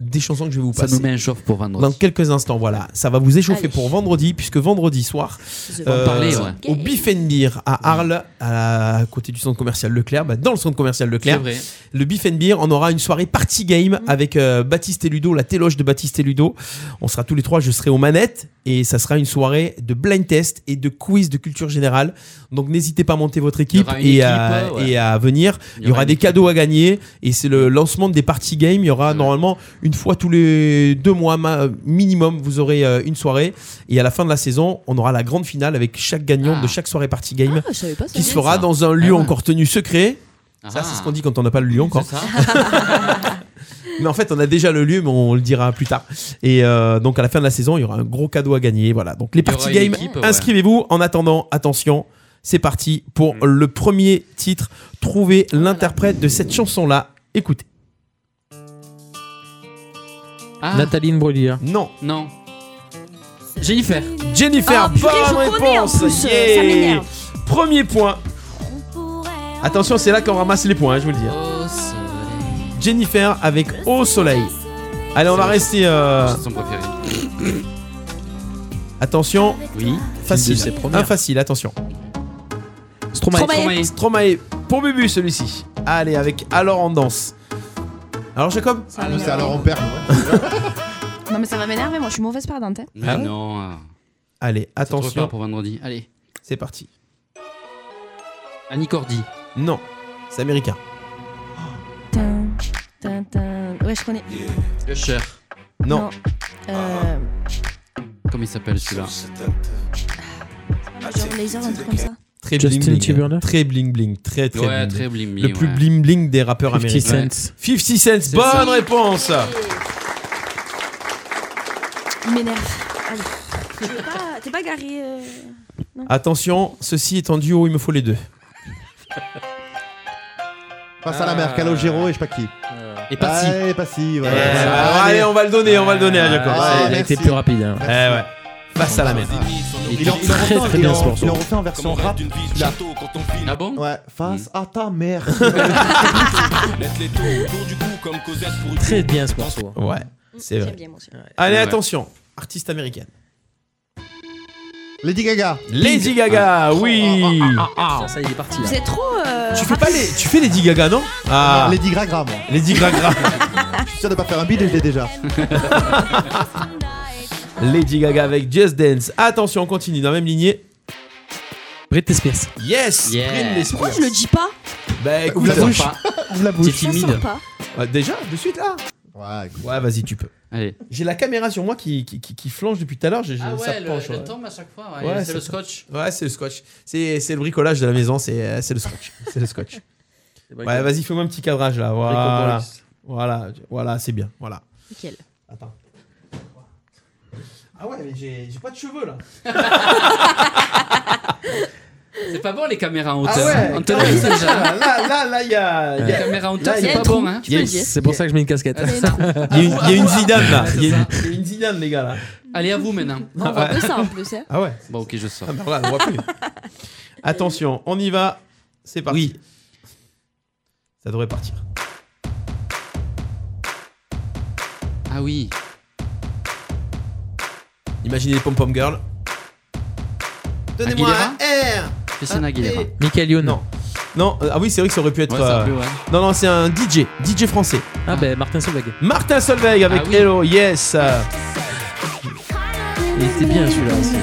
Speaker 6: des chansons que je vais vous
Speaker 7: Ça
Speaker 6: passer.
Speaker 7: nous met un chauffe pour vendredi.
Speaker 6: Dans quelques instants, voilà. Ça va vous échauffer pour vendredi, puisque vendredi soir, euh,
Speaker 7: On
Speaker 4: Euh,
Speaker 7: va en parler, ouais.
Speaker 6: au Beef and Beer à Arles, à, à côté du centre commercial Leclerc, bah, dans le centre commercial Leclerc,
Speaker 7: C'est vrai.
Speaker 6: le Beef and Beer, on aura une soirée party game
Speaker 7: Mhm.
Speaker 6: avec euh, Baptiste et Ludo, la téloge de Baptiste et Ludo. On sera tous les trois, je serai aux manettes, et ça sera une soirée de blind test et de quiz de culture générale. Donc n'hésitez pas à monter votre équipe,
Speaker 7: aura une
Speaker 6: et,
Speaker 7: équipe,
Speaker 6: à,
Speaker 7: ouais.
Speaker 6: et à venir. Il y aura des cadeaux à gagner et c'est le lancement des party games. Il y aura normalement une fois tous les deux mois ma- minimum, vous aurez euh, une soirée et à la fin de la saison, on aura la grande finale avec chaque gagnant
Speaker 7: Ah.
Speaker 6: de chaque soirée party game
Speaker 4: je savais pas ça.
Speaker 6: qui
Speaker 4: Bien,
Speaker 6: se fera
Speaker 4: ça.
Speaker 6: dans un lieu
Speaker 4: Ah ouais.
Speaker 6: encore tenu secret.
Speaker 7: Ah.
Speaker 6: Ça, c'est ce qu'on dit quand on n'a pas le lieu encore. mais en fait, on a déjà le lieu, mais on le dira plus tard. Et euh, donc, à la fin de la saison, il y aura un gros cadeau à gagner. Voilà. Donc, les
Speaker 7: Il y aura une
Speaker 6: party games,
Speaker 7: équipe, ouais.
Speaker 6: inscrivez-vous. En attendant, attention, c'est parti pour
Speaker 7: Mm.
Speaker 6: le premier titre. Trouvez
Speaker 7: Oh
Speaker 6: l'interprète de cette chanson-là. Écoutez.
Speaker 7: Ah.
Speaker 16: Nathalie Brolier.
Speaker 6: Non.
Speaker 7: Non. Jennifer.
Speaker 6: Jennifer,
Speaker 7: Ah, purée, je
Speaker 6: bonne
Speaker 7: connais en
Speaker 6: réponse.
Speaker 7: plus, euh,
Speaker 6: Yeah.
Speaker 7: ça m'énerve.
Speaker 6: Premier point. Attention, c'est là qu'on ramasse les points, hein, je vous le dis.
Speaker 7: Oh.
Speaker 6: Jennifer avec Au soleil. Allez, on va rester. euh,
Speaker 7: C'est son préféré.
Speaker 6: Attention.
Speaker 7: Oui.
Speaker 6: Facile.
Speaker 7: Une de ses premières.
Speaker 6: Un facile, attention.
Speaker 7: Stromae. Stromae.
Speaker 6: Stromae. Pour Bubu, celui-ci. Allez, avec Alors on danse. Alors, Jacob
Speaker 8: C'est alors on perd.
Speaker 4: Non, mais ça va m'énerver, moi je suis mauvaise perdante. hein.
Speaker 7: Mais
Speaker 6: Ah ouais
Speaker 7: non. euh,
Speaker 6: Allez,
Speaker 7: ça te
Speaker 6: attention.
Speaker 7: repart pour vendredi. Allez.
Speaker 6: C'est parti.
Speaker 7: Annie Cordy.
Speaker 6: Non, c'est américain.
Speaker 4: Tin, tin, tin. Ouais, je connais.
Speaker 7: Usher.
Speaker 6: Non.
Speaker 4: Euh,
Speaker 7: Comment il s'appelle celui-là
Speaker 4: genre laser, un truc comme ça.
Speaker 6: Très
Speaker 16: Justin
Speaker 6: bling bling.
Speaker 16: Timberlake
Speaker 6: Très bling bling. Très très,
Speaker 7: Ouais, très bling bling,
Speaker 6: Le plus
Speaker 7: ouais.
Speaker 6: bling bling des rappeurs
Speaker 16: 50
Speaker 6: américains.
Speaker 16: Cent.
Speaker 6: 50 Cent. Bonne
Speaker 7: ça.
Speaker 6: réponse.
Speaker 4: Il m'énerve. Allez. Tu veux pas- T'es pas garé. euh, non.
Speaker 6: Attention, ceci est en duo, il me faut les deux.
Speaker 8: Face à la mer, Calogero et je sais pas qui.
Speaker 7: Et pas si.
Speaker 8: Et pas si, voilà.
Speaker 6: Eh,
Speaker 8: Voilà.
Speaker 6: bah, allez, on va le donner, on va le donner à Jacob.
Speaker 8: Ah,
Speaker 6: Allez.
Speaker 8: il a été Merci. plus rapide, hein.
Speaker 6: Eh ouais. Face à la mer.
Speaker 8: Il en- il en refait- il en- Il en refait en version rap. là.
Speaker 7: Ah bon
Speaker 8: Ouais, face à ta mère.
Speaker 16: Très bien ce morceau.
Speaker 6: Ouais, c'est vrai.
Speaker 4: bien, moi aussi.
Speaker 6: Allez,
Speaker 16: Ouais.
Speaker 6: attention. Artiste américaine.
Speaker 8: Lady Gaga.
Speaker 6: Lady Gaga, oui.
Speaker 16: Ça, ça y est parti.
Speaker 7: Ah.
Speaker 4: Vous êtes trop. euh,
Speaker 6: Ah. Tu fais pas les, tu fais les 10 gaga, non Ah.
Speaker 8: Lady Gragra, moi.
Speaker 6: Lady Gaga.
Speaker 4: Ah.
Speaker 8: Je suis sûr de pas faire un bide et je l'ai déjà.
Speaker 6: Lady Gaga avec Just Dance. Attention, on continue dans la même lignée.
Speaker 16: Britney Spears.
Speaker 6: Yes,
Speaker 16: Yeah.
Speaker 6: Britney Spears.
Speaker 4: Pourquoi je le dis pas
Speaker 6: Bah écoute,
Speaker 16: Ouvre la bouche. Ouvre la bouche.
Speaker 6: C'est timide.
Speaker 4: Ça sort pas.
Speaker 6: Ouais, déjà, de suite là
Speaker 8: Ouais,
Speaker 6: vas-y, tu peux. J'ai la caméra sur moi qui, qui, qui- qui flanche depuis tout à l'heure. j'ai- j'ai-
Speaker 7: Ah
Speaker 6: ça
Speaker 7: ouais, le-
Speaker 6: penche,
Speaker 7: elle
Speaker 6: ouais.
Speaker 7: tombe à chaque fois. ouais,
Speaker 6: Ouais,
Speaker 7: c'est le scotch.
Speaker 6: Ouais, c'est le scotch. C'est c'est le bricolage de la maison, c'est euh, c'est le scotch. c'est le scotch. Ouais, vas-y, fais-moi un petit cadrage là. Voilà.
Speaker 16: Bricobox.
Speaker 6: Voilà, voilà, c'est bien. Voilà.
Speaker 4: Nickel.
Speaker 6: Attends. Ah ouais, mais j'ai j'ai pas de cheveux là.
Speaker 7: C'est pas bon les caméras en hauteur.
Speaker 6: Ah ouais,
Speaker 7: on te
Speaker 6: quand
Speaker 7: l'a dit
Speaker 6: même,
Speaker 7: déjà.
Speaker 6: Là, là, là, il y a. il y a-
Speaker 7: Les caméras en hauteur,
Speaker 6: là, il y a
Speaker 7: c'est
Speaker 6: un
Speaker 7: pas bon,
Speaker 6: trou,
Speaker 7: hein.
Speaker 6: tu peux le dire.
Speaker 16: C'est pour ça que je mets une casquette.
Speaker 6: Il y a une- il y a une Zidane là. Il y a une- Ah, il y a une Zidane, les gars là.
Speaker 7: Allez, à vous maintenant.
Speaker 6: On voit que ça, en
Speaker 4: plus, hein.
Speaker 6: Ah ouais.
Speaker 7: Bon, ok, je sors.
Speaker 6: Ah, ben voilà, on voit plus. Attention, on y va. C'est parti. Oui. Ça devrait partir.
Speaker 7: Ah oui.
Speaker 6: Imaginez les pom-pom girls. Donnez-moi
Speaker 7: Aguilera
Speaker 6: un R.
Speaker 7: Christina
Speaker 6: Un
Speaker 7: Aguilera.
Speaker 6: P. Non. Non, euh, ah oui, c'est vrai que ça aurait pu être.
Speaker 7: Ouais, ça aurait pu, ouais.
Speaker 6: Non, non, c'est un DJ. DJ français.
Speaker 16: Ah ben, Martin Solveig.
Speaker 6: Martin Solveig avec
Speaker 16: Ah oui.
Speaker 6: Hello, yes.
Speaker 16: Il était bien celui-là aussi.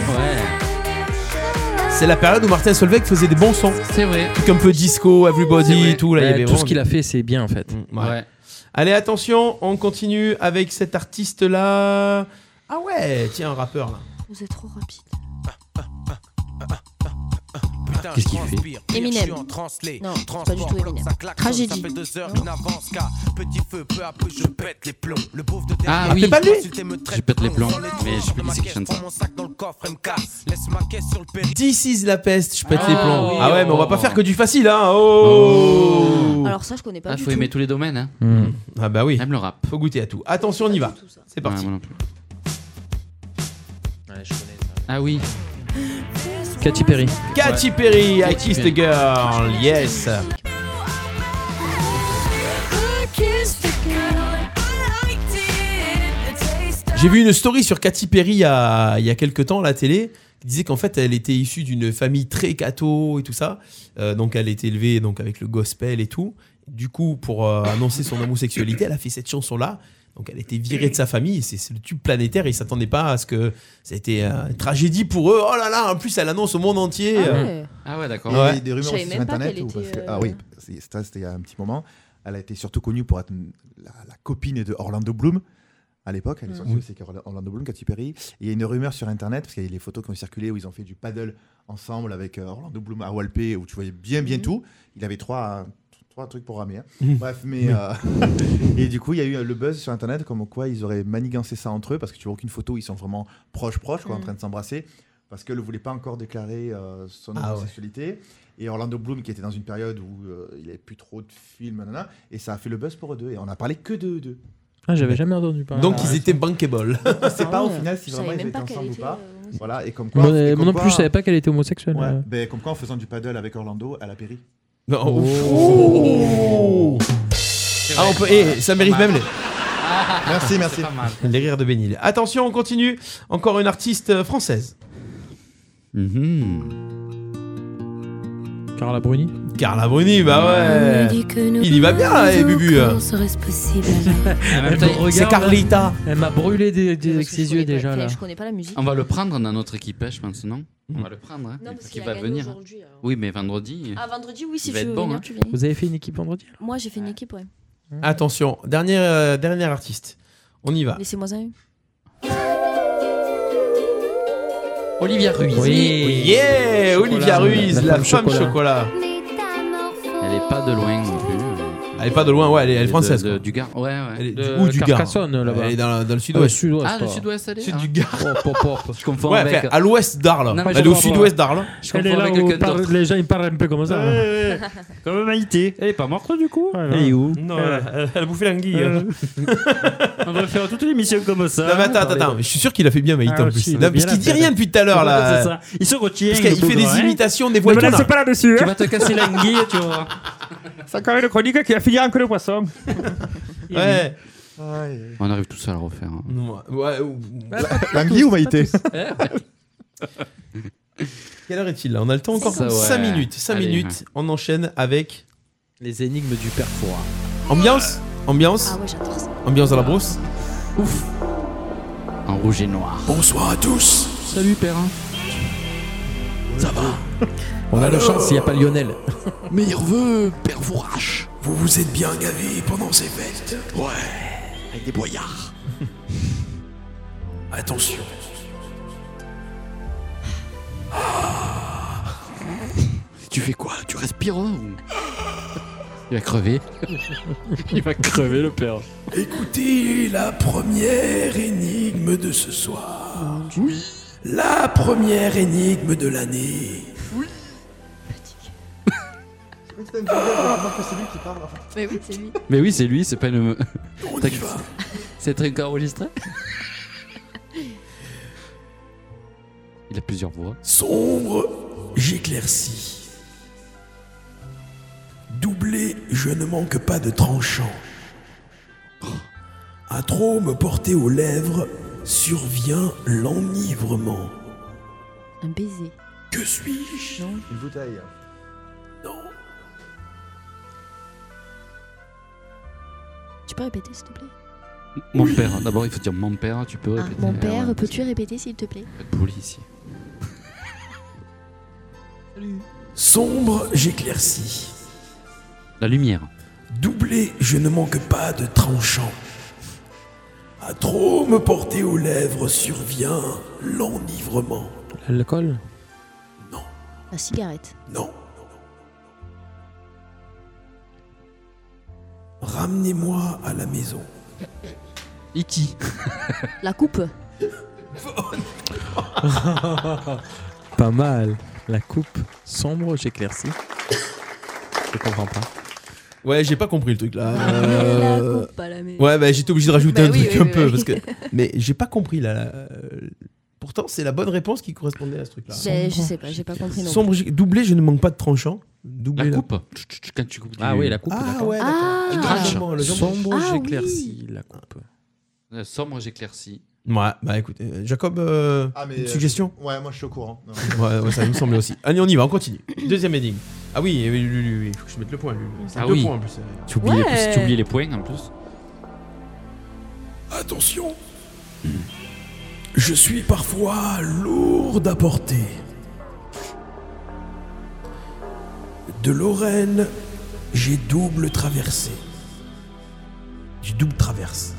Speaker 6: C'est la période où Martin Solveig faisait des bons sons.
Speaker 7: C'est vrai.
Speaker 6: Tout un peu disco, everybody, tout. Là, il
Speaker 7: Bah,
Speaker 6: y
Speaker 16: Ouais,
Speaker 6: avait
Speaker 16: tout
Speaker 6: vraiment Mm,
Speaker 16: ce qu'il a fait, c'est bien en fait.
Speaker 6: Ouais. Allez, attention, on continue avec cet artiste-là. Ah ouais, tiens, un rappeur là.
Speaker 4: Vous êtes trop rapide.
Speaker 6: Qu'est-ce qu'il fait
Speaker 4: Eminem.
Speaker 24: Non, c'est
Speaker 4: Non, c'est pas du tout Eminem. Tragédie.
Speaker 7: Ah
Speaker 24: Ah,
Speaker 7: oui.
Speaker 24: c'est pas lui
Speaker 7: Je pète les plombs. Mais je sais plus qui c'est qui chante ça.
Speaker 6: This is la peste, je pète
Speaker 7: Ah
Speaker 6: les plombs.
Speaker 7: oui,
Speaker 6: ah ouais, mais on va
Speaker 7: oh.
Speaker 6: pas faire que du facile, hein. Oh,
Speaker 4: Alors ça, je connais pas
Speaker 7: Ah,
Speaker 4: du
Speaker 7: faut
Speaker 4: tout.
Speaker 7: aimer tous les domaines. Hein.
Speaker 6: Ah bah oui.
Speaker 7: J'aime le rap.
Speaker 6: Faut goûter à tout. Attention, on y va. C'est parti.
Speaker 7: Ah oui.
Speaker 16: Katy Perry.
Speaker 6: Katy Perry, I Kissed
Speaker 16: Perry.
Speaker 6: a Girl, yes. J'ai vu une story sur Katy Perry il y a, il y a quelques temps à la télé qui disait qu'en fait elle était issue d'une famille très catho et tout ça. Euh, donc elle était élevée donc avec le gospel et tout. Du coup, pour euh, annoncer son homosexualité, elle a fait cette chanson-là. Donc elle était virée de sa famille. C'est c'est le tube planétaire. Ils s'attendaient pas à ce que c'était euh, une tragédie pour eux. Oh là là, en plus elle annonce au monde entier.
Speaker 4: Ah ouais.
Speaker 6: Euh,
Speaker 7: Ah ouais, d'accord.
Speaker 8: Il y a des rumeurs
Speaker 4: Je savais
Speaker 8: aussi sur
Speaker 4: même pas
Speaker 8: internet
Speaker 4: qu'elle
Speaker 8: ou- parce
Speaker 4: était,
Speaker 8: que-
Speaker 4: euh,
Speaker 8: Ah oui, c'est- ça c'était il y a un petit moment. Elle a été surtout connue pour être la, la copine de Orlando Bloom. À l'époque,
Speaker 4: Mm.
Speaker 8: elle est sortie
Speaker 6: Mhm.
Speaker 8: aussi avec Orla- Orlando Bloom, Katy Perry. Et il y a une rumeur sur internet, parce qu'il y a les photos qui ont circulé où ils ont fait du paddle ensemble avec euh, Orlando Bloom à Walpé, où tu voyais bien,
Speaker 4: Mm.
Speaker 8: bien tout. Il avait trois, trois trucs pour ramer. hein.
Speaker 6: Mhm.
Speaker 8: Bref, mais.
Speaker 6: Oui.
Speaker 8: euh, et du coup, il y a eu euh, le buzz sur internet, comme quoi ils auraient manigancé ça entre eux, parce que tu vois aucune photo, ils sont vraiment proches-proches, quoi, en
Speaker 16: Mm.
Speaker 6: Mhm.
Speaker 8: train de s'embrasser, parce qu'elle ne voulait pas encore déclarer euh, son
Speaker 6: Ah ouais.
Speaker 8: homosexualité. Et Orlando Bloom, qui était dans une période où euh, il n'y avait plus trop de films, nanana, et ça a fait le buzz pour eux deux. Et on a parlé que d'eux deux.
Speaker 16: Ah, j'avais jamais entendu parler.
Speaker 6: Donc ils étaient bankable.
Speaker 8: On ne sait pas au
Speaker 16: ouais.
Speaker 8: final si
Speaker 16: Je
Speaker 8: vraiment
Speaker 16: savais
Speaker 8: ils
Speaker 16: même
Speaker 8: étaient
Speaker 16: pas qu'elle
Speaker 8: ensemble ou
Speaker 16: était, euh,
Speaker 8: pas.
Speaker 4: euh,
Speaker 8: Voilà, et comme quoi.
Speaker 16: Moi
Speaker 8: et
Speaker 16: moi
Speaker 8: comme
Speaker 16: non plus,
Speaker 8: quoi-
Speaker 16: je savais pas qu'elle était homosexuelle.
Speaker 8: Ouais,
Speaker 16: euh. Ah,
Speaker 8: ben, comme quoi en faisant du paddle avec Orlando, elle a péri.
Speaker 6: Non. Oh. Ah, on peut. eh, ça mérite même les.
Speaker 8: Merci, merci.
Speaker 6: Les rires de Bénil. Attention, on continue. Encore une artiste euh, française.
Speaker 7: Mm-hmm.
Speaker 16: Carla Bruni.
Speaker 6: Carla Bruni, bah ouais. Il y va bien, là, eh, Bubu.
Speaker 7: Euh, temps, c'est
Speaker 6: Carlita.
Speaker 16: Elle m'a brûlé des- des- avec ses yeux déjà là. Ah.
Speaker 4: Je connais pas la musique.
Speaker 7: On va le prendre dans notre hein, équipage maintenant. On va le prendre. Hein,
Speaker 4: Non, parce
Speaker 7: Parce
Speaker 4: qu'il
Speaker 7: qu'il
Speaker 4: a
Speaker 7: va
Speaker 4: gagné
Speaker 7: venir.
Speaker 4: aujourd'hui,
Speaker 5: hein.
Speaker 4: alors.
Speaker 7: Oui, mais vendredi.
Speaker 4: Ah, vendredi, oui, si
Speaker 7: Il va
Speaker 4: tu
Speaker 7: être
Speaker 4: veux
Speaker 7: bon,
Speaker 4: venir,
Speaker 7: hein.
Speaker 4: tu viens.
Speaker 16: Vous avez fait une équipe vendredi
Speaker 4: Moi, j'ai fait une équipe, ouais.
Speaker 6: Attention, dernière, euh, dernière artiste. On y va.
Speaker 4: Laissez-moi un.
Speaker 7: Olivia Ruiz.
Speaker 6: Oui. Yeah, Olivia Ruiz, la, femme chocolat.
Speaker 7: Elle est pas de loin non plus. hein.
Speaker 6: Elle est pas de loin, ouais, elle est, elle est
Speaker 7: de-
Speaker 6: française.
Speaker 7: de-
Speaker 6: quoi.
Speaker 7: du Gard. Ouais, ouais.
Speaker 6: Elle est du-
Speaker 7: De
Speaker 6: ou du Gard.
Speaker 16: Carcassonne, là-bas.
Speaker 6: Elle est dans, dans le
Speaker 16: Ah, le
Speaker 6: sud-ouest.
Speaker 16: sud-ouest.
Speaker 7: Ah, le sud-ouest, elle est
Speaker 6: Sud
Speaker 7: ah.
Speaker 6: du Gard.
Speaker 7: Je confonds
Speaker 6: Ouais,
Speaker 7: avec.
Speaker 6: frère, à l'ouest d'Arles.
Speaker 7: Non, mais
Speaker 6: Elle
Speaker 7: je
Speaker 6: est au
Speaker 7: confonds
Speaker 6: sud-ouest
Speaker 7: avec-
Speaker 6: d'Arles.
Speaker 7: Je
Speaker 16: Elle
Speaker 7: confonds
Speaker 16: est là
Speaker 7: avec
Speaker 16: où
Speaker 7: quelqu'un
Speaker 16: parlent-
Speaker 7: d'autre.
Speaker 16: les gens ils parlent un peu comme ça.
Speaker 2: Comme Maïté. Elle est pas morte du coup
Speaker 16: Elle est
Speaker 2: où Non, elle, elle- elle a bouffé l'anguille. On va faire toute l'émission comme ça.
Speaker 6: Non, mais attends, attends, attends, je suis sûr qu'il a fait bien Maïté
Speaker 2: Ah,
Speaker 6: en
Speaker 2: aussi,
Speaker 6: plus.
Speaker 2: il a
Speaker 6: Non,
Speaker 2: bien
Speaker 6: parce qu'il
Speaker 2: la
Speaker 6: dit
Speaker 2: tête.
Speaker 6: rien depuis tout à l'heure
Speaker 2: C'est
Speaker 6: là.
Speaker 2: ça. Il se retient.
Speaker 6: Parce qu'il
Speaker 2: le
Speaker 6: fait des
Speaker 2: pauvre, hein.
Speaker 6: imitations des
Speaker 2: Ne
Speaker 6: voix
Speaker 2: me
Speaker 6: qu'on
Speaker 2: laisse
Speaker 6: a.
Speaker 2: pas là-dessus.
Speaker 6: Tu
Speaker 2: hein.
Speaker 6: vas te
Speaker 7: casser l'anguille, tu vois.
Speaker 2: C'est quand même le chroniqueur qui va finir en queue de poisson.
Speaker 6: Ouais.
Speaker 7: On arrive tous à le refaire. hein.
Speaker 6: Ouais, ou-
Speaker 8: Tanguy ou Maïté
Speaker 6: Quelle heure est-il là On a le temps encore
Speaker 11: Ça, ouais.
Speaker 6: 5 minutes. 5
Speaker 11: Allez.
Speaker 6: minutes. On enchaîne avec
Speaker 11: les énigmes du père Fouras.
Speaker 6: Ambiance Ambiance
Speaker 4: Ah ouais, j'adore ça.
Speaker 6: Ambiance dans la brousse
Speaker 7: Ouf En rouge et noir.
Speaker 6: Bonsoir à tous
Speaker 7: Salut Perrin.
Speaker 6: Ça va
Speaker 16: On a la chance s'il n'y a pas Lionel.
Speaker 6: Mes neveux, père Fourrache Vous vous êtes bien gavés pendant ces fêtes Ouais, avec des boyards. Attention.
Speaker 7: Tu fais quoi Tu respires hein, ou... Il va crever. Il va crever le père.
Speaker 6: Écoutez la première énigme de ce soir. Oui. La première énigme de l'année.
Speaker 24: c'est lui qui parle.
Speaker 4: Mais oui, c'est lui.
Speaker 7: Mais oui, c'est lui, c'est pas une.
Speaker 6: On
Speaker 7: y va. C'est très encore enregistré Il a plusieurs voix.
Speaker 6: Sombre, j'éclaircis. Doublé, je ne manque pas de tranchant. À trop me porter aux lèvres, survient l'enivrement.
Speaker 4: Un baiser.
Speaker 6: Que suis-je
Speaker 8: Une bouteille.
Speaker 4: Tu peux répéter, s'il te plaît
Speaker 8: Ah,
Speaker 7: Mon père, hein. d'abord il faut dire mon père, tu peux
Speaker 4: Ah,
Speaker 7: répéter.
Speaker 4: Mon
Speaker 7: Ah,
Speaker 4: père,
Speaker 7: ouais.
Speaker 4: peux-tu répéter, s'il te plaît
Speaker 7: Pas de boule ici.
Speaker 6: Sombre, j'éclaircis.
Speaker 7: La lumière.
Speaker 6: Doublé, je ne manque pas de tranchant. À trop me porter aux lèvres survient l'enivrement.
Speaker 16: L'alcool
Speaker 4: La cigarette.
Speaker 6: Non. Ramenez-moi à la maison.
Speaker 7: Et qui
Speaker 4: La
Speaker 8: Euh.
Speaker 4: coupe.
Speaker 16: pas mal. La coupe sombre, j'éclaircis. Je comprends pas.
Speaker 6: Ouais, j'ai pas compris le truc là. Euh,
Speaker 4: La coupe à la maison.
Speaker 6: Ouais, bah j'étais obligé de rajouter
Speaker 4: Bah
Speaker 6: un
Speaker 4: oui,
Speaker 6: truc
Speaker 4: oui,
Speaker 6: un
Speaker 4: oui,
Speaker 6: peu
Speaker 4: oui.
Speaker 6: parce que. Mais j'ai pas compris là. euh, Pourtant, c'est la bonne réponse qui correspondait à ce truc là.
Speaker 4: J'ai- Je sais pas, j'ai pas compris non
Speaker 6: Sombre, j'ai- doublé, je ne manque pas de tranchant. Doublé,
Speaker 7: La
Speaker 6: là.
Speaker 7: coupe. Tch, tch, tch, Quand tu coupes.
Speaker 16: Ah
Speaker 7: du-
Speaker 16: oui, la coupe.
Speaker 6: Ah
Speaker 16: d'accord.
Speaker 6: ouais, d'accord.
Speaker 4: Ah.
Speaker 6: Le
Speaker 7: Tranche.
Speaker 6: jambon, le jambon.
Speaker 16: Sombre,
Speaker 4: Ah oui.
Speaker 16: j'éclaircis la coupe.
Speaker 7: Euh, Sombre, j'éclaircis.
Speaker 6: Ouais, bah écoute, euh, Jacob, euh,
Speaker 8: mais, euh,
Speaker 6: suggestion
Speaker 8: Ouais, moi je suis au courant. Non.
Speaker 6: ouais, ouais, ça me semblait aussi. Allez, on y va, on continue. Deuxième énigme. Ah oui, il faut que je mette le point. Lui. C'est
Speaker 7: Ah
Speaker 6: deux
Speaker 7: oui.
Speaker 6: points en plus. euh.
Speaker 7: Tu oublies, les-
Speaker 4: Ouais.
Speaker 7: tu oublies les points en plus.
Speaker 6: Attention Je suis parfois lourd à porter. De Lorraine, j'ai double traversé. J'ai double traverse.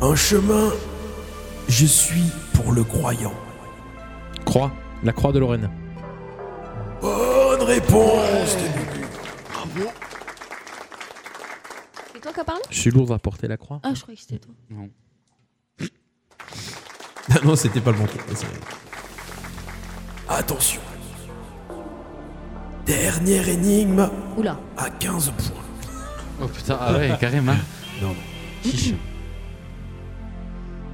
Speaker 6: Un chemin, je suis pour le croyant.
Speaker 16: Croix. La croix de Lorraine.
Speaker 6: Bonne réponse de
Speaker 4: plus. C'est toi qui as parlé
Speaker 16: Je suis lourd à porter la croix.
Speaker 4: Ah, je croyais que c'était toi.
Speaker 7: Non.
Speaker 6: Ah non, c'était pas le bon coup. Attention. Dernière énigme
Speaker 4: Oula.
Speaker 6: à 15 points.
Speaker 7: Oh putain, ah ouais, carrément.
Speaker 6: Non.
Speaker 7: Chiche.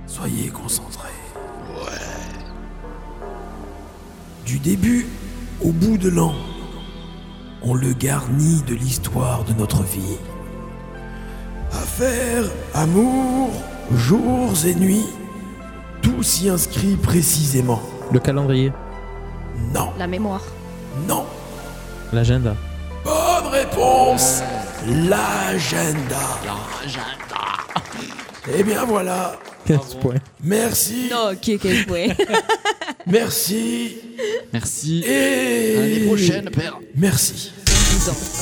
Speaker 6: Soyez concentrés. Du début au bout de l'an, on le garnit de l'histoire de notre vie. Affaires, amour, jours et nuits, tout s'y inscrit précisément.
Speaker 16: Le calendrier.
Speaker 6: Non,
Speaker 4: La mémoire.
Speaker 6: non.
Speaker 16: L'agenda.
Speaker 6: Bonne réponse L'agenda. Eh bien voilà.
Speaker 16: 15 points.
Speaker 6: Merci.
Speaker 4: Non, ok, ok, ouais.
Speaker 6: Merci.
Speaker 7: Merci.
Speaker 6: Et...
Speaker 7: L'année prochaine, père.
Speaker 6: Merci.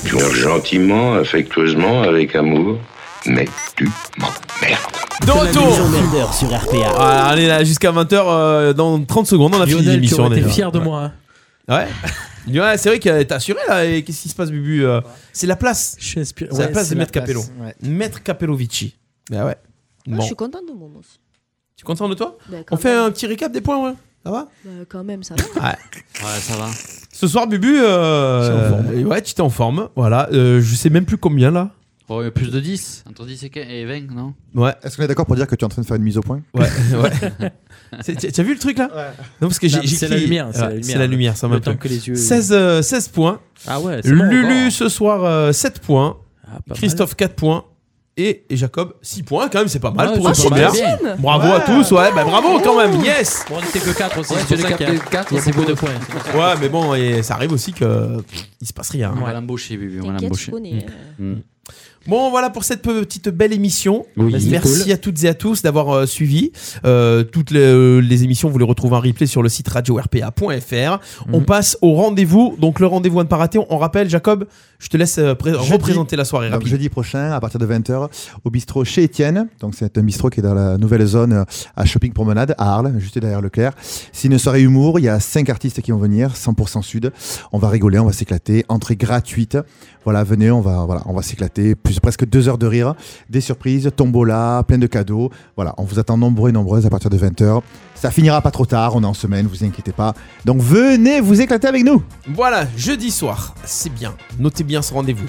Speaker 20: Toujours gentiment, affectueusement, avec amour, mais tu m'emmerdes.
Speaker 6: De
Speaker 18: Les
Speaker 6: retour
Speaker 18: emmerdeurs sur RPA.
Speaker 6: Ah, Allez là, jusqu'à 20h, dans 30 secondes, on a fini
Speaker 16: Lionel, tu
Speaker 6: l'émission.
Speaker 16: aurais
Speaker 6: on est
Speaker 16: été
Speaker 6: là.
Speaker 16: fier de moi. hein.
Speaker 6: Ouais. Ouais, c'est vrai que t'as assuré là. Et qu'est-ce qui se passe, Bubu euh, C'est la place.
Speaker 16: Je suis inspiré.
Speaker 6: C'est la
Speaker 16: Ouais,
Speaker 6: place de
Speaker 16: c'est la
Speaker 6: Maître Capello.
Speaker 16: place, ouais.
Speaker 6: Maître Capellovici. Bah ouais.
Speaker 4: Ah,
Speaker 6: Bon.
Speaker 4: Je suis contente de mon aussi.
Speaker 6: Tu es content de toi
Speaker 4: Bah, quand
Speaker 6: On fait
Speaker 4: même.
Speaker 6: un petit récap des points, ouais. Ça va
Speaker 4: Bah, quand même, ça va.
Speaker 6: Ouais.
Speaker 7: Ouais, ça va.
Speaker 6: Ce soir, Bubu, euh,
Speaker 7: Je suis en forme.
Speaker 6: euh, ouais, tu t'es en forme. Voilà. Euh, je sais même plus combien là.
Speaker 7: Oh, il y a plus de 10. Entre 10 et 15 et 20, non
Speaker 6: Ouais.
Speaker 8: Est-ce qu'on est d'accord pour dire que tu es en train de faire une mise au point
Speaker 6: Ouais, ouais. C'est- t'as- T'as vu le truc là Non, parce que
Speaker 16: Non,
Speaker 6: j'ai
Speaker 16: mais
Speaker 6: j'ai
Speaker 16: c'est la
Speaker 6: crié.
Speaker 16: lumière, c'est la
Speaker 6: Ouais,
Speaker 16: lumière.
Speaker 6: C'est la lumière, ça
Speaker 16: Le
Speaker 6: m'a
Speaker 16: temps
Speaker 6: plu.
Speaker 16: que les yeux-
Speaker 6: 16, euh, 16 points.
Speaker 16: Ah ouais, c'est bon,
Speaker 6: Lulu
Speaker 16: encore.
Speaker 6: ce soir euh, 7 points.
Speaker 16: pas
Speaker 6: Christophe 4 points. et, et Jacob 6 points quand même c'est pas mal
Speaker 11: Ouais,
Speaker 6: pour
Speaker 11: c'est
Speaker 6: une
Speaker 4: Ah,
Speaker 11: pas
Speaker 6: première.
Speaker 11: mal. Bien.
Speaker 6: Bravo à
Speaker 11: Ouais.
Speaker 6: tous ouais bah bravo quand même
Speaker 11: Ouh.
Speaker 6: yes.
Speaker 11: Bon, on était que quatre aussi,
Speaker 6: Ouais,
Speaker 11: c'est pour
Speaker 6: tu
Speaker 11: ça
Speaker 6: les
Speaker 11: qu'il y a-
Speaker 6: captes quatre,
Speaker 11: il y a
Speaker 6: c'est
Speaker 11: beaucoup
Speaker 6: pour-
Speaker 11: de points.
Speaker 6: Ouais mais bon et ça arrive aussi que pff, il se passe rien.
Speaker 7: On va l'embaucher, Bibi, on va
Speaker 6: T'inquiète,
Speaker 7: l'embaucher.
Speaker 6: je connais,
Speaker 4: euh.
Speaker 7: Mm.
Speaker 6: Bon, voilà pour cette petite belle émission.
Speaker 7: Oui.
Speaker 6: Merci
Speaker 7: Cool.
Speaker 6: à toutes et à tous d'avoir euh, suivi. Euh, toutes les, euh, les émissions, vous les retrouvez en replay sur le site radio-rpa.fr. On passe au rendez-vous. Donc, le rendez-vous à ne pas rater. On rappelle, Jacob, je te laisse euh, pré-
Speaker 8: Jeudi.
Speaker 6: représenter la soirée
Speaker 8: Donc,
Speaker 6: rapide.
Speaker 8: jeudi prochain, à partir de 20h, au bistrot chez Étienne. Donc, c'est un bistrot qui est dans la nouvelle zone euh, à Shopping Promenade, à Arles, juste derrière Leclerc. C'est une soirée humour. Il y a cinq artistes qui vont venir, 100% sud. On va rigoler, on va s'éclater. Entrée gratuite. Voilà, venez, on va, voilà, on va s'éclater. Plus presque deux heures de rire, des surprises, tombola, plein de cadeaux. Voilà, on vous attend nombreux et nombreuses à partir de 20h. Ça finira pas trop tard. On est en semaine, vous inquiétez pas. Donc, venez vous éclater avec nous.
Speaker 6: Voilà, jeudi soir, c'est bien. Notez bien ce rendez-vous.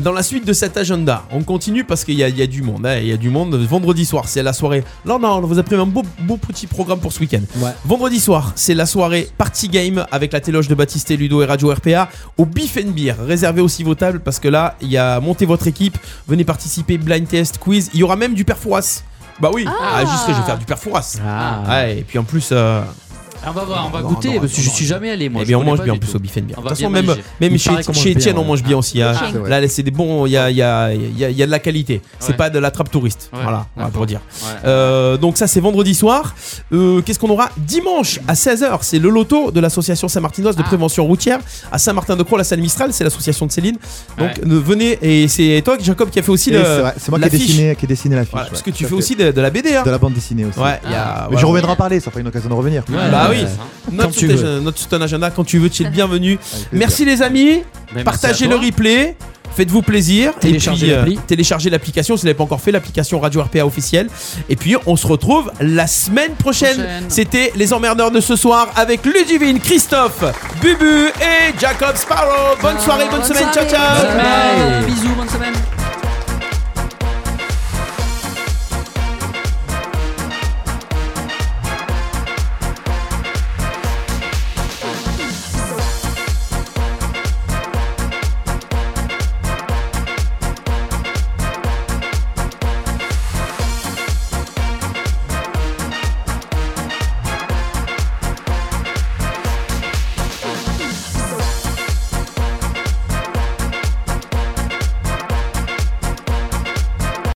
Speaker 6: Dans la suite de cet agenda, on continue parce qu'il y, a- il y a du monde. hein, Il y a du monde. Vendredi soir, c'est la soirée. Non, non, on vous a prévu un beau, beau petit programme pour ce week-end. Vendredi soir, c'est la soirée Party Game avec la téloge de Baptiste et Ludo et Radio RPA au Beef and Beer. Réservez aussi vos tables parce que là, il y a montez votre équipe, venez participer, blind test, quiz. Il y aura même du perforas. Bah oui, ah. juste que je vais faire du perforas. Ouais, et puis en plus. euh,
Speaker 7: Ah, On va voir, on va
Speaker 6: non,
Speaker 7: goûter,
Speaker 6: non,
Speaker 7: parce que
Speaker 6: non,
Speaker 7: je
Speaker 6: non,
Speaker 7: suis
Speaker 6: non.
Speaker 7: jamais allé, moi.
Speaker 6: Eh
Speaker 7: je
Speaker 6: bien, on
Speaker 7: connais
Speaker 6: mange
Speaker 7: pas
Speaker 6: bien en
Speaker 7: du
Speaker 6: plus
Speaker 7: tout.
Speaker 6: au Biffen Beer.
Speaker 7: On
Speaker 6: De
Speaker 7: va
Speaker 6: toute façon,
Speaker 7: bien
Speaker 6: même,
Speaker 7: manger.
Speaker 6: même
Speaker 7: Il
Speaker 6: chez,
Speaker 7: paraît qu'on mange
Speaker 6: chez
Speaker 7: bien,
Speaker 6: Étienne, on
Speaker 7: ouais.
Speaker 6: mange bien aussi. hein.
Speaker 7: Ah, c'est vrai.
Speaker 6: Là, c'est des bons, il y a, il y a- il y a- il y a de la qualité. C'est
Speaker 7: Ouais.
Speaker 6: pas de la trappe touriste. Voilà, on va
Speaker 7: d'accord.
Speaker 6: pour dire.
Speaker 7: Ouais.
Speaker 6: Euh, donc, ça, c'est vendredi soir. Euh, Qu'est-ce qu'on aura Dimanche à 16h, c'est le loto de l'association Saint-Martinoise
Speaker 7: Ah.
Speaker 6: de prévention routière à Saint-Martin-de-Croix, la salle Mistral. C'est l'association de Céline. Donc,
Speaker 8: Ouais.
Speaker 6: ne- venez. Et c'est toi, Jacob, qui a fait aussi
Speaker 8: Et
Speaker 6: le-
Speaker 8: c'est vrai, c'est moi qui ai,
Speaker 6: l'affiche.
Speaker 8: dessiné, qui ai dessiné l'affiche.
Speaker 6: Voilà,
Speaker 8: ouais,
Speaker 6: parce que tu
Speaker 8: tout à
Speaker 6: fais
Speaker 8: fait.
Speaker 6: aussi de, de la BD. hein.
Speaker 8: De la bande dessinée aussi.
Speaker 6: Ah Ouais, il y a-
Speaker 8: Mais
Speaker 6: voilà.
Speaker 8: je reviendrai en parler, ça fera une occasion de revenir.
Speaker 6: bah oui, note,
Speaker 8: Quand
Speaker 6: sur
Speaker 8: tu
Speaker 6: tes- note sur ton agenda quand tu veux, tu es le bienvenu.
Speaker 8: plaisir.
Speaker 6: Merci les amis,
Speaker 8: merci
Speaker 6: partagez
Speaker 8: à
Speaker 6: le
Speaker 8: toi.
Speaker 6: replay, faites-vous plaisir. et
Speaker 11: Téléchargez
Speaker 6: puis, euh,
Speaker 11: l'appli.
Speaker 6: téléchargez l'application si vous l'avez pas encore fait, l'application Radio RPA officielle. Et puis on se retrouve la semaine prochaine.
Speaker 11: Prochaine.
Speaker 6: C'était les emmerdeurs de ce soir avec Ludivine, Christophe, Bubu et Jacob Sparrow. Ah, Bonne soirée, bonne, semaine, ciao ciao.
Speaker 7: Bisous, bonne semaine.